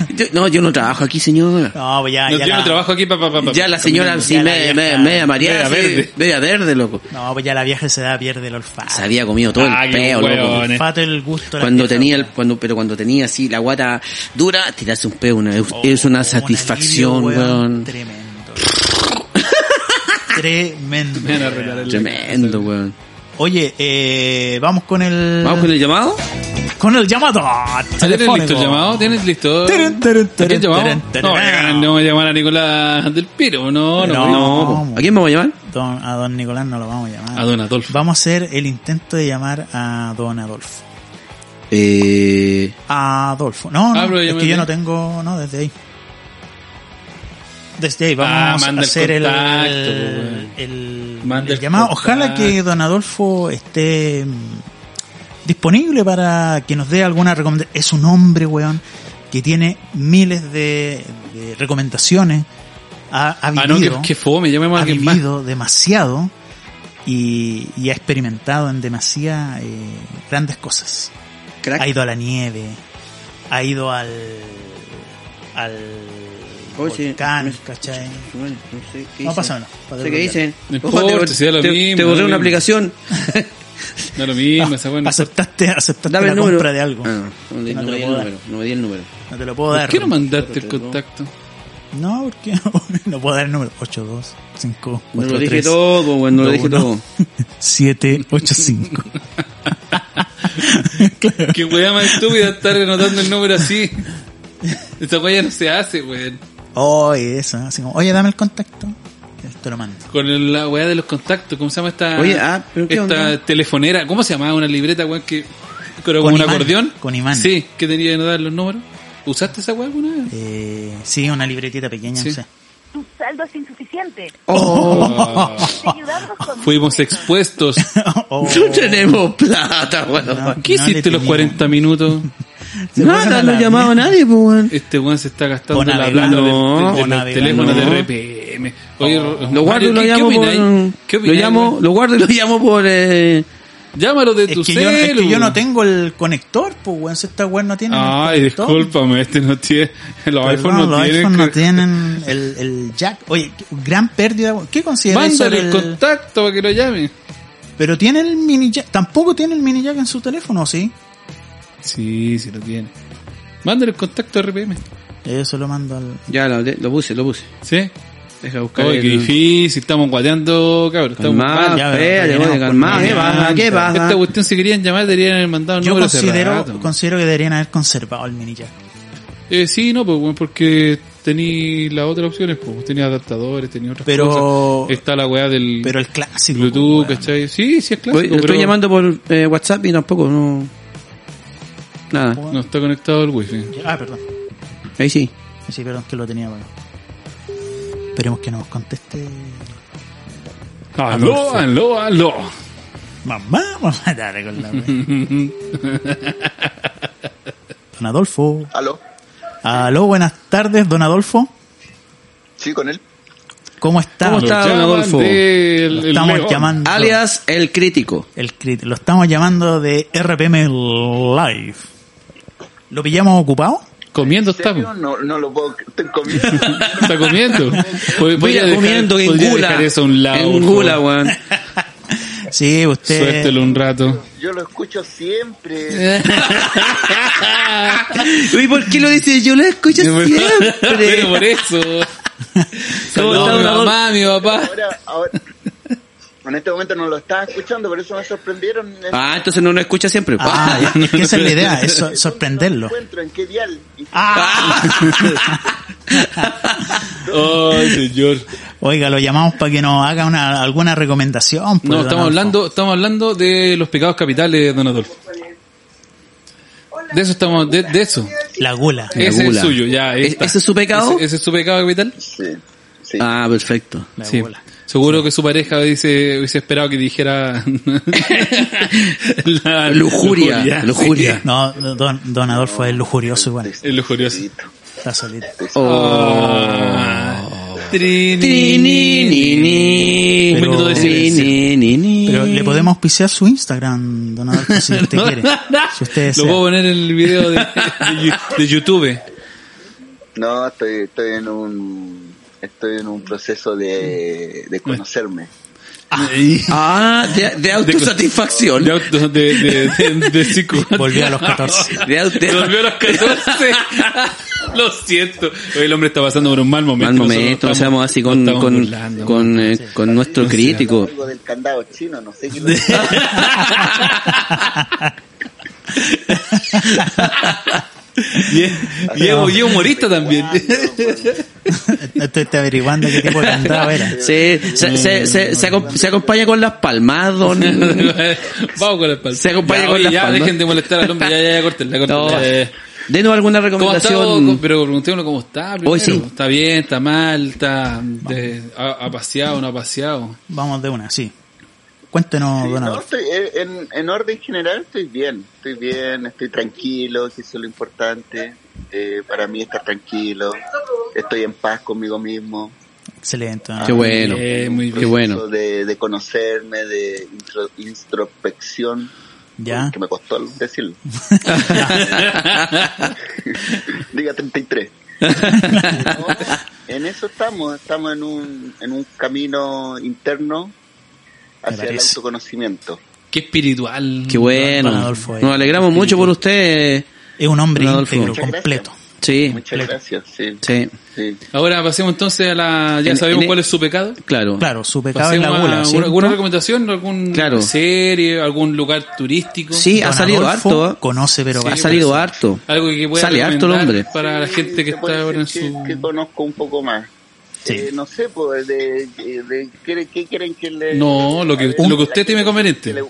Speaker 2: Yo, no, yo no trabajo aquí, señora.
Speaker 3: No, pues ya,
Speaker 1: No,
Speaker 3: ya.
Speaker 1: yo no
Speaker 3: la-
Speaker 1: trabajo aquí, papá, papá.
Speaker 2: Ya la señora, sí,
Speaker 3: Ya la
Speaker 2: media,
Speaker 3: vieja.
Speaker 2: media, media
Speaker 1: Media
Speaker 2: mareada, sí,
Speaker 1: Ah, verde.
Speaker 2: media verde, loco.
Speaker 3: No, pues ya la vieja se da, pierde el olfato.
Speaker 2: Se había comido todo
Speaker 1: Ah,
Speaker 2: el
Speaker 1: qué
Speaker 2: peo, loco.
Speaker 1: weón.
Speaker 3: El olfato, el gusto. la
Speaker 2: cuando
Speaker 3: vieja,
Speaker 2: tenía el,
Speaker 3: weón.
Speaker 2: cuando pero cuando tenía así la guata dura tirarse un peo una- es,
Speaker 3: Oh,
Speaker 2: es una
Speaker 3: un
Speaker 2: satisfacción
Speaker 3: alivio,
Speaker 2: weón
Speaker 3: Tremendo. Tremendo.
Speaker 1: Me van a arreglar el-
Speaker 2: tremendo weón
Speaker 3: Oye, eh, vamos con el.
Speaker 2: vamos con el llamado
Speaker 3: con el llamado.
Speaker 1: ¿Tienes
Speaker 3: telefónico.
Speaker 1: listo el llamado? ¿Tienes listo?
Speaker 3: Tarán, tarán,
Speaker 1: ¿A quién
Speaker 3: tarán,
Speaker 1: llamamos?
Speaker 3: tarán,
Speaker 1: No,
Speaker 3: tarán.
Speaker 1: no voy a llamar a Nicolás del Piro, no, no.
Speaker 3: No.
Speaker 2: no po. a quién vamos a llamar
Speaker 3: Don- a don Nicolás no lo vamos a llamar.
Speaker 1: A don Adolfo.
Speaker 3: Vamos a hacer el intento de llamar a don Adolfo.
Speaker 2: eh,
Speaker 3: A Adolfo. No, no
Speaker 1: Ah, pero
Speaker 3: es
Speaker 1: llámame.
Speaker 3: que yo no tengo. No, desde ahí. Desde ahí
Speaker 1: Ah,
Speaker 3: vamos a
Speaker 1: manda el
Speaker 3: hacer el,
Speaker 1: contacto,
Speaker 3: el,
Speaker 1: weón.
Speaker 3: el
Speaker 1: Manda el
Speaker 3: llamado. Ojalá
Speaker 1: contacto.
Speaker 3: que don Adolfo esté mm, disponible para que nos dé alguna recomendación. Es un hombre, weón, que tiene miles de, de recomendaciones. Ha, ha
Speaker 1: Ah, no, que,
Speaker 3: vivido,
Speaker 1: que fome, llamemos a
Speaker 3: ha
Speaker 1: alguien más.
Speaker 3: vivido demasiado y, y ha experimentado en demasiadas eh, grandes cosas
Speaker 2: crack
Speaker 3: ha ido a la nieve, ha ido al al
Speaker 2: Oye,
Speaker 3: volcán,
Speaker 2: no es-
Speaker 3: ¿cachai?
Speaker 2: Bueno, no sé qué
Speaker 3: No
Speaker 2: dicen.
Speaker 3: pasa nada.
Speaker 2: No sé qué dicen
Speaker 1: No
Speaker 2: Ojo,
Speaker 1: importa,
Speaker 2: te,
Speaker 1: si da lo
Speaker 2: te-
Speaker 1: mismo, da
Speaker 2: te borré
Speaker 1: lo
Speaker 2: una
Speaker 1: mismo.
Speaker 2: aplicación
Speaker 1: No lo mismo, esa buena.
Speaker 3: aceptaste, aceptaste
Speaker 2: dame
Speaker 3: la
Speaker 2: el número
Speaker 3: compra de algo.
Speaker 2: Ah, no, no me
Speaker 3: Que no te
Speaker 2: di el
Speaker 3: lo puedo
Speaker 2: número no me di el número
Speaker 3: No te lo puedo
Speaker 1: ¿Por
Speaker 3: dar.
Speaker 1: qué no mandaste el
Speaker 2: Pero te lo-
Speaker 1: contacto?
Speaker 3: No, porque no puedo dar el número. 82 5
Speaker 2: no lo dije todo weón no lo dije todo
Speaker 3: 7 8 5.
Speaker 1: Qué weá más estúpida estar anotando el número así. Esa weá no se hace, weón.
Speaker 3: Oye, eso, así como, "Oye, dame el contacto." Te lo mando.
Speaker 1: Con el- la weá de los contactos, ¿cómo se llama esta,
Speaker 2: Oye, ah, pero qué
Speaker 1: esta
Speaker 2: onda.
Speaker 1: telefonera? ¿Cómo se llamaba una libreta, weón, que pero
Speaker 3: Con
Speaker 1: con un
Speaker 3: imán,
Speaker 1: acordeón?
Speaker 3: con imán.
Speaker 1: Sí, que tenía que anotar los números. ¿Usaste esa weá alguna vez?
Speaker 3: Eh, sí, una libretita pequeña,
Speaker 1: Sí.
Speaker 3: no sé.
Speaker 5: Tu saldo es insuficiente.
Speaker 2: Oh,
Speaker 1: Ah,
Speaker 5: Ayudarnos con
Speaker 1: fuimos
Speaker 5: tu número.
Speaker 1: expuestos.
Speaker 3: Oh,
Speaker 2: no tenemos plata weón
Speaker 1: ¿Qué
Speaker 3: No le
Speaker 1: hiciste los
Speaker 3: tenía.
Speaker 1: 40 minutos?
Speaker 3: Se pasan a
Speaker 2: nada no
Speaker 3: la
Speaker 2: he llamado a nadie pues, weón
Speaker 1: Este weón se está gastando
Speaker 3: O
Speaker 1: la plata
Speaker 3: navegando.
Speaker 1: de, de- de
Speaker 3: O
Speaker 1: los
Speaker 3: navegando.
Speaker 1: teléfonos
Speaker 2: No.
Speaker 1: de RPM. Oye, Ro-
Speaker 2: Lo guardo y
Speaker 1: Mario,
Speaker 2: lo
Speaker 1: ¿qué-
Speaker 2: llamo
Speaker 1: ¿Qué
Speaker 2: por...
Speaker 1: opináis? ¿Qué
Speaker 2: Lo
Speaker 1: opináis,
Speaker 2: llamo,
Speaker 1: weón?
Speaker 2: lo guardo y lo llamo por... Eh...
Speaker 1: Llámalo de tu
Speaker 3: Es que, yo, es que
Speaker 1: celu.
Speaker 3: yo no tengo el conector, pues, weón. Si esta weón no tiene.
Speaker 1: Ay,
Speaker 3: el conector.
Speaker 1: discúlpame, este no tiene. Los
Speaker 3: Perdón,
Speaker 1: iPhones no
Speaker 3: los
Speaker 1: tienen.
Speaker 3: iPhone no
Speaker 1: que-
Speaker 3: tienen el, el jack. Oye, qué- gran pérdida. weón. ¿Qué consideras
Speaker 1: Mándale el
Speaker 3: el-
Speaker 1: contacto para que lo llame.
Speaker 3: Pero tiene el mini jack. Tampoco tiene el mini jack en su teléfono, ¿o ¿sí?
Speaker 1: Sí, sí lo tiene. Mándale el contacto a RPM.
Speaker 3: Eso lo mando al.
Speaker 2: Ya, lo, lo puse, lo puse.
Speaker 1: ¿Sí?
Speaker 2: Deja buscar
Speaker 1: Oye, qué difícil. Estamos guateando, cabrón. Estamos
Speaker 2: Calmá,
Speaker 1: mal.
Speaker 3: ya,
Speaker 2: espérate,
Speaker 3: pero
Speaker 2: oye, calmá, ¿qué
Speaker 3: rellenamos
Speaker 2: pasa?
Speaker 3: con
Speaker 2: ¿Qué
Speaker 3: rellenamos.
Speaker 2: pasa?
Speaker 1: Esta cuestión, si querían llamar, deberían haber mandado el
Speaker 3: Yo
Speaker 1: número hace
Speaker 3: considero,
Speaker 1: rato.
Speaker 3: considero que deberían haber conservado el mini jack.
Speaker 1: Eh, sí, no, pues, bueno, porque tení las otras opciones, pues, tenía adaptadores, tenía otras
Speaker 3: Pero-
Speaker 1: cosas. Está la weá del
Speaker 3: Pero el clásico.
Speaker 1: Bluetooth,
Speaker 3: weón.
Speaker 1: ¿cachai? Sí, sí es
Speaker 2: Voy-
Speaker 1: clásico,
Speaker 2: lo estoy
Speaker 1: pero
Speaker 2: llamando por eh, WhatsApp y tampoco, no... Nada.
Speaker 1: no está conectado al wifi.
Speaker 3: Ah, perdón.
Speaker 2: Ahí sí.
Speaker 3: Sí, perdón, que lo tenía apagado. Esperemos que nos conteste.
Speaker 1: Aló, aló, aló.
Speaker 3: Mamá, vamos a dar con la wea. Don Adolfo.
Speaker 6: ¿Aló?
Speaker 3: Aló, buenas tardes, don Adolfo.
Speaker 6: ¿Sí, con él?
Speaker 3: ¿Cómo está?
Speaker 2: ¿Cómo está? don
Speaker 1: Llaman
Speaker 2: Adolfo?
Speaker 1: del-
Speaker 3: Lo
Speaker 1: el
Speaker 3: estamos
Speaker 1: León.
Speaker 3: llamando.
Speaker 2: Alias el crítico.
Speaker 3: El crit- lo estamos llamando de RPM Live. ¿Lo pillamos ocupado?
Speaker 1: Comiendo
Speaker 6: ¿Serio?
Speaker 1: estamos.
Speaker 6: No, no lo puedo... Estoy comiendo.
Speaker 1: Está comiendo. Pod- podría
Speaker 2: Mira,
Speaker 1: dejar-
Speaker 2: comiendo en
Speaker 1: podría
Speaker 2: gula.
Speaker 1: dejar eso a un lado. por
Speaker 2: En
Speaker 1: favor.
Speaker 2: gula, weón.
Speaker 3: Sí, usted.
Speaker 1: Suéltelo un rato.
Speaker 6: Yo lo escucho siempre.
Speaker 2: ¿Y por qué lo dice? Yo lo escucho siempre.
Speaker 1: Pero por eso.
Speaker 2: ¿Cómo
Speaker 1: No,
Speaker 2: está,
Speaker 1: mi
Speaker 2: don Adolfo?
Speaker 1: mamá, mi papá.
Speaker 6: Ahora, ahora... En este momento no lo estaba escuchando, por eso me sorprendieron. En-
Speaker 2: Ah, entonces no lo escucha siempre. pues.
Speaker 3: Ah, ya, es que esa es la idea, es so- sorprenderlo.
Speaker 6: No lo encuentro en qué dial. Y-
Speaker 3: Ah,
Speaker 1: Ay, señor.
Speaker 3: oiga, lo llamamos para que nos haga una, alguna recomendación. pues,
Speaker 1: No,
Speaker 3: don
Speaker 1: estamos
Speaker 3: Adolfo.
Speaker 1: hablando, estamos hablando de los pecados capitales, don Adolfo. De eso estamos, de, de eso.
Speaker 3: La gula. Eh,
Speaker 2: La
Speaker 1: Ese es el
Speaker 2: gula.
Speaker 1: suyo, ya. ahí
Speaker 2: ¿E-
Speaker 1: está.
Speaker 2: ese es su pecado?
Speaker 1: Ese, ese es su pecado capital.
Speaker 6: Sí, sí.
Speaker 2: Ah, perfecto.
Speaker 3: La
Speaker 1: Sí.
Speaker 3: gula.
Speaker 1: Seguro que su pareja hubiese, hubiese esperado que dijera la
Speaker 2: Lujuria, lujuria.
Speaker 3: No, don, don Adolfo es lujurioso igual.
Speaker 1: sí, es lujurioso.
Speaker 3: Está solito.
Speaker 1: Ah, Trini.
Speaker 2: Trinini.
Speaker 1: Un minuto de silencio.
Speaker 2: Trinini.
Speaker 3: Pero le podemos auspiciar su Instagram, don Adolfo, si usted quiere. Si usted
Speaker 1: Lo puedo
Speaker 3: desea.
Speaker 1: poner en el video de, de Yu- de YouTube.
Speaker 6: No, estoy, estoy en un... Estoy en un proceso de, de conocerme.
Speaker 2: Ah, de, de autosatisfacción.
Speaker 1: De, auto- de, de, de, de psico-
Speaker 3: Volvió a los 14.
Speaker 2: De auto-
Speaker 1: Se volvió a los 14. Lo siento. Hoy el hombre está pasando por un mal momento.
Speaker 2: Mal momento, no
Speaker 1: Nosotros
Speaker 2: seamos así con,
Speaker 1: nos estamos
Speaker 2: con,
Speaker 1: burlando.
Speaker 2: con, eh, con nuestro crítico.
Speaker 6: Algo del candado chino, no sé qué lo
Speaker 1: Y es, y es- y es humorista también.
Speaker 3: Estoy, estoy averiguando qué tipo de candado era.
Speaker 2: Sí, se, se, se, se, acom- se acompaña con las palmas, don.
Speaker 1: Vamos con el palma.
Speaker 2: Se acompaña
Speaker 1: ya,
Speaker 2: con
Speaker 1: oye,
Speaker 2: las
Speaker 1: ya,
Speaker 2: palmas.
Speaker 1: dejen de molestar al hombre. Ya, ya, ya, cortenla,
Speaker 2: No.
Speaker 1: cortenla. Eh,
Speaker 2: Denos alguna
Speaker 1: ¿Cómo está?
Speaker 2: recomendación.
Speaker 1: Pero preguntémosle cómo está. Primero.
Speaker 2: Hoy sí.
Speaker 1: ¿Está bien? ¿Está mal? ¿Está de- ha, ha paseado? ¿No ha paseado?
Speaker 3: Vamos de una, sí. Cuéntenos,
Speaker 6: Sí,
Speaker 3: don
Speaker 6: no,
Speaker 3: Adolfo.
Speaker 6: estoy, eh, en, en orden general estoy bien, estoy bien, estoy tranquilo, que eso es lo importante. Eh, para mí estar tranquilo, estoy en paz conmigo mismo.
Speaker 3: Excelente. don
Speaker 2: Ah, Qué
Speaker 3: Adolfo.
Speaker 2: bueno.
Speaker 1: Eh, muy
Speaker 2: Qué
Speaker 1: bien.
Speaker 6: Eso
Speaker 2: bueno.
Speaker 6: De, de conocerme, de intro- introspección,
Speaker 3: Ya.
Speaker 6: que me costó decirlo. Diga 33. No, en eso estamos, estamos en un, en un camino interno hacia el
Speaker 3: parece.
Speaker 6: autoconocimiento.
Speaker 1: Qué espiritual.
Speaker 2: Qué bueno.
Speaker 3: Don Adolfo, eh.
Speaker 2: Nos alegramos mucho por usted.
Speaker 3: Es un hombre
Speaker 2: Don Adolfo.
Speaker 3: íntegro,
Speaker 6: Muchas
Speaker 3: completo.
Speaker 2: Sí,
Speaker 6: Muchas gracias. Sí,
Speaker 2: sí,
Speaker 6: sí.
Speaker 1: Ahora pasemos entonces a la... ¿Ya
Speaker 2: En-
Speaker 1: sabemos
Speaker 2: en- e-
Speaker 1: cuál es su pecado?
Speaker 2: claro.
Speaker 3: Claro, su pecado es
Speaker 1: Pasemos
Speaker 3: la
Speaker 1: a
Speaker 3: gula.
Speaker 1: ¿Alguna,
Speaker 3: ¿cierto?
Speaker 1: alguna recomendación? ¿Alguna
Speaker 2: Claro.
Speaker 1: serie? ¿Algún lugar turístico?
Speaker 2: Sí, ha
Speaker 3: Don
Speaker 2: salido
Speaker 3: Adolfo
Speaker 2: harto. ¿eh?
Speaker 3: Conoce, pero
Speaker 2: Ha
Speaker 3: bastante.
Speaker 2: salido harto.
Speaker 1: Algo que pueda
Speaker 2: Sale harto el
Speaker 1: recomendar
Speaker 2: hombre.
Speaker 1: para la gente que
Speaker 6: Se puede
Speaker 1: está ahora en
Speaker 6: decir que-
Speaker 1: su...
Speaker 6: que conozco un poco más.
Speaker 3: Sí.
Speaker 6: Eh, no sé, pues, de, de- de- ¿qué, qué quieren que le...
Speaker 1: No, lo que-
Speaker 6: a ver,
Speaker 1: lo que
Speaker 6: la
Speaker 1: usted tiene
Speaker 6: gente
Speaker 1: conveniente.
Speaker 6: que le-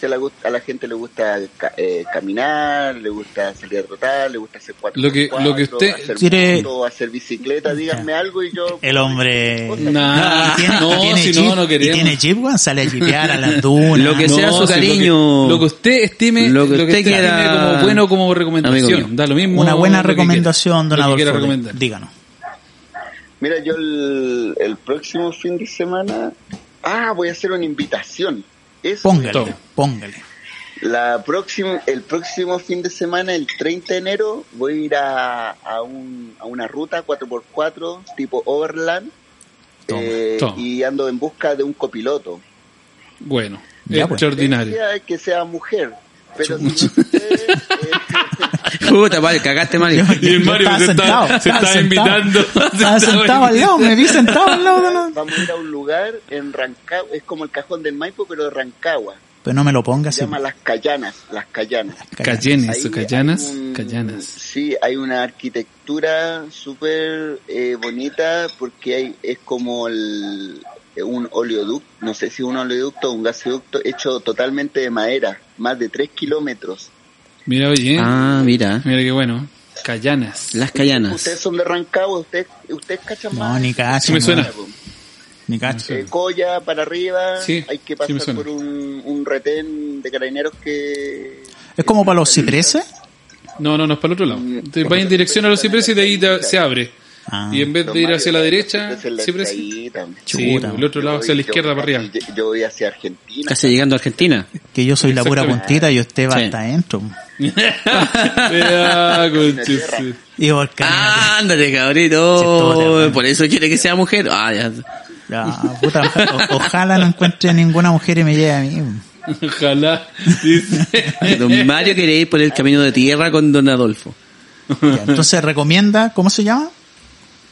Speaker 6: que la gust- a la gente le gusta ca- eh, caminar, le gusta salir a trotar, le gusta hacer cuatro
Speaker 1: Lo que-
Speaker 6: por
Speaker 1: lo que
Speaker 6: cuatro,
Speaker 1: usted
Speaker 6: hacer
Speaker 3: quiere- Eh,
Speaker 6: moto, hacer bicicleta, díganme algo y yo...
Speaker 3: El hombre.
Speaker 1: Nah,
Speaker 3: Y
Speaker 2: Ah,
Speaker 3: tiene- y
Speaker 1: Ah, no,
Speaker 3: tiene
Speaker 1: si
Speaker 3: jeep,
Speaker 1: no, no
Speaker 3: y
Speaker 1: queremos.
Speaker 3: tiene jeep, weón, sale a jeepear a las dunas.
Speaker 2: Lo que
Speaker 1: Ah, No,
Speaker 2: sea su
Speaker 1: si lo
Speaker 2: cariño.
Speaker 1: Lo que, usted estime, lo que usted
Speaker 2: quiera.
Speaker 1: estime como bueno como
Speaker 2: Amigo mío.
Speaker 1: recomendación. Da lo mismo.
Speaker 3: Una buena
Speaker 1: lo que
Speaker 3: recomendación,
Speaker 1: quiera,
Speaker 3: don
Speaker 1: lo que quiera
Speaker 3: Adolfo.
Speaker 1: recomendar.
Speaker 3: Díganos. eh.
Speaker 6: Mira, yo el, el próximo fin de semana... Ah, voy a hacer una invitación. Eso
Speaker 3: Póngale,
Speaker 1: Todo.
Speaker 3: póngale.
Speaker 6: La próxima, el próximo fin de semana, el 30 de enero, voy a ir a, a, un- a una ruta 4x4 tipo Overland
Speaker 3: Toma,
Speaker 6: eh,
Speaker 1: toma.
Speaker 6: y ando en busca de un copiloto.
Speaker 1: Bueno,
Speaker 3: Ya, pues.
Speaker 1: extraordinario.
Speaker 6: Decía que sea mujer, pero si no sé, eh,
Speaker 2: Puta, vale, cagaste mal.
Speaker 1: Y el Mario
Speaker 3: Estaba
Speaker 1: se está-
Speaker 3: sentado,
Speaker 1: se
Speaker 3: estaba
Speaker 1: está
Speaker 3: sentado.
Speaker 1: invitando. Se
Speaker 3: Estaba
Speaker 1: está
Speaker 3: sentado Ah, al lado, me vi sentado al lado. de la-
Speaker 6: vamos a ir a un lugar en Rancagua, es como el cajón del Maipo, pero de Rancagua.
Speaker 3: Pero no me lo ponga así.
Speaker 6: Se llama Las Callanas, Las Callanas.
Speaker 1: Cayenes,
Speaker 6: Ahí
Speaker 1: o callanas,
Speaker 6: hay un-
Speaker 1: callanas.
Speaker 6: Sí, hay una arquitectura súper eh, bonita porque hay, es como el, un oleoducto, no sé si un oleoducto o un gasoducto hecho totalmente de madera, más de 3 kilómetros.
Speaker 1: Mira, oye.
Speaker 2: Ah, mira.
Speaker 1: Mira qué bueno. Callanas.
Speaker 2: Las Callanas.
Speaker 6: Ustedes son de Rancagua, ustedes, ustedes cachan
Speaker 3: No,
Speaker 6: más.
Speaker 3: ni cacho.
Speaker 1: Sí me
Speaker 3: no,
Speaker 1: suena.
Speaker 3: Ni cacho.
Speaker 6: Eh, Coya para arriba,
Speaker 1: Sí,
Speaker 6: hay que
Speaker 1: sí me
Speaker 6: pasar
Speaker 1: suena.
Speaker 6: por un, un retén de carabineros que...
Speaker 3: Es como para los cipreses.
Speaker 1: No, no, no es para el otro lado. Te vas en dirección a los cipreses y de ahí te- se abre.
Speaker 3: Ah.
Speaker 1: Y en vez
Speaker 6: Don
Speaker 1: de ir
Speaker 6: Mario,
Speaker 1: hacia la
Speaker 6: los
Speaker 1: derecha,
Speaker 6: cipreses los
Speaker 1: cipreses.
Speaker 6: extraítan.
Speaker 1: Sí, pues,
Speaker 3: Chuta.
Speaker 1: el otro lado
Speaker 6: Yo
Speaker 1: hacia la
Speaker 6: voy-
Speaker 1: izquierda
Speaker 6: yo-
Speaker 1: para arriba.
Speaker 6: Yo, yo voy hacia Argentina.
Speaker 2: Casi llegando a Argentina.
Speaker 3: Que yo soy la pura
Speaker 1: Exactamente.
Speaker 3: puntita y usted va
Speaker 2: Sí.
Speaker 3: hasta adentro.
Speaker 1: Ah, conchesu.
Speaker 3: Y vos,
Speaker 2: Ah.
Speaker 3: cállate.
Speaker 2: Ándale,
Speaker 3: Sí, todo te
Speaker 2: cabrito. Oh,
Speaker 3: ama.
Speaker 2: Por eso quiere que sea mujer. Ah, ya.
Speaker 3: Ya, puta, o- ojalá no encuentre ninguna mujer y me lleve a mí.
Speaker 1: Ojalá. Dice.
Speaker 2: Don Mario quiere ir por el camino de tierra con Don Adolfo.
Speaker 3: Ya, entonces recomienda, ¿cómo se llama?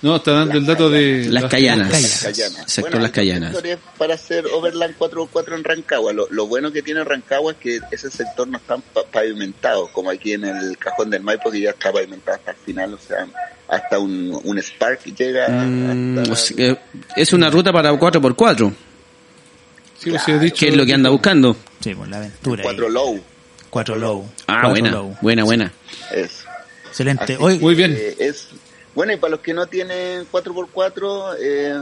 Speaker 1: No, está dando el dato de...
Speaker 2: Las Callanas.
Speaker 3: Callanas.
Speaker 2: Exacto,
Speaker 6: Bueno,
Speaker 2: las
Speaker 6: hay
Speaker 2: Callanas.
Speaker 6: sectores Para hacer Overland 4x4 en Rancagua. Lo, lo bueno que tiene Rancagua es que ese sector no está pa- pavimentado, como aquí en el Cajón del Maipo, que ya está pavimentado hasta el final. O sea, hasta un, un Spark llega.
Speaker 2: Mm,
Speaker 6: hasta-
Speaker 2: o sea que es una ruta para 4x4,
Speaker 1: Sí, pues, sí, he dicho.
Speaker 2: que es lo que anda buscando.
Speaker 3: Sí, por la aventura. ahí.
Speaker 6: Cuatro low.
Speaker 3: Cuatro Low.
Speaker 2: Ah,
Speaker 3: Cuatro
Speaker 2: buena,
Speaker 3: Low.
Speaker 2: buena, buena.
Speaker 6: Eso.
Speaker 3: Excelente.
Speaker 6: Así
Speaker 3: Hoy,
Speaker 1: Muy bien.
Speaker 6: Eh, es bueno y para los que no tienen 4x4 eh,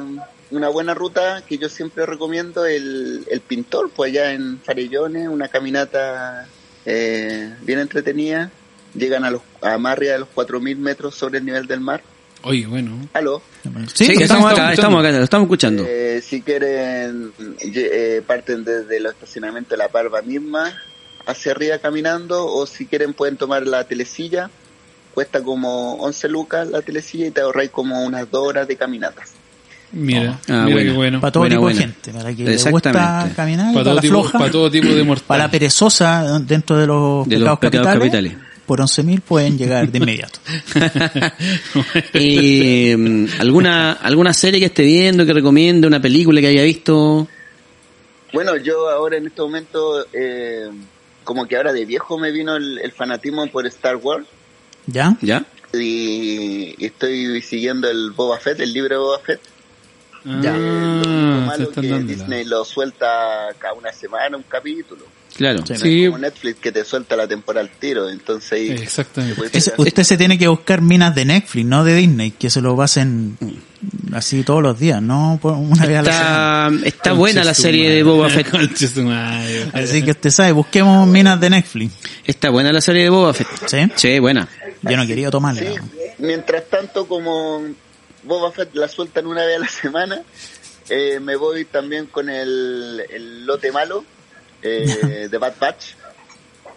Speaker 6: una buena ruta que yo siempre recomiendo el, el pintor pues allá en Farellones una caminata eh, bien entretenida llegan a los a más arriba de los 4000 metros sobre el nivel del mar
Speaker 1: Oye, bueno.
Speaker 6: aló
Speaker 2: Sí, estamos,
Speaker 3: sí,
Speaker 1: estamos
Speaker 2: acá,
Speaker 1: escuchando.
Speaker 2: estamos acá, lo estamos escuchando.
Speaker 6: Eh, si quieren, ye- eh, parten desde el estacionamiento de la Parva misma, hacia arriba caminando, o si quieren pueden tomar la telecilla, cuesta como 11 lucas la telecilla y te ahorráis como unas dos horas de caminatas.
Speaker 1: Mira,
Speaker 2: Ah,
Speaker 1: mira
Speaker 2: bueno.
Speaker 1: qué bueno.
Speaker 3: para todo
Speaker 2: buena,
Speaker 3: tipo
Speaker 2: buena.
Speaker 3: de gente, para que le gusta
Speaker 2: Exactamente.
Speaker 3: caminar,
Speaker 1: Para
Speaker 3: y para,
Speaker 1: todo,
Speaker 3: la
Speaker 1: tipo,
Speaker 3: floja,
Speaker 1: para todo tipo de mortal.
Speaker 3: para la perezosa dentro de los
Speaker 2: De los
Speaker 3: pecados,
Speaker 2: pecados
Speaker 3: capitales, Por 11.000 pueden llegar de inmediato.
Speaker 2: Y, mm, ¿alguna, ¿Alguna serie que esté viendo, que recomiende, una película que haya visto?
Speaker 6: Bueno, yo ahora en este momento, eh, como que ahora de viejo me vino el, el fanatismo por Star Wars
Speaker 3: ¿Ya?
Speaker 2: ¿Ya?
Speaker 6: y, y estoy siguiendo el Boba Fett, el libro de Boba Fett. Eh, lo único
Speaker 1: Ah, se
Speaker 6: malo
Speaker 1: están
Speaker 6: que
Speaker 1: dando.
Speaker 6: Disney
Speaker 1: la-
Speaker 6: lo suelta cada una semana, un capítulo.
Speaker 2: Claro.
Speaker 3: Sí.
Speaker 1: Sí.
Speaker 6: como Netflix que te suelta la temporada al tiro, entonces
Speaker 1: Exactamente.
Speaker 6: pues,
Speaker 2: eh,
Speaker 3: Ese- usted se tiene que buscar minas de Netflix, no de Disney, que se lo pasen así todos los días, no por una vez a la semana.
Speaker 2: Mm. Está, está buena la
Speaker 1: Conche su
Speaker 2: serie
Speaker 1: madre.
Speaker 2: de Boba Fett.
Speaker 1: Conche su madre.
Speaker 3: Así que usted sabe, busquemos minas de Netflix.
Speaker 2: Está buena la serie de Boba Fett.
Speaker 3: ¿Sí?
Speaker 2: Sí, buena.
Speaker 3: Yo no quería tomarla.
Speaker 6: sí, mientras tanto como Boba Fett la sueltan una vez a la semana, eh, me voy también con el, el lote malo eh, de Bad Batch,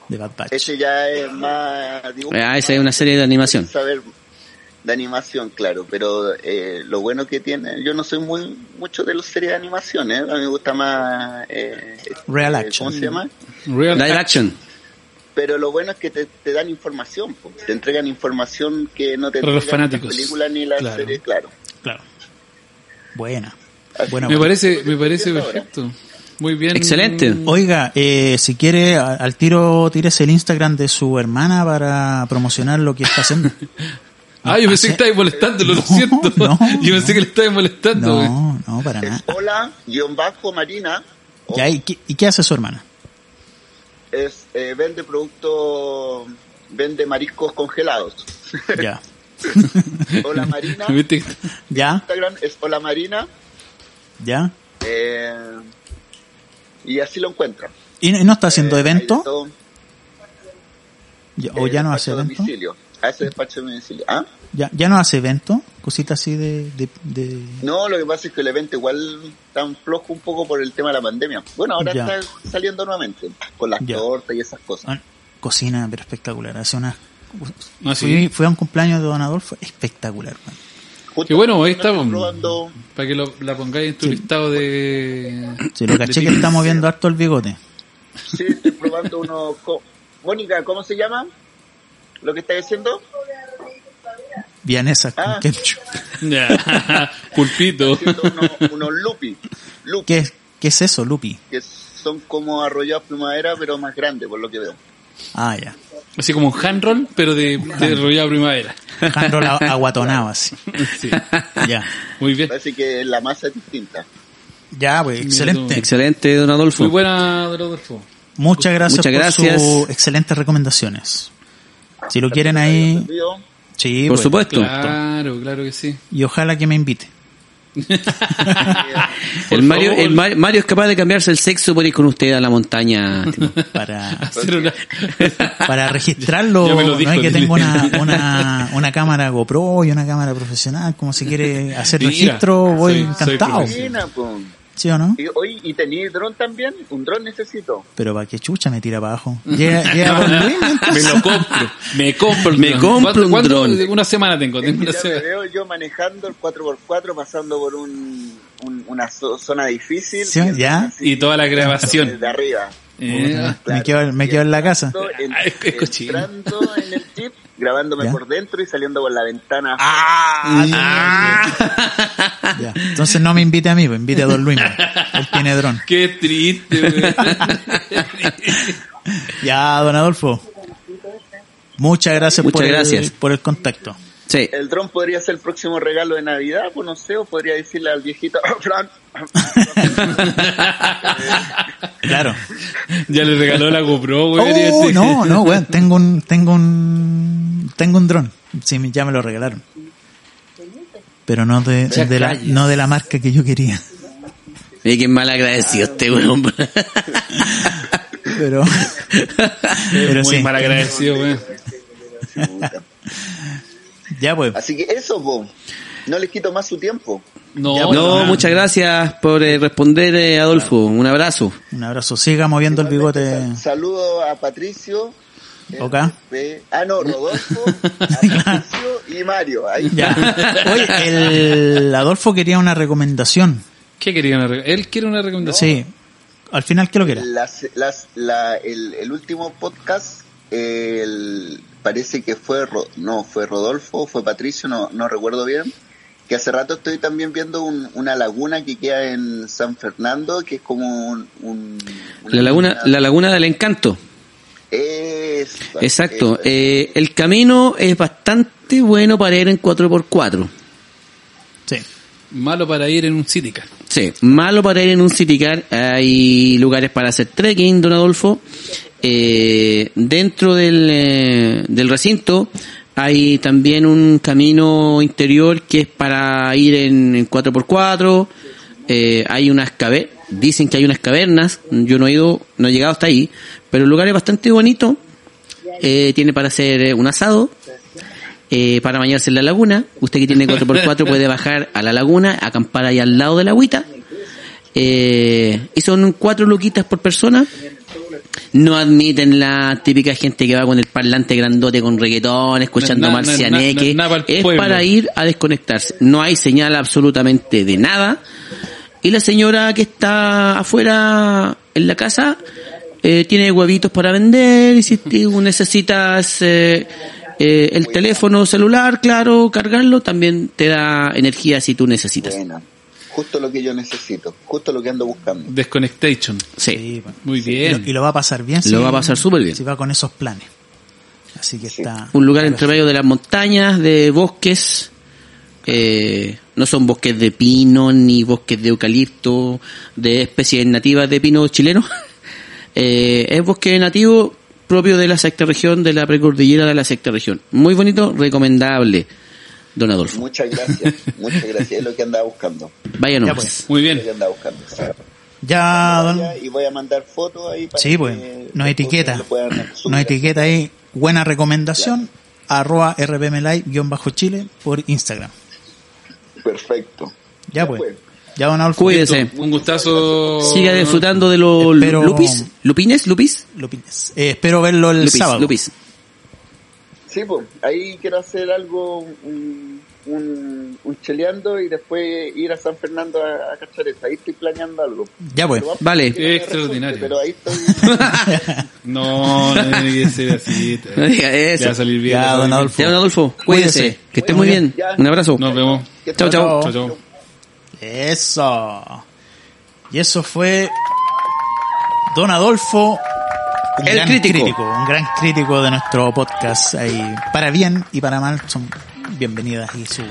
Speaker 3: de Bad Batch.
Speaker 6: ese ya es más dibujo,
Speaker 2: Ah, esa es una serie de animación.
Speaker 6: saber de animación, claro, pero eh, lo bueno que tiene, yo no soy muy mucho de las series de animación, ¿eh? a mí me gusta más eh,
Speaker 3: Real
Speaker 6: eh,
Speaker 3: action.
Speaker 6: ¿cómo se llama?
Speaker 1: Real
Speaker 2: Live action.
Speaker 6: Pero lo bueno es que te, te dan información, po. te entregan información que no te
Speaker 1: Para los
Speaker 6: entregan
Speaker 1: fanáticos.
Speaker 6: la película ni la
Speaker 1: Claro.
Speaker 6: serie, claro.
Speaker 3: Claro. Buena.
Speaker 6: Así
Speaker 3: Buena,
Speaker 1: Me
Speaker 3: buena.
Speaker 1: parece, me parece perfecto. Muy bien.
Speaker 2: Excelente.
Speaker 3: Oiga, eh, si quiere, a- al tiro tírese el Instagram de su hermana para promocionar lo que está haciendo.
Speaker 1: Ah, yo pensé que estabas molestando, lo
Speaker 3: No,
Speaker 1: siento.
Speaker 3: no,
Speaker 1: yo pensé
Speaker 3: no.
Speaker 1: que le estabas molestando. güey.
Speaker 2: eh.
Speaker 3: No, no, para nada.
Speaker 6: Hola, guión bajo Marina, o-
Speaker 3: Ya, ¿y, qué, y qué hace su hermana?
Speaker 6: es, eh, vende producto, vende mariscos congelados.
Speaker 3: Ya.
Speaker 6: Hola Marina,
Speaker 1: ¿Viste que-
Speaker 3: ¿Ya?
Speaker 6: Instagram es Hola Marina,
Speaker 3: ¿Ya?
Speaker 6: eh, y así lo encuentran.
Speaker 3: ¿Y, y no está haciendo
Speaker 6: Eh, hay de
Speaker 3: evento?
Speaker 6: todo,
Speaker 3: Ya- ¿O
Speaker 6: eh,
Speaker 3: ya no hace
Speaker 6: despacho de
Speaker 3: evento?
Speaker 6: domicilio. Hace despacho de domicilio. ¿Ah?
Speaker 3: ¿Ya, ya no hace evento? Cositas así de... de, de-
Speaker 6: No, lo que pasa es que el evento igual tan flojo un poco por el tema de la pandemia. Bueno, ahora
Speaker 3: Ya.
Speaker 6: está saliendo nuevamente con las
Speaker 3: Ya.
Speaker 6: tortas y esas cosas.
Speaker 3: Ah, Cocina, pero espectacular. Hace una...
Speaker 1: Ah, sí.
Speaker 3: Fui, fui a un cumpleaños de Don Adolfo, espectacular. man.
Speaker 6: Justo
Speaker 1: Que bueno, ahí
Speaker 6: estamos
Speaker 1: estamos.
Speaker 6: probando.
Speaker 1: Para que lo- la pongáis en tu listado de.
Speaker 3: Se lo
Speaker 1: de
Speaker 3: caché que
Speaker 1: picas.
Speaker 3: está moviendo harto el bigote.
Speaker 6: Sí, estoy probando uno. co- Mónica, ¿cómo se llama? ¿Lo que está diciendo?
Speaker 3: Vianesa
Speaker 6: Ah.
Speaker 3: con ketchup.
Speaker 1: Ya, Pulpito.
Speaker 6: Haciendo unos unos lupi. Lupi,
Speaker 3: ¿Qué, es- ¿Qué es eso, Lupi?
Speaker 6: que son como arrollados primavera, pero más grandes, por lo que veo.
Speaker 3: Ah, ya.
Speaker 1: Así como un hand roll, pero de, de rollado primavera.
Speaker 3: Jandro la aguatonaba así.
Speaker 1: Sí.
Speaker 3: Ya.
Speaker 1: Muy bien.
Speaker 6: Parece que la masa es distinta.
Speaker 3: Ya, pues, excelente.
Speaker 2: Excelente, don Adolfo.
Speaker 1: Muy buena, don Adolfo.
Speaker 3: Muchas gracias,
Speaker 2: Muchas gracias.
Speaker 3: por sus excelentes recomendaciones. Si lo quieren ahí,
Speaker 6: Yo,
Speaker 3: Sí,
Speaker 2: por
Speaker 3: pues.
Speaker 2: supuesto.
Speaker 1: Claro, claro que sí.
Speaker 3: Y ojalá que me invite.
Speaker 2: El, Mario,
Speaker 1: favor.
Speaker 2: el Ma- Mario es capaz de cambiarse el sexo por ir con usted a la montaña. estimado.
Speaker 3: Para,
Speaker 1: Hacer una-
Speaker 3: para registrarlo,
Speaker 1: Ya me lo
Speaker 3: no
Speaker 1: dijo,
Speaker 3: es que
Speaker 1: dile.
Speaker 3: tengo una, una, una cámara GoPro y una cámara profesional, como se quiere hacer
Speaker 1: Mira,
Speaker 3: registro, voy
Speaker 1: soy- soy
Speaker 3: encantado.
Speaker 1: profesional.
Speaker 6: Buena, po.
Speaker 3: ¿Sí o no?
Speaker 6: Y, oye, ¿y tenéis dron también? Un dron necesito.
Speaker 3: Pero para qué chucha me tira para abajo. Llega, llega por Luis,
Speaker 1: me lo compro. Me compro el
Speaker 2: Me
Speaker 1: dron.
Speaker 2: compro
Speaker 1: ¿Cuánto-
Speaker 2: un
Speaker 1: cuánto?
Speaker 2: dron.
Speaker 1: Una semana tengo.
Speaker 6: Es
Speaker 1: tengo
Speaker 6: que
Speaker 1: una
Speaker 6: ya me
Speaker 1: semana.
Speaker 6: veo yo manejando el 4x4 pasando por un, un- una zo- zona difícil.
Speaker 3: Sí,
Speaker 6: Y
Speaker 3: ya.
Speaker 6: así,
Speaker 1: Y toda la grabación.
Speaker 6: De arriba.
Speaker 1: Eh,
Speaker 3: me quedo, me quedo en la casa.
Speaker 6: Entrando en-
Speaker 1: Ay, qué cochino.
Speaker 6: entrando en el jeep, grabándome
Speaker 3: Ya.
Speaker 6: por dentro y saliendo por la ventana.
Speaker 1: Ah.
Speaker 3: Ya. Entonces no me invite a mí, pues, invite a Don Luis. Él tiene dron.
Speaker 1: qué triste, güey.
Speaker 3: Ya, don Adolfo. Muchas gracias,
Speaker 2: Muchas
Speaker 3: por, El,
Speaker 2: gracias.
Speaker 3: por el contacto.
Speaker 2: Sí.
Speaker 6: El dron podría ser el próximo regalo de Navidad, pues no sé, o podría decirle al viejito, "Oh, Fran,
Speaker 3: Claro.
Speaker 1: Ya le regaló la GoPro, güey.
Speaker 3: Oh,
Speaker 1: Este-
Speaker 3: no, no, weón. Tengo un, tengo un, tengo un dron. Sí, me- ya me lo regalaron. Pero no de,
Speaker 2: Ya
Speaker 3: de la,
Speaker 2: calles.
Speaker 3: no de la marca que yo quería.
Speaker 2: Mira qué mal agradecido este weón.
Speaker 3: Pero, pero
Speaker 1: Muy
Speaker 3: sí.
Speaker 1: mal agradecido, güey.
Speaker 3: Ya, pues.
Speaker 6: Así que eso, po. no les quito más su tiempo.
Speaker 1: No,
Speaker 2: No, muchas gracias por eh, responder, eh, Adolfo. Un abrazo.
Speaker 3: Un abrazo. Siga moviendo el bigote.
Speaker 6: Saludo a Patricio. eh,
Speaker 3: Ok.
Speaker 6: eh, ah, no, Rodolfo, a Patricio y Mario. Ahí.
Speaker 3: Ya. Oye, el Adolfo quería una recomendación.
Speaker 1: ¿Qué quería una rec- Él quiere una recomendación.
Speaker 3: Sí. Al final, ¿qué lo que era?
Speaker 6: Las- las- la- el, el último podcast, el- parece que fue, Ro- no, fue Rodolfo, fue Patricio, no, no recuerdo bien. Que hace rato estoy también viendo un- una laguna que queda en San Fernando, que es como un. un- una
Speaker 2: La laguna, la laguna del encanto.
Speaker 6: Eso,
Speaker 2: Exacto.
Speaker 6: eso.
Speaker 2: Eh, el camino es bastante bueno para ir en 4x4.
Speaker 3: Sí.
Speaker 1: Malo para ir en un City Car.
Speaker 2: Sí, malo para ir en un city car. Hay lugares para hacer trekking, don Adolfo. Eh, dentro del, eh, del recinto hay también un camino interior que es para ir en, en 4x4. Eh, hay unas cavernas, dicen que hay unas cavernas. Yo no he ido, no he llegado hasta ahí. Pero el lugar es bastante bonito. Eh, tiene para hacer eh, un asado, eh, para bañarse en la laguna. Usted que tiene 4x4 puede bajar a la laguna, acampar ahí al lado de la agüita. Eh, y son cuatro luquitas por persona. No admiten la típica gente que va con el parlante grandote con reggaetón, escuchando
Speaker 1: Na- na-
Speaker 2: marcianeque.
Speaker 1: na- na- na- pa'l
Speaker 2: es
Speaker 1: pueblo.
Speaker 2: para ir a desconectarse. No hay señal absolutamente de nada. Y la señora que está afuera en la casa eh, tiene huevitos para vender y si tú necesitas eh, eh, el teléfono celular, claro, cargarlo, también te da energía si tú necesitas.
Speaker 6: Bueno, justo lo que yo necesito, justo lo que ando buscando.
Speaker 1: Desconectation.
Speaker 2: Sí,
Speaker 3: Sí, bueno.
Speaker 1: Muy
Speaker 3: Y lo, y
Speaker 1: bien.
Speaker 3: lo va a pasar bien.
Speaker 2: Lo va a pasar súper bien.
Speaker 3: Si va con esos planes. Así que está.
Speaker 2: un lugar entre medio de las montañas, de bosques. eh, no son bosques de pino ni bosques de eucalipto, de especies nativas de pino chileno. Eh, es bosque nativo propio de la sexta región, de la precordillera de la sexta región. Muy bonito, recomendable, don Adolfo.
Speaker 6: Muchas gracias, muchas gracias, es lo que andaba buscando.
Speaker 2: Vaya nomás.
Speaker 3: pues.
Speaker 1: Muy
Speaker 6: es Lo que
Speaker 1: bien.
Speaker 6: andaba buscando.
Speaker 3: Ya, Ah, don-
Speaker 6: Y voy a mandar fotos ahí para
Speaker 3: Sí, pues, nos
Speaker 6: después
Speaker 3: etiqueta.
Speaker 6: lo puedan subir.
Speaker 3: nos etiqueta ahí. Buena recomendación. Arroba rpmlive-chile por Instagram.
Speaker 6: Perfecto.
Speaker 3: Ya, pues. Ya, don Adolfo.
Speaker 2: Cuídese.
Speaker 1: Un gustazo.
Speaker 2: Siga disfrutando de los
Speaker 3: Espero-
Speaker 2: lupis, lupines, lupis,
Speaker 3: Lupines. Eh, espero verlo el
Speaker 2: lupis,
Speaker 3: sábado.
Speaker 2: lupis.
Speaker 6: Sí, pues, ahí quiero hacer algo, un, un, un cheleando y después ir a San Fernando a, a Cachareta. Ahí estoy planeando algo.
Speaker 3: Ya, pues.
Speaker 6: Pero vamos,
Speaker 2: Vale.
Speaker 6: que no me resulte,
Speaker 1: Extraordinario.
Speaker 6: Pero ahí estoy.
Speaker 1: No, no tiene que ser así. Te-
Speaker 2: No diga
Speaker 1: te va
Speaker 2: eso.
Speaker 1: a salir bien.
Speaker 3: Ya,
Speaker 1: te va a salir bien.
Speaker 3: don Adolfo.
Speaker 2: Ya, don Adolfo, cuídese.
Speaker 3: Cuídese.
Speaker 2: Que esté
Speaker 3: Muy
Speaker 2: muy bien.
Speaker 6: bien.
Speaker 2: Un abrazo.
Speaker 1: Nos vemos.
Speaker 6: Que
Speaker 2: Chao, chao.
Speaker 1: Chao, chao.
Speaker 3: Eso. Y eso fue Don Adolfo, un
Speaker 2: El
Speaker 3: gran
Speaker 2: crítico.
Speaker 3: un gran crítico de nuestro podcast. Ahí, para bien y para mal son bienvenidas y su-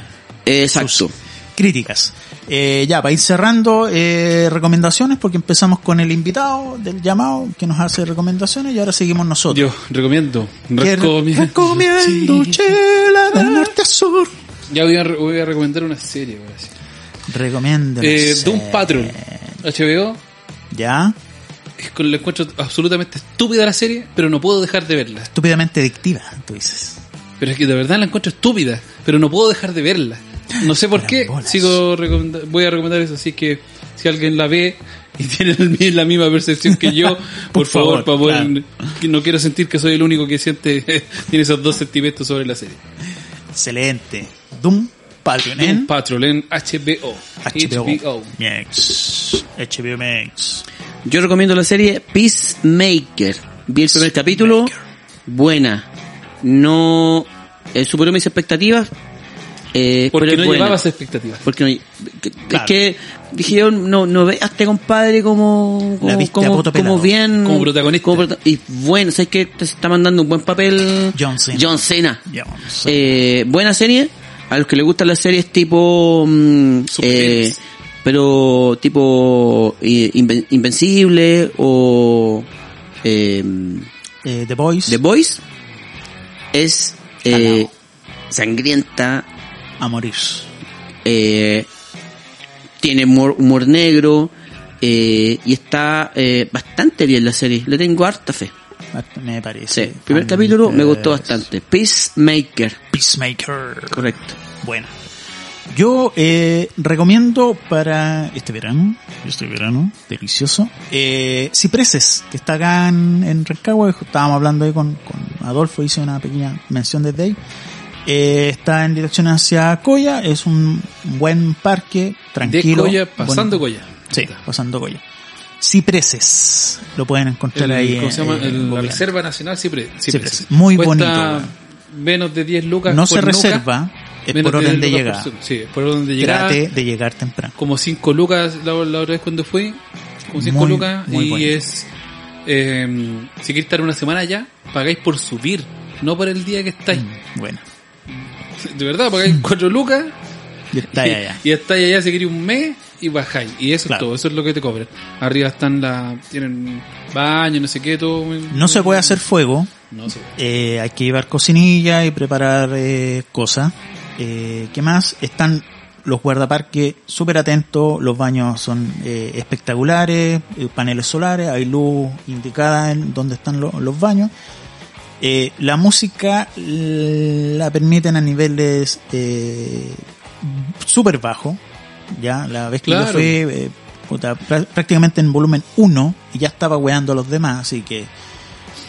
Speaker 2: Exacto.
Speaker 3: sus críticas. Eh, ya, para ir cerrando, eh, recomendaciones, porque empezamos con el invitado del llamado que nos hace recomendaciones y ahora seguimos nosotros.
Speaker 1: Yo recomiendo.
Speaker 3: Que re-
Speaker 1: Recomiendo.
Speaker 3: recomiendo
Speaker 1: Sí.
Speaker 3: chela del norte a sur.
Speaker 1: Ya voy a, re- voy a recomendar una serie. Voy a decir.
Speaker 3: Recomiendo.
Speaker 1: Eh, Doom Patrol. HBO.
Speaker 3: Ya,
Speaker 1: Es con, la encuentro absolutamente estúpida la serie, pero no puedo dejar de verla.
Speaker 3: estúpidamente adictiva, tú dices.
Speaker 1: Pero es que de verdad la encuentro estúpida, pero no puedo dejar de verla. No sé por qué,
Speaker 3: Carambolas.
Speaker 1: sigo recomenda- voy a recomendar eso, así que si alguien la ve y tiene el- la misma percepción que yo, por,
Speaker 3: Por
Speaker 1: favor,
Speaker 3: favor,
Speaker 1: pa' poder- que no quiero sentir que soy el único que siente, tiene esos dos sentimientos sobre la serie.
Speaker 3: Excelente. Doom Patrol ¿eh?
Speaker 1: Doom
Speaker 3: en
Speaker 1: Patrol en HBO.
Speaker 3: HBO.
Speaker 1: HBO.
Speaker 3: Mix. HBO Mix.
Speaker 2: Yo recomiendo la serie Peacemaker. Vi el primer capítulo. Buena. No eh, superó mis expectativas. eh,
Speaker 1: Porque
Speaker 2: pero
Speaker 1: no
Speaker 2: es buena.
Speaker 1: llevabas expectativas.
Speaker 2: Porque no, que-
Speaker 3: Claro.
Speaker 2: es que dije yo, no, no ve a este compadre como,
Speaker 3: La
Speaker 2: como,
Speaker 3: viste a
Speaker 2: como,
Speaker 3: poto
Speaker 2: como
Speaker 3: pelado.
Speaker 2: bien.
Speaker 1: Como protagonista.
Speaker 2: prota- y bueno, sabes que te está mandando un buen papel.
Speaker 3: John Cena.
Speaker 2: John Cena.
Speaker 3: Ya vamos.
Speaker 2: Eh, buena serie. A los que les gustan las series tipo. mm,
Speaker 1: Superhéroes.
Speaker 2: eh, pero tipo. eh, Inven- Invencible o. eh,
Speaker 3: Eh, The Boys.
Speaker 2: The Voice. Es. eh, sangrienta.
Speaker 3: a morir.
Speaker 2: eh, tiene humor, humor negro. eh, y está eh, bastante bien la serie. Le tengo harta fe.
Speaker 3: Me
Speaker 2: Sí.
Speaker 3: parece.
Speaker 2: El primer capítulo me gustó bastante. Peacemaker.
Speaker 3: Peacemaker.
Speaker 2: Correcto.
Speaker 3: Bueno. Yo eh, recomiendo para este verano, este verano delicioso, eh, Cipreses, que está acá en, en Rancagua, estábamos hablando ahí con, con Adolfo, hice una pequeña mención desde ahí. Eh, está en dirección hacia Coya, es un buen parque,
Speaker 1: De
Speaker 3: tranquilo.
Speaker 1: Goya, pasando
Speaker 3: bonito.
Speaker 1: Goya.
Speaker 3: Sí, pasando Coya. Cipreses, lo pueden encontrar
Speaker 1: El-
Speaker 3: ahí.
Speaker 1: ¿cómo se llama?
Speaker 3: eh,
Speaker 1: El- la
Speaker 3: googleando.
Speaker 1: Reserva Nacional Cipre.
Speaker 3: Ciprés.
Speaker 1: Ciprés.
Speaker 3: Muy
Speaker 1: Cuesta
Speaker 3: bonito,
Speaker 1: menos de 10 lucas.
Speaker 3: No
Speaker 1: por
Speaker 3: se
Speaker 1: nuca,
Speaker 3: reserva, es
Speaker 1: menos
Speaker 3: por
Speaker 1: 10
Speaker 3: orden de
Speaker 1: lucas
Speaker 3: llegar.
Speaker 1: por su- sí, por orden de llegada.
Speaker 3: Trate de llegar temprano.
Speaker 1: Como 5 lucas la, la otra vez cuando fui. Como 5
Speaker 3: Muy-
Speaker 1: lucas.
Speaker 3: muy
Speaker 1: y
Speaker 3: bonito.
Speaker 1: es. eh, si quieres estar una semana allá, pagáis por subir, no por el día que estáis.
Speaker 3: Mm, Bueno,
Speaker 1: De verdad, pagáis 4 lucas.
Speaker 3: y Mm. está
Speaker 1: y,
Speaker 3: ahí allá.
Speaker 1: y estáis allá si queréis un mes y bajáis. Y eso
Speaker 3: Claro.
Speaker 1: es todo, eso es lo que te cobran. Arriba están la. Tienen baño, no sé qué, todo. muy-
Speaker 3: No se puede hacer fuego,
Speaker 1: No sé.
Speaker 3: eh, hay que llevar cocinilla y preparar eh, cosas. Eh, ¿Qué más? Están los guardaparques súper atentos, los baños son eh, espectaculares, eh, paneles solares, hay luz indicada en donde están lo- los baños. Eh, la música la permiten a niveles eh, súper bajo. Ya, la vez que
Speaker 1: Claro.
Speaker 3: yo fui, eh, puta, prá- prácticamente en volumen 1 y ya estaba weando a los demás, así que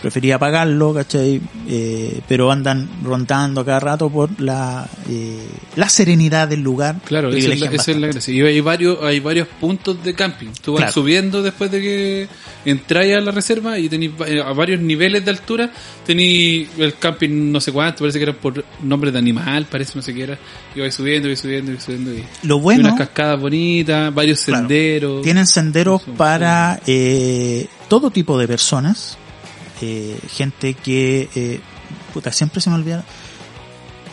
Speaker 3: prefería pagarlo, ¿cachai? Eh, pero andan rondando cada rato por la, eh, la serenidad del lugar.
Speaker 1: Claro, esa es, la,
Speaker 3: privilegian
Speaker 1: esa es la
Speaker 3: bastante.
Speaker 1: gracia. Y hay varios, hay varios puntos de camping. Tú vas
Speaker 3: Claro.
Speaker 1: subiendo después de que entráis a la reserva y tenéis va- eh, a varios niveles de altura. Tenéis el camping no sé cuánto, parece que era por nombre de animal, parece no sé qué era. Y vais subiendo, y vais subiendo, y vais subiendo. Y,
Speaker 3: Lo
Speaker 1: y
Speaker 3: bueno,
Speaker 1: unas cascadas bonitas, varios
Speaker 3: Claro.
Speaker 1: senderos.
Speaker 3: tienen senderos
Speaker 1: Son-
Speaker 3: para eh, todo tipo de personas. Eh, gente que, eh, puta, siempre se me olvida,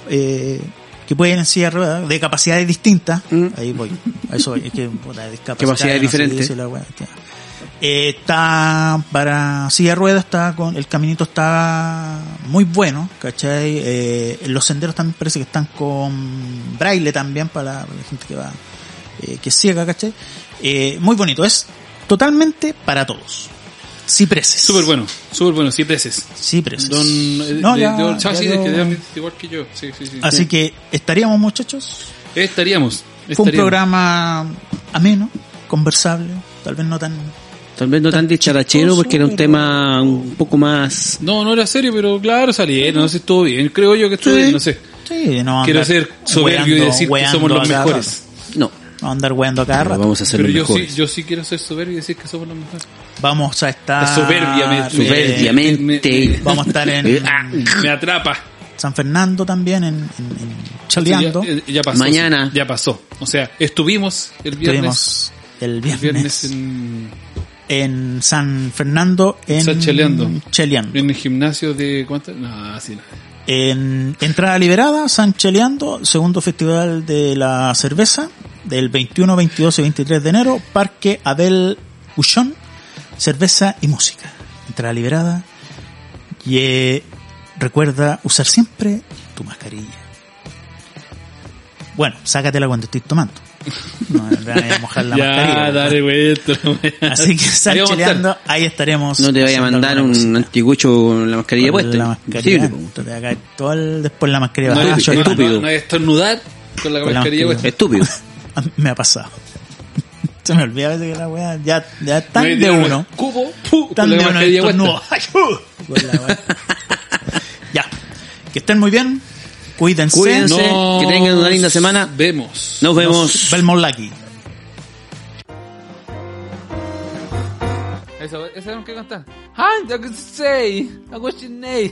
Speaker 3: eh, que pueden en silla de ruedas, de capacidades distintas.
Speaker 2: Mm.
Speaker 3: Ahí voy. A Eso voy. es que puta, discapacidad,
Speaker 2: Capacidades
Speaker 3: no sé qué
Speaker 2: diferentes.
Speaker 3: dice la wea, tía. Eh, está para silla de ruedas, está con el caminito está muy bueno, ¿cachai? Eh, los senderos también parece que están con braille también para la gente que va, eh, que es ciega, ¿cachai? Eh, muy bonito, es totalmente para todos. Cipreses.
Speaker 1: Súper bueno, súper bueno, siete veces.
Speaker 3: Cipreses.
Speaker 1: Don, eh,
Speaker 3: No,
Speaker 1: de-
Speaker 3: ya-
Speaker 1: de- ah,
Speaker 3: ya
Speaker 1: sí,
Speaker 3: dio-
Speaker 1: es que de- igual que yo. Sí, sí, sí.
Speaker 3: Así que estaríamos muchachos.
Speaker 1: Estaríamos.
Speaker 3: Fue un
Speaker 1: estaríamos.
Speaker 3: programa ameno, conversable, tal vez no tan
Speaker 2: Tal vez no tan dicharachero
Speaker 3: chistoso,
Speaker 2: porque era un
Speaker 3: pero-
Speaker 2: tema un poco más...
Speaker 1: No, no era serio, pero claro, salieron, no sé, estuvo bien. Creo yo que estuvo bien, no sé.
Speaker 3: Sí, no
Speaker 1: Quiero
Speaker 3: andar
Speaker 1: ser soberbio y
Speaker 3: weando-
Speaker 1: decir que
Speaker 3: weando
Speaker 1: somos los
Speaker 3: a cada
Speaker 1: mejores.
Speaker 2: No.
Speaker 3: rato. No andar weando a cada
Speaker 2: Pero
Speaker 3: rato.
Speaker 2: vamos a hacer
Speaker 1: Pero
Speaker 2: lo
Speaker 1: yo
Speaker 2: mejor.
Speaker 1: sí, yo sí quiero ser soberbio y decir que somos los mejores.
Speaker 3: Vamos a estar...
Speaker 1: La soberbia me- Soberbia.
Speaker 2: Ah,
Speaker 3: eh,
Speaker 2: Soberbiamente.
Speaker 1: me-
Speaker 3: vamos a estar en
Speaker 2: Ah,
Speaker 1: Me atrapa.
Speaker 3: San Fernando también, en, en, en Chaleando.
Speaker 1: Ya, eh, ya pasó.
Speaker 2: Mañana.
Speaker 1: Ya pasó. O sea, estuvimos el viernes.
Speaker 3: Estuvimos el
Speaker 1: el
Speaker 3: viernes,
Speaker 1: viernes
Speaker 3: en...
Speaker 1: en,
Speaker 3: San Fernando, en
Speaker 1: San Chaleando.
Speaker 3: Chaleando.
Speaker 1: en el gimnasio de. ¿Cuánto? No, así no.
Speaker 3: En Entrada Liberada, San Chaleando, segundo festival de la cerveza. del 21, 22 y 23 de enero, Parque Abel Cuchón, cerveza y música. Entrada liberada. Y eh, recuerda usar siempre tu mascarilla. Bueno, sácatela cuando estés tomando. No, no te vayas a mojar la
Speaker 1: ya,
Speaker 3: mascarilla.
Speaker 1: dale vuelta. weá.
Speaker 3: Así que
Speaker 1: Ahí
Speaker 3: sal
Speaker 1: vamos a estar.
Speaker 3: cheleando, ahí estaremos.
Speaker 2: No te vaya a
Speaker 3: haciendo
Speaker 2: mandar
Speaker 3: alguna
Speaker 2: un
Speaker 3: cosita.
Speaker 2: anticucho con la mascarilla
Speaker 3: Con
Speaker 2: puesta.
Speaker 3: la mascarilla.
Speaker 2: Imposible, po.
Speaker 3: pues, te va a caer todo el- después la mascarilla. Ah,
Speaker 1: No,
Speaker 3: va a
Speaker 1: es-
Speaker 3: llorar.
Speaker 1: no,
Speaker 2: estúpido.
Speaker 1: no, no es estornudar con la
Speaker 3: Con la
Speaker 1: mascarilla
Speaker 3: mascarilla.
Speaker 1: puesta.
Speaker 2: Estúpido.
Speaker 3: A mí Me ha pasado. Se me olvida a veces que la weá ya, ya tan
Speaker 1: Me
Speaker 3: de
Speaker 1: dieron el
Speaker 3: uno.
Speaker 1: Cubo, pu, con
Speaker 3: Tan
Speaker 1: la
Speaker 3: de uno
Speaker 1: mascarilla
Speaker 3: estornudo.
Speaker 1: puesta.
Speaker 3: Ay, uh, con la weá. ya. Que estén muy bien. Cuídense.
Speaker 2: Cuídense.
Speaker 3: Nos-
Speaker 2: Entonces, que tengan una linda semana.
Speaker 1: Vemos.
Speaker 2: Nos vemos.
Speaker 3: Belmont Lucky.
Speaker 1: Eso, eso es lo que canta. Hi, I could say, I wish you nay.